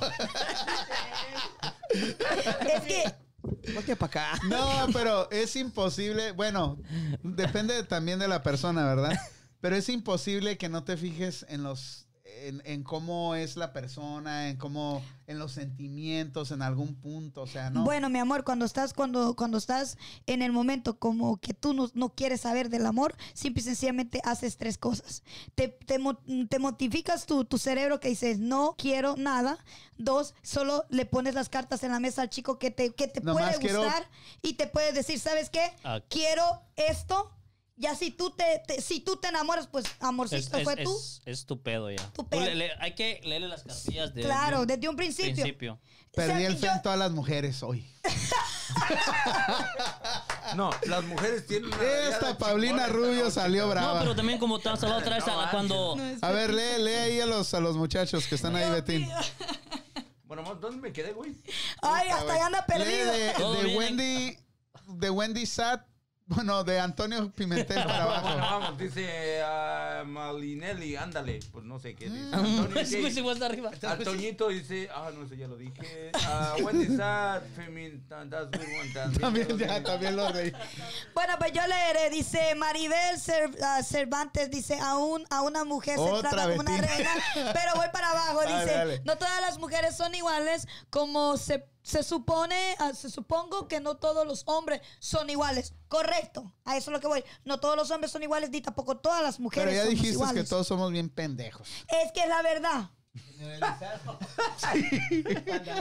Speaker 3: es que
Speaker 5: Voltea pa' acá.
Speaker 8: No, pero es imposible. Bueno, depende también de la persona, ¿verdad? Pero es imposible que no te fijes en los. En, en cómo es la persona, en cómo, en los sentimientos, en algún punto, o sea, no.
Speaker 3: Bueno, mi amor, cuando estás, cuando, cuando estás en el momento como que tú no, no quieres saber del amor, simple y sencillamente haces tres cosas. Te, te, mo- te motificas tu, tu cerebro que dices, no quiero nada. Dos, solo le pones las cartas en la mesa al chico que te, que te puede
Speaker 8: Nomás
Speaker 3: gustar
Speaker 8: quiero-
Speaker 3: y te puede decir, ¿sabes qué?
Speaker 4: Ah.
Speaker 3: Quiero esto. Ya si tú te, te- si tú te enamoras, pues
Speaker 4: Es,
Speaker 3: amorcito
Speaker 4: es,
Speaker 3: fue
Speaker 4: es,
Speaker 3: tú.
Speaker 4: es tu pedo ya.
Speaker 3: Tu
Speaker 4: Tú
Speaker 3: pedo.
Speaker 4: le- le- hay que leerle las cartillas de,
Speaker 3: claro,
Speaker 4: de
Speaker 3: desde un
Speaker 4: un
Speaker 3: principio.
Speaker 4: principio.
Speaker 8: Perdí
Speaker 3: o sea,
Speaker 8: el fe en
Speaker 3: yo-
Speaker 8: todas las mujeres hoy.
Speaker 2: No, las mujeres tienen una
Speaker 8: Esta
Speaker 2: variada
Speaker 8: Paulina
Speaker 2: chingona,
Speaker 8: Rubio
Speaker 2: ¿no?
Speaker 8: salió
Speaker 4: No,
Speaker 8: brava.
Speaker 4: pero también como te has hablado otra vez,
Speaker 2: No,
Speaker 4: a-
Speaker 2: manches.
Speaker 4: cuando...
Speaker 8: A ver, lee, lee ahí a los, a los muchachos que están ahí, Betín.
Speaker 2: Bueno, amor, ¿dónde me quedé, güey?
Speaker 3: Ay, hasta ya anda
Speaker 8: Lee
Speaker 3: perdido.
Speaker 4: Todo
Speaker 8: de, de
Speaker 4: viene-
Speaker 8: Wendy, de Wendy Sat, bueno, de Antonio Pimentel para
Speaker 2: Bueno,
Speaker 8: abajo.
Speaker 2: Ah, vamos, dice ah, Malinelli, ándale. Pues no sé qué dice. Antonio
Speaker 4: Es que
Speaker 2: J.
Speaker 4: se fue hasta arriba. Pues
Speaker 2: A Toñito dice, ah, no sé, ya lo dije. Ah, what is that? Femin, that- that's good one, that's-
Speaker 8: También, ya, también lo reí.
Speaker 3: Bueno, pues yo leeré. Dice Maribel Cer- ah, Cervantes, dice, aún a una mujer se
Speaker 8: Otra
Speaker 3: trata como una
Speaker 8: Betina.
Speaker 3: reina, pero voy para abajo.
Speaker 8: Dale,
Speaker 3: Dice,
Speaker 8: dale.
Speaker 3: no todas las mujeres son iguales, como se, se supone, ah, se supongo que no todos los hombres son iguales. Correcto, a eso es lo que voy. No todos los hombres son iguales, ni tampoco todas las mujeres
Speaker 8: Pero ya
Speaker 3: somos
Speaker 8: dijiste
Speaker 3: iguales.
Speaker 8: que todos somos bien pendejos.
Speaker 3: Es que es la verdad.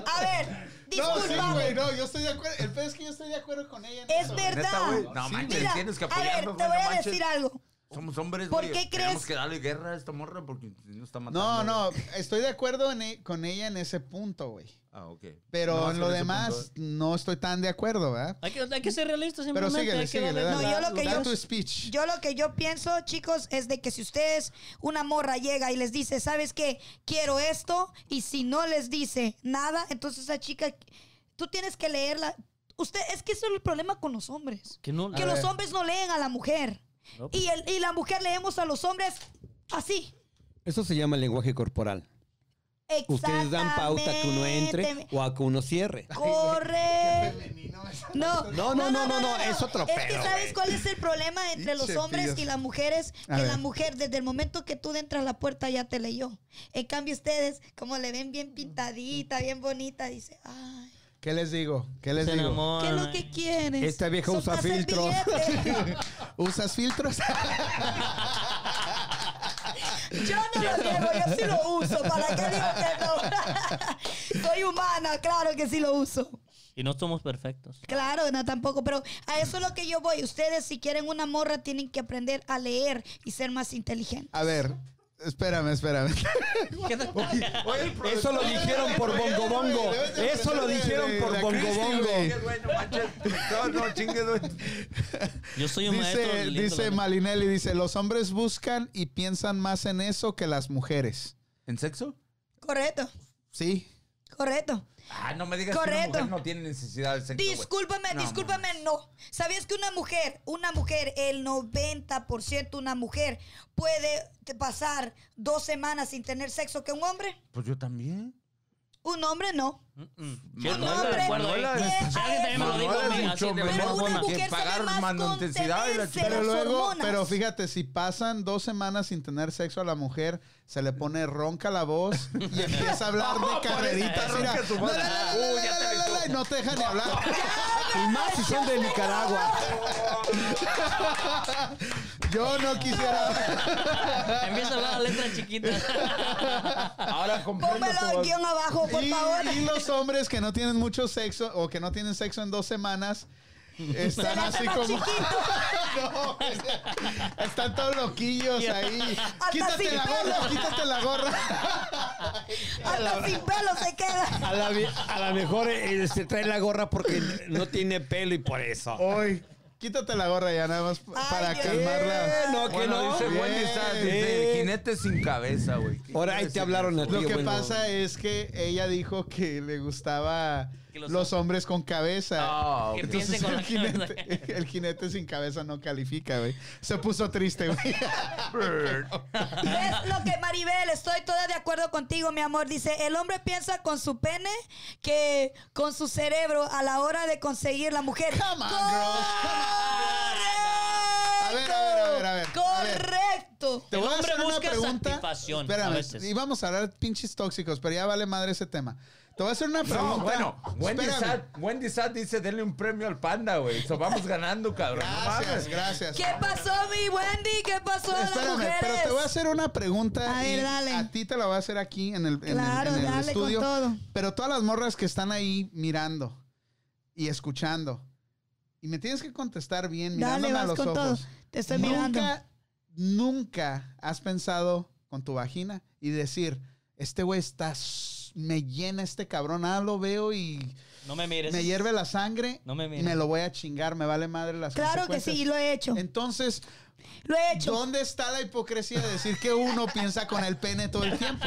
Speaker 3: a ver,
Speaker 8: No, sí,
Speaker 3: disculpa.
Speaker 8: güey, no, yo estoy de acuerdo. El pedo es que yo estoy de acuerdo con ella. en
Speaker 3: es
Speaker 8: eso, güey.
Speaker 3: verdad.
Speaker 2: güey. No manches,
Speaker 3: Mira,
Speaker 2: tienes que
Speaker 3: a ver, te
Speaker 2: apoyarnos,
Speaker 3: voy
Speaker 2: güey, no
Speaker 3: a
Speaker 2: manches.
Speaker 3: decir algo.
Speaker 2: Somos hombres,
Speaker 3: ¿Por
Speaker 2: güey.
Speaker 3: qué
Speaker 2: Tenemos
Speaker 3: crees?
Speaker 2: que darle guerra a esta morra porque si no está matando.
Speaker 8: No, no, estoy de acuerdo en e- con ella en ese punto, güey.
Speaker 2: Ah, ok.
Speaker 8: Pero
Speaker 2: No, es
Speaker 8: en
Speaker 2: que
Speaker 8: lo
Speaker 2: en ese
Speaker 8: demás
Speaker 2: punto-
Speaker 8: no estoy tan de acuerdo, ¿verdad?
Speaker 4: Hay que, hay que ser realistas
Speaker 8: Pero
Speaker 4: simplemente.
Speaker 8: síguele,
Speaker 4: hay que
Speaker 8: síguele.
Speaker 4: darle-
Speaker 8: dale.
Speaker 3: No, yo lo que
Speaker 8: Da
Speaker 3: yo-
Speaker 8: tu speech.
Speaker 3: Yo lo que yo pienso, chicos, es de que si ustedes, una morra llega y les dice, ¿sabes qué? Quiero esto, y si no les dice nada, entonces esa chica, tú tienes que leerla. Usted, es que eso es el problema con los hombres.
Speaker 4: Que no...
Speaker 3: Que
Speaker 8: A
Speaker 3: los
Speaker 8: ver.
Speaker 3: hombres no leen a la mujer.
Speaker 4: No.
Speaker 5: pues.
Speaker 3: Y, el, y la mujer leemos a los hombres así.
Speaker 5: Eso se llama lenguaje corporal. Ustedes dan pauta que uno entre
Speaker 3: Exactamente.
Speaker 5: o a que uno cierre.
Speaker 3: Corre. No,
Speaker 5: No, no, no, no, no, es otro
Speaker 3: Es que
Speaker 5: pedo,
Speaker 3: sabes
Speaker 5: güey.
Speaker 3: cuál es el problema entre los
Speaker 1: Pinche
Speaker 3: hombres
Speaker 1: pillos.
Speaker 3: y las mujeres,
Speaker 1: A
Speaker 3: que
Speaker 1: ver.
Speaker 3: la mujer desde el momento que tú entras a la puerta ya te leyó. En cambio ustedes, como le ven bien pintadita, bien bonita, dice, ay,
Speaker 1: ¿Qué les digo? ¿Qué les
Speaker 4: Se eh,
Speaker 1: digo?
Speaker 4: enamora.
Speaker 3: ¿qué es lo que quieres?
Speaker 5: Esta vieja
Speaker 3: Son
Speaker 5: este usa
Speaker 3: para hacer
Speaker 5: filtros.
Speaker 3: billetes.
Speaker 1: ¿Usas filtros?
Speaker 3: Yo no lo llevo, yo sí lo uso, ¿para qué digo que no? Soy humana, claro que sí lo uso.
Speaker 4: Y no somos perfectos.
Speaker 3: Claro, no tampoco, pero a eso es lo que yo voy. Ustedes si quieren una morra tienen que aprender a leer y ser más inteligentes.
Speaker 1: A ver, espérame, espérame.
Speaker 5: Eso lo dijeron por Bongo Bongo. Eso lo dijeron por Bongo Bongo.
Speaker 2: No, no, chingue, güey.
Speaker 4: Yo soy un maestro.
Speaker 1: Dice,
Speaker 4: leyendo
Speaker 1: dice
Speaker 4: la-
Speaker 1: Malinelli, dice, los hombres buscan y piensan más en eso que las mujeres.
Speaker 2: ¿En sexo?
Speaker 3: Correcto,
Speaker 1: Sí.
Speaker 3: correcto.
Speaker 2: Ah, no me digas
Speaker 3: Correcto.
Speaker 2: que una mujer no tiene necesidad de sexo. güey.
Speaker 3: Discúlpame,
Speaker 2: No,
Speaker 3: discúlpame, no. ¿Sabías que una mujer, una mujer, el 90% una mujer puede te- pasar dos semanas sin tener sexo que un hombre?
Speaker 2: Pues yo también.
Speaker 3: Un hombre no.
Speaker 4: Mm,
Speaker 2: Manuela,
Speaker 4: no eh. estoy de acuerdo ahí.
Speaker 2: Manuela,
Speaker 4: Alguien también me lo dijo a mí,
Speaker 2: Manuela,
Speaker 4: así
Speaker 2: mucho
Speaker 4: de buena
Speaker 3: Pero
Speaker 2: mejor
Speaker 4: forma.
Speaker 3: una
Speaker 2: que
Speaker 3: mujer sabe
Speaker 2: pagar
Speaker 3: más
Speaker 2: manutencidad y la
Speaker 3: contenerse
Speaker 2: chingada.
Speaker 1: Pero
Speaker 3: las
Speaker 1: luego,
Speaker 3: hormonas.
Speaker 1: pero fíjate, si pasan dos semanas sin tener sexo a la mujer, se le pone ronca la voz y empieza a hablar de carreritas.
Speaker 2: ronca
Speaker 1: mira.
Speaker 2: su madre.
Speaker 1: La, la, la,
Speaker 2: Uy,
Speaker 1: la,
Speaker 2: ya te
Speaker 1: la, la,
Speaker 2: metió.
Speaker 1: la, y no te deja ni hablar.
Speaker 5: Y más si son de Nicaragua.
Speaker 1: Yo no quisiera.
Speaker 4: Empieza a hablar letras chiquitas.
Speaker 2: Ahora comprendo
Speaker 3: Pónmelo
Speaker 2: tu-
Speaker 3: el guión abajo, por
Speaker 1: Y,
Speaker 3: favor.
Speaker 1: y los hombres que no tienen mucho sexo o que no tienen sexo en dos semanas. Están así
Speaker 3: más
Speaker 1: como.
Speaker 3: chiquito.
Speaker 1: No, están todos loquillos ahí.
Speaker 3: Hasta
Speaker 1: Quítate
Speaker 3: sin
Speaker 1: la gorra,
Speaker 3: pelo.
Speaker 1: quítate la gorra.
Speaker 3: Hasta sin pelo se queda.
Speaker 5: A la, vi- a lo mejor eh, se trae la gorra porque no tiene pelo y por eso.
Speaker 1: Hoy, quítate la gorra ya, nada más p-
Speaker 3: Ay,
Speaker 1: para
Speaker 3: Dios.
Speaker 1: calmarla.
Speaker 5: Eh, no, que
Speaker 2: Bueno,
Speaker 5: no.
Speaker 2: dice
Speaker 1: Bien.
Speaker 2: Wendy está
Speaker 5: Eh.
Speaker 2: de jinete sin cabeza, güey. ¿Qué
Speaker 5: Ahora
Speaker 2: quiere
Speaker 5: ahí te
Speaker 2: decir
Speaker 5: hablaron a
Speaker 2: eso?
Speaker 5: ti.
Speaker 1: Lo que
Speaker 5: bueno.
Speaker 1: pasa es que ella dijo que le gustaba
Speaker 4: Que
Speaker 1: los,
Speaker 4: los
Speaker 1: hombres con cabeza.
Speaker 2: No,
Speaker 4: Que
Speaker 2: güey.
Speaker 1: Entonces
Speaker 4: piense con
Speaker 1: el
Speaker 4: la cabeza.
Speaker 1: jinete, el jinete sin cabeza no califica, güey. Se puso triste, güey.
Speaker 3: Es lo que Maribel, estoy toda de acuerdo contigo, mi amor. Dice, el hombre piensa con su pene que con su cerebro a la hora de conseguir la mujer.
Speaker 1: Come on, girl. Come on. A ver, a ver, a ver, a ver. A ver.
Speaker 3: Correcto.
Speaker 1: Te voy a
Speaker 4: hombre
Speaker 1: hacer una
Speaker 4: busca
Speaker 1: pregunta.
Speaker 4: satisfacción,
Speaker 1: Espérame,
Speaker 4: a veces.
Speaker 1: íbamos a hablar de pinches tóxicos, pero ya vale madre ese tema. Te voy a hacer una pregunta.
Speaker 2: No, bueno, Wendy
Speaker 1: Espérame.
Speaker 2: Sat, Wendy Sat dice denle un premio al panda, güey. So, vamos ganando, cabrón. No
Speaker 1: Gracias,
Speaker 2: mames.
Speaker 1: gracias.
Speaker 3: ¿Qué pasó, mi Wendy? ¿Qué pasó a las
Speaker 1: Espérame,
Speaker 3: mujeres?
Speaker 1: pero te voy a hacer una pregunta.
Speaker 3: A ver,
Speaker 1: y
Speaker 3: dale.
Speaker 1: A ti te la voy a hacer aquí en el, en el- en
Speaker 3: Claro,
Speaker 1: el
Speaker 3: dale con
Speaker 1: estudio.
Speaker 3: todo.
Speaker 1: Pero todas las morras que están ahí mirando y escuchando. Y me tienes que contestar bien,
Speaker 3: Dale,
Speaker 1: mirándome a
Speaker 3: vas
Speaker 1: los
Speaker 3: con todo.
Speaker 1: ojos.
Speaker 3: Te estoy mirando.
Speaker 1: nunca, nunca has pensado con tu vagina y decir, este güey está, s- me llena este cabrón, ah, lo veo y
Speaker 4: No me mires.
Speaker 1: me hierve la sangre,
Speaker 4: No me mires.
Speaker 1: me lo voy a chingar, me vale madre las
Speaker 3: Claro que
Speaker 1: consecuencias".
Speaker 3: sí, lo he hecho.
Speaker 1: Entonces,
Speaker 3: Lo he hecho.
Speaker 1: ¿dónde está la hipocresía de decir que uno piensa con el pene todo el tiempo?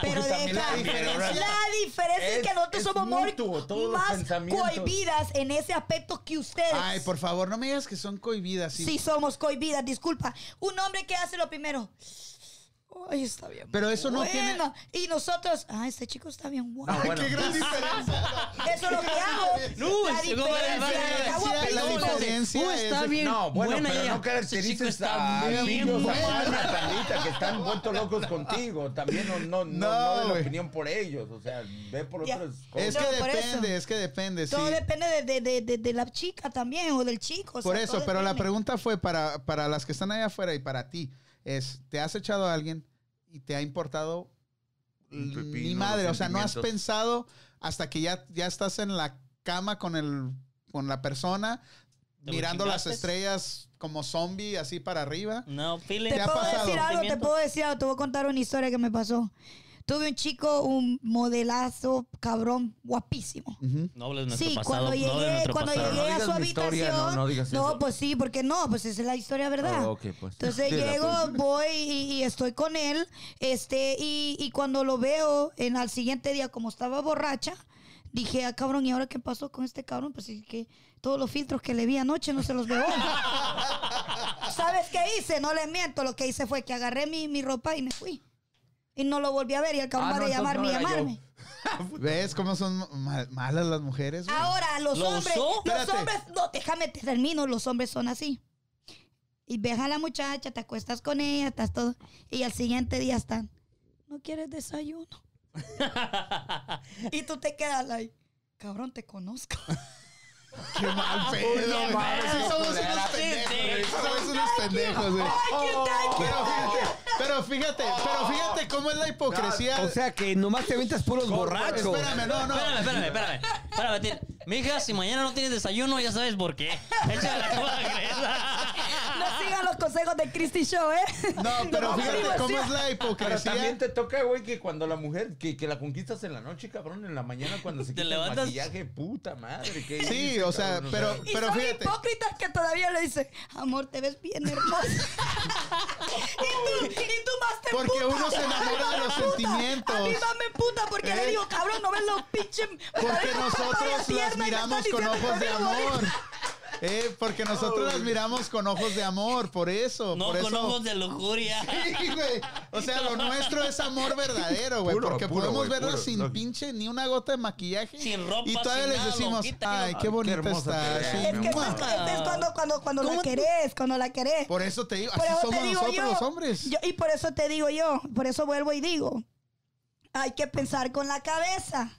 Speaker 3: Pero
Speaker 2: también la
Speaker 3: deja, la
Speaker 2: diferencia-
Speaker 3: diferencia, es,
Speaker 2: es-
Speaker 3: que nosotros
Speaker 2: es
Speaker 3: somos muy,
Speaker 2: mutuo, todos los
Speaker 3: más
Speaker 2: pensamientos.
Speaker 3: cohibidas en ese aspecto que ustedes.
Speaker 1: Ay, por favor, no me digas que son cohibidas. sí.
Speaker 3: Pues, Sí, somos cohibidas, disculpa. Un hombre que hace lo primero. Ay, está bien.
Speaker 1: Pero eso no tiene-
Speaker 3: bueno. Y nosotros, ay, este chico está bien guapo.
Speaker 2: No, bueno.
Speaker 1: ¡Qué gran diferencia!
Speaker 3: Eso es lo que hago.
Speaker 4: No,
Speaker 3: la
Speaker 4: es- no, vale, vale, vale.
Speaker 3: diferencia, agua
Speaker 1: La
Speaker 3: pelona.
Speaker 1: diferencia
Speaker 4: Uh,
Speaker 1: es
Speaker 4: está
Speaker 1: de-
Speaker 4: bien.
Speaker 2: No, bueno,
Speaker 4: buena
Speaker 2: pero
Speaker 4: ella.
Speaker 2: no
Speaker 4: Ese chico
Speaker 2: caracterices
Speaker 4: está
Speaker 2: a
Speaker 4: bien
Speaker 2: amigos, a
Speaker 4: bueno.
Speaker 2: Juan, a Pandita, que están vueltos locos contigo. También no,
Speaker 1: No,
Speaker 2: no, no, no de la
Speaker 1: güey.
Speaker 2: opinión por ellos. O sea, ve por
Speaker 3: Ya.
Speaker 2: otras cosas.
Speaker 1: Es
Speaker 3: No,
Speaker 1: que
Speaker 3: por eso.
Speaker 1: depende, es que depende.
Speaker 3: Todo
Speaker 1: sí.
Speaker 3: depende de, de- de- de- de la chica también o del chico. o
Speaker 1: Por
Speaker 3: sea,
Speaker 1: eso,
Speaker 3: todo
Speaker 1: pero la
Speaker 3: depende.
Speaker 1: pregunta fue para, para las que están allá afuera y para ti. Es, ¿te has echado a alguien y te ha importado
Speaker 2: Un pepino,
Speaker 1: ni madre?
Speaker 2: los
Speaker 1: O sea, no has
Speaker 2: sentimientos.
Speaker 1: pensado hasta que ya, ya estás en la cama con, el, con la persona,
Speaker 4: ¿Te lo
Speaker 1: mirando las
Speaker 4: chingaste?
Speaker 1: estrellas como zombie así para arriba.
Speaker 4: No, feeling.
Speaker 3: Te
Speaker 1: ha
Speaker 3: puedo
Speaker 1: pasado?
Speaker 3: decir algo, te puedo decir algo, te voy a contar una historia que me pasó. Tuve un chico, un modelazo, cabrón, guapísimo.
Speaker 4: No hables de nuestro
Speaker 3: Sí,
Speaker 4: pasado.
Speaker 3: cuando
Speaker 4: no de
Speaker 3: llegué,
Speaker 4: nuestro
Speaker 3: cuando
Speaker 4: pasado.
Speaker 2: No
Speaker 3: llegué a
Speaker 2: digas
Speaker 3: su
Speaker 2: mi historia,
Speaker 3: habitación.
Speaker 2: no, no digas eso.
Speaker 3: pues sí, porque no, pues esa es la historia, ¿verdad?
Speaker 2: Ah, ok, pues.
Speaker 3: Entonces
Speaker 2: Sí, la
Speaker 3: llego,
Speaker 2: tuya.
Speaker 3: voy y, y estoy con él, este, y, y cuando lo veo en al siguiente día, como estaba borracha, dije, ah, cabrón, ¿y ahora qué pasó con este cabrón? Pues es que todos los filtros que le vi anoche no se los veo. hoy". ¿Sabes qué hice? No les miento, lo que hice fue que agarré mi, mi ropa y me fui. Y no lo volví a ver y el cabrón
Speaker 2: Ah,
Speaker 3: va
Speaker 2: no,
Speaker 3: de
Speaker 2: entonces
Speaker 3: llamarme y
Speaker 2: no era yo.
Speaker 3: llamarme.
Speaker 1: ¿Ves cómo son ma- malas las mujeres? güey?
Speaker 3: Ahora, los
Speaker 4: ¿Lo
Speaker 3: hombres.
Speaker 4: usó?
Speaker 3: Los
Speaker 1: Espérate.
Speaker 3: hombres. No, déjame te termino. Los hombres son así. Y ves a la muchacha, te acuestas con ella, estás todo. Y al siguiente día están. No quieres desayuno. y tú te quedas ahí. Cabrón, te conozco.
Speaker 1: Qué mal pedo, güey. Sí, somos unos pendejos, güey. Somos unos pendejos, güey.
Speaker 4: Oh.
Speaker 1: Pero fíjate, pero fíjate, pero fíjate cómo es la hipocresía.
Speaker 5: O sea que nomás te aventas puros borrachos.
Speaker 1: Espérame, no, no.
Speaker 4: Espérame, espérame, espérame. Espérame, ti- mija, si mañana no tienes desayuno, ya sabes por qué. Échale la cola Greta.
Speaker 3: No sigan los consejos de Christy Show, ¿eh?
Speaker 1: No, pero
Speaker 3: No,
Speaker 1: fíjate
Speaker 3: sí,
Speaker 1: cómo
Speaker 3: sí.
Speaker 1: es la
Speaker 2: Pero
Speaker 1: hipocresía.
Speaker 2: también te toca, güey, que cuando la mujer, que, que la conquistas en la noche, cabrón, en la mañana cuando se
Speaker 4: Te
Speaker 2: quita el
Speaker 4: levantas-
Speaker 2: maquillaje, puta madre. ¿qué
Speaker 1: Sí,
Speaker 2: hice,
Speaker 1: o sea,
Speaker 2: cabrón?
Speaker 1: pero-
Speaker 3: Y son
Speaker 1: fíjate.
Speaker 3: hipócritas que todavía le dicen, amor, te ves bien hermosa. y tú, y tú más te
Speaker 1: Porque
Speaker 3: emputas.
Speaker 1: uno se enamora de los
Speaker 3: Puta,
Speaker 1: sentimientos.
Speaker 3: A mí más me puta porque
Speaker 1: ¿Eh?
Speaker 3: le digo, cabrón, no ves los pinches.
Speaker 1: Porque nosotros las miramos con ojos de amor. Eh, porque nosotros las miramos con ojos de amor, por eso.
Speaker 4: No
Speaker 1: por
Speaker 4: con
Speaker 1: eso.
Speaker 4: ojos de lujuria.
Speaker 1: Sí, güey. O sea, lo nuestro es amor verdadero, güey.
Speaker 2: Puro,
Speaker 1: Porque
Speaker 2: puro,
Speaker 1: podemos
Speaker 2: güey,
Speaker 1: verlas
Speaker 2: puro.
Speaker 1: sin
Speaker 2: No.
Speaker 1: pinche ni una gota de maquillaje.
Speaker 4: Sin ropa,
Speaker 1: Y todavía
Speaker 4: sin
Speaker 1: les
Speaker 4: nada,
Speaker 1: decimos,
Speaker 4: loquita.
Speaker 1: ay,
Speaker 2: Ay,
Speaker 1: qué
Speaker 2: qué
Speaker 1: bonita
Speaker 2: hermosa
Speaker 1: está.
Speaker 2: te ves,
Speaker 1: sí,
Speaker 3: Es que
Speaker 1: mua".
Speaker 3: esto es, esto es cuando, cuando, cuando la querés, cuando la querés.
Speaker 1: Por eso te digo, así
Speaker 3: Por eso
Speaker 1: somos
Speaker 3: te digo
Speaker 1: nosotros
Speaker 3: yo,
Speaker 1: los hombres.
Speaker 3: yo- Y por eso te digo yo, por eso vuelvo y digo, hay que pensar con la cabeza.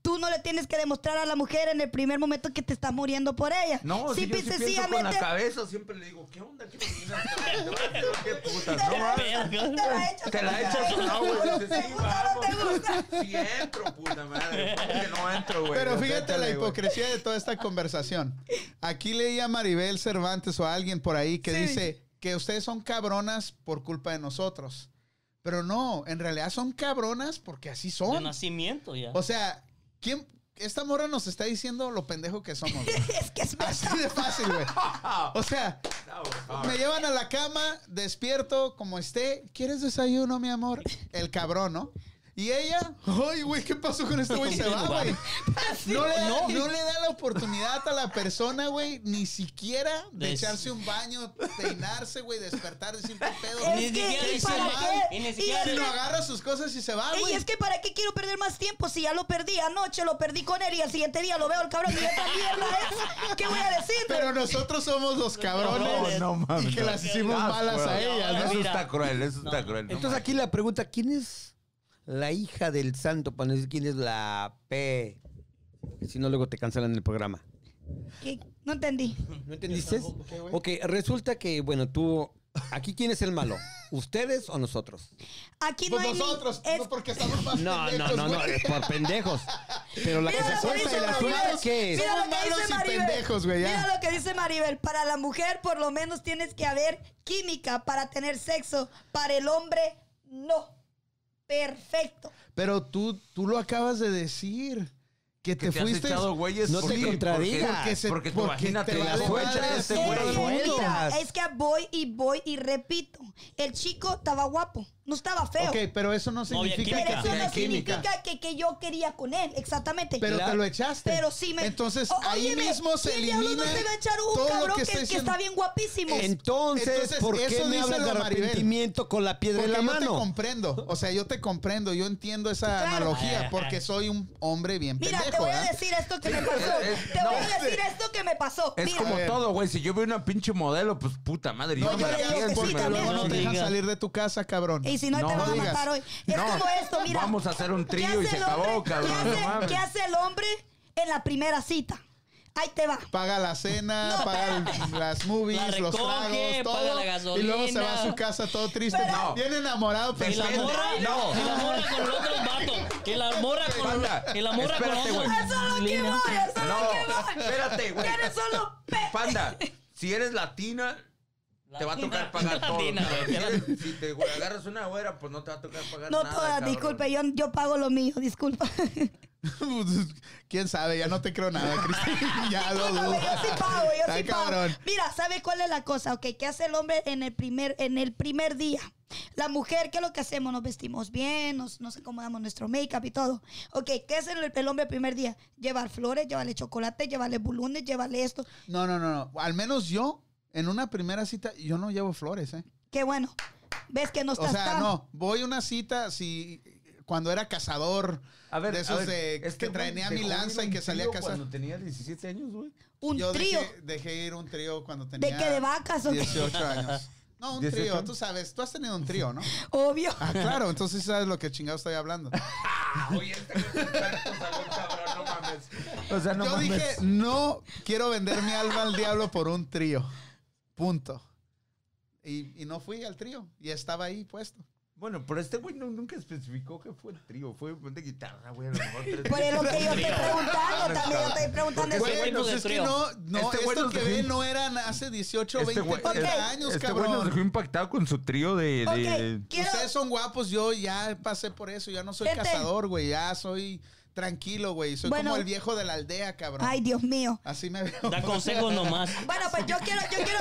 Speaker 3: Tú no le tienes que demostrar a la mujer en el primer momento que te estás muriendo por ella.
Speaker 2: No, si yo sí pienso con la
Speaker 3: sencillamente
Speaker 2: cabeza, siempre le digo, ¿qué onda? ¿Qué te vienes ¿Qué putas?
Speaker 3: te
Speaker 2: No,
Speaker 3: la-
Speaker 2: mames.
Speaker 3: te la echas.
Speaker 2: Te la echas, no, güey. dices,
Speaker 3: ¿Te
Speaker 2: sí,
Speaker 3: gusta o no te
Speaker 2: vamos.
Speaker 3: gusta?
Speaker 2: Si entro, puta madre. ¿por qué no entro, güey.
Speaker 1: Pero
Speaker 2: O sea,
Speaker 1: fíjate la
Speaker 2: échale, güey.
Speaker 1: hipocresía de toda esta conversación. Aquí leía a Maribel Cervantes o a alguien por ahí que
Speaker 3: Sí.
Speaker 1: dice que ustedes son cabronas por culpa de nosotros. Pero no, en realidad son cabronas porque así
Speaker 4: De
Speaker 1: son.
Speaker 4: nacimiento ya.
Speaker 2: Pues,
Speaker 1: O sea, ¿quién? Esta morra nos está diciendo lo pendejo que somos. güey.
Speaker 3: Es que es
Speaker 1: Así de fácil, güey. O sea,
Speaker 2: Ah, güey, ah,
Speaker 1: me llevan a la cama, despierto como esté. ¿Quieres desayuno, mi amor? El cabrón, ¿no? Y ella, ay, güey, ¿qué pasó con este güey? Se va, güey. No le, da, no le da la oportunidad a la persona, güey, ni siquiera de
Speaker 4: Des-
Speaker 1: echarse un baño, peinarse, güey, despertar, decir qué pedo.
Speaker 3: Es
Speaker 4: Ni siquiera
Speaker 3: que, ¿y
Speaker 4: dice
Speaker 3: para
Speaker 1: mal,
Speaker 3: qué?
Speaker 4: y ni
Speaker 3: Y
Speaker 4: siquiera
Speaker 3: es
Speaker 1: Y
Speaker 4: dice-
Speaker 1: no
Speaker 3: que-
Speaker 1: agarra sus cosas y se va,
Speaker 3: Y
Speaker 1: güey.
Speaker 3: es que para qué quiero perder más tiempo si ya lo perdí anoche, lo perdí con él y al siguiente día lo veo el cabrón y esta mierda es. ¿Qué voy a decir?
Speaker 1: Pero nosotros somos los cabrones
Speaker 2: No, no mames,
Speaker 1: y que
Speaker 2: no.
Speaker 1: las hicimos
Speaker 2: Ah,
Speaker 1: malas a
Speaker 2: bueno.
Speaker 1: ellas, ¿no?
Speaker 2: Eso
Speaker 4: Mira.
Speaker 2: está cruel, eso está cruel. no
Speaker 5: Entonces
Speaker 2: mames.
Speaker 5: aquí la pregunta, ¿quién es la hija del santo? Para no decir quién es la P. Si no, luego te cancelan el programa.
Speaker 3: ¿Qué? No entendí.
Speaker 5: ¿No entendiste? Ok, resulta que, bueno, tú... ¿Aquí quién es el malo? ¿Ustedes o nosotros?
Speaker 3: Aquí no
Speaker 1: Pues
Speaker 3: hay ni-
Speaker 1: nosotros,
Speaker 3: es-
Speaker 1: no porque estamos más
Speaker 5: No, no,
Speaker 1: pendejos,
Speaker 5: no, no,
Speaker 1: güey.
Speaker 5: es por pendejos. Pero la que
Speaker 3: Mira
Speaker 5: se
Speaker 3: lo que
Speaker 5: suelta
Speaker 3: dice
Speaker 5: y la
Speaker 3: Maribel.
Speaker 5: suelta, ¿qué es?
Speaker 3: Mira lo
Speaker 1: Somos
Speaker 3: que
Speaker 1: malos
Speaker 3: dice
Speaker 1: y
Speaker 3: Maribel.
Speaker 1: pendejos, güey, ya.
Speaker 3: Mira lo que dice Maribel. Para la mujer, por lo menos, tienes que haber química para tener sexo. Para el hombre, no. Perfecto.
Speaker 1: Pero tú, tú lo acabas de decir. Que te,
Speaker 2: Que te has
Speaker 1: fuiste.
Speaker 2: echado, güeyes,
Speaker 5: No te
Speaker 2: porque-
Speaker 5: contradigas.
Speaker 2: porque- Porque tu
Speaker 1: porque
Speaker 2: vagina
Speaker 1: te
Speaker 2: te
Speaker 1: la
Speaker 2: la
Speaker 1: suelta
Speaker 2: suelta
Speaker 1: este
Speaker 2: este
Speaker 1: Sí,
Speaker 3: Es
Speaker 1: güey.
Speaker 2: güey.
Speaker 3: que,
Speaker 5: bueno.
Speaker 3: mira, es que voy y voy y repito. El chico estaba guapo, no estaba feo.
Speaker 1: Ok, pero eso no
Speaker 4: había
Speaker 1: significa que
Speaker 3: Pero
Speaker 4: química.
Speaker 3: eso
Speaker 1: tenía
Speaker 3: no
Speaker 1: química.
Speaker 3: significa que, que yo quería con él, exactamente.
Speaker 1: Pero
Speaker 5: Claro.
Speaker 1: te lo echaste.
Speaker 3: Pero sí me.
Speaker 1: Entonces
Speaker 3: O-
Speaker 1: ahí
Speaker 3: óyeme,
Speaker 1: mismo se
Speaker 3: ¿quién diablos
Speaker 1: elimina
Speaker 3: no se va a echar un
Speaker 1: todo lo
Speaker 3: cabrón
Speaker 1: que
Speaker 3: que,
Speaker 1: está
Speaker 3: que
Speaker 1: diciendo.
Speaker 3: está bien guapísimo?
Speaker 5: Entonces,
Speaker 1: Entonces,
Speaker 5: ¿por qué
Speaker 1: eso
Speaker 5: me
Speaker 1: díselo
Speaker 5: hablas de
Speaker 1: a Maribel.
Speaker 5: arrepentimiento con la piedra
Speaker 1: Porque
Speaker 5: en la
Speaker 1: yo te
Speaker 5: mano?
Speaker 1: comprendo. O sea, yo te comprendo. Yo entiendo esa
Speaker 3: Claro. Eh.
Speaker 1: analogía porque soy un hombre bien
Speaker 3: Mira,
Speaker 1: pendejo.
Speaker 3: te voy
Speaker 1: ¿verdad?
Speaker 3: a decir esto que me pasó.
Speaker 2: es- es-
Speaker 3: te voy
Speaker 2: Eh, no,
Speaker 3: a decir esto que me pasó.
Speaker 2: Es
Speaker 3: Mira,
Speaker 2: como
Speaker 1: ver.
Speaker 2: todo, güey. Si yo veo una pinche modelo, pues puta madre.
Speaker 1: No,
Speaker 2: yo me
Speaker 1: me
Speaker 2: la
Speaker 3: digas
Speaker 2: pienso,
Speaker 1: digas
Speaker 3: que
Speaker 2: me
Speaker 1: porque
Speaker 3: sí,
Speaker 2: la
Speaker 3: también.
Speaker 1: luego no
Speaker 2: pienso.
Speaker 1: te dejan
Speaker 4: Diga.
Speaker 1: salir de tu casa, cabrón.
Speaker 3: y si no, te
Speaker 2: no
Speaker 3: van a
Speaker 1: digas.
Speaker 3: matar hoy. Es
Speaker 2: No,
Speaker 3: como esto, mira.
Speaker 2: Vamos a hacer un
Speaker 3: ¿Qué
Speaker 2: trío y
Speaker 3: hace
Speaker 2: se
Speaker 3: el
Speaker 2: acabó,
Speaker 3: hombre?
Speaker 2: cabrón.
Speaker 3: ¿Qué
Speaker 2: no
Speaker 3: hace,
Speaker 2: mames.
Speaker 3: qué hace el hombre en la primera cita? Ahí te va.
Speaker 1: Paga la cena,
Speaker 3: No,
Speaker 1: paga el- las movies,
Speaker 4: La
Speaker 1: los tragos,
Speaker 4: recoge,
Speaker 1: todo.
Speaker 4: paga la
Speaker 1: y luego se
Speaker 4: gasolina.
Speaker 1: va a su casa todo triste.
Speaker 2: Pero-
Speaker 1: Bien enamorado,
Speaker 4: Y la
Speaker 1: pensando.
Speaker 4: morra,
Speaker 2: No.
Speaker 4: y la morra con el otro vato. Y la morra con
Speaker 2: Panda,
Speaker 4: y la morra
Speaker 2: espérate,
Speaker 4: con
Speaker 2: güey.
Speaker 4: otro-
Speaker 3: Eso es lo que
Speaker 4: Lina.
Speaker 3: voy, eso es lo que
Speaker 2: No,
Speaker 3: voy.
Speaker 2: espérate, güey.
Speaker 3: ¿Quiénes son los pe-
Speaker 2: Panda, si eres latina, te va a tocar pagar todo.
Speaker 4: Latina,
Speaker 2: cabrón. Si,
Speaker 4: güey.
Speaker 2: eres- si te güey, agarras una güera, pues no te va a tocar pagar
Speaker 3: No
Speaker 2: nada.
Speaker 3: todas,
Speaker 2: cabrón.
Speaker 3: disculpe, yo, yo pago lo mío, disculpa.
Speaker 1: Quién sabe, ya no te creo nada, Cristina. ya lo
Speaker 3: Discúlpame,
Speaker 1: dudo.
Speaker 3: yo sí pago, yo
Speaker 1: Ay,
Speaker 3: sí pago.
Speaker 1: cabrón.
Speaker 3: Mira, ¿sabes cuál es la cosa? Ok, ¿qué hace el hombre en el primer, en el primer día? La mujer, ¿qué es lo que hacemos? Nos vestimos bien, nos, nos acomodamos nuestro make-up y todo. Ok, ¿qué hace el, el hombre el primer día? Llevar flores, llevarle chocolate, llevarle bulunes, llevarle esto.
Speaker 1: No, no, no, no. Al menos yo, en una primera cita, yo no llevo flores, ¿eh?
Speaker 3: Qué bueno. ves que no
Speaker 1: O
Speaker 3: estás
Speaker 1: sea,
Speaker 3: tan-
Speaker 1: no, voy a una cita si cuando era cazador,
Speaker 2: A ver,
Speaker 1: de esos
Speaker 2: a ver,
Speaker 1: de
Speaker 2: este
Speaker 1: que
Speaker 2: güey
Speaker 1: traenía
Speaker 2: dejó
Speaker 1: mi
Speaker 2: de ir
Speaker 1: lanza y
Speaker 2: un
Speaker 1: que salía a
Speaker 2: trío
Speaker 1: cazar.
Speaker 2: Cuando tenía 17 años, güey.
Speaker 3: un
Speaker 1: Yo
Speaker 3: trío.
Speaker 1: Dejé, dejé ir un trío cuando
Speaker 3: ¿De
Speaker 1: tenía
Speaker 3: qué? ¿De vacas o qué?
Speaker 1: 18 años. No, un
Speaker 2: 18.
Speaker 1: trío, tú sabes, tú has tenido un trío, ¿no?
Speaker 3: Obvio.
Speaker 1: Ah, claro, entonces sabes lo que chingado estoy hablando.
Speaker 2: Ah, oye, este experto salió cabrón, no mames. O sea, no
Speaker 1: Yo
Speaker 2: mames.
Speaker 1: dije, no quiero vender mi alma al diablo por un trío. Punto. Y, y no fui al trío. Y estaba ahí puesto.
Speaker 2: Bueno, pero este güey no- nunca especificó que fue el trío, fue de guitarra, güey. a lo mejor tres-
Speaker 3: Por lo que yo estoy preguntando, también yo estoy
Speaker 2: Porque
Speaker 3: preguntando
Speaker 2: este
Speaker 3: eso.
Speaker 1: Güey,
Speaker 4: güey no
Speaker 1: pues
Speaker 4: de
Speaker 1: es que
Speaker 4: trío.
Speaker 1: no, no
Speaker 2: Este güey
Speaker 1: esto
Speaker 2: nos
Speaker 1: que
Speaker 2: dejó
Speaker 1: ve
Speaker 2: in-
Speaker 1: no eran hace 18,
Speaker 2: Este
Speaker 1: 20,
Speaker 2: güey-
Speaker 1: 30
Speaker 2: este-
Speaker 1: años,
Speaker 2: este güey nos
Speaker 1: cabrón.
Speaker 2: dejó impactado con su trío de.
Speaker 3: Ok,
Speaker 2: de-
Speaker 3: quiero...
Speaker 1: Ustedes son guapos, yo ya pasé por eso, ya no soy
Speaker 3: Vete.
Speaker 1: cazador, güey, ya soy tranquilo, güey, soy
Speaker 3: Bueno.
Speaker 1: como el viejo de la aldea, cabrón.
Speaker 3: Ay, Dios mío.
Speaker 1: Así me veo.
Speaker 4: Da consejos nomás.
Speaker 3: Bueno, pues yo quiero, yo quiero,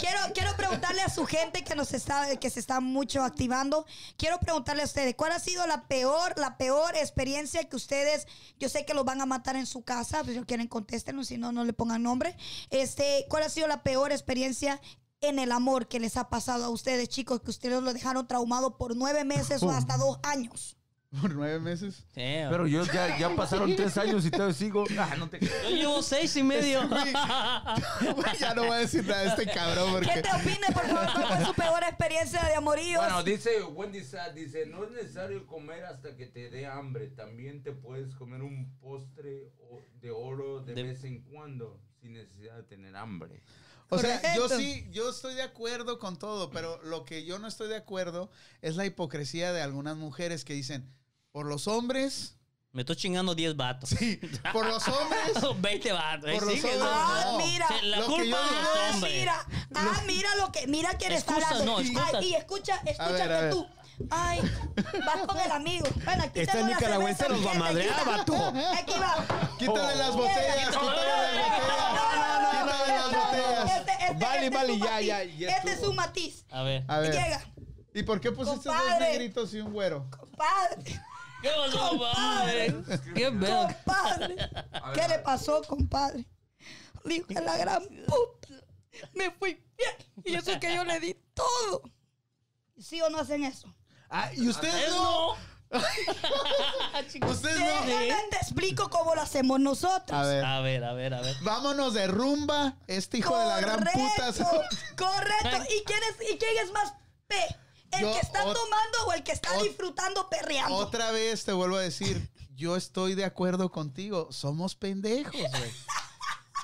Speaker 3: quiero, quiero preguntarle a su gente que nos está, que se está mucho activando. Quiero preguntarle a ustedes, ¿cuál ha sido la peor, la peor experiencia que ustedes, yo sé que los van a matar en su casa, pues si lo quieren contéstenlo, si no, no le pongan nombre. Este, ¿cuál ha sido la peor experiencia en el amor que les ha pasado a ustedes, chicos, que ustedes lo dejaron traumado por nueve meses o hasta dos años?
Speaker 1: Por nueve meses.
Speaker 4: Damn.
Speaker 2: Pero yo ya, ya pasaron tres años y todavía sigo. Ah, no te
Speaker 4: Yo llevo seis y medio.
Speaker 1: Güey, ya no voy a decir nada de este cabrón porque
Speaker 3: ¿Qué te opine, por favor, cuál fue su peor experiencia de amoríos?
Speaker 2: Bueno, dice Wendy Sad, dice, no es necesario comer hasta que te dé hambre. También te puedes comer un postre o- de oro de,
Speaker 4: De-
Speaker 2: vez en cuando sin necesidad de tener hambre.
Speaker 1: o sea, yo
Speaker 3: Correcto.
Speaker 1: sí yo estoy de acuerdo con todo, pero lo que yo no estoy de acuerdo es la hipocresía de algunas mujeres que dicen, por los hombres,
Speaker 4: Me estoy chingando 10 vatos.
Speaker 1: sí, por los hombres,
Speaker 4: 20 vatos.
Speaker 1: por los
Speaker 4: Sí, que-
Speaker 1: hombres.
Speaker 3: Ah,
Speaker 1: no.
Speaker 3: mira.
Speaker 4: Se- la
Speaker 1: Lo que
Speaker 4: culpa
Speaker 1: yo
Speaker 4: es
Speaker 1: digo
Speaker 4: del
Speaker 3: Ah,
Speaker 4: hombre.
Speaker 3: mira, ah, mira lo que, mira quién está
Speaker 4: Excusas,
Speaker 3: hablando.
Speaker 4: no, excusas.
Speaker 3: Ay, y escucha, escúchate
Speaker 1: ver, a ver.
Speaker 3: tú. Ay, vas con el amigo. Bueno, aquí
Speaker 5: Este
Speaker 3: tengo la
Speaker 5: nicaragüense
Speaker 3: cerveza,
Speaker 5: nos va a
Speaker 3: mi gente,
Speaker 5: madrear,
Speaker 3: aquí está.
Speaker 5: vato.
Speaker 3: Aquí va.
Speaker 1: Quítale las botellas, quítale
Speaker 3: No, no,
Speaker 1: las botellas,
Speaker 3: no, no, no,
Speaker 1: quítale las
Speaker 3: no,
Speaker 1: botellas.
Speaker 3: este- este-
Speaker 5: Vale,
Speaker 3: este es
Speaker 5: vale,
Speaker 3: un
Speaker 5: ya,
Speaker 3: matiz.
Speaker 5: ya, ya
Speaker 3: Este es
Speaker 5: estuvo.
Speaker 3: un matiz.
Speaker 4: A ver.
Speaker 2: Ah.
Speaker 1: A ver.
Speaker 3: Llega.
Speaker 1: ¿Y por qué pusiste dos
Speaker 3: Compadre.
Speaker 1: negritos y un güero?
Speaker 3: Compadre,
Speaker 4: ¿Qué pasó, padre? ¿Qué pedo?
Speaker 3: compadre. ¿Qué le pasó, compadre? Dijo que la gran puta. Me fui bien. Y eso que yo le di todo. ¿Sí o no hacen eso?
Speaker 1: Ah, y ustedes
Speaker 4: Él
Speaker 1: no.
Speaker 4: no.
Speaker 1: Ustedes no.
Speaker 3: Déjame te explico cómo lo hacemos nosotros.
Speaker 1: A ver.
Speaker 4: A ver, a ver, a ver.
Speaker 1: Vámonos de rumba. Este hijo de la gran puta. se-
Speaker 3: Correcto, Correcto. ¿Y quién es, y quién es más P? ¿El
Speaker 1: Yo
Speaker 3: que está
Speaker 1: ot-
Speaker 3: tomando o el que está
Speaker 1: ot-
Speaker 3: disfrutando perreando?
Speaker 1: Otra vez te vuelvo a decir, yo estoy de acuerdo contigo. Somos pendejos, güey.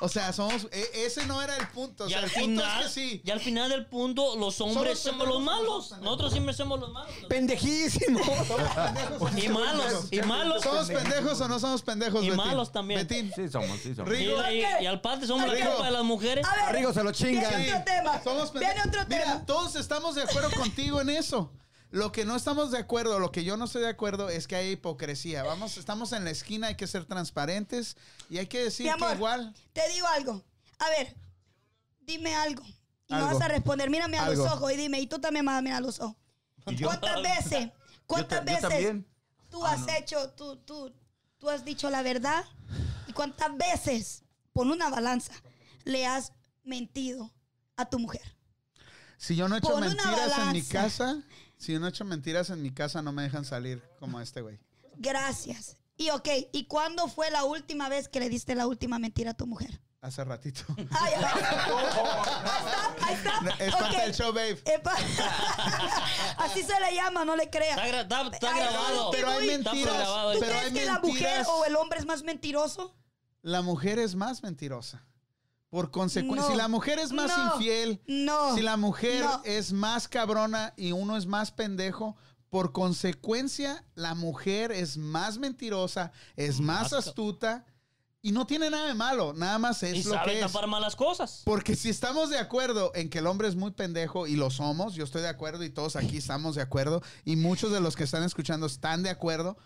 Speaker 1: O sea, somos. e- ese no era el punto. O
Speaker 4: Y
Speaker 1: sea,
Speaker 4: al
Speaker 1: el punto
Speaker 4: final,
Speaker 1: es que sí.
Speaker 4: y al final del punto, los hombres
Speaker 1: Somos
Speaker 4: somos los
Speaker 1: pendejos,
Speaker 4: malos.
Speaker 1: somos pendejos.
Speaker 4: Nosotros siempre somos los malos.
Speaker 5: Pendejísimo.
Speaker 1: Somos pendejos.
Speaker 4: Y malos, y malos.
Speaker 1: ¿Somos pendejos o no somos pendejos,
Speaker 4: Y
Speaker 1: Betín?
Speaker 4: malos también.
Speaker 1: Betín.
Speaker 2: Sí, somos, sí, somos.
Speaker 4: Y,
Speaker 1: Rigo.
Speaker 4: y- y al padre somos la
Speaker 1: Rigo.
Speaker 4: culpa de las mujeres.
Speaker 3: A ver,
Speaker 5: Rigo se lo chinga.
Speaker 3: Viene otro
Speaker 1: Sí,
Speaker 3: tema.
Speaker 1: somos pende-
Speaker 3: Viene otro
Speaker 1: Mira,
Speaker 3: tema.
Speaker 1: todos estamos de acuerdo contigo en eso. Lo que no estamos de acuerdo, lo que yo no estoy de acuerdo es que hay hipocresía. Vamos, estamos en la esquina, hay que ser transparentes y hay que decir
Speaker 3: Mi amor.
Speaker 1: que igual.
Speaker 3: Te digo algo. A ver, dime algo. Y me
Speaker 1: Algo.
Speaker 3: vas a responder. Mírame a los
Speaker 1: Algo.
Speaker 3: ojos y dime. Y tú también me vas a mirar a los ojos. ¿Cuántas veces? ¿Cuántas
Speaker 2: yo
Speaker 3: veces
Speaker 2: también.
Speaker 3: tú
Speaker 1: Ah,
Speaker 3: has hecho, tú, tú, tú has dicho la verdad? ¿Y cuántas veces, pon una balanza, le has mentido a tu mujer?
Speaker 1: Si yo no he hecho
Speaker 3: Pon una
Speaker 1: mentiras en mi
Speaker 3: balanza.
Speaker 1: casa, si yo no he hecho mentiras en mi casa, no me dejan salir como este güey.
Speaker 3: Gracias. Y ok, ¿y cuándo fue la última vez que le diste la última mentira a tu mujer?
Speaker 1: Hace ratito.
Speaker 3: Ay, ay, ay. Ahí está, ahí está.
Speaker 1: Es parte
Speaker 3: Ok.
Speaker 1: del show, babe.
Speaker 3: Epa. Así se le llama, no le
Speaker 4: Está,
Speaker 3: crea.
Speaker 4: gra- está- está
Speaker 3: Ay,
Speaker 4: grabado.
Speaker 1: Pero hay
Speaker 4: Está
Speaker 1: mentiras.
Speaker 4: programado.
Speaker 3: ¿Tú
Speaker 1: Pero
Speaker 3: crees
Speaker 1: hay
Speaker 3: que la mujer
Speaker 1: mentiras.
Speaker 3: o el hombre es más mentiroso?
Speaker 1: La mujer es más mentirosa. Por consecuencia,
Speaker 3: No.
Speaker 1: si la mujer es más
Speaker 3: No.
Speaker 1: infiel,
Speaker 3: No.
Speaker 1: Si la mujer
Speaker 3: No.
Speaker 1: es más cabrona y uno es más pendejo, por consecuencia, la mujer es más mentirosa, es más astuta y no tiene nada de malo, nada más es
Speaker 4: Y
Speaker 1: lo
Speaker 4: sabe
Speaker 1: que es.
Speaker 4: tapar malas cosas.
Speaker 1: Porque si estamos de acuerdo en que el hombre es muy pendejo y lo somos, yo estoy de acuerdo y todos aquí estamos de acuerdo y muchos de los que están escuchando están de acuerdo,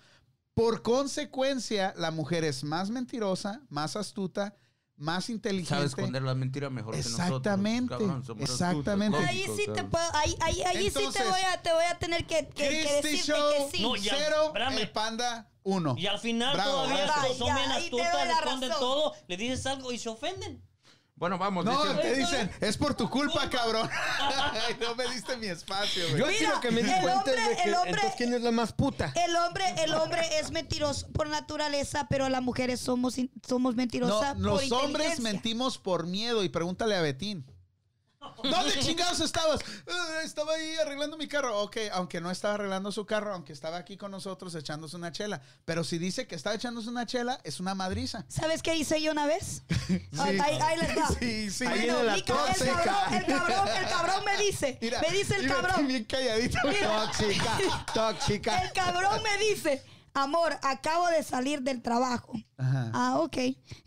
Speaker 1: por consecuencia, la mujer es más mentirosa, más astuta, más inteligente.
Speaker 2: Sabe esconder las mentiras mejor
Speaker 1: Exactamente,
Speaker 2: que nosotros. cabrón, somos astutos,
Speaker 1: exactamente.
Speaker 2: lógicos,
Speaker 3: Ahí sí te
Speaker 2: cabrón.
Speaker 3: puedo, ahí, ahí, ahí sí te
Speaker 1: Entonces,
Speaker 3: voy a, te voy a tener que, que- que
Speaker 1: Christy
Speaker 3: decirte
Speaker 1: Show
Speaker 3: que sí.
Speaker 4: No, y al-
Speaker 1: cero,
Speaker 4: espérame.
Speaker 1: el panda uno.
Speaker 4: Y al final
Speaker 1: Bravo,
Speaker 4: todavía
Speaker 1: gracias.
Speaker 4: son
Speaker 3: Ya,
Speaker 4: bien
Speaker 3: ahí te doy
Speaker 4: astutas,
Speaker 3: la
Speaker 4: responden
Speaker 3: razón.
Speaker 4: todo, le dices algo y se ofenden.
Speaker 2: Bueno, vamos.
Speaker 1: No,
Speaker 2: dice-
Speaker 1: te dicen, es por tu culpa, cabrón. Ay, no me diste mi espacio,
Speaker 5: Yo
Speaker 1: güey.
Speaker 5: aquí
Speaker 3: Mira,
Speaker 5: lo que me di
Speaker 3: el
Speaker 5: cuenta es de
Speaker 3: hombre-
Speaker 5: que,
Speaker 3: el hombre-
Speaker 5: entonces, ¿quién es la más puta?
Speaker 3: El hombre, el hombre es mentiroso por naturaleza, pero las mujeres somos, in- somos
Speaker 1: No,
Speaker 3: mentirosas por
Speaker 1: los hombres
Speaker 3: inteligencia.
Speaker 1: mentimos por miedo y pregúntale a Betín. ¿Dónde chingados estabas? "Eh, estaba ahí arreglando mi carro. Ok, aunque no estaba arreglando su carro, aunque estaba aquí con nosotros echándose una chela. Pero si dice que estaba echándose una chela, es una madriza.
Speaker 3: ¿Sabes qué hice yo una vez? Ah, ahí, ahí les va.
Speaker 1: Sí, sí.
Speaker 5: Ahí
Speaker 3: Bueno,
Speaker 5: viene la
Speaker 3: mi ca- el,
Speaker 1: tóxica.
Speaker 3: cabrón, el cabrón, el cabrón me dice,
Speaker 1: Mira,
Speaker 3: me dice el
Speaker 1: mira, estoy
Speaker 3: cabrón,
Speaker 1: bien calladito.
Speaker 5: Tóxica, tóxica.
Speaker 3: el cabrón me dice, amor, acabo de salir del trabajo.
Speaker 1: Ajá.
Speaker 3: Ah, ok.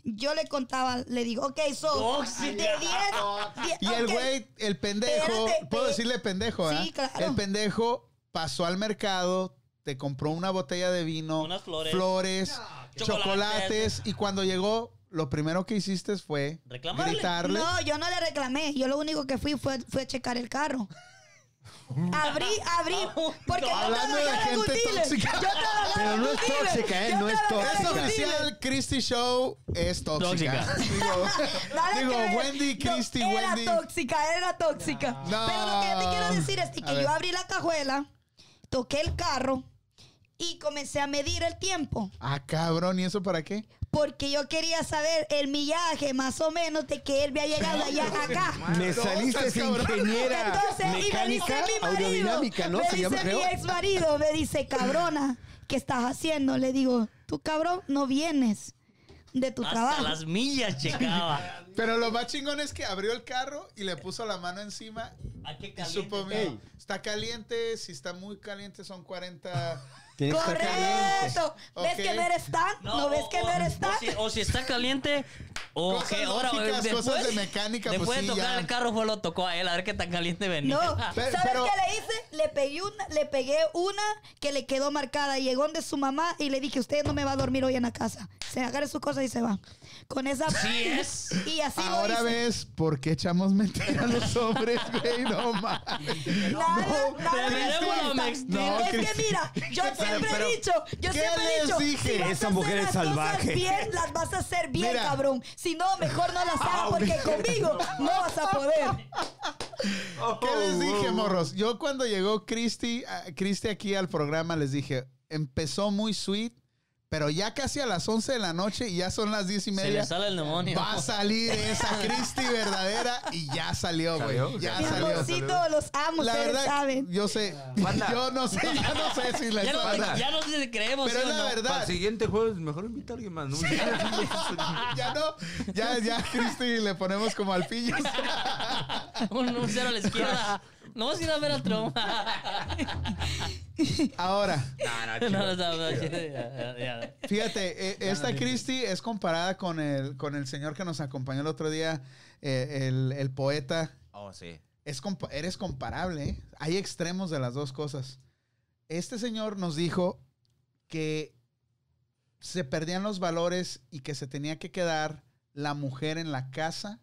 Speaker 3: Yo le contaba, le digo, ok, so,
Speaker 4: Tóxica.
Speaker 3: de 10, die-
Speaker 1: Y el
Speaker 3: ok.
Speaker 1: güey, el pendejo,
Speaker 3: Espérate,
Speaker 1: puedo
Speaker 3: pe-
Speaker 1: decirle pendejo, ¿ah?
Speaker 3: Sí, claro.
Speaker 1: El pendejo pasó al mercado, te compró una botella de vino,
Speaker 4: Unas flores.
Speaker 1: flores,
Speaker 4: Chocolates.
Speaker 1: chocolates, y cuando llegó, lo primero que hiciste fue
Speaker 4: Reclamarle.
Speaker 1: gritarle.
Speaker 3: No, yo no le reclamé. Yo lo único que fui fue, fue a checar el carro. Abrí, abrí, porque yo
Speaker 1: Hablando de
Speaker 3: trabajaba en un
Speaker 1: gente
Speaker 3: dealer. Yo
Speaker 1: tóxica.
Speaker 3: trabajaba
Speaker 5: Pero
Speaker 3: en
Speaker 5: no
Speaker 3: un
Speaker 5: es
Speaker 3: dealer.
Speaker 5: tóxica, ¿eh?
Speaker 3: Yo
Speaker 5: No es
Speaker 3: trabajaba
Speaker 1: Es
Speaker 3: en un
Speaker 5: tóxica.
Speaker 3: dealer.
Speaker 1: oficial, Christy Show es tóxica.
Speaker 4: Tóxica.
Speaker 1: Digo,
Speaker 3: Nada
Speaker 1: digo,
Speaker 3: que ver.
Speaker 1: Wendy,
Speaker 3: No,
Speaker 1: Christy,
Speaker 3: era
Speaker 1: Wendy.
Speaker 3: tóxica, era tóxica.
Speaker 1: No.
Speaker 3: Pero lo que yo te quiero decir es de
Speaker 1: A
Speaker 3: que
Speaker 1: ver.
Speaker 3: yo abrí la cajuela, toqué el carro y comencé a medir el tiempo.
Speaker 1: Ah, cabrón, ¿y eso para qué?
Speaker 3: Porque yo quería saber el millaje más o menos de que él me ha llegado allá acá.
Speaker 5: Me saliste
Speaker 1: Entonces, cabrón.
Speaker 5: ingeniera
Speaker 3: Entonces,
Speaker 5: mecánica
Speaker 3: y me dice mi marido,
Speaker 5: aerodinámica, ¿no?
Speaker 3: me
Speaker 5: Se
Speaker 3: dice
Speaker 5: llama, creo.
Speaker 3: mi ex marido, me dice, cabrona, ¿qué estás haciendo? Le digo, tú cabrón, no vienes de tu
Speaker 4: Hasta
Speaker 3: trabajo.
Speaker 4: las millas checaba.
Speaker 1: Pero lo más chingón es que abrió el carro y le puso la mano encima
Speaker 4: ¿A qué
Speaker 1: y
Speaker 4: caliente
Speaker 1: supo,
Speaker 4: estaba?
Speaker 1: mira, está caliente, si está muy caliente son 40.
Speaker 5: Tiene que estar caliente.
Speaker 3: Correcto. ¿Ves
Speaker 1: Ok.
Speaker 3: que no eres tan? ¿No, ves
Speaker 4: o-
Speaker 3: que no
Speaker 4: o-
Speaker 3: eres tan?
Speaker 4: O si, o si está caliente, o
Speaker 1: Cosas
Speaker 4: qué hora. o
Speaker 1: lógicas,
Speaker 4: después,
Speaker 1: cosas de mecánica, pues
Speaker 4: Después
Speaker 1: sí,
Speaker 4: de tocar
Speaker 1: ya.
Speaker 4: el carro, fue lo tocó a él, a ver qué tan caliente venía.
Speaker 3: No,
Speaker 1: Pero-
Speaker 3: ¿sabes
Speaker 1: pero-
Speaker 3: qué le hice? Le pegué, una, le pegué una que le quedó marcada. Llegó donde su mamá y le dije, usted no me va a dormir hoy en la casa. Se agarra sus cosas y se va. Con esa...
Speaker 4: Sí es.
Speaker 3: Y así
Speaker 1: Ahora
Speaker 3: lo hice.
Speaker 1: ves por qué echamos mentira a los hombres, güey, no mames.
Speaker 3: Nada,
Speaker 1: No,
Speaker 3: nada
Speaker 4: pero
Speaker 3: me
Speaker 4: luego
Speaker 3: cuesta.
Speaker 4: me extiendo.
Speaker 3: es que mira, yo siempre
Speaker 1: pero-
Speaker 3: he dicho, yo
Speaker 1: ¿qué
Speaker 3: siempre
Speaker 1: les
Speaker 3: he dicho,
Speaker 1: dije?
Speaker 3: si vas a
Speaker 5: Esa
Speaker 3: hacer
Speaker 5: mujer es
Speaker 3: las cosas
Speaker 5: salvaje.
Speaker 3: bien, las vas a hacer bien,
Speaker 1: Mira.
Speaker 3: cabrón. Si no, mejor no las hagas porque conmigo no vas a poder.
Speaker 1: ¿Qué
Speaker 2: Oh,
Speaker 1: les dije, morros? Yo cuando llegó Christy, a- Christy aquí al programa les dije, empezó muy sweet, pero ya casi a las 11 de la noche y ya son las 10 y
Speaker 4: Se
Speaker 1: media.
Speaker 4: le sale el demonio.
Speaker 1: Va a salir esa Christy verdadera y ya salió, güey.
Speaker 2: Salió,
Speaker 1: Ya
Speaker 3: Mi
Speaker 1: salió.
Speaker 3: amorcito, los amo,
Speaker 1: La
Speaker 3: ustedes
Speaker 1: verdad,
Speaker 3: saben.
Speaker 1: yo sé.
Speaker 2: Banda.
Speaker 1: Yo no sé, ya no sé si la
Speaker 4: Ya no,
Speaker 1: banda.
Speaker 4: ya no sé si creemos.
Speaker 1: Pero
Speaker 4: ¿sí
Speaker 1: es la
Speaker 4: o no?
Speaker 2: Para
Speaker 1: verdad.
Speaker 2: el siguiente jueves, mejor invita a alguien más. ¿no?
Speaker 1: Ya no, ya, ya, Cristi, le ponemos como alfillos.
Speaker 4: Un, un cero a la izquierda. No vas a ir a ver a Trump.
Speaker 1: Ahora,
Speaker 4: no, no, no, no, ya, ya, ya.
Speaker 1: fíjate, eh, esta Cristi es comparada con el, con el señor que nos acompañó el otro día, eh, el, el poeta.
Speaker 2: Oh, sí.
Speaker 1: Es compa- eres comparable, ¿eh? Hay extremos de las dos cosas. Este señor nos dijo que se perdían los valores y que se tenía que quedar la mujer en la casa.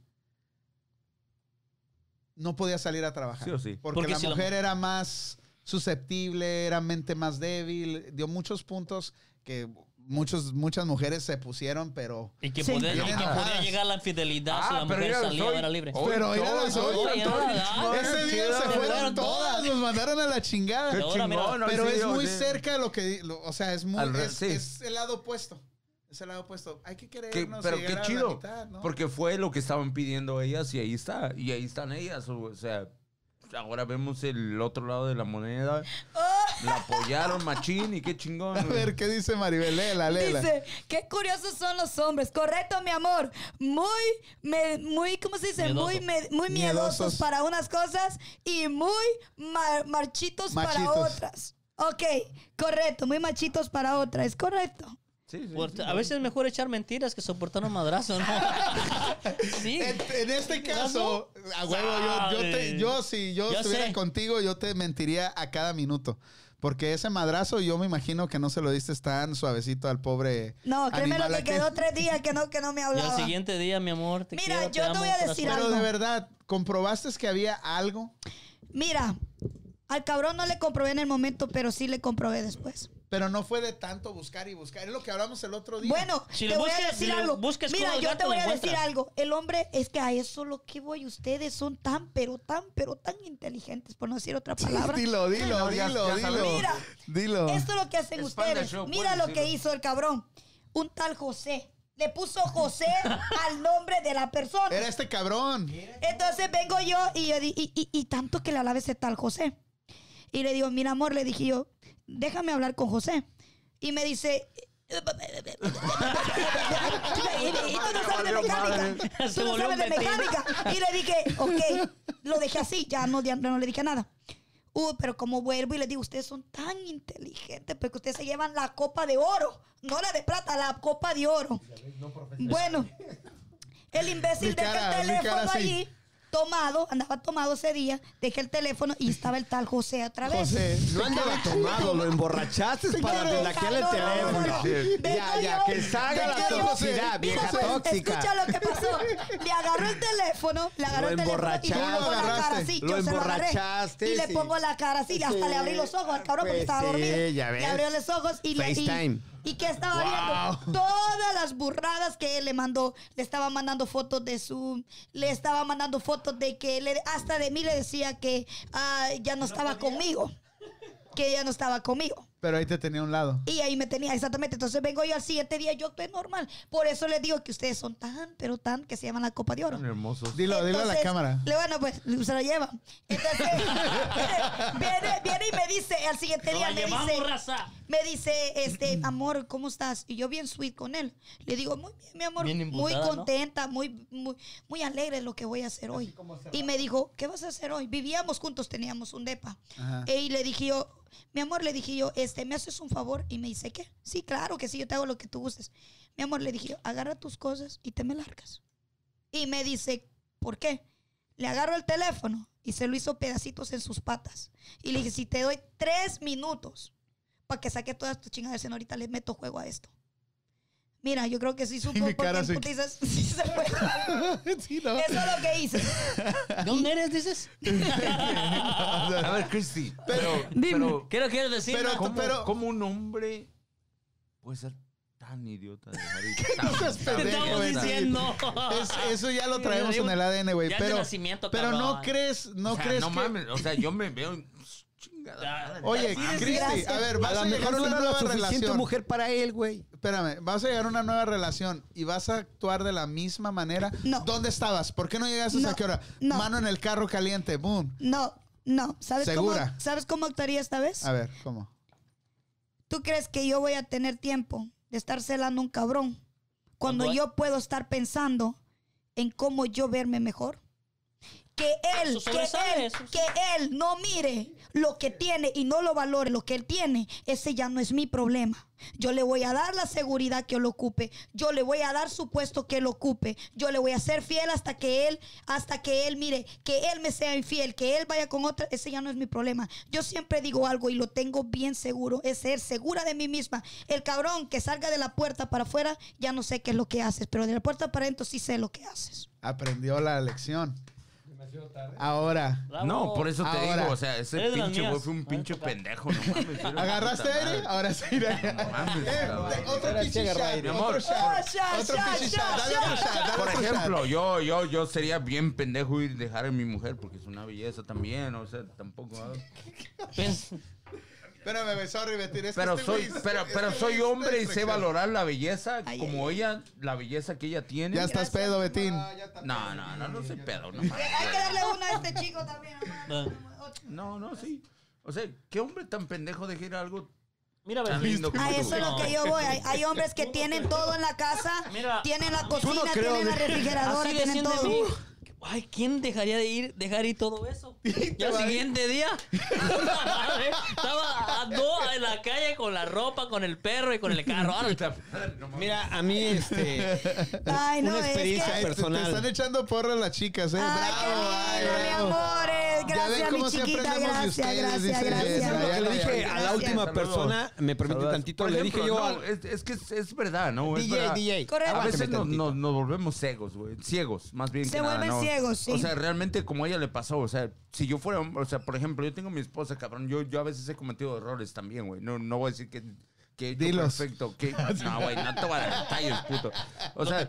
Speaker 1: No podía salir a trabajar.
Speaker 2: Sí o sí.
Speaker 1: Porque,
Speaker 4: Porque
Speaker 1: la
Speaker 4: si la
Speaker 1: mujer
Speaker 4: mu-
Speaker 1: era más susceptible, era mente más débil, dio muchos puntos que muchos, muchas mujeres se pusieron, pero...
Speaker 4: Y que,
Speaker 3: Sí.
Speaker 4: poder- y que
Speaker 1: Bien,
Speaker 4: podía
Speaker 1: ah.
Speaker 4: llegar a la infidelidad si la mujer
Speaker 2: mira,
Speaker 4: salía
Speaker 2: Ah, soy- Oh.
Speaker 4: era libre.
Speaker 2: hoy-
Speaker 1: Pero
Speaker 2: hoy-
Speaker 1: mira las
Speaker 2: hoy-
Speaker 1: otras,
Speaker 2: hoy-
Speaker 4: todas.
Speaker 2: hoy-
Speaker 1: Ese día
Speaker 2: chido,
Speaker 1: se
Speaker 4: fueron
Speaker 1: fueron
Speaker 4: todas.
Speaker 1: todas, nos mandaron a la chingada.
Speaker 2: Qué
Speaker 4: Ahora, mira,
Speaker 2: chingón, hoy
Speaker 1: Pero
Speaker 2: sí,
Speaker 1: es
Speaker 2: hoy
Speaker 1: muy
Speaker 2: sí.
Speaker 1: cerca de lo que, di- lo- o sea, es muy,
Speaker 2: Al re-
Speaker 1: es,
Speaker 2: sí.
Speaker 1: es el lado opuesto. Es el lado opuesto. Hay que
Speaker 2: Que-
Speaker 1: querernos.
Speaker 2: pero
Speaker 1: y
Speaker 2: qué
Speaker 1: llegar a la
Speaker 2: chido,
Speaker 1: mitad, ¿no?
Speaker 2: porque fue lo que estaban pidiendo ellas y ahí está, y ahí están ellas, o, o sea, ahora vemos el otro lado de la moneda,
Speaker 4: Oh.
Speaker 2: la apoyaron machín y qué chingón.
Speaker 1: A
Speaker 2: güey.
Speaker 1: ver, ¿qué dice Maribel? Léela, léela.
Speaker 3: Dice, qué curiosos son los hombres. Correcto, mi amor. Muy, me- muy, ¿cómo se dice?
Speaker 4: Miedoso.
Speaker 3: Muy, me- muy miedosos,
Speaker 1: Miedosos.
Speaker 3: para unas cosas y muy mar- marchitos para
Speaker 1: Machitos.
Speaker 3: otras. Ok, correcto. Muy machitos para otras. Es correcto.
Speaker 2: Sí, sí,
Speaker 4: Por-
Speaker 2: sí.
Speaker 4: a veces es mejor echar mentiras que soportar un madrazo, ¿no? sí.
Speaker 1: En, en este caso, a huevo, yo, yo, te- yo si yo
Speaker 4: Ya
Speaker 1: estuviera
Speaker 4: sé.
Speaker 1: contigo, yo te mentiría a cada minuto. Porque ese madrazo, yo me imagino que no se lo diste tan suavecito al pobre.
Speaker 3: No, créeme lo
Speaker 1: animal
Speaker 3: que
Speaker 1: aquel.
Speaker 3: quedó tres días que no, que no me
Speaker 4: Y al
Speaker 3: hablaba.
Speaker 4: siguiente día, mi amor, te
Speaker 3: Mira,
Speaker 4: quiero,
Speaker 3: yo te voy a
Speaker 4: amo,
Speaker 3: decir
Speaker 4: corazón.
Speaker 1: Pero de
Speaker 3: algo.
Speaker 1: verdad, ¿comprobaste que había algo?
Speaker 3: Mira, al cabrón no le comprobé en el momento, pero sí le comprobé después.
Speaker 1: Pero no fue de tanto buscar y buscar. Es lo que hablamos el otro día.
Speaker 3: Bueno,
Speaker 4: Si
Speaker 3: te
Speaker 4: lo
Speaker 3: voy a
Speaker 4: buscas-
Speaker 3: decir
Speaker 4: si lo
Speaker 3: algo.
Speaker 4: buscas
Speaker 3: Mira,
Speaker 4: como el
Speaker 3: yo
Speaker 4: gato
Speaker 3: te
Speaker 4: lo
Speaker 3: voy a
Speaker 4: encuentras.
Speaker 3: decir algo. El hombre es que a eso lo que voy. Ustedes son tan, pero tan, pero tan inteligentes, por no decir otra palabra.
Speaker 1: Dilo, dilo,
Speaker 2: No, ya-
Speaker 1: dilo,
Speaker 2: ya
Speaker 1: dilo.
Speaker 2: sabemos.
Speaker 3: Mira,
Speaker 1: Dilo.
Speaker 3: Esto es lo que hacen
Speaker 2: Expanda el
Speaker 3: ustedes.
Speaker 2: show,
Speaker 3: Mira
Speaker 2: puedes
Speaker 3: lo que
Speaker 2: decirlo.
Speaker 3: hizo el cabrón. Un tal José. Le puso José al nombre de la persona.
Speaker 1: Era este cabrón.
Speaker 3: Entonces vengo yo y yo di- y, y- y tanto que le alaba ese tal José. Y le digo, mira amor, le dije yo, déjame hablar con José. Y me dice... Tú no sabes de mecánica.
Speaker 4: Se
Speaker 3: Tú no sabes
Speaker 4: volvió un
Speaker 3: de
Speaker 4: metiche.
Speaker 3: mecánica. Y le dije, ok, lo dejé así, ya no, ya no le dije nada. Uh, pero como vuelvo y les digo, ustedes son tan inteligentes porque ustedes se llevan la copa de oro, no la de plata, la copa de oro. Bueno, el
Speaker 1: Mi
Speaker 3: imbécil
Speaker 1: cara,
Speaker 3: deja el
Speaker 1: mi cara
Speaker 3: teléfono
Speaker 1: así.
Speaker 3: allí, tomado, andaba tomado ese día, dejé el teléfono y estaba el tal José otra vez.
Speaker 1: José.
Speaker 5: No andaba tomado, lo emborrachaste para
Speaker 3: Pero
Speaker 5: delaquear el
Speaker 3: no, no, no,
Speaker 5: teléfono.
Speaker 3: no. Vengo
Speaker 5: Ya, ya,
Speaker 3: yo,
Speaker 5: que salga la
Speaker 3: vengo yo.
Speaker 5: toxicidad, vieja
Speaker 3: José, Escucha
Speaker 5: tóxica.
Speaker 3: lo que pasó. Le agarró el teléfono, le agarró
Speaker 5: Lo
Speaker 3: el teléfono y le
Speaker 5: emborrachaste,
Speaker 3: pongo la cara así. yo se
Speaker 5: lo
Speaker 3: lo agarré.
Speaker 5: emborrachaste,
Speaker 3: Y le
Speaker 5: sí.
Speaker 3: pongo la cara así, hasta
Speaker 5: Sí.
Speaker 3: le abrí los ojos al cabrón porque
Speaker 5: Pues
Speaker 3: estaba
Speaker 5: sí,
Speaker 3: dormido.
Speaker 5: ya ves.
Speaker 3: Le abrió los ojos y le.
Speaker 5: FaceTime.
Speaker 3: Y, y que estaba viendo todas las burradas que él le mandó. Le estaba mandando fotos de Zoom, le estaba mandando fotos de que le, hasta de mí le decía que ah, ya no estaba conmigo. Que ya no estaba conmigo.
Speaker 1: Pero ahí te tenía a un lado.
Speaker 3: Y ahí me tenía, exactamente. Entonces vengo yo al siguiente día, yo estoy normal. Por eso les digo que ustedes son tan, pero tan, que se llaman la Copa de Oro.
Speaker 2: Tan hermosos.
Speaker 1: Dilo, dilo a la
Speaker 3: Entonces,
Speaker 1: cámara.
Speaker 3: le- bueno, pues se lo lleva. Entonces, viene, viene y me dice, al siguiente
Speaker 4: Nos
Speaker 3: día
Speaker 4: la
Speaker 3: me
Speaker 4: llevamos,
Speaker 3: dice,
Speaker 4: raza.
Speaker 3: me dice, este, amor, ¿cómo estás? Y yo bien sweet con él. Le digo, muy bien, mi amor,
Speaker 4: Bien
Speaker 3: muy
Speaker 4: embutada, ¿no?
Speaker 3: contenta, muy, muy, muy alegre de lo que voy a hacer hoy. Y me dijo, ¿qué vas a hacer hoy? Vivíamos juntos, teníamos un depa.
Speaker 1: Ajá.
Speaker 3: Eh, Y le dije yo, mi amor, le dije yo, este, ¿me haces un favor? Y me dice, ¿qué? Sí, claro que sí, yo te hago lo que tú gustes. Mi amor, le dije yo, agarra tus cosas y te me largas. Y me dice, ¿por qué? Le agarro el teléfono y se lo hizo pedacitos en sus patas. Y le dije, si te doy tres minutos para que saque todas tus chingaderas, ahorita le meto juego a esto. Mira, yo creo que sí supo
Speaker 1: mi
Speaker 3: por
Speaker 1: cara así.
Speaker 3: qué putizas- sí se fue.
Speaker 1: Sí, ¿no?
Speaker 3: Eso es lo que hice.
Speaker 4: ¿Dónde eres, dices?
Speaker 2: A ver, Christy. Pero, pero,
Speaker 4: ¿Qué lo quieres decir?
Speaker 1: Pero-
Speaker 4: Mac?
Speaker 2: ¿cómo,
Speaker 1: pero-
Speaker 2: cómo un hombre puede ser tan idiota de dejar ir tan-
Speaker 1: No seas
Speaker 2: tan-
Speaker 4: ¿Qué
Speaker 1: pendejo,
Speaker 4: estamos
Speaker 1: güey.
Speaker 2: tan-
Speaker 4: diciendo?
Speaker 1: Es- eso ya lo traemos en el ADN, güey.
Speaker 4: Ya es de
Speaker 1: Pero,
Speaker 4: nacimiento,
Speaker 1: pero no
Speaker 4: cabrón.
Speaker 1: crees, no
Speaker 2: o sea,
Speaker 1: crees
Speaker 2: no
Speaker 1: que-
Speaker 2: mames, o sea, yo me veo
Speaker 4: Ah,
Speaker 2: chingada.
Speaker 1: Oye,
Speaker 3: Así es,
Speaker 1: Cristi,
Speaker 3: gracias.
Speaker 1: a ver,
Speaker 5: A
Speaker 1: vas a,
Speaker 5: lo
Speaker 1: llegar
Speaker 5: mejor
Speaker 1: a
Speaker 5: no
Speaker 1: una
Speaker 5: era la
Speaker 1: nueva
Speaker 5: suficiente
Speaker 1: relación.
Speaker 5: mujer para él, güey.
Speaker 1: Espérame, vas a llegar a una nueva relación y vas a actuar de la misma manera.
Speaker 3: No.
Speaker 1: ¿Dónde estabas? ¿Por qué no llegaste
Speaker 3: No,
Speaker 1: a qué hora?
Speaker 3: no.
Speaker 1: Mano en el carro caliente, boom.
Speaker 3: No, no. ¿Sabes cómo,
Speaker 1: ¿Segura?
Speaker 3: ¿Sabes cómo actuaría esta vez?
Speaker 1: A ver, ¿cómo?
Speaker 3: ¿Tú crees que yo voy a tener tiempo de estar celando un cabrón cuando
Speaker 4: Ojo, eh.
Speaker 3: yo puedo estar pensando en cómo yo verme mejor? Que él,
Speaker 4: Eso
Speaker 3: que
Speaker 4: sobresale,
Speaker 3: él,
Speaker 4: eso
Speaker 3: que él no mire lo que tiene y no lo valore lo que él tiene, ese ya no es mi problema. Yo le voy a dar la seguridad que él ocupe, yo le voy a dar su puesto que él ocupe, yo le voy a ser fiel hasta que él, hasta que él mire, que él me sea infiel, que él vaya con otra, ese ya no es mi problema. Yo siempre digo algo y lo tengo bien seguro, es ser segura de mí misma. El cabrón que salga de la puerta para afuera, ya no sé qué es lo que haces, pero de la puerta para adentro sí sé lo que haces.
Speaker 1: Aprendió la lección. Ahora,
Speaker 4: Bravo.
Speaker 2: No, por eso te
Speaker 1: ah, Ahora.
Speaker 2: digo, o sea, ese
Speaker 4: Es Ah, de las
Speaker 2: pinche güey
Speaker 4: mías.
Speaker 2: fue un
Speaker 4: A ver,
Speaker 2: pinche
Speaker 4: papá.
Speaker 2: pendejo, no mames. era una
Speaker 1: ¿agarraste
Speaker 2: puta
Speaker 1: aire?
Speaker 2: madre.
Speaker 1: Ahora sí, mira.
Speaker 2: No mames,
Speaker 1: Eh,
Speaker 2: cabrón.
Speaker 1: otro pinche
Speaker 5: agarra
Speaker 1: shot,
Speaker 5: aire.
Speaker 2: Mi amor,
Speaker 1: otro
Speaker 2: por-
Speaker 1: shot, otro pinche shot, dale otro shot, dale
Speaker 2: Por
Speaker 1: otro shot.
Speaker 2: ejemplo, yo, yo, yo sería bien pendejo ir dejar a mi mujer porque es una belleza también, o sea, tampoco. ¿ah?
Speaker 4: Pens-
Speaker 1: Espérame, me sorry, Betín, es que
Speaker 2: Pero
Speaker 1: este
Speaker 2: soy,
Speaker 1: güey-
Speaker 2: pero,
Speaker 1: este
Speaker 2: pero
Speaker 1: güey
Speaker 2: soy
Speaker 1: está
Speaker 2: hombre y sé
Speaker 1: desflexionado.
Speaker 2: valorar la belleza
Speaker 3: Ay,
Speaker 2: como ella, la belleza que ella tiene.
Speaker 1: Ya estás pedo, Betín.
Speaker 2: No, no, no, no soy pedo, no mames.
Speaker 3: Hay que darle una a este chico también.
Speaker 4: Ah.
Speaker 2: No, no, sí. O sea, ¿qué hombre tan pendejo deja ir algo
Speaker 4: Mira,
Speaker 2: tan
Speaker 4: Betín.
Speaker 2: lindo como
Speaker 3: A
Speaker 2: tú?
Speaker 3: eso es lo que yo voy. Hay, hay hombres que tienen todo en la casa,
Speaker 4: Mira,
Speaker 3: tienen la
Speaker 5: no
Speaker 3: cocina,
Speaker 5: creo
Speaker 3: tienen la
Speaker 5: de-
Speaker 3: refrigeradora,
Speaker 4: Así
Speaker 3: tienen
Speaker 4: decían de
Speaker 3: todo.
Speaker 4: mí. Ay, ¿quién dejaría de ir, dejar ir todo eso? Y al
Speaker 1: va a ir.
Speaker 4: siguiente día estaba a dos en la calle con la ropa, con el perro y con el carro. Ahora,
Speaker 5: Mira, a mí, este.
Speaker 3: Ay, no,
Speaker 5: Una
Speaker 3: es que.
Speaker 5: experiencia
Speaker 3: Ay,
Speaker 1: Te- Te,
Speaker 5: personal.
Speaker 1: están echando porras las chicas, eh.
Speaker 3: qué
Speaker 1: bravo, ay,
Speaker 3: lindo, mi
Speaker 1: bravo.
Speaker 3: amor. eh,
Speaker 1: Ya ven
Speaker 3: Gracias,
Speaker 1: cómo
Speaker 3: mi
Speaker 1: sí
Speaker 3: chiquita.
Speaker 1: aprendemos de
Speaker 3: Gracias,
Speaker 1: ustedes,
Speaker 3: gracias,
Speaker 1: dice
Speaker 5: Lo
Speaker 1: ella.
Speaker 3: gracias.
Speaker 5: que le dije a la
Speaker 3: Gracias.
Speaker 5: última
Speaker 2: Saludos.
Speaker 5: persona, me permite
Speaker 2: Saludos.
Speaker 5: tantito,
Speaker 2: Por
Speaker 5: le
Speaker 2: ejemplo,
Speaker 5: dije yo
Speaker 2: no,
Speaker 5: al-
Speaker 2: es, es que es, es verdad, ¿no? Es
Speaker 5: DJ,
Speaker 2: verdad.
Speaker 5: DJ.
Speaker 3: Correcto.
Speaker 2: A
Speaker 5: aguántame
Speaker 2: veces nos,
Speaker 5: tantito.
Speaker 2: nos- nos volvemos ciegos, güey. Ciegos, más bien
Speaker 3: Se
Speaker 2: que nada,
Speaker 3: vuelven
Speaker 2: ¿no?
Speaker 3: Ciegos, sí.
Speaker 2: O sea, realmente como a ella le pasó, o sea, si yo fuera, o sea, por ejemplo, yo tengo a mi esposa, cabrón, yo, yo a veces he cometido errores también, güey. No, no voy a decir que... Que he hecho
Speaker 1: Dilos.
Speaker 2: perfecto. Que, no, güey, no te voy a dar detalles, puto. O sea,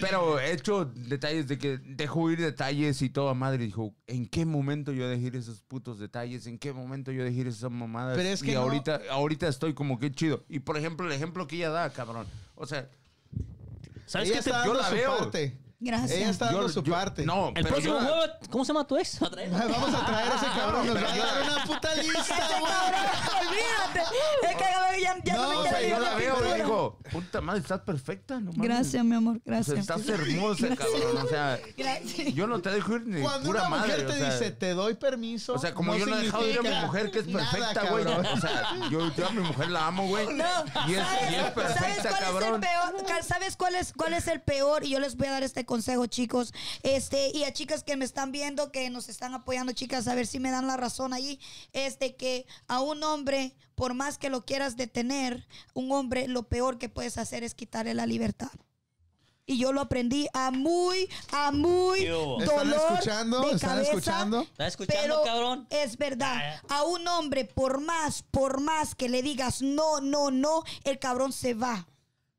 Speaker 2: pero he hecho detalles de que dejó ir detalles y toda madre. Dijo, ¿en qué momento yo dejé ir esos putos detalles? ¿En qué momento yo dejé ir esas mamadas?
Speaker 1: Pero es que
Speaker 2: y
Speaker 1: no-
Speaker 2: ahorita, ahorita estoy como que chido. Y por ejemplo, el ejemplo que ella da, cabrón. O sea,
Speaker 4: ¿Sabes
Speaker 1: Ella
Speaker 4: qué? te-
Speaker 1: está
Speaker 2: yo
Speaker 1: dando
Speaker 2: la
Speaker 1: su
Speaker 2: veo.
Speaker 1: parte.
Speaker 3: Gracias.
Speaker 1: Ella está dando
Speaker 2: yo-
Speaker 1: su
Speaker 2: yo-
Speaker 1: parte.
Speaker 2: No,
Speaker 4: El
Speaker 2: pero
Speaker 4: próximo
Speaker 2: yo la-
Speaker 4: juego, ¿cómo se llama tu ex? ¿Va a traer?
Speaker 1: Vamos a traer a ese cabrón. Nos va a dar una puta lista,
Speaker 3: Ese
Speaker 1: güey.
Speaker 3: cabrón, olvídate. Es que a ver, ya, ya
Speaker 1: No,
Speaker 3: no,
Speaker 1: o
Speaker 3: me
Speaker 2: O sea,
Speaker 3: interesa
Speaker 2: yo
Speaker 3: la
Speaker 2: la veo y
Speaker 3: pintura.
Speaker 2: digo, puta madre, estás perfecta, no mames.
Speaker 3: Gracias, mi amor,
Speaker 2: O sea,
Speaker 3: gracias.
Speaker 2: estás hermosa, cabrón. O sea,
Speaker 3: Gracias.
Speaker 2: yo no te dejo ir ni
Speaker 1: Cuando
Speaker 2: pura
Speaker 1: una mujer
Speaker 2: madre.
Speaker 1: te
Speaker 2: o sea,
Speaker 1: dice, te doy permiso.
Speaker 2: O sea, como yo no he dejado ir a mi
Speaker 1: significa
Speaker 2: mujer, que es
Speaker 1: nada,
Speaker 2: perfecta, güey.
Speaker 1: cabrón.
Speaker 2: O sea, yo, yo a mi mujer la amo, güey.
Speaker 3: No,
Speaker 2: y, es,
Speaker 3: ¿sabes,
Speaker 2: y es
Speaker 3: ¿sabes
Speaker 2: perfecta,
Speaker 3: cuál
Speaker 2: cabrón.
Speaker 3: es el peor? Ca- ¿Sabes cuál es, cuál es el peor? Y yo les voy a dar este consejo, chicos. Este, y a chicas que me están viendo, que nos están apoyando, chicas, a ver si me dan la razón ahí. Este, que a un hombre, por más que lo quieras detener, un hombre, lo peor que puedes hacer es quitarle la libertad. Y yo lo aprendí a muy, a muy
Speaker 4: ¿Qué hubo?
Speaker 3: dolor
Speaker 1: ¿Están escuchando?
Speaker 3: de
Speaker 1: ¿Están
Speaker 3: cabeza,
Speaker 1: escuchando?
Speaker 4: ¿Estás escuchando,
Speaker 3: pero
Speaker 4: cabrón?
Speaker 3: Es
Speaker 4: Eh.
Speaker 3: verdad. A un hombre, por más, por más que le digas no, no, no, el cabrón se va.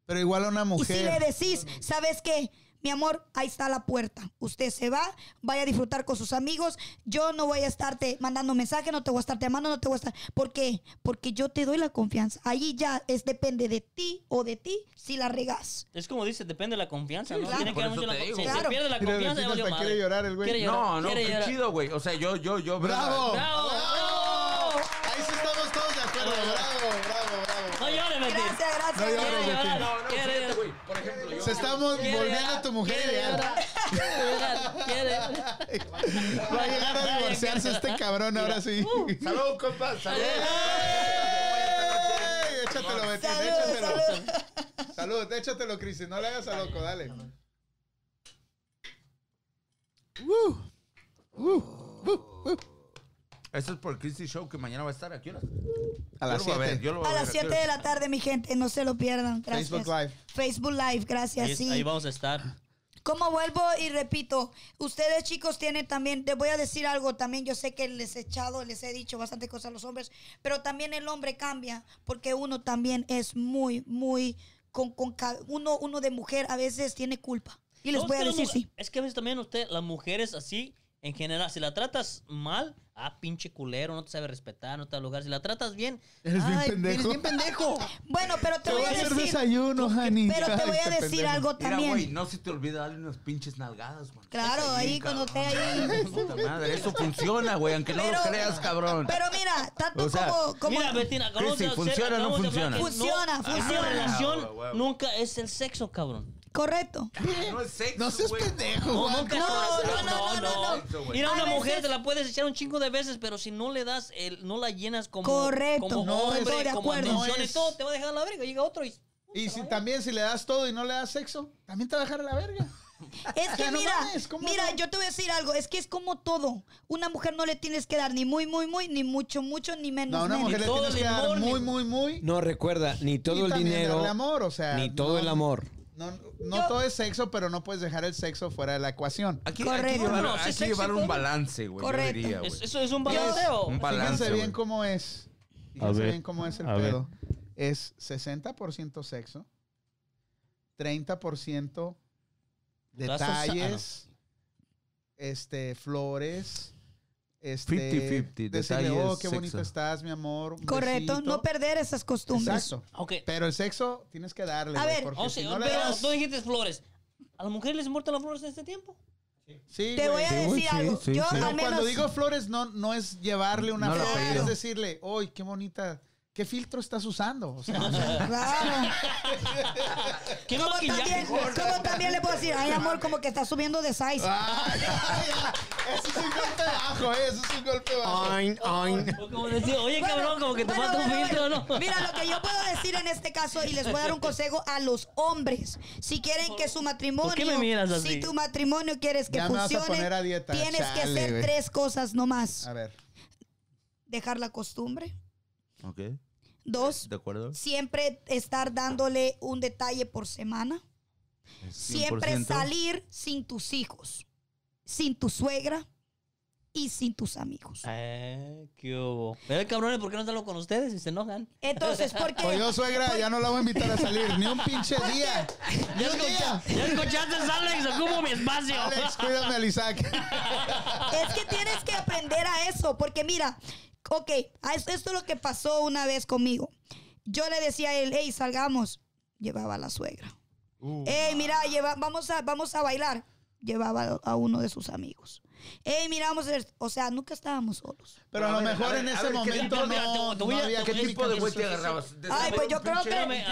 Speaker 1: Pero igual a una
Speaker 3: Y si le
Speaker 1: mujer.
Speaker 3: decís, ¿sabes qué? Mi amor, ahí está la puerta. Usted se va, vaya a disfrutar con sus amigos. Yo no voy a estarte mandando mensajes, no te voy a estar llamando, no te voy a estar. ¿Por qué? Porque yo te doy la confianza. Ahí ya es depende de ti o de ti si la regas.
Speaker 4: Es como dices, depende de la confianza, ¿no?
Speaker 3: claro.
Speaker 4: Tiene que
Speaker 2: Por
Speaker 4: haber
Speaker 2: eso
Speaker 4: mucho la
Speaker 2: te digo.
Speaker 4: confianza. Si
Speaker 3: Claro.
Speaker 4: se pierde la
Speaker 1: Mira,
Speaker 4: confianza,
Speaker 1: Betito
Speaker 4: ya valió
Speaker 1: hasta
Speaker 4: madre.
Speaker 1: quiere llorar el güey.
Speaker 4: Quiere llorar,
Speaker 2: No, no,
Speaker 4: quiere
Speaker 2: qué
Speaker 4: llorar.
Speaker 2: chido, güey. O sea, yo, yo, yo.
Speaker 1: ¡Bravo!
Speaker 4: ¡Bravo! ¡Bravo!
Speaker 1: Ahí sí estamos todos de acuerdo. Bravo, bravo, bravo.
Speaker 4: No llores, Betín.
Speaker 3: Gracias, gracias.
Speaker 1: No
Speaker 4: Quiere
Speaker 1: llores,
Speaker 3: gracias.
Speaker 4: llorar.
Speaker 2: No, no,
Speaker 4: quiere
Speaker 2: fíjate,
Speaker 4: llorar.
Speaker 2: güey. Por ejemplo, yo.
Speaker 1: Se está mo-
Speaker 4: Quiere
Speaker 1: volviendo
Speaker 4: llorar,
Speaker 1: tu mujer
Speaker 4: quiere
Speaker 1: ideal.
Speaker 4: llorar, Quiere llorar, quiere llorar.
Speaker 1: Va a llegar a divorciarse este cabrón ahora sí.
Speaker 3: Uh.
Speaker 2: Salud, compa. Salud.
Speaker 1: ¡Ey! Échatelo, Betín,
Speaker 3: Salud,
Speaker 1: échatelo.
Speaker 3: salud.
Speaker 1: Salud, échatelo, Cristi. No le hagas a loco, dale.
Speaker 2: Eso es por Christy Show que mañana va a estar. ¿A qué hora?
Speaker 1: A las
Speaker 2: Yo lo voy ver,
Speaker 1: 7.
Speaker 2: yo lo voy
Speaker 3: A
Speaker 2: ver,
Speaker 3: las
Speaker 2: qué
Speaker 3: 7
Speaker 2: hora?
Speaker 3: de la tarde, mi gente, no se lo pierdan. Gracias.
Speaker 1: Facebook Live.
Speaker 3: Facebook Live,
Speaker 4: Ahí
Speaker 3: gracias.
Speaker 4: es-
Speaker 3: sí.
Speaker 4: Ahí vamos a estar.
Speaker 3: Como vuelvo y repito, ustedes chicos tienen también, les voy a decir algo también, yo sé que les he echado, les he dicho bastante cosas a los hombres, pero también el hombre cambia, porque uno también es muy, muy, con, con ca- uno, uno de mujer a veces tiene culpa. Y les
Speaker 4: No,
Speaker 3: voy a
Speaker 4: es que
Speaker 3: decir
Speaker 4: las mu-
Speaker 3: sí.
Speaker 4: Es que a veces también usted, las mujeres así, en general, si la tratas mal, ah, pinche culero, no te sabe respetar, no te da lugar. Si la tratas bien,
Speaker 1: Eres bien
Speaker 4: ay,
Speaker 1: pendejo.
Speaker 4: eres bien pendejo.
Speaker 3: Bueno, pero te,
Speaker 1: Te
Speaker 3: voy
Speaker 1: voy a
Speaker 3: a
Speaker 1: hacer
Speaker 3: decir,
Speaker 1: desayuno, Jani.
Speaker 3: pero te
Speaker 1: Ay,
Speaker 3: voy a
Speaker 1: este
Speaker 3: decir
Speaker 1: pendejo.
Speaker 3: algo
Speaker 2: Mira,
Speaker 3: también.
Speaker 2: güey, no se te olvida darle unas pinches nalgadas, güey.
Speaker 3: Claro,
Speaker 2: Está
Speaker 3: ahí,
Speaker 2: cabrón.
Speaker 3: cuando esté ahí.
Speaker 2: Puta madre, eso funciona, güey, aunque no lo
Speaker 3: Pero-
Speaker 2: creas, cabrón.
Speaker 3: Pero mira, tanto
Speaker 2: O sea,
Speaker 3: como, como
Speaker 4: Mira, Betina, acabamos
Speaker 2: Cristi,
Speaker 4: de hacer-
Speaker 2: ¿funciona o no
Speaker 4: acabamos de hablar
Speaker 2: funciona?
Speaker 4: que no-
Speaker 3: Funciona, funciona.
Speaker 4: Una relación
Speaker 2: Ah, huevo.
Speaker 4: nunca es el sexo, cabrón.
Speaker 3: correcto.
Speaker 2: no es sexo,
Speaker 1: No seas
Speaker 2: güey.
Speaker 1: pendejo,
Speaker 4: No,
Speaker 1: Juan.
Speaker 4: nunca
Speaker 3: No,
Speaker 4: es
Speaker 3: no,
Speaker 4: sexo,
Speaker 3: no, no, no.
Speaker 2: no.
Speaker 4: Mira, una
Speaker 3: A
Speaker 4: mujer
Speaker 3: veces-
Speaker 4: te la puedes echar un chingo de veces, pero si no le das, el, no la llenas como,
Speaker 3: Correcto.
Speaker 4: como
Speaker 3: No,
Speaker 4: hombre,
Speaker 3: estoy de
Speaker 4: como
Speaker 3: acuerdo.
Speaker 4: atención
Speaker 1: No
Speaker 4: y
Speaker 1: es-
Speaker 4: todo, te va a dejar a la verga. Llega otro y...
Speaker 1: Y si también si le das todo y no le das sexo, también te va a dejar a la verga.
Speaker 3: Es que
Speaker 1: Ya no
Speaker 3: mira,
Speaker 1: mames, ¿cómo
Speaker 3: mira,
Speaker 1: no?
Speaker 3: yo te voy a decir algo, es que es como todo. Una mujer no le tienes que dar ni muy, muy, muy, ni mucho, mucho, ni menos.
Speaker 1: No, a una
Speaker 3: menos.
Speaker 1: mujer le
Speaker 4: todo
Speaker 1: tienes
Speaker 4: el
Speaker 1: que dar
Speaker 4: amor,
Speaker 1: muy,
Speaker 4: ni-
Speaker 1: muy, muy.
Speaker 5: No recuerda ni todo
Speaker 1: y
Speaker 5: el
Speaker 1: también
Speaker 5: dinero,
Speaker 1: darle amor, o sea.
Speaker 5: ni todo
Speaker 1: no-
Speaker 5: el amor.
Speaker 1: No, no
Speaker 3: Yo-
Speaker 1: todo es sexo, pero no puedes dejar el sexo fuera de la ecuación.
Speaker 2: Aquí,
Speaker 3: Correcto.
Speaker 2: hay que llevar,
Speaker 4: No,
Speaker 2: hay
Speaker 4: sí,
Speaker 2: que
Speaker 4: sexo y
Speaker 2: llevar
Speaker 4: todo.
Speaker 2: un balance, güey. yo
Speaker 3: Correcto.
Speaker 2: diría,
Speaker 4: Es-
Speaker 2: güey. Mm,
Speaker 4: eso es un balanceo.
Speaker 2: Un balance,
Speaker 1: Fíjense bien
Speaker 2: güey.
Speaker 1: cómo es.
Speaker 5: A
Speaker 1: Fíjense
Speaker 5: ver,
Speaker 1: bien cómo es el
Speaker 5: a ver.
Speaker 1: pedo. Es 60% sexo, 30%
Speaker 2: ah,
Speaker 4: Gastos sa-
Speaker 1: detalles, este, flores, este,
Speaker 2: 50-50,
Speaker 1: decirle, oh,
Speaker 2: detalles,
Speaker 1: qué bonito
Speaker 2: sexo.
Speaker 1: estás, mi amor. un
Speaker 3: Correcto,
Speaker 1: besito".
Speaker 3: no perder esas costumbres.
Speaker 1: Exacto.
Speaker 4: Ah, Ok.
Speaker 1: Pero el sexo tienes que darle.
Speaker 3: A
Speaker 1: güey,
Speaker 3: ver,
Speaker 1: porque
Speaker 4: O
Speaker 1: si
Speaker 4: sea,
Speaker 1: no le
Speaker 4: pero
Speaker 1: das-
Speaker 4: tú dijiste flores. ¿A las mujeres les importan las flores en este tiempo?
Speaker 1: Sí,
Speaker 3: Te voy
Speaker 1: güey.
Speaker 3: a
Speaker 5: Sí, güey,
Speaker 3: decir
Speaker 5: sí,
Speaker 3: algo.
Speaker 5: sí,
Speaker 3: yo
Speaker 5: sí.
Speaker 1: Pero
Speaker 3: al menos
Speaker 1: cuando digo flores, no, no es llevarle una
Speaker 2: No la
Speaker 1: flor,
Speaker 2: pido.
Speaker 1: es decirle, uy, qué bonita, qué filtro estás usando. O sea,
Speaker 3: Claro.
Speaker 4: ¿Qué
Speaker 3: Como Ah, también,
Speaker 4: maquillaje?
Speaker 3: como también le puedo decir, ay amor, como que está subiendo de size.
Speaker 1: Ah. eso es un golpe bajo, eh, eso es un golpe bajo.
Speaker 4: O Como decir, oye,
Speaker 3: Bueno,
Speaker 4: cabrón, como que te
Speaker 3: bueno,
Speaker 4: falta un
Speaker 3: bueno,
Speaker 4: filtro,
Speaker 3: bueno.
Speaker 4: ¿no?
Speaker 3: Mira, lo que yo puedo decir en este caso, y les voy a dar un consejo a los hombres. Si quieren que su matrimonio.
Speaker 4: ¿Por qué me miras así?
Speaker 3: Si tu matrimonio quieres que
Speaker 1: Ya me vas a
Speaker 3: funcione,
Speaker 1: poner a dieta,
Speaker 3: tienes que
Speaker 1: chale,
Speaker 3: hacer
Speaker 1: güey.
Speaker 3: tres cosas nomás:
Speaker 1: A ver,
Speaker 3: dejar la costumbre.
Speaker 2: Ok,
Speaker 3: Dos,
Speaker 2: ¿de acuerdo?
Speaker 3: siempre estar dándole un detalle por semana. Siempre
Speaker 2: 100%.
Speaker 3: salir sin tus hijos. sin tu suegra y sin tus amigos.
Speaker 4: Eh, ¿Qué hubo? Pero cabrones, ¿por qué no salgo con ustedes si se enojan?
Speaker 3: Entonces, ¿por qué?
Speaker 1: Pues yo, suegra, ya no la voy a invitar a salir ni un pinche día. Ni
Speaker 4: Ya
Speaker 1: un día.
Speaker 4: escuchaste, ya escuchaste, Alex, ocupo mi espacio.
Speaker 1: Alex, cuídame al Isaac.
Speaker 3: Es que tienes que aprender a eso, porque mira, ok, a esto, esto es lo que pasó una vez conmigo. Yo le decía a él, hey, salgamos. Llevaba a la suegra.
Speaker 1: Uh.
Speaker 3: Hey, mira, lleva- vamos, a, vamos a bailar. Llevaba a uno de sus amigos. Hey, mira, vamos a... O sea, nunca estábamos solos.
Speaker 1: Pero a
Speaker 2: A
Speaker 1: lo
Speaker 2: ver,
Speaker 1: mejor
Speaker 2: a ver,
Speaker 1: en
Speaker 2: a
Speaker 1: ese
Speaker 2: ver, ¿qué
Speaker 1: momento
Speaker 4: tipo de-
Speaker 1: no,
Speaker 4: te
Speaker 1: no
Speaker 4: voy a-
Speaker 1: había
Speaker 4: te
Speaker 2: ¿Qué
Speaker 4: voy a-
Speaker 1: química.
Speaker 2: tipo de güey te agarrabas?
Speaker 3: Ay, pues yo creo que-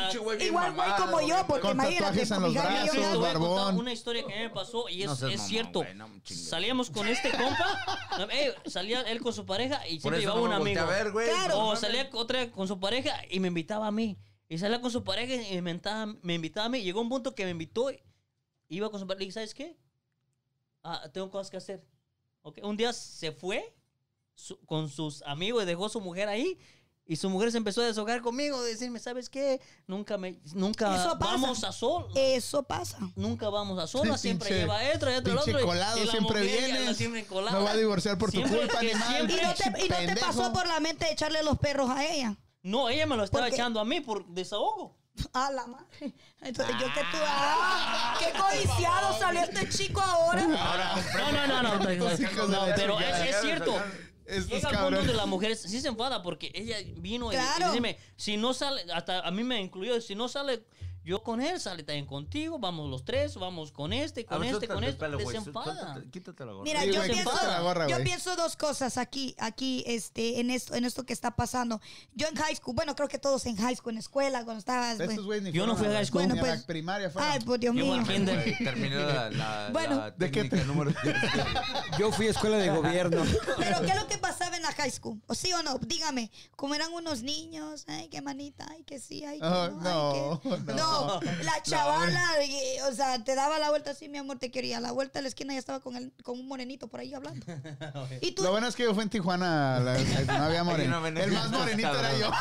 Speaker 3: Igual güey como yo, porque
Speaker 1: Con
Speaker 3: imagínate,
Speaker 1: tatuajes en
Speaker 3: con
Speaker 1: los
Speaker 3: mi hija,
Speaker 1: brazos,
Speaker 3: yo me-
Speaker 4: Te voy a contar
Speaker 1: barbón.
Speaker 4: una historia que a mí me pasó y es,
Speaker 2: No seas
Speaker 4: es
Speaker 2: mamón,
Speaker 4: cierto.
Speaker 2: güey, no me chingues.
Speaker 4: Salíamos con este compa, eh, salía él con su pareja y siempre llevaba un amigo.
Speaker 2: A ver, güey.
Speaker 3: Claro.
Speaker 2: no
Speaker 4: O
Speaker 2: mames.
Speaker 4: salía otra con su pareja y me invitaba a mí. Y salía con su pareja y me invitaba, me invitaba a mí. Llegó un punto que me invitó, iba con su pareja y dije, ¿sabes qué? Ah, tengo cosas que hacer. Ok, Un día se fue su- con sus amigos y dejó su mujer ahí. Y su mujer se empezó a deshogar conmigo, decirme, ¿sabes qué? Nunca me, nunca
Speaker 3: Eso pasa.
Speaker 4: vamos a sol.
Speaker 3: Eso pasa.
Speaker 4: Nunca vamos a solas, siempre
Speaker 1: Pinche-
Speaker 4: lleva a otro, otro, el
Speaker 1: pinche
Speaker 4: otro. y-
Speaker 1: colado,
Speaker 4: y la
Speaker 1: siempre
Speaker 4: mujer ya
Speaker 1: vienes.
Speaker 4: anda siempre colada.
Speaker 1: Me voy a divorciar por tu
Speaker 4: Siempre
Speaker 1: culpa,
Speaker 4: que
Speaker 1: animal.
Speaker 3: Y
Speaker 4: siempre-
Speaker 3: no, te, y no te
Speaker 1: Pendejo.
Speaker 3: pasó por la mente echarle los perros a ella.
Speaker 4: No, ella me lo estaba
Speaker 3: Porque-
Speaker 4: echando a mí por desahogo.
Speaker 3: A la madre. Entonces yo que tú. ¡Ah! ¡Qué codiciado salió este chico ahora!
Speaker 4: No, no, no, no. no,
Speaker 1: Estos hijos de la
Speaker 4: pero
Speaker 1: chingada.
Speaker 4: es, es cierto.
Speaker 1: Estos
Speaker 4: Llega el punto
Speaker 1: cabrones.
Speaker 4: de la mujer sí se enfada porque ella vino y- y,
Speaker 3: Claro.
Speaker 4: dime, si no sale, hasta a mí me incluyó, si no sale yo con él, sale también contigo, vamos los tres, vamos con este,
Speaker 2: A
Speaker 4: con
Speaker 2: ver,
Speaker 4: este, con
Speaker 2: suéltate
Speaker 4: este,
Speaker 2: el pelo, güey,
Speaker 4: desenfada.
Speaker 2: suéltate, Quítate la gorra.
Speaker 3: Mira,
Speaker 1: Sí,
Speaker 3: yo,
Speaker 1: güey,
Speaker 3: pienso,
Speaker 1: quítate la gorra,
Speaker 3: yo
Speaker 1: güey.
Speaker 3: pienso dos cosas aquí, aquí, este, en esto, en esto que está pasando. Yo en high school, bueno, creo que todos en high school, en escuela, cuando estabas. güey.
Speaker 1: Estos güeyes ni
Speaker 4: Yo no
Speaker 1: fueron
Speaker 4: fui a high school.
Speaker 1: ni
Speaker 3: Bueno,
Speaker 1: la
Speaker 3: pues-
Speaker 1: primaria fueron.
Speaker 3: Ay, por Dios
Speaker 4: Yo
Speaker 3: mío.
Speaker 4: al kinder.
Speaker 2: Güey, Terminé la, la,
Speaker 3: Bueno.
Speaker 2: la
Speaker 1: ¿De qué
Speaker 2: técnica
Speaker 1: te-
Speaker 2: número
Speaker 5: Yo fui a escuela de gobierno.
Speaker 3: Pero ¿qué es lo que pasaba en la high school? ¿O sí o no? Dígame, como eran unos niños, ay, qué manita, ay, que sí, ay, que
Speaker 1: Ah,
Speaker 3: no, ay,
Speaker 1: no, no.
Speaker 3: que- no. la chavala, eh, o sea, te daba la vuelta así, mi amor, te quería. A la vuelta a la esquina ya estaba con, el, con un morenito por ahí hablando. Y tú,
Speaker 1: Lo bueno es que yo fui en Tijuana, la- la- no había
Speaker 2: no
Speaker 1: moreno.
Speaker 2: venía.
Speaker 1: El más morenito era yo.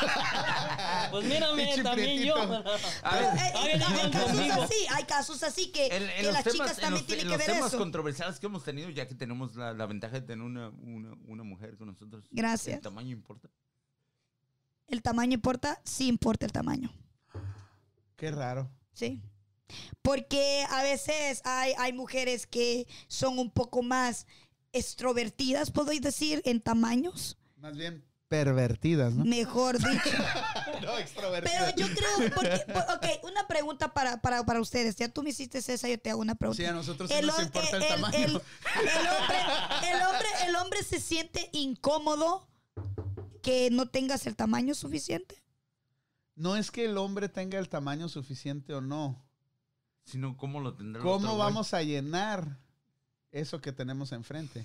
Speaker 4: Pues mírame,
Speaker 1: Ah, Pinche
Speaker 4: también yo.
Speaker 1: prietito.
Speaker 2: A
Speaker 3: pero,
Speaker 2: ver,
Speaker 3: eh,
Speaker 4: ay,
Speaker 3: eh,
Speaker 4: no,
Speaker 3: hay casos
Speaker 4: conmigo.
Speaker 3: así, hay casos así que,
Speaker 2: en, en
Speaker 3: que
Speaker 2: los
Speaker 3: las
Speaker 2: temas,
Speaker 3: chicas
Speaker 2: en
Speaker 3: también
Speaker 2: los, en
Speaker 3: tienen que
Speaker 2: los
Speaker 3: ver
Speaker 2: temas
Speaker 3: eso.
Speaker 2: controversiales que hemos tenido, ya que tenemos la, la ventaja de tener una, una, una mujer con nosotros.
Speaker 3: Gracias.
Speaker 2: El tamaño importa.
Speaker 3: ¿El tamaño importa? Sí importa el tamaño.
Speaker 1: Qué raro.
Speaker 3: Sí. Porque a veces hay, hay mujeres que son un poco más extrovertidas, puedo decir, en tamaños.
Speaker 1: Más bien pervertidas, ¿no?
Speaker 3: Mejor dicho.
Speaker 1: No,
Speaker 3: Pero
Speaker 1: extrovertidas.
Speaker 3: yo creo, porque, por- ok, una pregunta para, para, para ustedes. Ya tú me hiciste esa, yo te hago una pregunta.
Speaker 1: Sí, a nosotros sí nos
Speaker 3: hom-
Speaker 1: importa el
Speaker 3: el-
Speaker 1: tamaño.
Speaker 3: el- el hombre, el, hombre, el hombre se siente incómodo que no tengas el tamaño suficiente.
Speaker 1: No es que el hombre tenga el tamaño suficiente o no.
Speaker 2: Sino, ¿cómo lo tendrá el otro
Speaker 1: ¿Cómo
Speaker 2: güey?
Speaker 1: vamos a llenar eso que tenemos enfrente?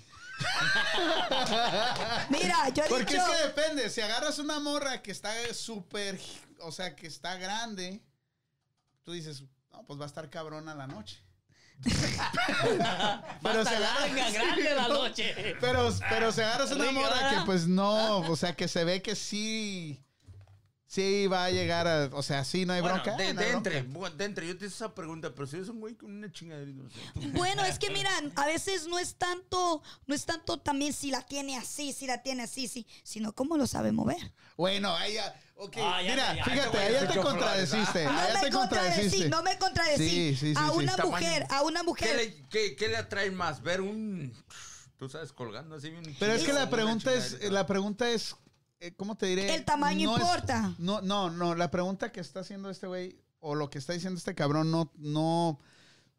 Speaker 3: Mira, yo he
Speaker 1: Porque es
Speaker 3: dicho-
Speaker 1: que depende. Si agarras una morra que está súper, o sea, que está grande, tú dices, no, pues va a estar cabrona la noche.
Speaker 4: Pero
Speaker 1: se agarra-
Speaker 4: larga, grande la noche.
Speaker 1: Pero, pero si agarras una
Speaker 4: Rico,
Speaker 1: morra que
Speaker 4: ¿verdad?
Speaker 1: pues no, o sea, que se ve que sí, sí va a llegar a, o sea, sí, no hay
Speaker 2: Bueno,
Speaker 1: bronca. Ah,
Speaker 2: de,
Speaker 1: no hay
Speaker 2: de
Speaker 1: bronca.
Speaker 2: entre, bueno, de entre. Yo te hice esa pregunta, pero si eres un güey con una chingadera. no sé.
Speaker 3: Bueno, es que mira, a veces no es tanto, no es tanto también si la tiene así, si la tiene así, sí, sino cómo lo sabe mover.
Speaker 1: Bueno, ahí ya, ok,
Speaker 4: Ah, ya,
Speaker 1: mira,
Speaker 4: ya, ya,
Speaker 1: fíjate,
Speaker 2: te voy a
Speaker 1: ahí ya
Speaker 2: decir
Speaker 1: te
Speaker 2: que
Speaker 1: contradeciste,
Speaker 3: No
Speaker 1: ahí Ah, ya
Speaker 3: me
Speaker 1: te contradeciste.
Speaker 3: contradecí, no me contradecí.
Speaker 1: Sí, sí, sí,
Speaker 3: a
Speaker 1: sí.
Speaker 3: una
Speaker 2: Tamaño.
Speaker 3: mujer, a una
Speaker 2: ¿Qué
Speaker 3: mujer.
Speaker 2: le, qué, qué le atrae más? ¿Ver un. Tú sabes, colgando así bien.
Speaker 1: Pero es que
Speaker 2: chido,
Speaker 1: la
Speaker 2: una
Speaker 1: pregunta es,
Speaker 2: chingadera.
Speaker 1: la pregunta es, eh, ¿cómo te diré?
Speaker 3: El tamaño
Speaker 1: No es-
Speaker 3: importa.
Speaker 1: no, no, no, la pregunta que está haciendo este güey o lo que está diciendo este cabrón no, no.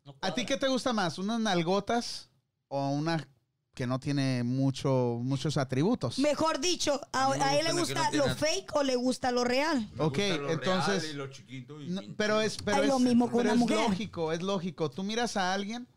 Speaker 4: No
Speaker 1: ¿A ti
Speaker 4: cuadra.
Speaker 1: qué te gusta más, unas nalgotas o una que no tiene mucho, muchos atributos?
Speaker 3: Mejor dicho, a,
Speaker 2: A mí me
Speaker 3: a él le
Speaker 2: gusta
Speaker 3: gusta
Speaker 2: la que no
Speaker 3: lo
Speaker 2: tiene-
Speaker 3: fake o le gusta lo real.
Speaker 2: Me
Speaker 1: ok,
Speaker 2: gusta lo real
Speaker 1: entonces-
Speaker 2: y lo chiquito y
Speaker 1: No,
Speaker 2: bien
Speaker 1: pero
Speaker 2: chido.
Speaker 1: es, pero
Speaker 3: Hay
Speaker 1: es,
Speaker 3: lo mismo con
Speaker 1: pero
Speaker 3: una
Speaker 1: es
Speaker 3: mujer.
Speaker 1: lógico, es lógico. Tú miras a alguien,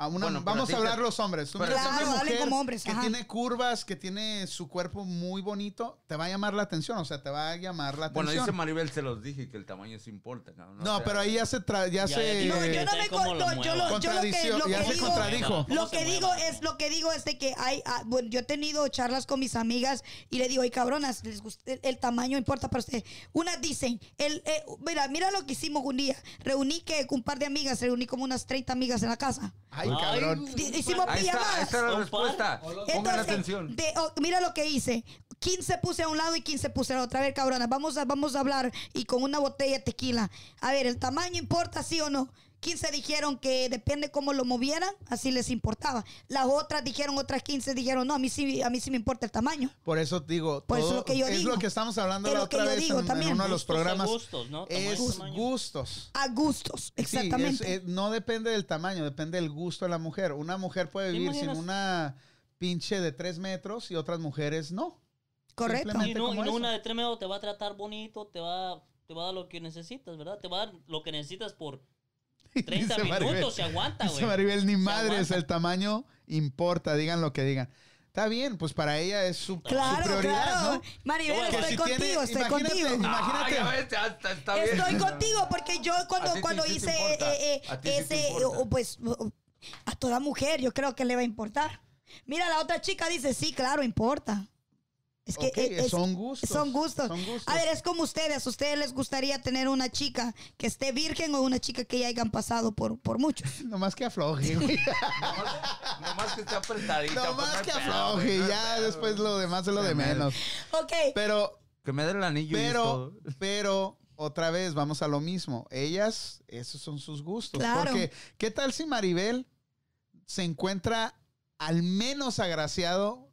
Speaker 1: a una,
Speaker 2: Bueno, pero
Speaker 1: vamos
Speaker 2: sí
Speaker 1: a hablar
Speaker 2: que-
Speaker 1: los hombres. Tú
Speaker 2: pero
Speaker 1: miras a una
Speaker 3: Claro, hablen
Speaker 1: mujer
Speaker 3: como hombres,
Speaker 1: que
Speaker 3: ajá.
Speaker 1: tiene curvas, que tiene su cuerpo muy bonito, te va a llamar la atención, o sea, te va a llamar la
Speaker 2: Bueno,
Speaker 1: atención.
Speaker 2: dice Maribel, se los dije que el tamaño se importa. cabrón, o
Speaker 1: no,
Speaker 2: sea,
Speaker 1: pero ahí ya se, tra- ya
Speaker 4: Ya,
Speaker 1: se
Speaker 4: ya
Speaker 3: No,
Speaker 4: Eh,
Speaker 3: yo no me
Speaker 4: ¿cómo
Speaker 3: con-
Speaker 4: lo
Speaker 3: no, yo lo, yo lo que,
Speaker 1: contradició,
Speaker 3: lo
Speaker 1: ya
Speaker 3: que
Speaker 1: se
Speaker 3: digo,
Speaker 1: contradijo.
Speaker 4: ¿Cómo
Speaker 3: lo
Speaker 4: se
Speaker 3: que
Speaker 4: mueve?
Speaker 3: digo es, lo que digo es de que hay, ah, bueno, yo he tenido charlas con mis amigas y le digo, ay cabronas, les gusta, el, el tamaño importa para ustedes. Unas dicen, el, eh, mira, mira lo que hicimos un día. Reuní que un par de amigas, reuní como unas 30 amigas en la casa.
Speaker 1: Ay, Ay, cabrón.
Speaker 3: Hicimos
Speaker 2: Ahí está, ahí
Speaker 3: pijamas.
Speaker 2: está la
Speaker 4: ¿Un
Speaker 2: respuesta. Pongan
Speaker 3: Entonces,
Speaker 2: atención.
Speaker 3: de- oh, mira lo que hice. 15 puse a un lado y 15 puse a la otra. A ver, cabrona, vamos a, vamos a hablar y con una botella de tequila. A ver, ¿el tamaño importa sí o no? 15 dijeron que depende cómo lo movieran, así les importaba. Las otras dijeron, otras 15 dijeron, no, a mí sí, a mí sí me importa el tamaño.
Speaker 1: Por eso digo,
Speaker 3: Por eso
Speaker 1: todo-
Speaker 3: lo que yo
Speaker 1: es
Speaker 3: digo.
Speaker 1: lo que estamos hablando
Speaker 3: Es
Speaker 1: la
Speaker 3: lo que
Speaker 1: otra
Speaker 3: yo
Speaker 1: vez
Speaker 3: digo
Speaker 1: en, en
Speaker 3: también.
Speaker 1: uno de los
Speaker 4: Gustos a
Speaker 1: programas.
Speaker 4: gustos, ¿no? Tamaño,
Speaker 1: Es
Speaker 4: tamaño.
Speaker 1: gustos.
Speaker 3: A gustos,
Speaker 1: Sí, es-
Speaker 3: exactamente.
Speaker 1: es- no depende del tamaño, depende del gusto de la mujer. Una mujer puede
Speaker 4: ¿Te
Speaker 1: vivir sin
Speaker 4: imaginas?
Speaker 1: una pinche de tres metros y otras mujeres no.
Speaker 3: Correcto.
Speaker 1: simplemente-
Speaker 4: Y no,
Speaker 1: como
Speaker 4: y no
Speaker 1: eso.
Speaker 4: una de tres metros te va a tratar bonito, te va, te va a dar lo que necesitas, ¿verdad? Te va a dar lo que necesitas por 30
Speaker 1: Dice Maribel.
Speaker 4: minutos, se aguanta,
Speaker 1: Dice
Speaker 4: güey.
Speaker 1: Maribel, ni madres,
Speaker 4: aguanta.
Speaker 1: el tamaño importa, digan lo que digan. Está bien, pues para ella es su, su
Speaker 3: Claro,
Speaker 1: prioridad,
Speaker 3: claro.
Speaker 1: ¿no?
Speaker 3: Maribel,
Speaker 4: Que
Speaker 3: estoy
Speaker 1: si
Speaker 3: contigo,
Speaker 1: tiene-
Speaker 3: estoy
Speaker 1: imagínate,
Speaker 4: Ah,
Speaker 3: contigo.
Speaker 1: Imagínate.
Speaker 2: Ay, a ver, está- está- está bien.
Speaker 3: Estoy contigo porque yo
Speaker 2: A
Speaker 3: cuando,
Speaker 2: ti sí
Speaker 3: cuando
Speaker 2: te
Speaker 3: hice
Speaker 2: importa.
Speaker 3: eh, eh,
Speaker 2: A ti sí te
Speaker 3: ese, eh,
Speaker 2: importa.
Speaker 3: o- pues o- a toda mujer yo creo que le va a importar. Mira, la otra chica dice, sí, claro, importa. Es que
Speaker 1: Ok,
Speaker 3: eh, es-
Speaker 1: son gustos.
Speaker 3: Son gustos.
Speaker 1: Son gustos.
Speaker 3: A ver, es como ustedes. ¿A ustedes les gustaría tener una chica que esté virgen o una chica que ya hayan pasado por, por muchos?
Speaker 1: Nomás que afloje, güey.
Speaker 2: Nomás- Nomás que esté apretadita. pues, no
Speaker 1: Nomás
Speaker 2: hay
Speaker 1: que
Speaker 2: pedo,
Speaker 1: afloje.
Speaker 2: güey, no hay
Speaker 1: Ya
Speaker 2: pedo.
Speaker 1: después lo demás es lo de
Speaker 2: Ya, madre.
Speaker 1: menos.
Speaker 3: Ok.
Speaker 1: Pero
Speaker 2: Que me dé el anillo y es
Speaker 1: Pero,
Speaker 2: todo.
Speaker 1: pero, otra vez, vamos a lo mismo. Ellas, esos son sus gustos.
Speaker 3: Claro.
Speaker 1: Porque, ¿qué tal si Maribel se encuentra al menos agraciado,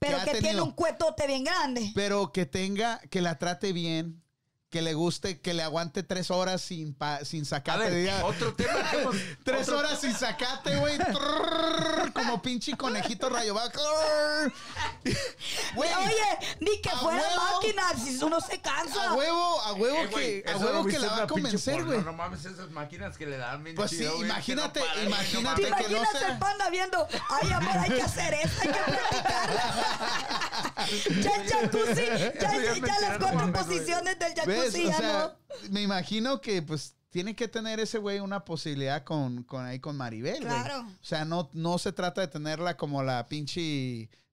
Speaker 3: Pero
Speaker 1: ha
Speaker 3: que tiene
Speaker 1: tenido?
Speaker 3: un cuetote bien grande.
Speaker 1: pero que tenga, que la trate bien, que le guste, que le aguante tres horas sin, pa- sin
Speaker 2: A
Speaker 1: sacate?
Speaker 2: ver,
Speaker 1: diga,
Speaker 2: otro tema que hemos...
Speaker 1: Tres
Speaker 2: otro-
Speaker 1: horas sin sacate, güey. Trrr, Como pinche conejito rayo. va. Trrr. Güey,
Speaker 3: Oye, ni que
Speaker 1: a
Speaker 3: fuera
Speaker 1: huevo.
Speaker 3: máquina, si uno se
Speaker 1: a
Speaker 3: cansa.
Speaker 1: huevo, a huevo
Speaker 2: Eh, güey,
Speaker 1: que, a
Speaker 2: eso
Speaker 1: huevo
Speaker 2: lo
Speaker 1: que
Speaker 2: viste
Speaker 1: la
Speaker 2: en
Speaker 1: va a
Speaker 2: una pinche
Speaker 1: convencer,
Speaker 2: porno,
Speaker 1: güey.
Speaker 2: No mames, esas máquinas que le dan bien
Speaker 1: Pues sí,
Speaker 2: chido, güey,
Speaker 1: imagínate,
Speaker 2: que no paran, güey, no
Speaker 1: imagínate
Speaker 2: mames.
Speaker 3: ¿Te
Speaker 1: que no
Speaker 3: imaginas
Speaker 1: sea-
Speaker 3: el panda viendo? Ay, amor, hay que hacer esto, hay que practicarla. ya el jacuzzi, ya,
Speaker 2: Eso ya es
Speaker 3: ya
Speaker 2: mentira,
Speaker 3: las
Speaker 2: no
Speaker 3: cuatro
Speaker 2: mames, güey.
Speaker 3: posiciones del
Speaker 1: ¿Ves?
Speaker 3: jacuzzi
Speaker 1: O
Speaker 3: ya
Speaker 1: sea,
Speaker 3: no.
Speaker 1: me imagino que pues tiene que tener ese güey una posibilidad con, con ahí con Maribel, güey.
Speaker 3: Claro.
Speaker 1: O sea, no, no se trata de tenerla como la pinche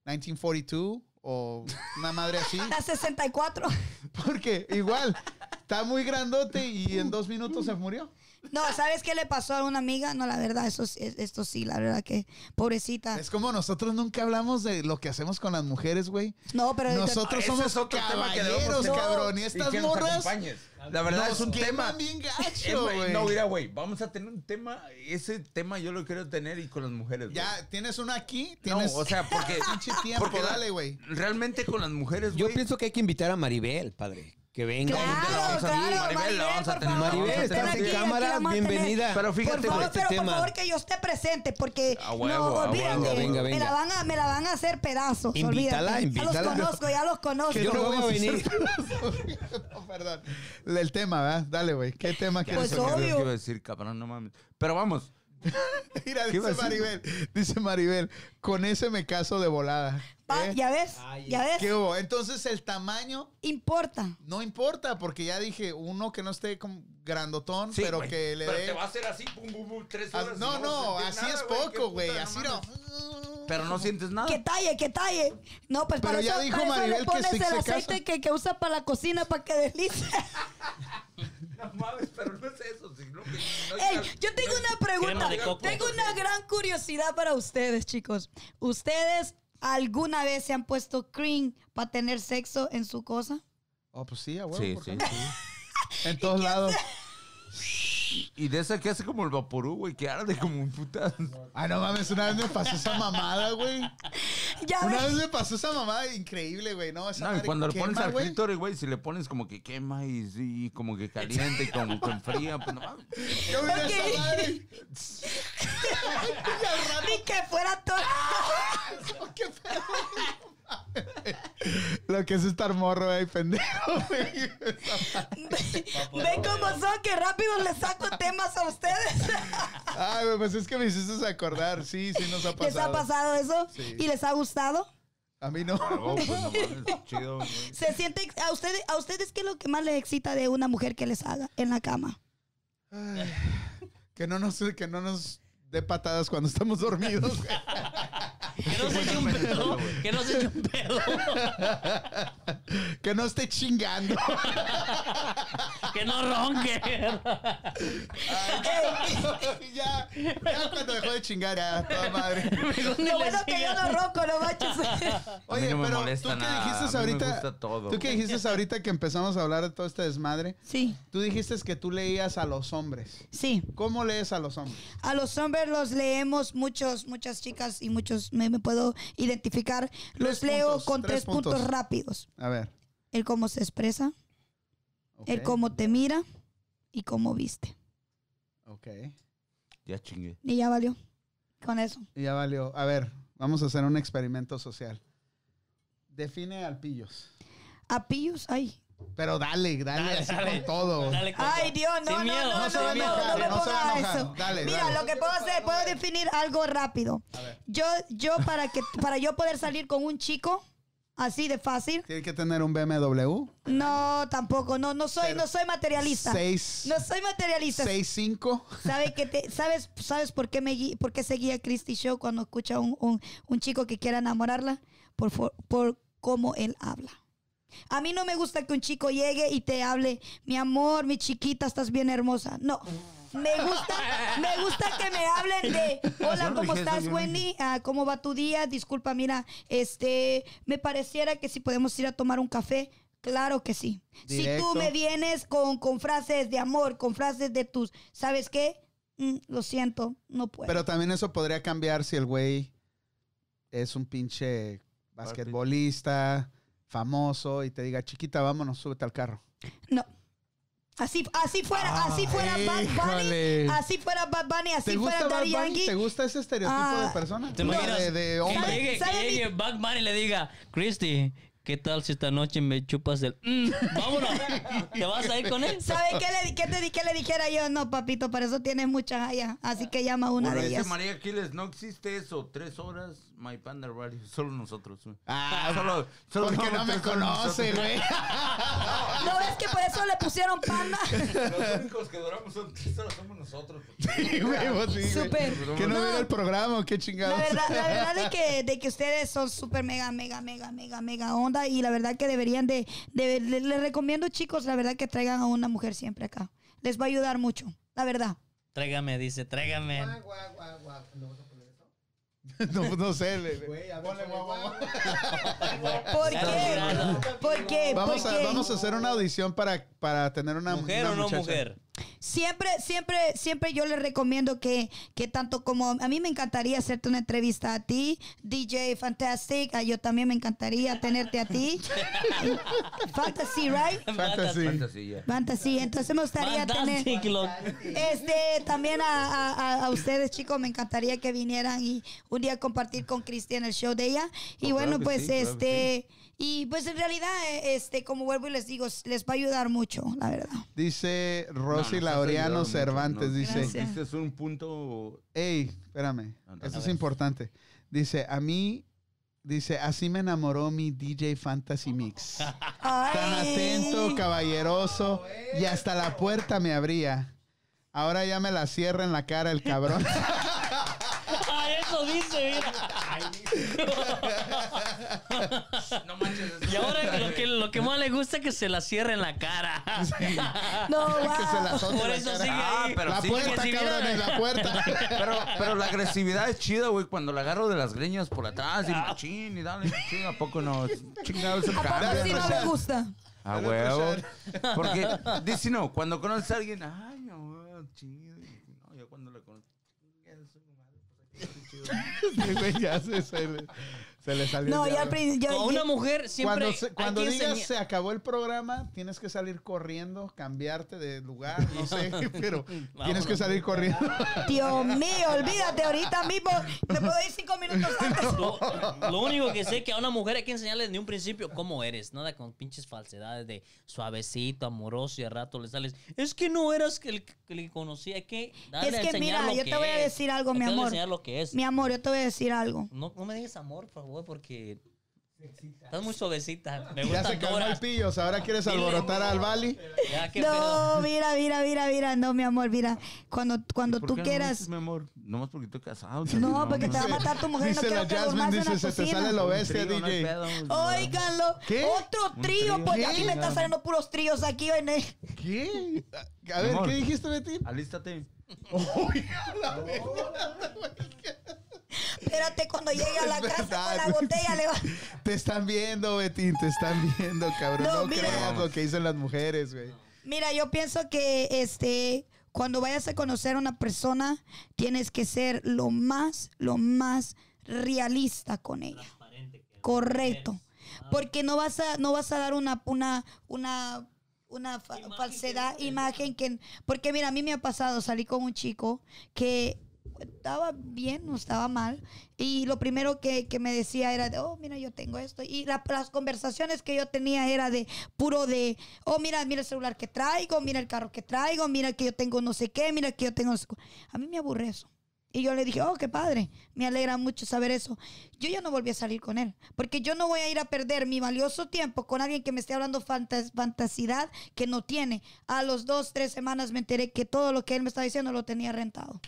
Speaker 1: 1942 o una madre así.
Speaker 3: La 64.
Speaker 1: Porque igual, está muy grandote y en dos minutos se murió.
Speaker 3: No, ¿sabes qué le pasó a una amiga? No, la verdad, eso sí- esto sí, la verdad que pobrecita.
Speaker 1: Es como nosotros nunca hablamos de lo que hacemos con las mujeres, güey.
Speaker 3: No, pero
Speaker 1: Nosotros
Speaker 2: Ese
Speaker 1: somos
Speaker 2: es otro tema que debemos
Speaker 1: caballeros,
Speaker 2: tener.
Speaker 1: cabrón. Y
Speaker 2: Y
Speaker 1: estas
Speaker 2: que nos
Speaker 1: morras
Speaker 2: acompañes. La verdad
Speaker 1: nos
Speaker 2: es un tema.
Speaker 1: queman bien
Speaker 2: Es,
Speaker 1: gacho,
Speaker 2: güey,
Speaker 1: güey.
Speaker 2: no, mira, güey, vamos a tener un tema. Ese tema yo lo quiero tener y con las mujeres. güey.
Speaker 1: ya, tienes una aquí,
Speaker 2: No,
Speaker 1: tienes
Speaker 2: o sea, porque.
Speaker 1: pinche tiempo,
Speaker 2: porque la-
Speaker 1: dale, güey.
Speaker 2: Realmente con las mujeres,
Speaker 5: Yo
Speaker 2: güey.
Speaker 5: pienso que hay que invitar a Maribel, padre. Que venga.
Speaker 2: Claro,
Speaker 5: Un día la vamos a-
Speaker 2: claro,
Speaker 5: Sí,
Speaker 2: Maribel, la vamos a
Speaker 3: por
Speaker 2: tener.
Speaker 3: favor,
Speaker 5: Maribel,
Speaker 1: Este,
Speaker 2: Maribel,
Speaker 3: estén
Speaker 5: estás
Speaker 2: aquí,
Speaker 5: en
Speaker 2: aquí
Speaker 3: la
Speaker 5: cámara.
Speaker 3: vamos a tener.
Speaker 5: Bienvenida.
Speaker 2: Pero
Speaker 3: Por
Speaker 2: fíjate,
Speaker 5: por
Speaker 3: favor,
Speaker 5: este
Speaker 3: pero
Speaker 5: tema.
Speaker 3: por favor que yo esté presente, porque
Speaker 2: A huevo,
Speaker 3: no,
Speaker 2: a
Speaker 3: olvídate,
Speaker 2: huevo,
Speaker 5: venga,
Speaker 3: me
Speaker 5: venga.
Speaker 3: la van a, me la van a hacer pedazos.
Speaker 5: Invítala,
Speaker 3: olvídate. Ya
Speaker 5: invítala.
Speaker 3: los conozco, ya los conozco.
Speaker 5: Yo no voy a venir.
Speaker 1: No, perdón. El tema, ¿verdad? Dale, güey. ¿Qué tema quieres
Speaker 3: Pues
Speaker 1: tocar?
Speaker 2: ¿Qué
Speaker 3: obvio.
Speaker 2: iba a decir, cabrón? No mames. Pero vamos.
Speaker 1: Mira,
Speaker 2: ¿Qué
Speaker 1: dice
Speaker 2: iba a decir?
Speaker 1: Maribel. Dice Maribel, con ese me caso de volada.
Speaker 3: Va,
Speaker 1: ¿Eh?
Speaker 3: Ya ves, ya ves.
Speaker 1: ¿Qué hubo? Entonces el tamaño
Speaker 3: Importa.
Speaker 1: no importa, porque ya dije, uno que no esté como grandotón,
Speaker 2: Sí,
Speaker 1: pero
Speaker 2: güey.
Speaker 1: que le
Speaker 2: Pero
Speaker 1: dé.
Speaker 2: te va a hacer así, pum, pum, pum, tres
Speaker 1: Ah,
Speaker 2: horas. y
Speaker 1: No,
Speaker 2: vas a
Speaker 1: no,
Speaker 2: sentir
Speaker 1: así
Speaker 2: nada,
Speaker 1: es
Speaker 2: qué
Speaker 1: poco,
Speaker 2: puta,
Speaker 1: güey.
Speaker 2: no
Speaker 1: Así
Speaker 2: mames.
Speaker 1: no.
Speaker 2: Pero no sientes nada.
Speaker 3: Que talle, que talle. No, pues
Speaker 1: Ah. Pero
Speaker 3: para
Speaker 1: ya
Speaker 3: eso,
Speaker 1: dijo
Speaker 3: para eso
Speaker 1: Maribel que
Speaker 3: le pones
Speaker 1: sí
Speaker 3: el
Speaker 1: se casa.
Speaker 3: aceite que, que usa para la cocina para que deslice.
Speaker 2: No mames, pero no es eso. sino que- no es
Speaker 3: Ey,
Speaker 2: al-
Speaker 3: yo tengo
Speaker 2: no es-
Speaker 3: una pregunta.
Speaker 4: Crema de coco.
Speaker 3: Tengo una gran curiosidad para ustedes, chicos. ¿Ustedes alguna vez se han puesto cream para tener sexo en su cosa?
Speaker 1: Oh, pues sí, a huevo.
Speaker 2: Sí,
Speaker 1: ¿por
Speaker 2: sí,
Speaker 1: qué no? En todos lados.
Speaker 2: Y de esa que hace como el vaporú, güey, que arde como un puta.
Speaker 1: Ay, no mames, una vez me pasó esa mamada, güey.
Speaker 3: Ya
Speaker 1: Una
Speaker 3: ves.
Speaker 1: vez me pasó esa mamada increíble, güey. No, esa
Speaker 2: No, y
Speaker 1: madre
Speaker 2: cuando le
Speaker 1: quema,
Speaker 2: pones al
Speaker 1: güey.
Speaker 2: clítoris, güey, si le pones como que quema y, sí, como que caliente y como que enfría, pues no mames.
Speaker 1: Yo miré
Speaker 3: Ok.
Speaker 1: esa madre.
Speaker 3: Ni que fuera todo.
Speaker 1: Ah, ¿Qué pedo? Lo que es estar morro, ahí, pendejo. güey. pues,
Speaker 3: Ven cómo son, que rápido les saco temas a ustedes.
Speaker 1: Ay, güey, pues es que me hiciste acordar. Sí, sí nos ha pasado.
Speaker 3: ¿Les ha pasado eso?
Speaker 1: Sí.
Speaker 3: ¿Y les ha gustado?
Speaker 1: A mí no.
Speaker 2: Oh, pues no mames, chido, güey.
Speaker 3: ¿Se siente a ustedes, a ustedes qué es lo que más les excita de una mujer que les haga en la cama?
Speaker 1: Ay, que no nos, que no nos dé patadas cuando estamos dormidos. güey.
Speaker 4: Que no se eche un pedo. Que no se eche un pedo.
Speaker 8: Que no esté chingando.
Speaker 4: Que no ronque.
Speaker 8: ya, ya cuando dejó de chingar, ya, toda madre.
Speaker 3: Lo bueno que yo no ronco, no manches.
Speaker 2: A mí
Speaker 8: Oye,
Speaker 2: no me
Speaker 8: pero
Speaker 2: molesta
Speaker 8: tú qué
Speaker 2: nada, a mí
Speaker 8: dijiste
Speaker 2: me
Speaker 8: ahorita.
Speaker 2: gusta todo,
Speaker 8: tú qué
Speaker 2: güey.
Speaker 8: dijiste ahorita que empezamos a hablar de todo este desmadre.
Speaker 3: Sí,
Speaker 8: Tú dijiste que tú leías a los hombres.
Speaker 3: sí.
Speaker 8: ¿Cómo lees a los hombres?
Speaker 3: A los hombres los leemos muchos, muchas chicas y muchos, me, me puedo identificar. Los
Speaker 8: Tres
Speaker 3: leo
Speaker 8: puntos,
Speaker 3: con
Speaker 8: tres
Speaker 3: tres, puntos.
Speaker 8: puntos.
Speaker 3: rápidos.
Speaker 8: A ver.
Speaker 3: El cómo se expresa,
Speaker 8: ok,
Speaker 3: el cómo te mira y cómo viste.
Speaker 8: Ok.
Speaker 2: Ya chingué.
Speaker 3: Y ya valió con eso.
Speaker 8: Y Ya valió. A ver, vamos a hacer un experimento social. Define al pillos.
Speaker 3: A pillos, ay.
Speaker 8: Pero dale, dale,
Speaker 4: Dale,
Speaker 8: así
Speaker 4: dale.
Speaker 8: con todo.
Speaker 4: Dale, compa.
Speaker 3: Ay, Dios, no,
Speaker 4: Sin
Speaker 3: no,
Speaker 4: miedo,
Speaker 3: no, no,
Speaker 4: sin
Speaker 3: no,
Speaker 4: miedo.
Speaker 3: no, me
Speaker 8: no se va a
Speaker 3: ponga
Speaker 8: enojar.
Speaker 3: eso.
Speaker 8: Dale,
Speaker 3: Mira,
Speaker 8: dale.
Speaker 3: lo que puedo hacer, puedo definir algo rápido.
Speaker 8: A ver,
Speaker 3: Yo, yo para que, para yo poder salir con un chico, así de fácil,
Speaker 8: tiene que tener un BMW.
Speaker 3: no, tampoco, no, no soy,
Speaker 8: Pero-
Speaker 3: no soy materialista.
Speaker 8: Seis.
Speaker 3: No soy materialista.
Speaker 8: 6'5".
Speaker 3: ¿Sabe que te, ¿Sabes, sabes por, qué me, gui- por qué seguía a Christy Show cuando escucha un, un, un chico que quiera enamorarla? Por, fo- por cómo él habla. A mí no me gusta que un chico llegue y te hable, mi amor, mi chiquita, estás bien hermosa. No. Me gusta, me gusta que me hablen de,
Speaker 2: Yo
Speaker 3: hola,
Speaker 2: no
Speaker 3: ¿cómo
Speaker 2: dije eso,
Speaker 3: estás,
Speaker 2: yo no
Speaker 3: Wendy? Ah, ¿Cómo va tu día? Disculpa, mira, este, me pareciera que si podemos ir a tomar un café. Claro que sí. Si
Speaker 8: Directo.
Speaker 3: tú me vienes con, con frases de amor, con frases de tus, ¿sabes qué? Mm, lo siento, no puedo.
Speaker 8: Pero también eso podría cambiar si el güey es un pinche basquetbolista famoso y te diga, chiquita, vámonos, súbete al carro.
Speaker 3: no. Así, así fuera, así fuera Bad
Speaker 8: Ah, híjole.
Speaker 3: Bunny, así fuera Bad Bunny, así
Speaker 8: ¿Te
Speaker 3: fuera
Speaker 8: gusta Bad
Speaker 3: Daddy
Speaker 8: Bunny?
Speaker 3: Yankee.
Speaker 8: ¿Te gusta ese estereotipo
Speaker 3: Ah,
Speaker 8: de persona?
Speaker 4: ¿Te
Speaker 8: No,
Speaker 4: imaginas?
Speaker 8: de, de hombre.
Speaker 4: Que llegue,
Speaker 3: ¿Sabe
Speaker 4: que
Speaker 3: mi-
Speaker 4: llegue Batman y le diga, Christy, ¿qué tal si esta noche me chupas el... mm? vámonos. ¿Te vas a ir con él?
Speaker 3: ¿Sabe qué le, qué te, di- qué le dijera yo? No, papito, para eso tienes muchas allá. Así que llama a una
Speaker 2: Bueno,
Speaker 3: de
Speaker 2: dice
Speaker 3: ellas.
Speaker 2: María Aquiles, no existe eso. Tres horas, My Panda Radio. Solo nosotros. güey.
Speaker 8: Ah,
Speaker 2: solo, solo
Speaker 8: Porque no
Speaker 2: nosotros,
Speaker 8: me
Speaker 2: solo
Speaker 8: conoce,
Speaker 2: nosotros.
Speaker 8: güey.
Speaker 3: ¿No ves que por eso le pusieron panda?
Speaker 2: Los únicos que duramos son tres horas somos nosotros. pues.
Speaker 8: Sí, güey, vos sí, güey.
Speaker 3: Súper.
Speaker 8: Que no,
Speaker 3: No.
Speaker 8: viera el programa, qué
Speaker 3: La
Speaker 8: chingados.
Speaker 3: verdad, la verdad de que, de que ustedes son súper mega, mega, mega, mega, mega onda y la verdad que deberían de, de- le- les recomiendo chicos, la verdad que traigan a una mujer siempre acá. Les va a ayudar mucho, la verdad.
Speaker 4: Tráigame, dice, tráigame.
Speaker 8: no, no sé, le- ponle guau, guau, guau.
Speaker 3: ¿Por qué? ¿Por qué?
Speaker 8: Vamos
Speaker 3: ¿Por
Speaker 8: a,
Speaker 3: qué?
Speaker 8: vamos a hacer una audición para, para tener una
Speaker 4: ¿Mujer
Speaker 8: una
Speaker 4: o no
Speaker 8: muchacha.
Speaker 4: mujer?
Speaker 3: Siempre, siempre, siempre yo les recomiendo que, que tanto como a mí me encantaría hacerte una entrevista a ti, DJ Fantastic, a yo también me encantaría tenerte a ti. Fantasy, right?
Speaker 8: Fantasy.
Speaker 2: Fantasía.
Speaker 3: Fantasy, entonces me gustaría tener...
Speaker 4: Fantastic, lo-
Speaker 3: Este, también a, a- a- a ustedes, chicos, me encantaría que vinieran y un día compartir con Cristian el show de ella. Y
Speaker 2: Oh, claro
Speaker 3: bueno,
Speaker 2: que
Speaker 3: pues
Speaker 2: sí, claro que
Speaker 3: este, y pues en realidad, eh, este, como vuelvo y les digo, s- les va a ayudar mucho, la verdad.
Speaker 8: Dice
Speaker 2: No,
Speaker 8: Rosy
Speaker 2: nos has ayudado
Speaker 8: Laureano
Speaker 2: mucho,
Speaker 8: Cervantes,
Speaker 2: nos-
Speaker 8: dice,
Speaker 3: Gracias.
Speaker 2: Este es un punto.
Speaker 8: hey, espérame,
Speaker 2: No, no,
Speaker 8: esto
Speaker 2: a
Speaker 8: es
Speaker 2: ver.
Speaker 8: importante. Dice, a mí, dice, así me enamoró mi DJ Fantasy Mix. Tan
Speaker 3: Ay.
Speaker 8: atento, caballeroso, y hasta la puerta me abría. Ahora ya me la cierra en la cara el cabrón.
Speaker 4: Ah, eso dice, mira.
Speaker 2: No manches.
Speaker 4: Y ahora lo que, lo que más le gusta es que se la cierre en la cara.
Speaker 3: No,
Speaker 8: que se la
Speaker 3: wow.
Speaker 8: azote
Speaker 4: Por
Speaker 8: la
Speaker 4: eso
Speaker 8: cara.
Speaker 4: sigue
Speaker 2: Ah,
Speaker 4: ahí.
Speaker 2: pero
Speaker 8: la
Speaker 2: sí,
Speaker 8: puerta,
Speaker 4: porque si
Speaker 8: cabrón,
Speaker 4: viera-
Speaker 8: en la puerta.
Speaker 2: Pero, pero la agresividad es chida, güey. Cuando la agarro de las greñas por atrás y machín y dale, machín, ¿a poco no? Chingado, eso
Speaker 3: ¿A poco
Speaker 2: cambia,
Speaker 3: sí
Speaker 2: ¿no?
Speaker 3: no me gusta?
Speaker 2: A huevo. Porque, dice, no, cuando conoces a alguien, ay, mi amor, chido. No, yo cuando la conozco.
Speaker 8: Sí, güey, ya se, se le, se le salió.
Speaker 3: No,
Speaker 8: el
Speaker 3: yo al
Speaker 8: diablo.
Speaker 3: principio.
Speaker 4: Con
Speaker 3: yo-
Speaker 4: una
Speaker 3: yo-
Speaker 4: mujer siempre.
Speaker 8: Cuando, se-
Speaker 4: hay
Speaker 8: cuando
Speaker 4: que
Speaker 8: digas
Speaker 4: enseñar-
Speaker 8: se acabó el programa, tienes que salir corriendo, cambiarte de lugar, no sé, pero tienes que salir corriendo.
Speaker 3: Dios mío, olvídate ahorita mismo. Me puedo ir cinco minutos antes.
Speaker 4: Lo, lo único que sé es que a una mujer hay que enseñarle desde un principio cómo eres. Nada con pinches falsedades de suavecito, amoroso y al rato le sales. Es que no eras el que el que conocí. Hay que darle
Speaker 3: Es
Speaker 4: a
Speaker 3: que
Speaker 4: enseñar
Speaker 3: mira,
Speaker 4: lo
Speaker 3: yo
Speaker 4: que
Speaker 3: te voy a
Speaker 4: es.
Speaker 3: decir algo, mi
Speaker 4: Hay que darle a
Speaker 3: amor.
Speaker 4: enseñar lo que es.
Speaker 3: Mi amor, yo te voy a decir algo.
Speaker 4: No, no me digas amor, por favor, porque. Estás muy suavecita. Me
Speaker 8: Ya se
Speaker 4: gustan
Speaker 8: calmó el
Speaker 4: toras.
Speaker 8: pillos, ahora quieres alborotar al Bali.
Speaker 4: Ya, qué pedo.
Speaker 3: No, mira, mira, mira, mira, no, mi amor, mira. Cuando, cuando
Speaker 2: ¿Por
Speaker 3: tú
Speaker 2: qué no me
Speaker 3: quieras,
Speaker 2: dices, mi amor? Nomás porque estoy casado.
Speaker 3: No, porque te va a
Speaker 8: Dice-
Speaker 3: matar tu mujer. No
Speaker 8: Dice
Speaker 3: quiero
Speaker 8: la
Speaker 3: que
Speaker 8: Jasmine,
Speaker 3: durmas en la
Speaker 8: dice, se te
Speaker 3: cocina".
Speaker 8: sale lo bestia,
Speaker 2: Bestia,
Speaker 8: DJ.
Speaker 3: Óiganlo.
Speaker 8: ¿Qué?
Speaker 3: Otro
Speaker 2: Un
Speaker 3: trío. pues,
Speaker 2: trío.
Speaker 3: Porque
Speaker 8: ¿Qué?
Speaker 3: aquí me están saliendo puros tríos aquí. En el...
Speaker 8: ¿Qué? A- A ver,
Speaker 2: Amor.
Speaker 8: ¿qué dijiste, Betty?
Speaker 2: Alístate.
Speaker 3: Espérate, cuando llegue a la
Speaker 8: Es
Speaker 3: casa con
Speaker 8: verdad,
Speaker 3: la
Speaker 8: güey,
Speaker 3: botella
Speaker 8: sí.
Speaker 3: le va.
Speaker 8: Te están viendo, Betty, te están viendo, cabrón.
Speaker 3: No,
Speaker 8: No,
Speaker 3: mira.
Speaker 8: creas lo que dicen las mujeres, güey.
Speaker 3: Mira, yo pienso que este. Cuando vayas a conocer a una persona, tienes que ser lo más, lo más realista con ella. Correcto. Porque no vas a, no vas a dar una, una, una, una fa- falsedad, imagen que. Porque mira, a mí me ha pasado, salí con un chico que estaba bien, no estaba mal. Y lo primero que, que me decía era de, oh, mira, yo tengo esto. Y la- las conversaciones que yo tenía era de puro de, oh, mira, mira el celular que traigo, mira el carro que traigo, mira que yo tengo no sé qué, mira que yo tengo no sé cu-". A mí me aburre eso. Y yo le dije, oh, qué padre, me alegra mucho saber eso. Yo ya no volví a salir con él, porque yo no voy a ir a perder mi valioso tiempo con alguien que me esté hablando fantas- fantasidad que no tiene. A los dos, tres semanas me enteré que todo lo que él me estaba diciendo lo tenía rentado.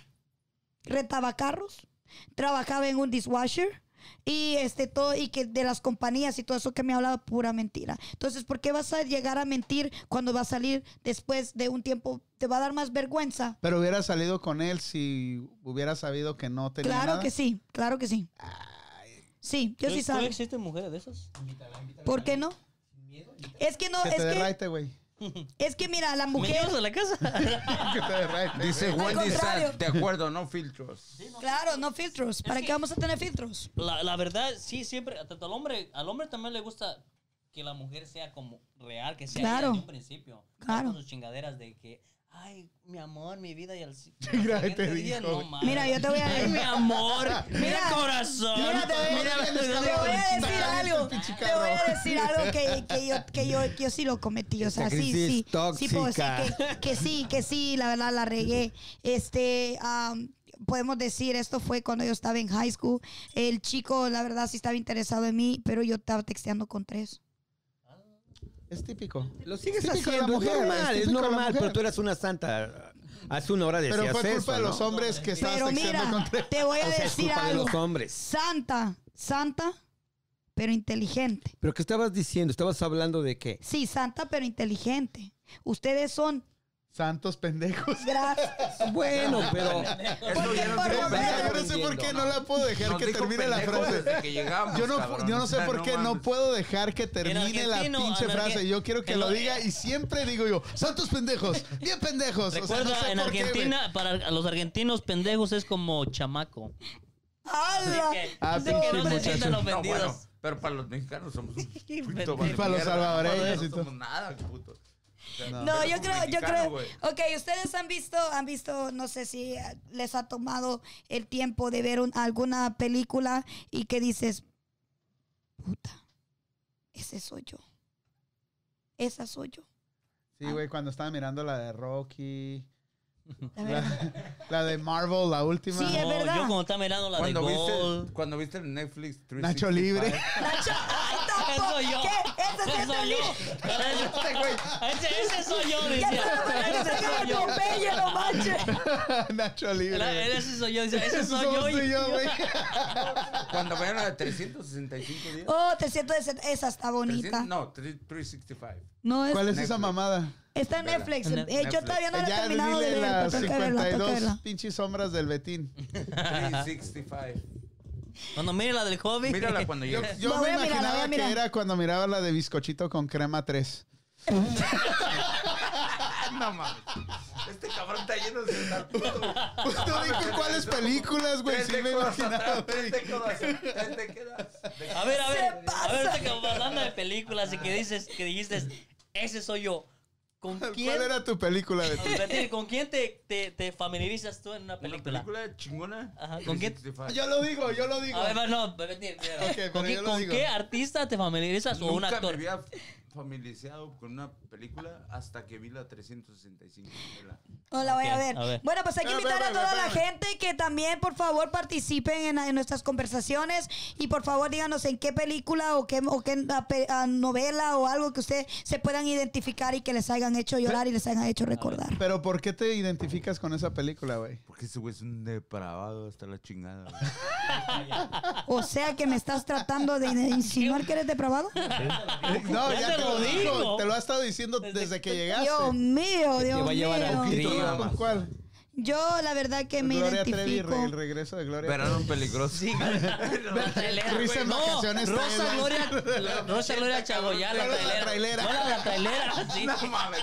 Speaker 3: Rentaba carros, trabajaba en un dishwasher y este todo y que de las compañías y todo eso que me hablaba pura mentira. Entonces, ¿por qué vas a llegar a mentir cuando va a salir después de un tiempo? Te va a dar más vergüenza.
Speaker 8: Pero hubiera salido con él si hubiera sabido que no tenía
Speaker 3: Claro
Speaker 8: nada.
Speaker 3: que sí, claro que sí. Sí, yo sí
Speaker 4: ¿Tú
Speaker 3: sabía.
Speaker 4: existen mujeres de esas?
Speaker 3: ¿Por qué no? Es que no,
Speaker 8: Que
Speaker 3: es
Speaker 8: te
Speaker 3: que,
Speaker 8: derraite, güey.
Speaker 3: es que mira, la
Speaker 4: ¿Me
Speaker 3: mujer,
Speaker 4: llevas a la casa?
Speaker 8: Que te derraite.
Speaker 2: Dice Wendy
Speaker 3: contrario.
Speaker 2: Sad, de acuerdo, no filtros.
Speaker 3: claro, no filtros. ¿Para
Speaker 4: que-
Speaker 3: qué vamos a tener filtros?
Speaker 4: La, la verdad, sí, siempre, tanto al hombre, al hombre también le gusta que la mujer sea como real, que sea
Speaker 3: Claro.
Speaker 4: ella desde un principio. No
Speaker 3: Claro.
Speaker 4: Con sus chingaderas de que, ay, mi amor, mi vida y al si-
Speaker 8: Mira,
Speaker 4: al siguiente
Speaker 8: te
Speaker 4: día,
Speaker 8: dijo.
Speaker 4: no mames.
Speaker 3: Mira, yo te voy a-
Speaker 4: Ay, mi amor, mira,
Speaker 3: Mira,
Speaker 4: corazón.
Speaker 3: mira, te voy a- Te voy a decir
Speaker 8: Está bien,
Speaker 3: algo,
Speaker 8: pinche
Speaker 3: te voy a
Speaker 8: cabrón.
Speaker 3: decir algo que, que yo, que, yo, que yo sí lo cometí, o sea,
Speaker 5: Esta
Speaker 3: sí,
Speaker 5: crisis
Speaker 3: sí, sí, puedo decir
Speaker 5: tóxica.
Speaker 3: que, que sí, que sí, la verdad la regué. Este, am, podemos decir, esto fue cuando yo estaba en high school, el chico la verdad sí estaba interesado en mí, pero yo estaba texteando con tres.
Speaker 8: Es típico.
Speaker 5: Lo sigues
Speaker 8: Típico de la
Speaker 5: haciendo,
Speaker 8: mujer,
Speaker 5: es normal,
Speaker 8: es
Speaker 5: es,
Speaker 8: típico de la
Speaker 5: normal,
Speaker 8: mujer.
Speaker 5: pero tú eras una santa. Hace una hora decías
Speaker 8: ¿eh? Pero fue culpa
Speaker 5: eso,
Speaker 8: de
Speaker 5: ¿no?
Speaker 8: los hombres que estabas
Speaker 3: Pero
Speaker 8: texteando
Speaker 3: mira,
Speaker 8: con
Speaker 3: te voy a
Speaker 5: O sea, es
Speaker 3: decir
Speaker 5: culpa de
Speaker 3: algo.
Speaker 5: los hombres.
Speaker 3: Santa, santa, pero inteligente.
Speaker 5: ¿Pero qué estabas diciendo? ¿Estabas hablando de qué?
Speaker 3: Sí, santa, pero inteligente. Ustedes son
Speaker 8: santos pendejos.
Speaker 3: gracias.
Speaker 5: Bueno, pero...
Speaker 2: Eso ya no
Speaker 3: por
Speaker 2: se
Speaker 3: lo
Speaker 2: puede estar
Speaker 3: menos-
Speaker 8: Yo no sé por qué
Speaker 2: vendiendo,
Speaker 8: no la puedo dejar
Speaker 2: Nos
Speaker 8: que
Speaker 2: dijo
Speaker 8: termine la
Speaker 2: pendejos
Speaker 8: frase.
Speaker 2: desde que llegamos,
Speaker 8: Yo no,
Speaker 2: cabrón.
Speaker 8: yo no sé
Speaker 2: O sea,
Speaker 8: por qué no
Speaker 2: mames.
Speaker 8: puedo dejar que termine la
Speaker 4: argentino,
Speaker 8: pinche
Speaker 4: en
Speaker 8: frase.
Speaker 4: arge-
Speaker 8: Yo quiero que
Speaker 4: en
Speaker 8: lo
Speaker 4: lo-
Speaker 8: diga y siempre digo yo, santos pendejos, bien pendejos. O sea,
Speaker 4: Recuerda,
Speaker 8: no sé
Speaker 4: en
Speaker 8: por qué, güey.
Speaker 4: Argentina, para los argentinos pendejos es como chamaco.
Speaker 3: ¡Hala!
Speaker 8: Ah,
Speaker 4: Así que no se
Speaker 8: pinche
Speaker 4: sientan
Speaker 8: muchacho.
Speaker 2: No, bueno,
Speaker 4: ofendidos.
Speaker 2: pero para los mexicanos somos un puto
Speaker 4: Y
Speaker 2: vale
Speaker 4: para los
Speaker 2: mierda,
Speaker 8: salvadoreños y
Speaker 2: No
Speaker 8: todo.
Speaker 2: somos nada, puto. O sea,
Speaker 3: No,
Speaker 2: pero
Speaker 3: yo
Speaker 2: como
Speaker 3: creo, yo
Speaker 2: mexicano,
Speaker 3: creo.
Speaker 2: güey.
Speaker 3: Ok, ustedes han visto, han visto, no sé si eh, les ha tomado el tiempo de ver un- alguna película y que dices, puta, ese soy yo. Esa soy yo.
Speaker 8: Sí, güey, cuando estaba mirando la de Rocky,
Speaker 3: La verdad.
Speaker 8: la, la de Marvel, la última.
Speaker 3: Sí, es
Speaker 4: No, yo
Speaker 3: verdad.
Speaker 4: cuando estaba mirando la de
Speaker 2: Cuando viste,
Speaker 4: Gold.
Speaker 2: cuando viste el Netflix 365,
Speaker 8: Nacho Libre.
Speaker 3: Nacho, ay, tampoco.
Speaker 4: soy yo.
Speaker 3: ¿Qué? Ese sí
Speaker 4: Ese
Speaker 3: es
Speaker 4: soy
Speaker 3: el-
Speaker 4: yo. Ese, ese soy yo,
Speaker 3: Ya
Speaker 4: decía.
Speaker 3: estaba para que
Speaker 4: Ese
Speaker 3: salga
Speaker 4: soy
Speaker 3: de
Speaker 4: yo.
Speaker 3: Popeye, no manches.
Speaker 8: Nacho Libre.
Speaker 4: Era-
Speaker 8: güey.
Speaker 4: era ese soy yo, decía, ese
Speaker 8: Esos
Speaker 4: soy
Speaker 8: somos
Speaker 4: yo.
Speaker 8: tú y yo, güey.
Speaker 2: Cuando vean la de 365 días.
Speaker 3: Oh, te siento de ser- Esa está bonita.
Speaker 2: 300 no, 3- 365.
Speaker 3: No, es,
Speaker 8: ¿Cuál es
Speaker 2: Netflix.
Speaker 8: esa mamada?
Speaker 3: está en
Speaker 2: Vela.
Speaker 3: Netflix.
Speaker 4: En
Speaker 3: Eh, yo
Speaker 2: Netflix.
Speaker 3: todavía no la he
Speaker 8: ya
Speaker 3: terminado de
Speaker 8: dile
Speaker 3: ver. pero
Speaker 8: las
Speaker 3: tengo que verla, tengo que
Speaker 8: 52
Speaker 3: verla.
Speaker 8: pinches sombras del Betín.
Speaker 2: 365.
Speaker 4: Cuando mire la del hobby.
Speaker 2: Mírala cuando
Speaker 8: Yo,
Speaker 2: llegues.
Speaker 8: yo
Speaker 3: La
Speaker 8: me
Speaker 3: voy a mirar, la voy a
Speaker 8: imaginaba
Speaker 3: mirar.
Speaker 8: que era cuando miraba la de bizcochito con crema 3.
Speaker 2: No mames. Este cabrón está lleno de celular, puto.
Speaker 8: Usted dijo cuáles películas, güey.
Speaker 2: Tres
Speaker 8: Sí me
Speaker 2: décadas
Speaker 8: imaginaba,
Speaker 2: atrás,
Speaker 8: güey.
Speaker 2: Tres décadas. Tres décadas.
Speaker 4: A ver, a ver.
Speaker 3: Se
Speaker 4: A ver,
Speaker 3: pasa.
Speaker 4: ahorita que hablando de películas y que dices, que dijiste, ese soy yo. ¿Con quién?
Speaker 8: ¿Cuál era tu película, Betín?
Speaker 4: Betín, ¿Con quién te, te, te familiarizas tú en una
Speaker 2: Una
Speaker 4: película?
Speaker 2: película chingona.
Speaker 4: Ajá, ¿con qué?
Speaker 2: 365.
Speaker 8: Yo lo digo, yo lo digo.
Speaker 4: A ver, no, Betín, mira.
Speaker 8: Ok, pero
Speaker 4: ¿Con, qué,
Speaker 8: yo lo
Speaker 4: con
Speaker 8: digo.
Speaker 4: qué artista te familiarizas o Ah, un
Speaker 2: Nunca me
Speaker 4: actor?
Speaker 2: había familiarizado con una película hasta que vi la 365. de la-
Speaker 3: No la voy a,
Speaker 4: Ok,
Speaker 3: ver.
Speaker 4: a ver.
Speaker 3: Bueno, pues hay que
Speaker 8: Espérame,
Speaker 3: invitar a
Speaker 8: espérame,
Speaker 3: toda la
Speaker 8: espérame.
Speaker 3: gente que también, por favor, participen en, en nuestras conversaciones y por favor díganos en qué película o qué, o qué ah, pe- ah, novela o algo que ustedes se puedan identificar y que les hayan hecho llorar y les hayan hecho recordar.
Speaker 8: Pero ¿por qué te identificas con esa película, güey?
Speaker 2: Porque ese güey es un depravado hasta la chingada. güey.
Speaker 3: O sea que me estás tratando de insinuar que eres depravado.
Speaker 8: No,
Speaker 4: Ya
Speaker 8: ya,
Speaker 4: te
Speaker 8: te
Speaker 4: lo
Speaker 8: lo digo.
Speaker 4: digo.
Speaker 8: Te lo ha estado diciendo desde, que llegaste.
Speaker 3: Dios mío, Dios
Speaker 5: va a llevar a un
Speaker 3: mío.
Speaker 8: ¿Y tú,
Speaker 5: Dios.
Speaker 8: con ¿Cuál?
Speaker 3: Yo la verdad que me
Speaker 8: Gloria Trevi,
Speaker 3: identifico.
Speaker 8: re- el regreso de Gloria Trevi.
Speaker 2: Verano peligroso.
Speaker 4: La trailera,
Speaker 8: Risa
Speaker 4: güey.
Speaker 8: en
Speaker 4: No,
Speaker 8: vacaciones,
Speaker 4: Rosa
Speaker 8: trailera.
Speaker 4: Gloria, la- Rosa Gloria Chagoyá, la
Speaker 8: Pero la
Speaker 4: trailera.
Speaker 8: trailera.
Speaker 4: No, la, la trailera, sí.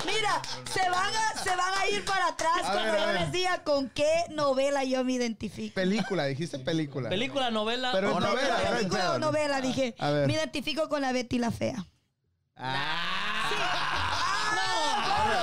Speaker 3: Mira, se van a, se van a ir para atrás
Speaker 8: A
Speaker 3: cuando
Speaker 8: ver, a
Speaker 3: yo
Speaker 8: ver.
Speaker 3: les diga con qué novela yo me identifico.
Speaker 8: Película, dijiste película.
Speaker 4: Película, novela.
Speaker 8: Pero
Speaker 4: o
Speaker 8: es novela,
Speaker 4: novela.
Speaker 8: ¿verdad?
Speaker 3: Película o novela, dije.
Speaker 8: A ver.
Speaker 3: Me identifico con la Betty la Fea.
Speaker 8: Ah.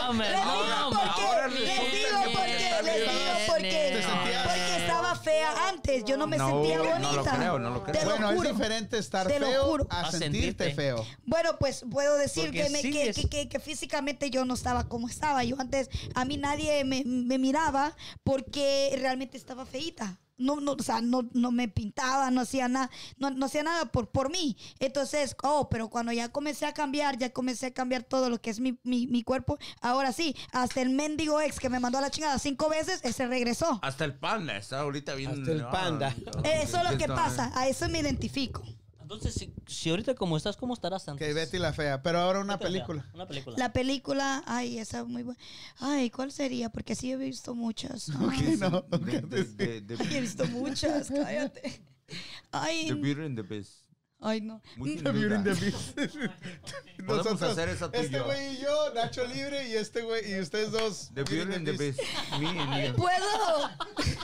Speaker 4: No, hombre,
Speaker 3: Les digo
Speaker 4: no, hombre,
Speaker 3: por qué,
Speaker 4: ahora
Speaker 3: les digo
Speaker 4: resulta que
Speaker 3: por qué,
Speaker 4: está
Speaker 3: les
Speaker 4: bien.
Speaker 3: digo por qué.
Speaker 8: Te sentías-
Speaker 3: Porque estaba fea antes, yo no me
Speaker 2: No,
Speaker 3: sentía
Speaker 2: no
Speaker 3: bonita.
Speaker 2: lo creo, no lo creo.
Speaker 3: Te lo
Speaker 8: bueno,
Speaker 3: juro.
Speaker 8: es diferente estar
Speaker 3: Te lo juro.
Speaker 8: feo
Speaker 4: A
Speaker 8: a sentirte
Speaker 4: sentirte.
Speaker 8: feo.
Speaker 3: Bueno, pues puedo decir
Speaker 4: Porque
Speaker 3: que, me-
Speaker 4: sí
Speaker 3: que,
Speaker 4: es-
Speaker 3: que- que- que físicamente yo no estaba como estaba. Yo antes, a mí nadie me, me miraba porque realmente estaba feíta. No, no, o sea, no, no me pintaba, no hacía nada, no, no hacía nada por, por mí. Entonces, oh, pero cuando ya comencé a cambiar, ya comencé a cambiar todo lo que es mi, mi, mi cuerpo, ahora sí, hasta el mendigo ex que me mandó a la chingada cinco veces, ese regresó.
Speaker 4: Ah,
Speaker 2: Hasta el panda está ahorita bien.
Speaker 5: Hasta el
Speaker 2: Ah,
Speaker 5: panda.
Speaker 3: Eh, Eso es lo que
Speaker 2: está-
Speaker 3: pasa, a eso me identifico.
Speaker 4: Entonces, si, si ahorita como estás, ¿cómo estarás antes?
Speaker 8: Que Betty la fea. Pero ahora una
Speaker 4: Vete a Pues, la- Una
Speaker 8: película.
Speaker 4: película.
Speaker 3: La película, ay, esa es muy buena. Ay, ¿cuál sería? Porque sí he visto muchas. Ay,
Speaker 8: No,
Speaker 2: De-
Speaker 8: ok.
Speaker 2: de- de- de-
Speaker 3: Ay, he visto muchas, cállate. Ay,
Speaker 2: The Beauty and the Beast.
Speaker 3: ay no.
Speaker 2: Muy
Speaker 8: The Beauty and the
Speaker 2: linda.
Speaker 8: Beast.
Speaker 2: Podemos hacer esa tú y
Speaker 8: Este
Speaker 2: yo.
Speaker 8: güey y yo, Nacho Libre y este güey y ustedes dos.
Speaker 2: The Beauty and the Beast. Me and you.
Speaker 3: ¿Puedo?
Speaker 8: pues.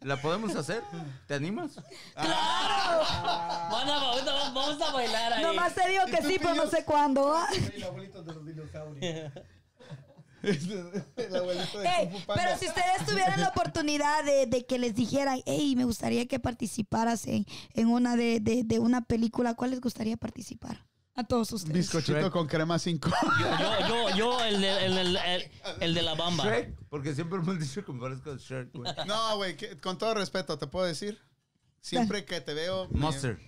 Speaker 2: ¿La podemos hacer? ¿Te animas?
Speaker 4: Ah.
Speaker 8: Ah.
Speaker 4: Van a- ahorita va- vamos a bailar ahí.
Speaker 3: Nomás te digo
Speaker 8: Este
Speaker 3: que sí, pero no sé cuándo. ¿ah?
Speaker 8: El abuelito de los dinosaurios. El abuelito de
Speaker 3: Ey,
Speaker 8: Kung Fu Panda.
Speaker 3: pero si ustedes tuvieran la oportunidad de, de que les dijeran, hey, me gustaría que participaras en, en una de, de- de una película, ¿cuál les gustaría participar? A todos ustedes.
Speaker 8: Bizcochito con crema 5.
Speaker 4: Yo, yo, yo, el de, el, el- el- el de la bamba.
Speaker 2: Shrek. Porque siempre hemos dicho que me parezco a Shrek, güey.
Speaker 8: No, güey, que- con todo respeto, te puedo decir. Siempre que te veo. me-
Speaker 2: Monster.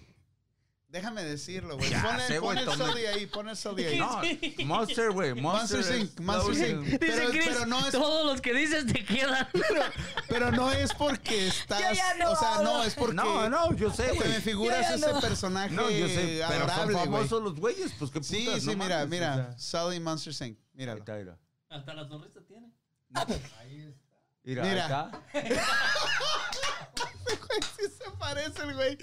Speaker 8: Déjame decirlo, güey.
Speaker 2: Ya
Speaker 8: Pon
Speaker 2: sé,
Speaker 8: el,
Speaker 2: güey,
Speaker 8: pon el
Speaker 2: toma.
Speaker 8: Sodi ahí, pon el Sodi ahí.
Speaker 2: No, Monster, güey. Monster,
Speaker 8: Monster
Speaker 2: es-
Speaker 8: Inc. Monster
Speaker 2: no,
Speaker 8: Inc.
Speaker 2: güey.
Speaker 4: Dice
Speaker 8: Pero,
Speaker 4: Chris,
Speaker 8: pero no es,
Speaker 4: todos los que dices te quedan.
Speaker 8: pero no es porque estás.
Speaker 3: Yo ya no
Speaker 8: o sea, no,
Speaker 3: hablo.
Speaker 8: es porque.
Speaker 2: No, no, yo sé,
Speaker 8: Te me
Speaker 2: güey.
Speaker 8: figuras
Speaker 3: Yo ya
Speaker 8: ese
Speaker 3: no.
Speaker 8: personaje
Speaker 2: No, yo sé, pero son
Speaker 8: adorable, güey.
Speaker 2: famosos los güeyes, pues qué putas,
Speaker 8: Sí,
Speaker 2: no
Speaker 8: sí, mira,
Speaker 2: mames, o
Speaker 8: mira.
Speaker 2: sea.
Speaker 8: Sully Monster Inc.
Speaker 2: Ahí
Speaker 8: Míralo.
Speaker 2: está, mira.
Speaker 4: Hasta la sonrisa tiene.
Speaker 2: Mira,
Speaker 8: Mira.
Speaker 2: acá.
Speaker 8: sí se parece el güey.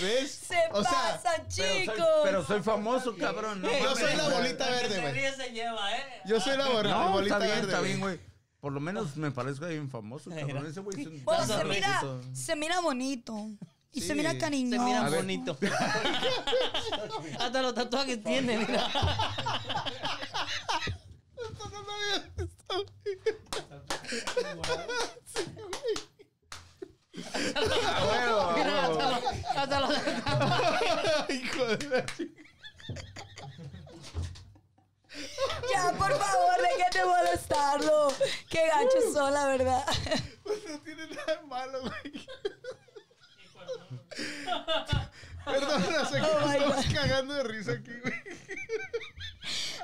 Speaker 8: ¿Ves?
Speaker 3: Se
Speaker 8: o sea,
Speaker 3: pasan,
Speaker 2: Pero
Speaker 3: chicos.
Speaker 2: soy, pero soy famoso, cabrón. No,
Speaker 8: yo
Speaker 2: mames.
Speaker 8: soy la bolita verde, güey.
Speaker 4: se lleva, ¿eh?
Speaker 8: Yo soy la, bor- la
Speaker 2: No,
Speaker 8: bolita
Speaker 2: está bien,
Speaker 8: verde.
Speaker 2: está bien,
Speaker 8: güey.
Speaker 2: güey. Por lo menos me parezco bien famoso, cabrón. Ese güey es un...
Speaker 3: Bueno,
Speaker 4: Las
Speaker 3: se Pues, mira,
Speaker 2: Eso.
Speaker 3: se mira bonito. Y
Speaker 8: Sí.
Speaker 3: se mira
Speaker 4: Se
Speaker 3: cariñoso.
Speaker 4: mira bonito. Hasta los tatuajes tiene, mira.
Speaker 8: Esto no lo había visto.
Speaker 4: Mira, hasta los, hasta los
Speaker 8: Hijo de la chica.
Speaker 3: Ya, por favor, dejen de molestarlo. Qué ganchos son, la verdad.
Speaker 8: Pues no tiene nada de malo, güey. Perdón, no sé que
Speaker 3: Oh
Speaker 8: nos
Speaker 3: my
Speaker 8: estamos cagando de risa aquí, güey.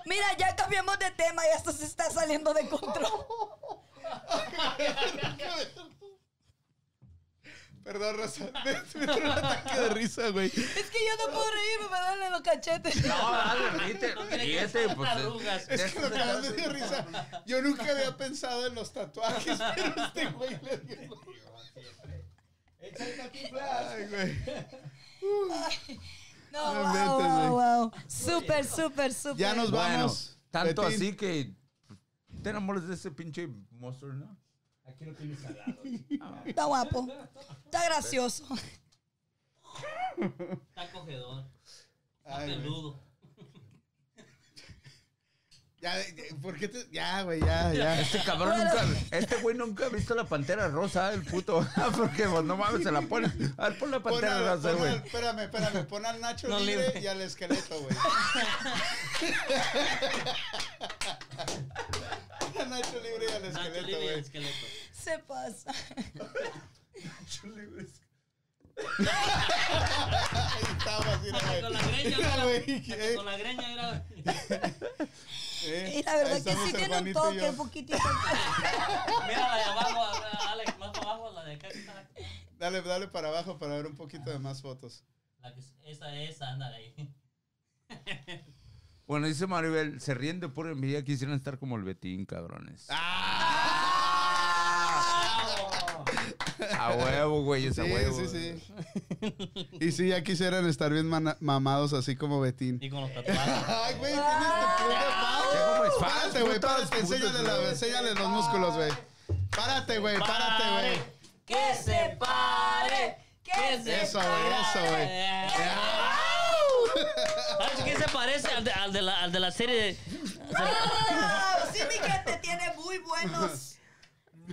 Speaker 3: Mira, ya cambiamos de tema y esto se está saliendo de control.
Speaker 8: Perdón, Rosa. Me entró un ataque de risa, güey.
Speaker 3: Es que yo no puedo reírme, me duelen los cachetes.
Speaker 2: No, dale, ríete.
Speaker 4: tiene que
Speaker 2: Ríete,
Speaker 4: hacer
Speaker 2: pues...
Speaker 4: arrugas.
Speaker 2: de
Speaker 8: Es
Speaker 2: eso
Speaker 8: que lo
Speaker 2: se
Speaker 8: acabas
Speaker 2: trata.
Speaker 8: de dar risa. Yo nunca había pensado en los tatuajes, pero este güey le dio. Ay, güey.
Speaker 3: No,
Speaker 8: No
Speaker 3: wow,
Speaker 8: inventes,
Speaker 3: wow,
Speaker 8: güey.
Speaker 3: wow. Súper, súper, súper.
Speaker 8: Ya nos
Speaker 2: Bueno,
Speaker 8: vamos.
Speaker 2: tanto
Speaker 8: Betín.
Speaker 2: así que... Te enamores de ese pinche monstruo, ¿no? Aquí lo tienes al lado.
Speaker 3: Está guapo. Está gracioso.
Speaker 4: Está cogedor. Está
Speaker 8: Ay, güey.
Speaker 4: peludo.
Speaker 1: Ya, ya, ¿por qué te- Ya, güey, ya, ya.
Speaker 2: Este cabrón nunca. Este güey nunca ha visto la pantera rosa, el puto. Porque pues, no mames, se la pone. A ver, pon la
Speaker 1: Pon
Speaker 2: pantera
Speaker 1: al-
Speaker 2: rosa,
Speaker 1: pon al-
Speaker 2: güey.
Speaker 1: espérame, espérame. Pon al Nacho
Speaker 4: No,
Speaker 1: libre,
Speaker 4: libre.
Speaker 1: y al esqueleto, güey. Al Nacho libre y al
Speaker 4: Nacho
Speaker 1: esqueleto,
Speaker 4: Libre y el
Speaker 1: güey.
Speaker 4: Ah, esqueleto.
Speaker 7: Se pasa.
Speaker 1: Ahí estabas, mira,
Speaker 4: Hasta
Speaker 1: güey. Mira,
Speaker 4: Con la greña, mira,
Speaker 1: güey,
Speaker 4: hasta
Speaker 1: eh,
Speaker 4: con la greña era.
Speaker 1: eh,
Speaker 7: Y la
Speaker 1: ahí
Speaker 7: verdad que
Speaker 1: estamos el
Speaker 7: sí tiene un
Speaker 1: Juanito y yo.
Speaker 7: toque, poquitito.
Speaker 4: Mira la de abajo, a- a Alex, más para abajo, la de acá. que está la-
Speaker 1: Dale, dale para abajo para ver un poquito de más fotos.
Speaker 4: La que, esa, esa, ándale ahí.
Speaker 2: Bueno, dice Maribel, se ríen de pura envidia. Quisieran estar como el Betín, cabrones.
Speaker 1: Ah.
Speaker 4: ¡Bravo!
Speaker 2: A huevo, güey, es a
Speaker 1: Sí,
Speaker 2: huevo.
Speaker 1: sí, sí. Y sí, ya quisieran estar bien mana- mamados así como Betín.
Speaker 4: Y con los tatuajes.
Speaker 1: Ay, güey, tienes tu
Speaker 2: Ya como es
Speaker 1: puro
Speaker 2: fan,
Speaker 1: Párate, güey,
Speaker 2: putas,
Speaker 1: párate,
Speaker 2: putas,
Speaker 1: enséñale, la-
Speaker 2: güey.
Speaker 1: enséñale los músculos, güey. Párate, güey, párate, güey.
Speaker 4: ¡Que se pare! ¡Que se
Speaker 1: Eso, güey,
Speaker 4: pare!
Speaker 1: eso, güey.
Speaker 4: ¿Sabes qué se parece al de, al de la, al de la serie? Eh,
Speaker 7: ¡Wow! Sí, mi gente tiene muy buenos.
Speaker 1: Pues.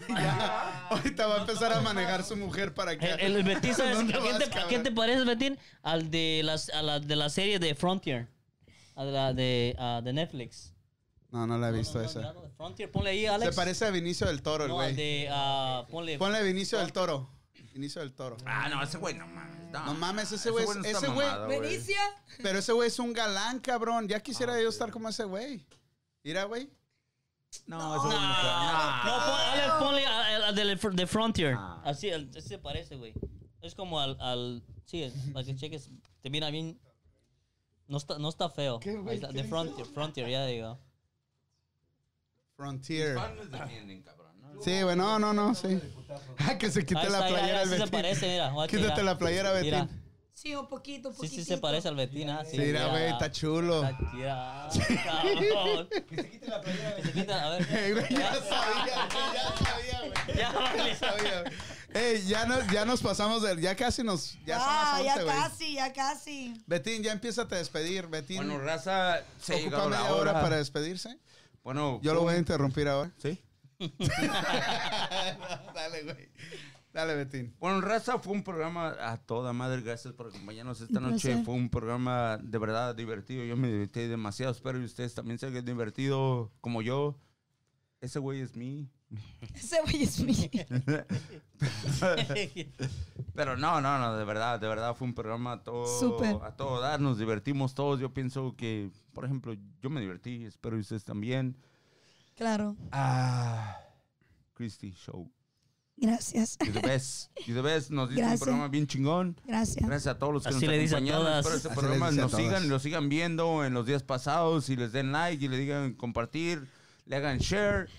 Speaker 1: Ya, Ahorita va a empezar a manejar su mujer para acá.
Speaker 4: El, el Betín, ¿sabes? ¿A
Speaker 1: ¿Dónde
Speaker 4: quién,
Speaker 1: vas,
Speaker 4: te, a quién te
Speaker 1: cabrón?
Speaker 4: parece, Betín? Al de, las, a la, de la serie de Frontier. A la de, ah, de Netflix.
Speaker 1: No, no la he visto
Speaker 4: No, no,
Speaker 1: esa.
Speaker 4: no, no, Frontier, ponle ahí, Alex.
Speaker 1: Se parece a Vinicio del Toro, el
Speaker 4: No, al
Speaker 1: güey.
Speaker 4: de. ah, ponle.
Speaker 1: Ponle Vinicio del Toro. Vinicio del Toro.
Speaker 2: Ah, no, ese güey no mames.
Speaker 4: Ah,
Speaker 1: No mames, ese güey es-
Speaker 2: no está
Speaker 1: ese güey-
Speaker 2: mamado,
Speaker 7: Benicia.
Speaker 1: Pero ese güey es un galán, cabrón. Ya quisiera
Speaker 3: Ah,
Speaker 1: yo estar como ese güey. Mira, güey.
Speaker 2: No, ese güey no está-
Speaker 4: No,
Speaker 2: no.
Speaker 4: pon- Alex, ponle a- al, al del- de Frontier. Así, al- ese se parece, güey. Es como al, al. Sí, para que cheques. Te mira bien. No está, no está feo. Ahí está, de Frontier, Frontier, ya digo.
Speaker 1: Frontier.
Speaker 2: Fans defienden, cabrón, ¿no?
Speaker 1: Sí, güey, no, no, no, sí. Ah, que se quite
Speaker 4: Ahí
Speaker 1: la
Speaker 4: está, ya,
Speaker 1: playera
Speaker 4: ya,
Speaker 1: el
Speaker 4: sí se
Speaker 1: Betín.
Speaker 4: parece, mira. guacha,
Speaker 1: Quítate
Speaker 4: mira.
Speaker 1: la playera,
Speaker 4: Mira,
Speaker 1: Betín.
Speaker 7: Sí, un poquito, un
Speaker 4: Sí,
Speaker 7: poquito.
Speaker 4: sí se parece al Betín, ah, sí.
Speaker 1: Sí, mira, güey, está chulo.
Speaker 4: Está- mira, cabrón. Que se quite la playera. Que se quite, a ver.
Speaker 1: Ey, güey, ya sabía, güey, ya sabía, güey.
Speaker 4: Ya, vale.
Speaker 1: Ya sabía, güey. Ey, ya nos, ya nos pasamos de, ya casi nos, ya
Speaker 3: ah,
Speaker 1: son las
Speaker 3: ya
Speaker 1: 11, güey.
Speaker 3: casi, ya casi.
Speaker 1: Betín, ya empieza a despedir, Betín.
Speaker 2: Bueno, raza, se ha
Speaker 1: ocupa
Speaker 2: llegado
Speaker 1: media
Speaker 2: la
Speaker 1: hora.
Speaker 2: hora.
Speaker 1: para despedirse.
Speaker 2: Bueno,
Speaker 1: Yo lo voy a interrumpir ahora.
Speaker 2: ¿Sí?
Speaker 1: Dale, güey. Dale, Betín.
Speaker 2: Bueno, Raza fue un programa a toda madre. Gracias por acompañarnos esta
Speaker 3: Un
Speaker 2: noche.
Speaker 3: placer.
Speaker 2: Fue un programa de verdad divertido. Yo me divertí demasiado. Espero que ustedes también se hayan divertido como yo. Ese güey es mí.
Speaker 7: Ese güey es mío.
Speaker 2: Pero no, no, no, de verdad, de verdad fue un programa a todo,
Speaker 7: Súper.
Speaker 2: a todo dar, nos divertimos todos. Yo pienso que, por ejemplo, yo me divertí, espero que ustedes también.
Speaker 7: Claro.
Speaker 2: Ah, Christy Show.
Speaker 7: Gracias.
Speaker 2: You the best. You the best. Nos diste un
Speaker 7: Gracias.
Speaker 2: programa bien chingón.
Speaker 7: Gracias.
Speaker 2: Gracias a todos los que
Speaker 4: Así
Speaker 2: nos
Speaker 4: le dice a
Speaker 2: acompañaron.
Speaker 4: todas.
Speaker 2: Espero este
Speaker 1: Así
Speaker 2: programa
Speaker 1: le dice a
Speaker 2: nos
Speaker 1: todas.
Speaker 2: sigan, lo sigan viendo en los días pasados y les den like y le digan compartir, le hagan share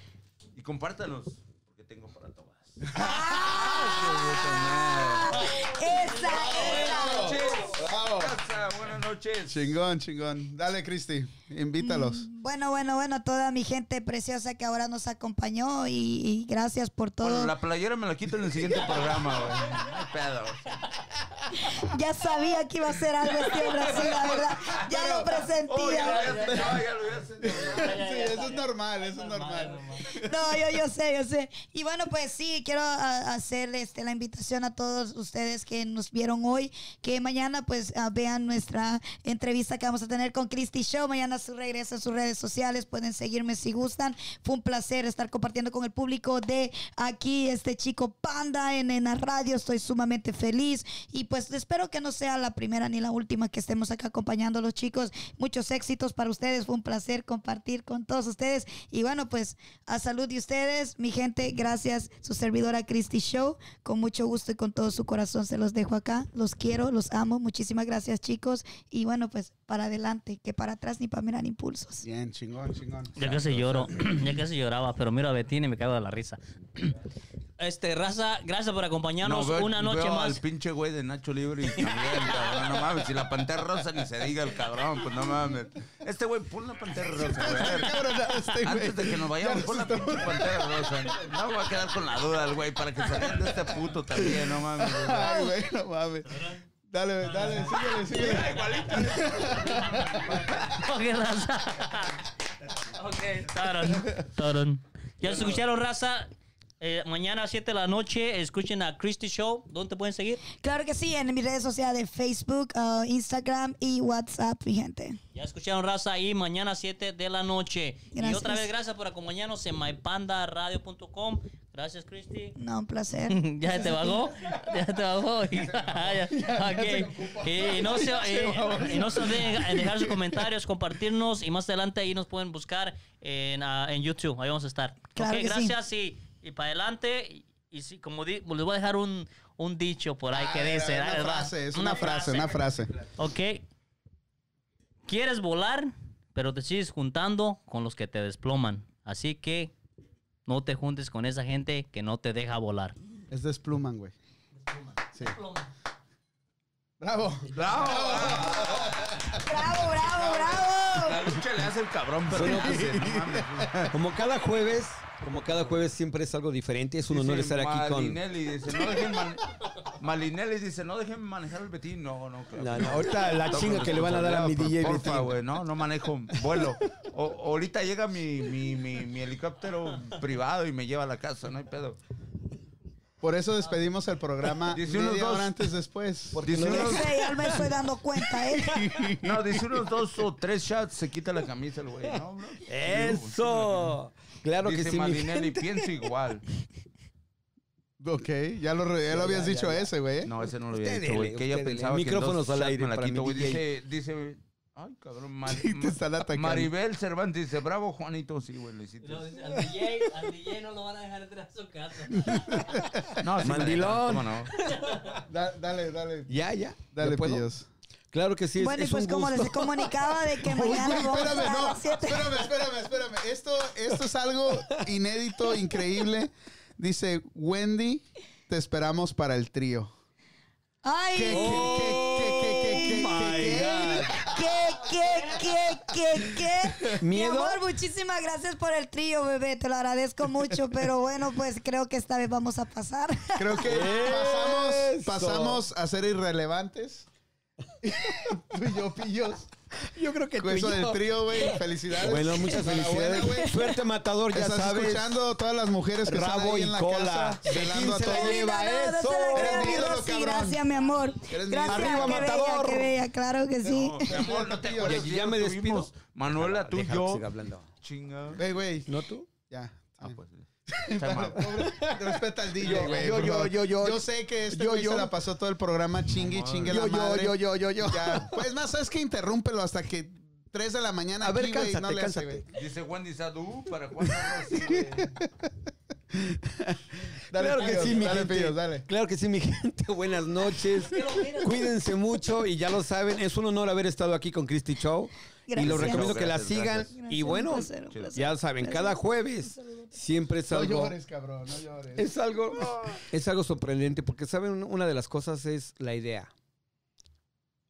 Speaker 2: y compártanos porque tengo para todas.
Speaker 7: Esa, esa.
Speaker 1: Bravo.
Speaker 2: Casa, buenas noches.
Speaker 1: Chingón, chingón. Dale, Cristi, invítalos.
Speaker 3: Bueno, bueno, bueno, toda mi gente preciosa que ahora nos acompañó y, y gracias por todo.
Speaker 2: Bueno, la playera me la quito en el siguiente programa, güey. No hay pedo.
Speaker 3: Ya sabía que iba a ser algo este hombre así, la verdad. Ya lo
Speaker 2: Oh,
Speaker 3: presentía.
Speaker 2: ya lo había sentado, ya lo había sentado.
Speaker 1: Sí, eso es normal, eso es normal.
Speaker 3: No, yo, yo sé, yo sé. Y bueno, pues sí, quiero a- hacer este, la invitación a todos ustedes que nos vieron hoy, que mañana pues ah, vean nuestra entrevista que vamos a tener con Christy Show. Mañana su regreso en sus redes sociales, pueden seguirme si gustan. Fue un placer estar compartiendo con el público de aquí, este chico Panda en, en la radio. Estoy sumamente feliz y pues espero que no sea la primera ni la última que estemos acá acompañando a los chicos. Muchos éxitos para ustedes, fue un placer compartir con todos ustedes y bueno, pues a salud de ustedes, mi gente, gracias, su servidora Christy Show, con mucho gusto y con todo su corazón se los dejo acá, los quiero, los amo, muchísimas gracias chicos y bueno, pues para adelante, que para atrás ni para mirar impulsos.
Speaker 1: Bien, chingón, chingón.
Speaker 4: Ya casi lloro, ya casi lloraba, pero miro a Betín y me cago de la risa. Este, Raza, gracias por acompañarnos
Speaker 2: veo-
Speaker 4: una noche
Speaker 2: veo
Speaker 4: más.
Speaker 2: al pinche güey de Nacho Libre y también, cabrón, no mames. Si la pantera rosa ni se diga el cabrón, pues no mames. Este güey, pon la pantera rosa, güey. a ver.
Speaker 1: Cabrón, este güey.
Speaker 2: Antes de que nos vayamos,
Speaker 1: Ya
Speaker 2: pon la
Speaker 1: nos
Speaker 2: pinche pantera rosa. No me voy a quedar con la duda el güey para que se rían de este puto también, no mames.
Speaker 1: Ay, güey, no mames. Dale, dale, síguele, síguele.
Speaker 4: Ok, raza. Ok, tarán, tarán. Ya se escucharon, raza. Eh, mañana a 7 de la noche, escuchen a Christy Show. ¿Dónde te pueden seguir?
Speaker 3: Claro que sí, en mis redes sociales de Facebook, uh, Instagram y WhatsApp, mi gente.
Speaker 4: Ya escucharon, raza, y mañana a 7 de la noche. Y
Speaker 3: Gracias.
Speaker 4: otra vez, gracias por acompañarnos en mypandaradio.com. Gracias, Christy.
Speaker 3: No, un placer.
Speaker 4: ya se te bajó, ya se te bajó. Ah, Ok. Y no se, eh, y no se olviden en dejar sus comentarios, compartirnos y más adelante ahí nos pueden buscar en, ah, en YouTube. Ahí vamos a estar.
Speaker 3: Claro
Speaker 4: ok,
Speaker 3: que sí.
Speaker 4: gracias y, y para adelante. Y, y sí, como di- les voy a dejar un, un dicho por ahí
Speaker 8: Ah,
Speaker 4: que dice.
Speaker 8: Una
Speaker 4: ahí les va.
Speaker 8: frase, es una, frase, una frase.
Speaker 4: Ok. Quieres volar, pero te sigues juntando con los que te desploman. Así que no te juntes con esa gente que no te deja volar.
Speaker 8: Es despluman, güey. Sí. Bravo. Bravo.
Speaker 3: ¡Bravo, bravo, bravo!
Speaker 2: La lucha le hace el cabrón, pero no dice, no mames.
Speaker 5: Como cada jueves, como cada jueves siempre es algo diferente. Es un honor
Speaker 2: Dice
Speaker 5: estar aquí con.
Speaker 2: Malinelli dice, no dejen mane- Malinelli dice, no dejen manejar el Betín. No, no, claro.
Speaker 5: No, no, ahorita la
Speaker 2: Tengo
Speaker 5: chinga que le van a dar a mi DJ
Speaker 2: responsabilidad, por-
Speaker 5: Betín.
Speaker 2: porfa, güey, no, no manejo, vuelo. O- ahorita llega mi, mi, mi, mi helicóptero privado y me lleva a la casa, no hay pedo.
Speaker 8: Por eso despedimos el programa
Speaker 2: Dice unos
Speaker 8: media
Speaker 2: dos.
Speaker 8: hora antes después.
Speaker 2: Dice
Speaker 3: Ya
Speaker 2: unos-
Speaker 3: sé, ya me estoy dando cuenta, ¿eh?
Speaker 2: no, dice unos dos o tres shots, se quita la camisa el güey. No, bro.
Speaker 5: Eso. Claro que
Speaker 2: dice
Speaker 5: sí. mi
Speaker 2: Malinelli, pienso igual.
Speaker 8: Ok, ya lo, re- ya lo habías
Speaker 5: ya,
Speaker 8: dicho
Speaker 5: ya.
Speaker 8: ese, güey.
Speaker 2: No, ese no lo
Speaker 5: ¿Eh? Usted
Speaker 2: había dicho,
Speaker 5: dele,
Speaker 2: güey. Que ella
Speaker 5: usted dele.
Speaker 2: pensaba que en
Speaker 5: Micrófonos
Speaker 2: dos
Speaker 5: al
Speaker 2: shots
Speaker 5: aire
Speaker 2: me la
Speaker 5: para
Speaker 2: quito,
Speaker 5: mi
Speaker 2: güey.
Speaker 5: DJ.
Speaker 2: Dice, dice, ay, cabrón, Mar-
Speaker 8: Sí, te están atacando.
Speaker 2: Maribel Cervantes dice, bravo, Juanito. Sí, güey, lo hiciste.
Speaker 4: Al DJ, al DJ no lo van a dejar entrar a su casa.
Speaker 2: No, sí me
Speaker 5: Mandilón.
Speaker 2: dejaron, ¿cómo no?
Speaker 8: Da- dale, dale.
Speaker 5: Ya, ya.
Speaker 8: Dale,
Speaker 5: ¿Ya puedo?
Speaker 8: pillos.
Speaker 5: Claro que sí. es-
Speaker 3: Bueno, y
Speaker 5: es
Speaker 3: pues
Speaker 5: un
Speaker 3: como
Speaker 5: gusto.
Speaker 3: les comunicaba de que
Speaker 8: Uy,
Speaker 3: mañana
Speaker 8: güey,
Speaker 3: vamos a
Speaker 8: espérame,
Speaker 3: estar a
Speaker 8: no,
Speaker 3: las 7.
Speaker 8: espérame, espérame, espérame. Esto, esto es algo inédito, increíble. Dice, Wendy, te esperamos para el trío.
Speaker 3: ¡Ay!
Speaker 8: ¿Qué, qué, qué, qué, qué, qué,
Speaker 5: Oh
Speaker 8: qué, qué,
Speaker 3: ¿Qué,
Speaker 8: qué?
Speaker 3: qué, qué, qué, qué?
Speaker 5: ¿Miedo?
Speaker 3: Mi amor, muchísimas gracias por el trío, bebé. Te lo agradezco mucho, pero bueno, pues creo que esta vez vamos a pasar.
Speaker 8: Creo que pasamos,
Speaker 5: Eso.
Speaker 8: pasamos a ser irrelevantes. Tú y yo, pillos.
Speaker 5: Yo creo que tú
Speaker 8: Con
Speaker 5: y
Speaker 8: eso del
Speaker 5: yo.
Speaker 8: trío, güey. Felicidades.
Speaker 5: Bueno, muchas
Speaker 8: Enhorabuena, güey.
Speaker 5: felicidades. Suerte, matador, ya
Speaker 8: Estás
Speaker 5: sabes.
Speaker 8: escuchando a todas las mujeres que están
Speaker 5: Rabo
Speaker 8: ahí
Speaker 5: y
Speaker 8: en la
Speaker 5: cola.
Speaker 8: casa.
Speaker 5: De
Speaker 8: velando a
Speaker 5: 15
Speaker 8: todos.
Speaker 5: la lleva
Speaker 3: no, no se
Speaker 5: eso.
Speaker 3: la creo,
Speaker 8: Eres mi
Speaker 3: mi
Speaker 8: ídolo,
Speaker 3: Rosy,
Speaker 8: cabrón.
Speaker 3: Gracias, mi amor.
Speaker 8: Eres mi
Speaker 3: Gracias,
Speaker 8: ídolo.
Speaker 5: Arriba,
Speaker 3: qué
Speaker 5: matador.
Speaker 3: Bella, qué bella, claro que sí.
Speaker 2: No, mi amor, no te acuerdas.
Speaker 5: Y ya me
Speaker 2: Tuvimos
Speaker 5: despido.
Speaker 2: Manuela, tú y
Speaker 5: Déjalo que
Speaker 2: yo.
Speaker 5: siga hablando.
Speaker 2: Chinga.
Speaker 8: Güey, güey.
Speaker 5: ¿No tú?
Speaker 8: Ya.
Speaker 2: Ah, pues.
Speaker 8: Pobre, respeta al DJ,
Speaker 5: Yo,
Speaker 8: güey.
Speaker 5: yo,
Speaker 8: por
Speaker 5: yo,
Speaker 8: favor.
Speaker 5: yo, yo.
Speaker 8: Yo sé que este
Speaker 5: Yo,
Speaker 8: güey
Speaker 5: yo.
Speaker 8: se la pasó todo el programa chingui, chingue la
Speaker 5: Yo, yo,
Speaker 8: madre.
Speaker 5: yo, yo, yo, yo.
Speaker 8: Ya. Pues más, ¿sabes qué? Interrúmpelo hasta que 3 de la mañana.
Speaker 5: A ver,
Speaker 8: aquí, güey,
Speaker 5: cánsate,
Speaker 8: no le hace,
Speaker 5: cánsate.
Speaker 8: güey.
Speaker 2: Dice Wendy Sadu, ¿para cuándo? Sí, güey.
Speaker 8: Dale,
Speaker 5: claro que
Speaker 8: pillos,
Speaker 5: sí, mi
Speaker 8: dale,
Speaker 5: gente.
Speaker 8: pillos, dale.
Speaker 5: Claro que sí, mi gente. Buenas noches. Cuídense mucho y ya lo saben, es un honor haber estado aquí con Christy Show. Y los
Speaker 3: Gracias.
Speaker 5: recomiendo que la
Speaker 2: Gracias,
Speaker 5: sigan.
Speaker 2: gracias.
Speaker 5: Y bueno,
Speaker 3: Un placer, un placer.
Speaker 5: ya saben, cada jueves siempre es
Speaker 8: No
Speaker 5: algo.
Speaker 8: llores, cabrón, no llores.
Speaker 5: Es algo, es algo sorprendente porque, ¿saben? Una de las cosas es la idea.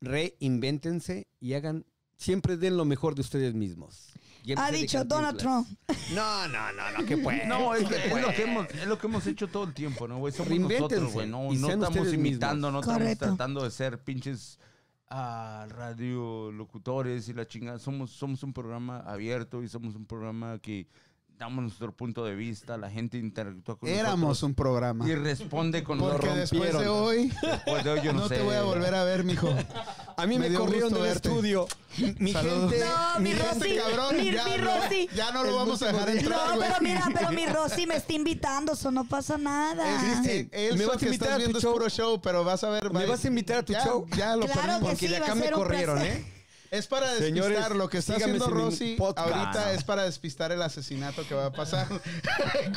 Speaker 5: Reinvéntense y hagan, siempre den lo mejor de ustedes mismos. Y
Speaker 3: Ha
Speaker 5: empiecen a
Speaker 3: dicho Donald
Speaker 5: cantinflas.
Speaker 3: Trump.
Speaker 5: No, no, no, no, que pues.
Speaker 2: No, es, que-
Speaker 5: ¿qué
Speaker 2: es lo
Speaker 5: pues?
Speaker 2: que hemos, es lo que hemos hecho todo el tiempo, ¿no, güey? Somos
Speaker 5: Reinvéntense
Speaker 2: nosotros, güey. No,
Speaker 5: y
Speaker 2: no
Speaker 5: sean
Speaker 2: estamos
Speaker 5: ustedes
Speaker 2: imitando, no estamos
Speaker 3: Correcto.
Speaker 2: tratando de ser pinches ah, radiolocutores y la chingada. Somos, somos un programa abierto y somos un programa que damos nuestro punto de vista, la gente interactúa con
Speaker 8: Éramos
Speaker 2: nosotros
Speaker 8: un programa.
Speaker 2: y responde con
Speaker 8: Porque
Speaker 2: nosotros.
Speaker 8: después de
Speaker 5: rompieron.
Speaker 8: hoy,
Speaker 2: Pues, yo
Speaker 8: no,
Speaker 2: sé,
Speaker 8: te voy a
Speaker 2: güey.
Speaker 8: volver a ver, mijo.
Speaker 5: A mí
Speaker 8: Me
Speaker 5: me,
Speaker 8: dio
Speaker 5: corrieron
Speaker 8: gusto
Speaker 5: del
Speaker 8: verte.
Speaker 5: estudio. Mi
Speaker 8: Saludos.
Speaker 5: gente.
Speaker 3: No, mi
Speaker 8: Mira este
Speaker 3: Rosy,
Speaker 8: cabrón,
Speaker 3: mi-
Speaker 8: ya,
Speaker 3: mi
Speaker 8: no-
Speaker 3: Rosy.
Speaker 8: ya no lo
Speaker 5: El
Speaker 8: vamos a
Speaker 5: último
Speaker 8: dejar
Speaker 5: día.
Speaker 8: entrar,
Speaker 3: No,
Speaker 8: güey.
Speaker 3: pero mira, pero mi Rosy me está invitando, eso no pasa nada.
Speaker 5: Existe.
Speaker 8: Existe. Él
Speaker 5: Me
Speaker 8: me
Speaker 5: vas a
Speaker 8: que
Speaker 5: invitar a
Speaker 8: estás
Speaker 5: tu
Speaker 8: viendo es
Speaker 5: este, show.
Speaker 8: puro show, pero vas a ver.
Speaker 5: ¿Me
Speaker 8: va-
Speaker 5: vas a invitar a tu
Speaker 8: ya,
Speaker 5: show?
Speaker 8: Ya lo
Speaker 3: Claro
Speaker 8: perdimos.
Speaker 3: que
Speaker 5: Porque
Speaker 3: sí,
Speaker 5: de
Speaker 3: va
Speaker 5: acá
Speaker 3: a
Speaker 5: me
Speaker 3: ser un
Speaker 5: corrieron,
Speaker 3: placer.
Speaker 5: ¿eh?
Speaker 8: Es para despistar
Speaker 5: Señores,
Speaker 8: lo que está
Speaker 5: síganme
Speaker 8: haciendo
Speaker 5: sin ningún
Speaker 8: Rosy
Speaker 5: podcast.
Speaker 8: ahorita es para despistar el asesinato que va a pasar.
Speaker 3: Bueno,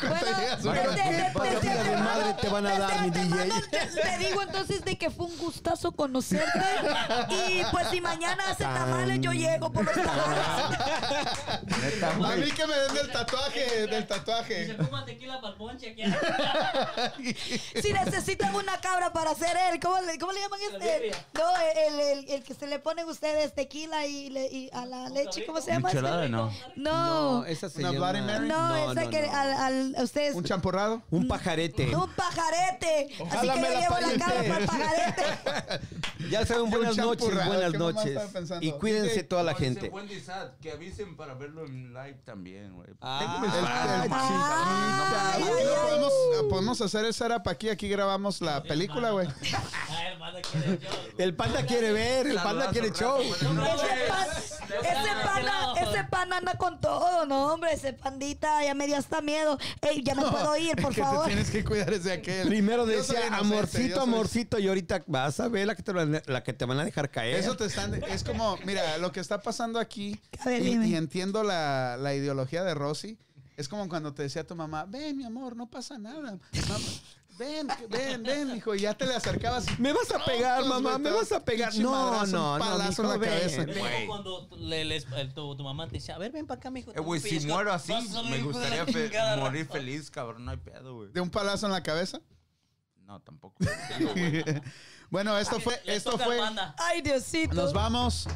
Speaker 5: Bueno,
Speaker 3: desde-
Speaker 5: ¿qué
Speaker 3: desde
Speaker 5: partida
Speaker 3: este
Speaker 5: de
Speaker 3: modo-
Speaker 5: madre te van a
Speaker 3: desde
Speaker 5: dar, mi
Speaker 3: este
Speaker 5: DJ?
Speaker 3: modo te- Te digo entonces de que fue un gustazo conocerte. Y pues si mañana hace tamales, yo llego por los tamales.
Speaker 2: Neta,
Speaker 8: A
Speaker 2: güey.
Speaker 8: mí que me den del tatuaje, del tatuaje.
Speaker 4: fuma tequila para el ponche aquí.
Speaker 3: Si necesitan una cabra para hacer él, ¿cómo le, cómo le llaman este?
Speaker 4: birria.
Speaker 3: No, el, el- el que se le ponen ustedes tequila y, le- y a la leche, ¿cómo se llama? ese?
Speaker 2: Michelada, no.
Speaker 3: No, no,
Speaker 5: esa se
Speaker 8: ¿Una
Speaker 5: llama-
Speaker 8: Bloody Mary?
Speaker 3: ese que
Speaker 5: eh, no.
Speaker 3: Al, al- a ustedes.
Speaker 8: Un champurrado.
Speaker 5: Un pajarete.
Speaker 3: Un pajarete.
Speaker 5: Ojalá
Speaker 3: Así que
Speaker 5: me
Speaker 3: yo
Speaker 5: la
Speaker 3: llevo la cabra
Speaker 5: pariente.
Speaker 3: para el pajarete.
Speaker 5: Ya saben, buenas
Speaker 8: Yo,
Speaker 5: noches,
Speaker 8: champurrado,
Speaker 5: buenas
Speaker 8: ¿qué mamá
Speaker 5: noches.
Speaker 8: estaba pensando?
Speaker 5: Y cuídense
Speaker 8: DJ,
Speaker 5: toda la
Speaker 2: Como dice
Speaker 5: gente.
Speaker 2: Wendy Sad, que avisen para verlo en live también, güey.
Speaker 5: Ah,
Speaker 8: El- el-
Speaker 3: Ah, ay,
Speaker 8: Aquí lo
Speaker 3: ay.
Speaker 8: podemos, ah, podemos hacer el setup aquí. Aquí grabamos la película, güey.
Speaker 4: Ay, hermano, qué de Dios, güey.
Speaker 5: El panda quiere ver, el panda quiere show.
Speaker 3: Ese, pan- ese pana, ese pana anda con todo, no, hombre. Ese pandita ya me dio hasta miedo. Ey, ya me puedo ir, por
Speaker 8: que
Speaker 3: favor.
Speaker 8: Te tienes que cuidar es de aquel.
Speaker 5: Primero
Speaker 8: Yo soy
Speaker 5: decía,
Speaker 8: inocente, yo
Speaker 5: amorcito,
Speaker 8: soy-
Speaker 5: amorcito, y ahorita vas a ver la que te, van- la que te van a dejar caer.
Speaker 8: Eso te están. Es como, mira, lo que está pasando aquí.
Speaker 3: A ver,
Speaker 8: y,
Speaker 3: dime.
Speaker 8: y entiendo la, la ideología de Rosy. Es como cuando te decía tu mamá: Ven, mi amor, no pasa nada. Mamá, ven, que- ven, ven, hijo. Y ya te le acercabas.
Speaker 5: Me vas a pegar, mamá, me vas a pegar.
Speaker 8: Pinche
Speaker 5: No,
Speaker 8: madrazo,
Speaker 5: no,
Speaker 8: un
Speaker 5: no,
Speaker 8: palazo en
Speaker 5: mijo,
Speaker 8: la cabeza.
Speaker 5: ven.
Speaker 4: Es como
Speaker 2: Güey.
Speaker 4: cuando le- les- el- tu, tu mamá te dice, a ver, ven para acá, mijo.
Speaker 2: Eh, güey, si
Speaker 4: Pesca-
Speaker 2: muero así,
Speaker 4: vas a ver,
Speaker 2: me
Speaker 4: hijo de la
Speaker 2: gustaría fe-
Speaker 4: chingada.
Speaker 2: morir feliz, cabrón. No hay pedo, güey.
Speaker 8: De un palazo en la cabeza.
Speaker 2: No, tampoco. Digo, güey,
Speaker 8: bueno, esto fue.
Speaker 4: Le
Speaker 8: Esto
Speaker 4: toca al
Speaker 8: fue.
Speaker 4: panda.
Speaker 3: Ay, Diosito.
Speaker 8: Nos vamos.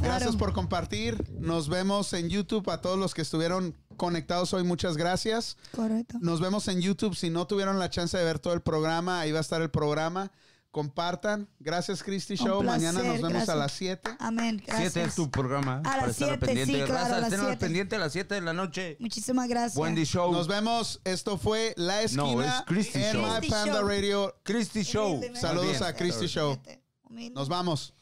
Speaker 8: Gracias
Speaker 3: Claro.
Speaker 8: por compartir. Nos vemos en YouTube a todos los que estuvieron conectados hoy. Muchas gracias.
Speaker 3: Correcto.
Speaker 8: Nos vemos en YouTube. Si no tuvieron la chance de ver todo el programa, ahí va a estar el programa. Compartan. Gracias, Christy
Speaker 3: Un
Speaker 8: Show. Mañana nos
Speaker 3: placer,
Speaker 8: vemos a
Speaker 3: gracias.
Speaker 8: las 7.
Speaker 3: Amén. Gracias.
Speaker 2: Siete es tu programa.
Speaker 3: A las
Speaker 2: estar al
Speaker 3: siete,
Speaker 2: pendiente.
Speaker 3: sí, claro,
Speaker 2: Raza,
Speaker 3: a las
Speaker 2: estén al
Speaker 3: siete.
Speaker 2: pendiente a las 7 de la noche.
Speaker 3: Muchísimas gracias.
Speaker 2: Wendy Show.
Speaker 8: Nos vemos. Esto fue La Esquina
Speaker 2: es Christy
Speaker 8: en
Speaker 2: Show.
Speaker 8: My
Speaker 3: Christy
Speaker 8: Panda
Speaker 3: Show.
Speaker 8: Radio.
Speaker 2: Christy Show.
Speaker 8: Saludos
Speaker 2: Bien.
Speaker 8: a Christy Show.
Speaker 3: Humilde.
Speaker 8: Nos vamos.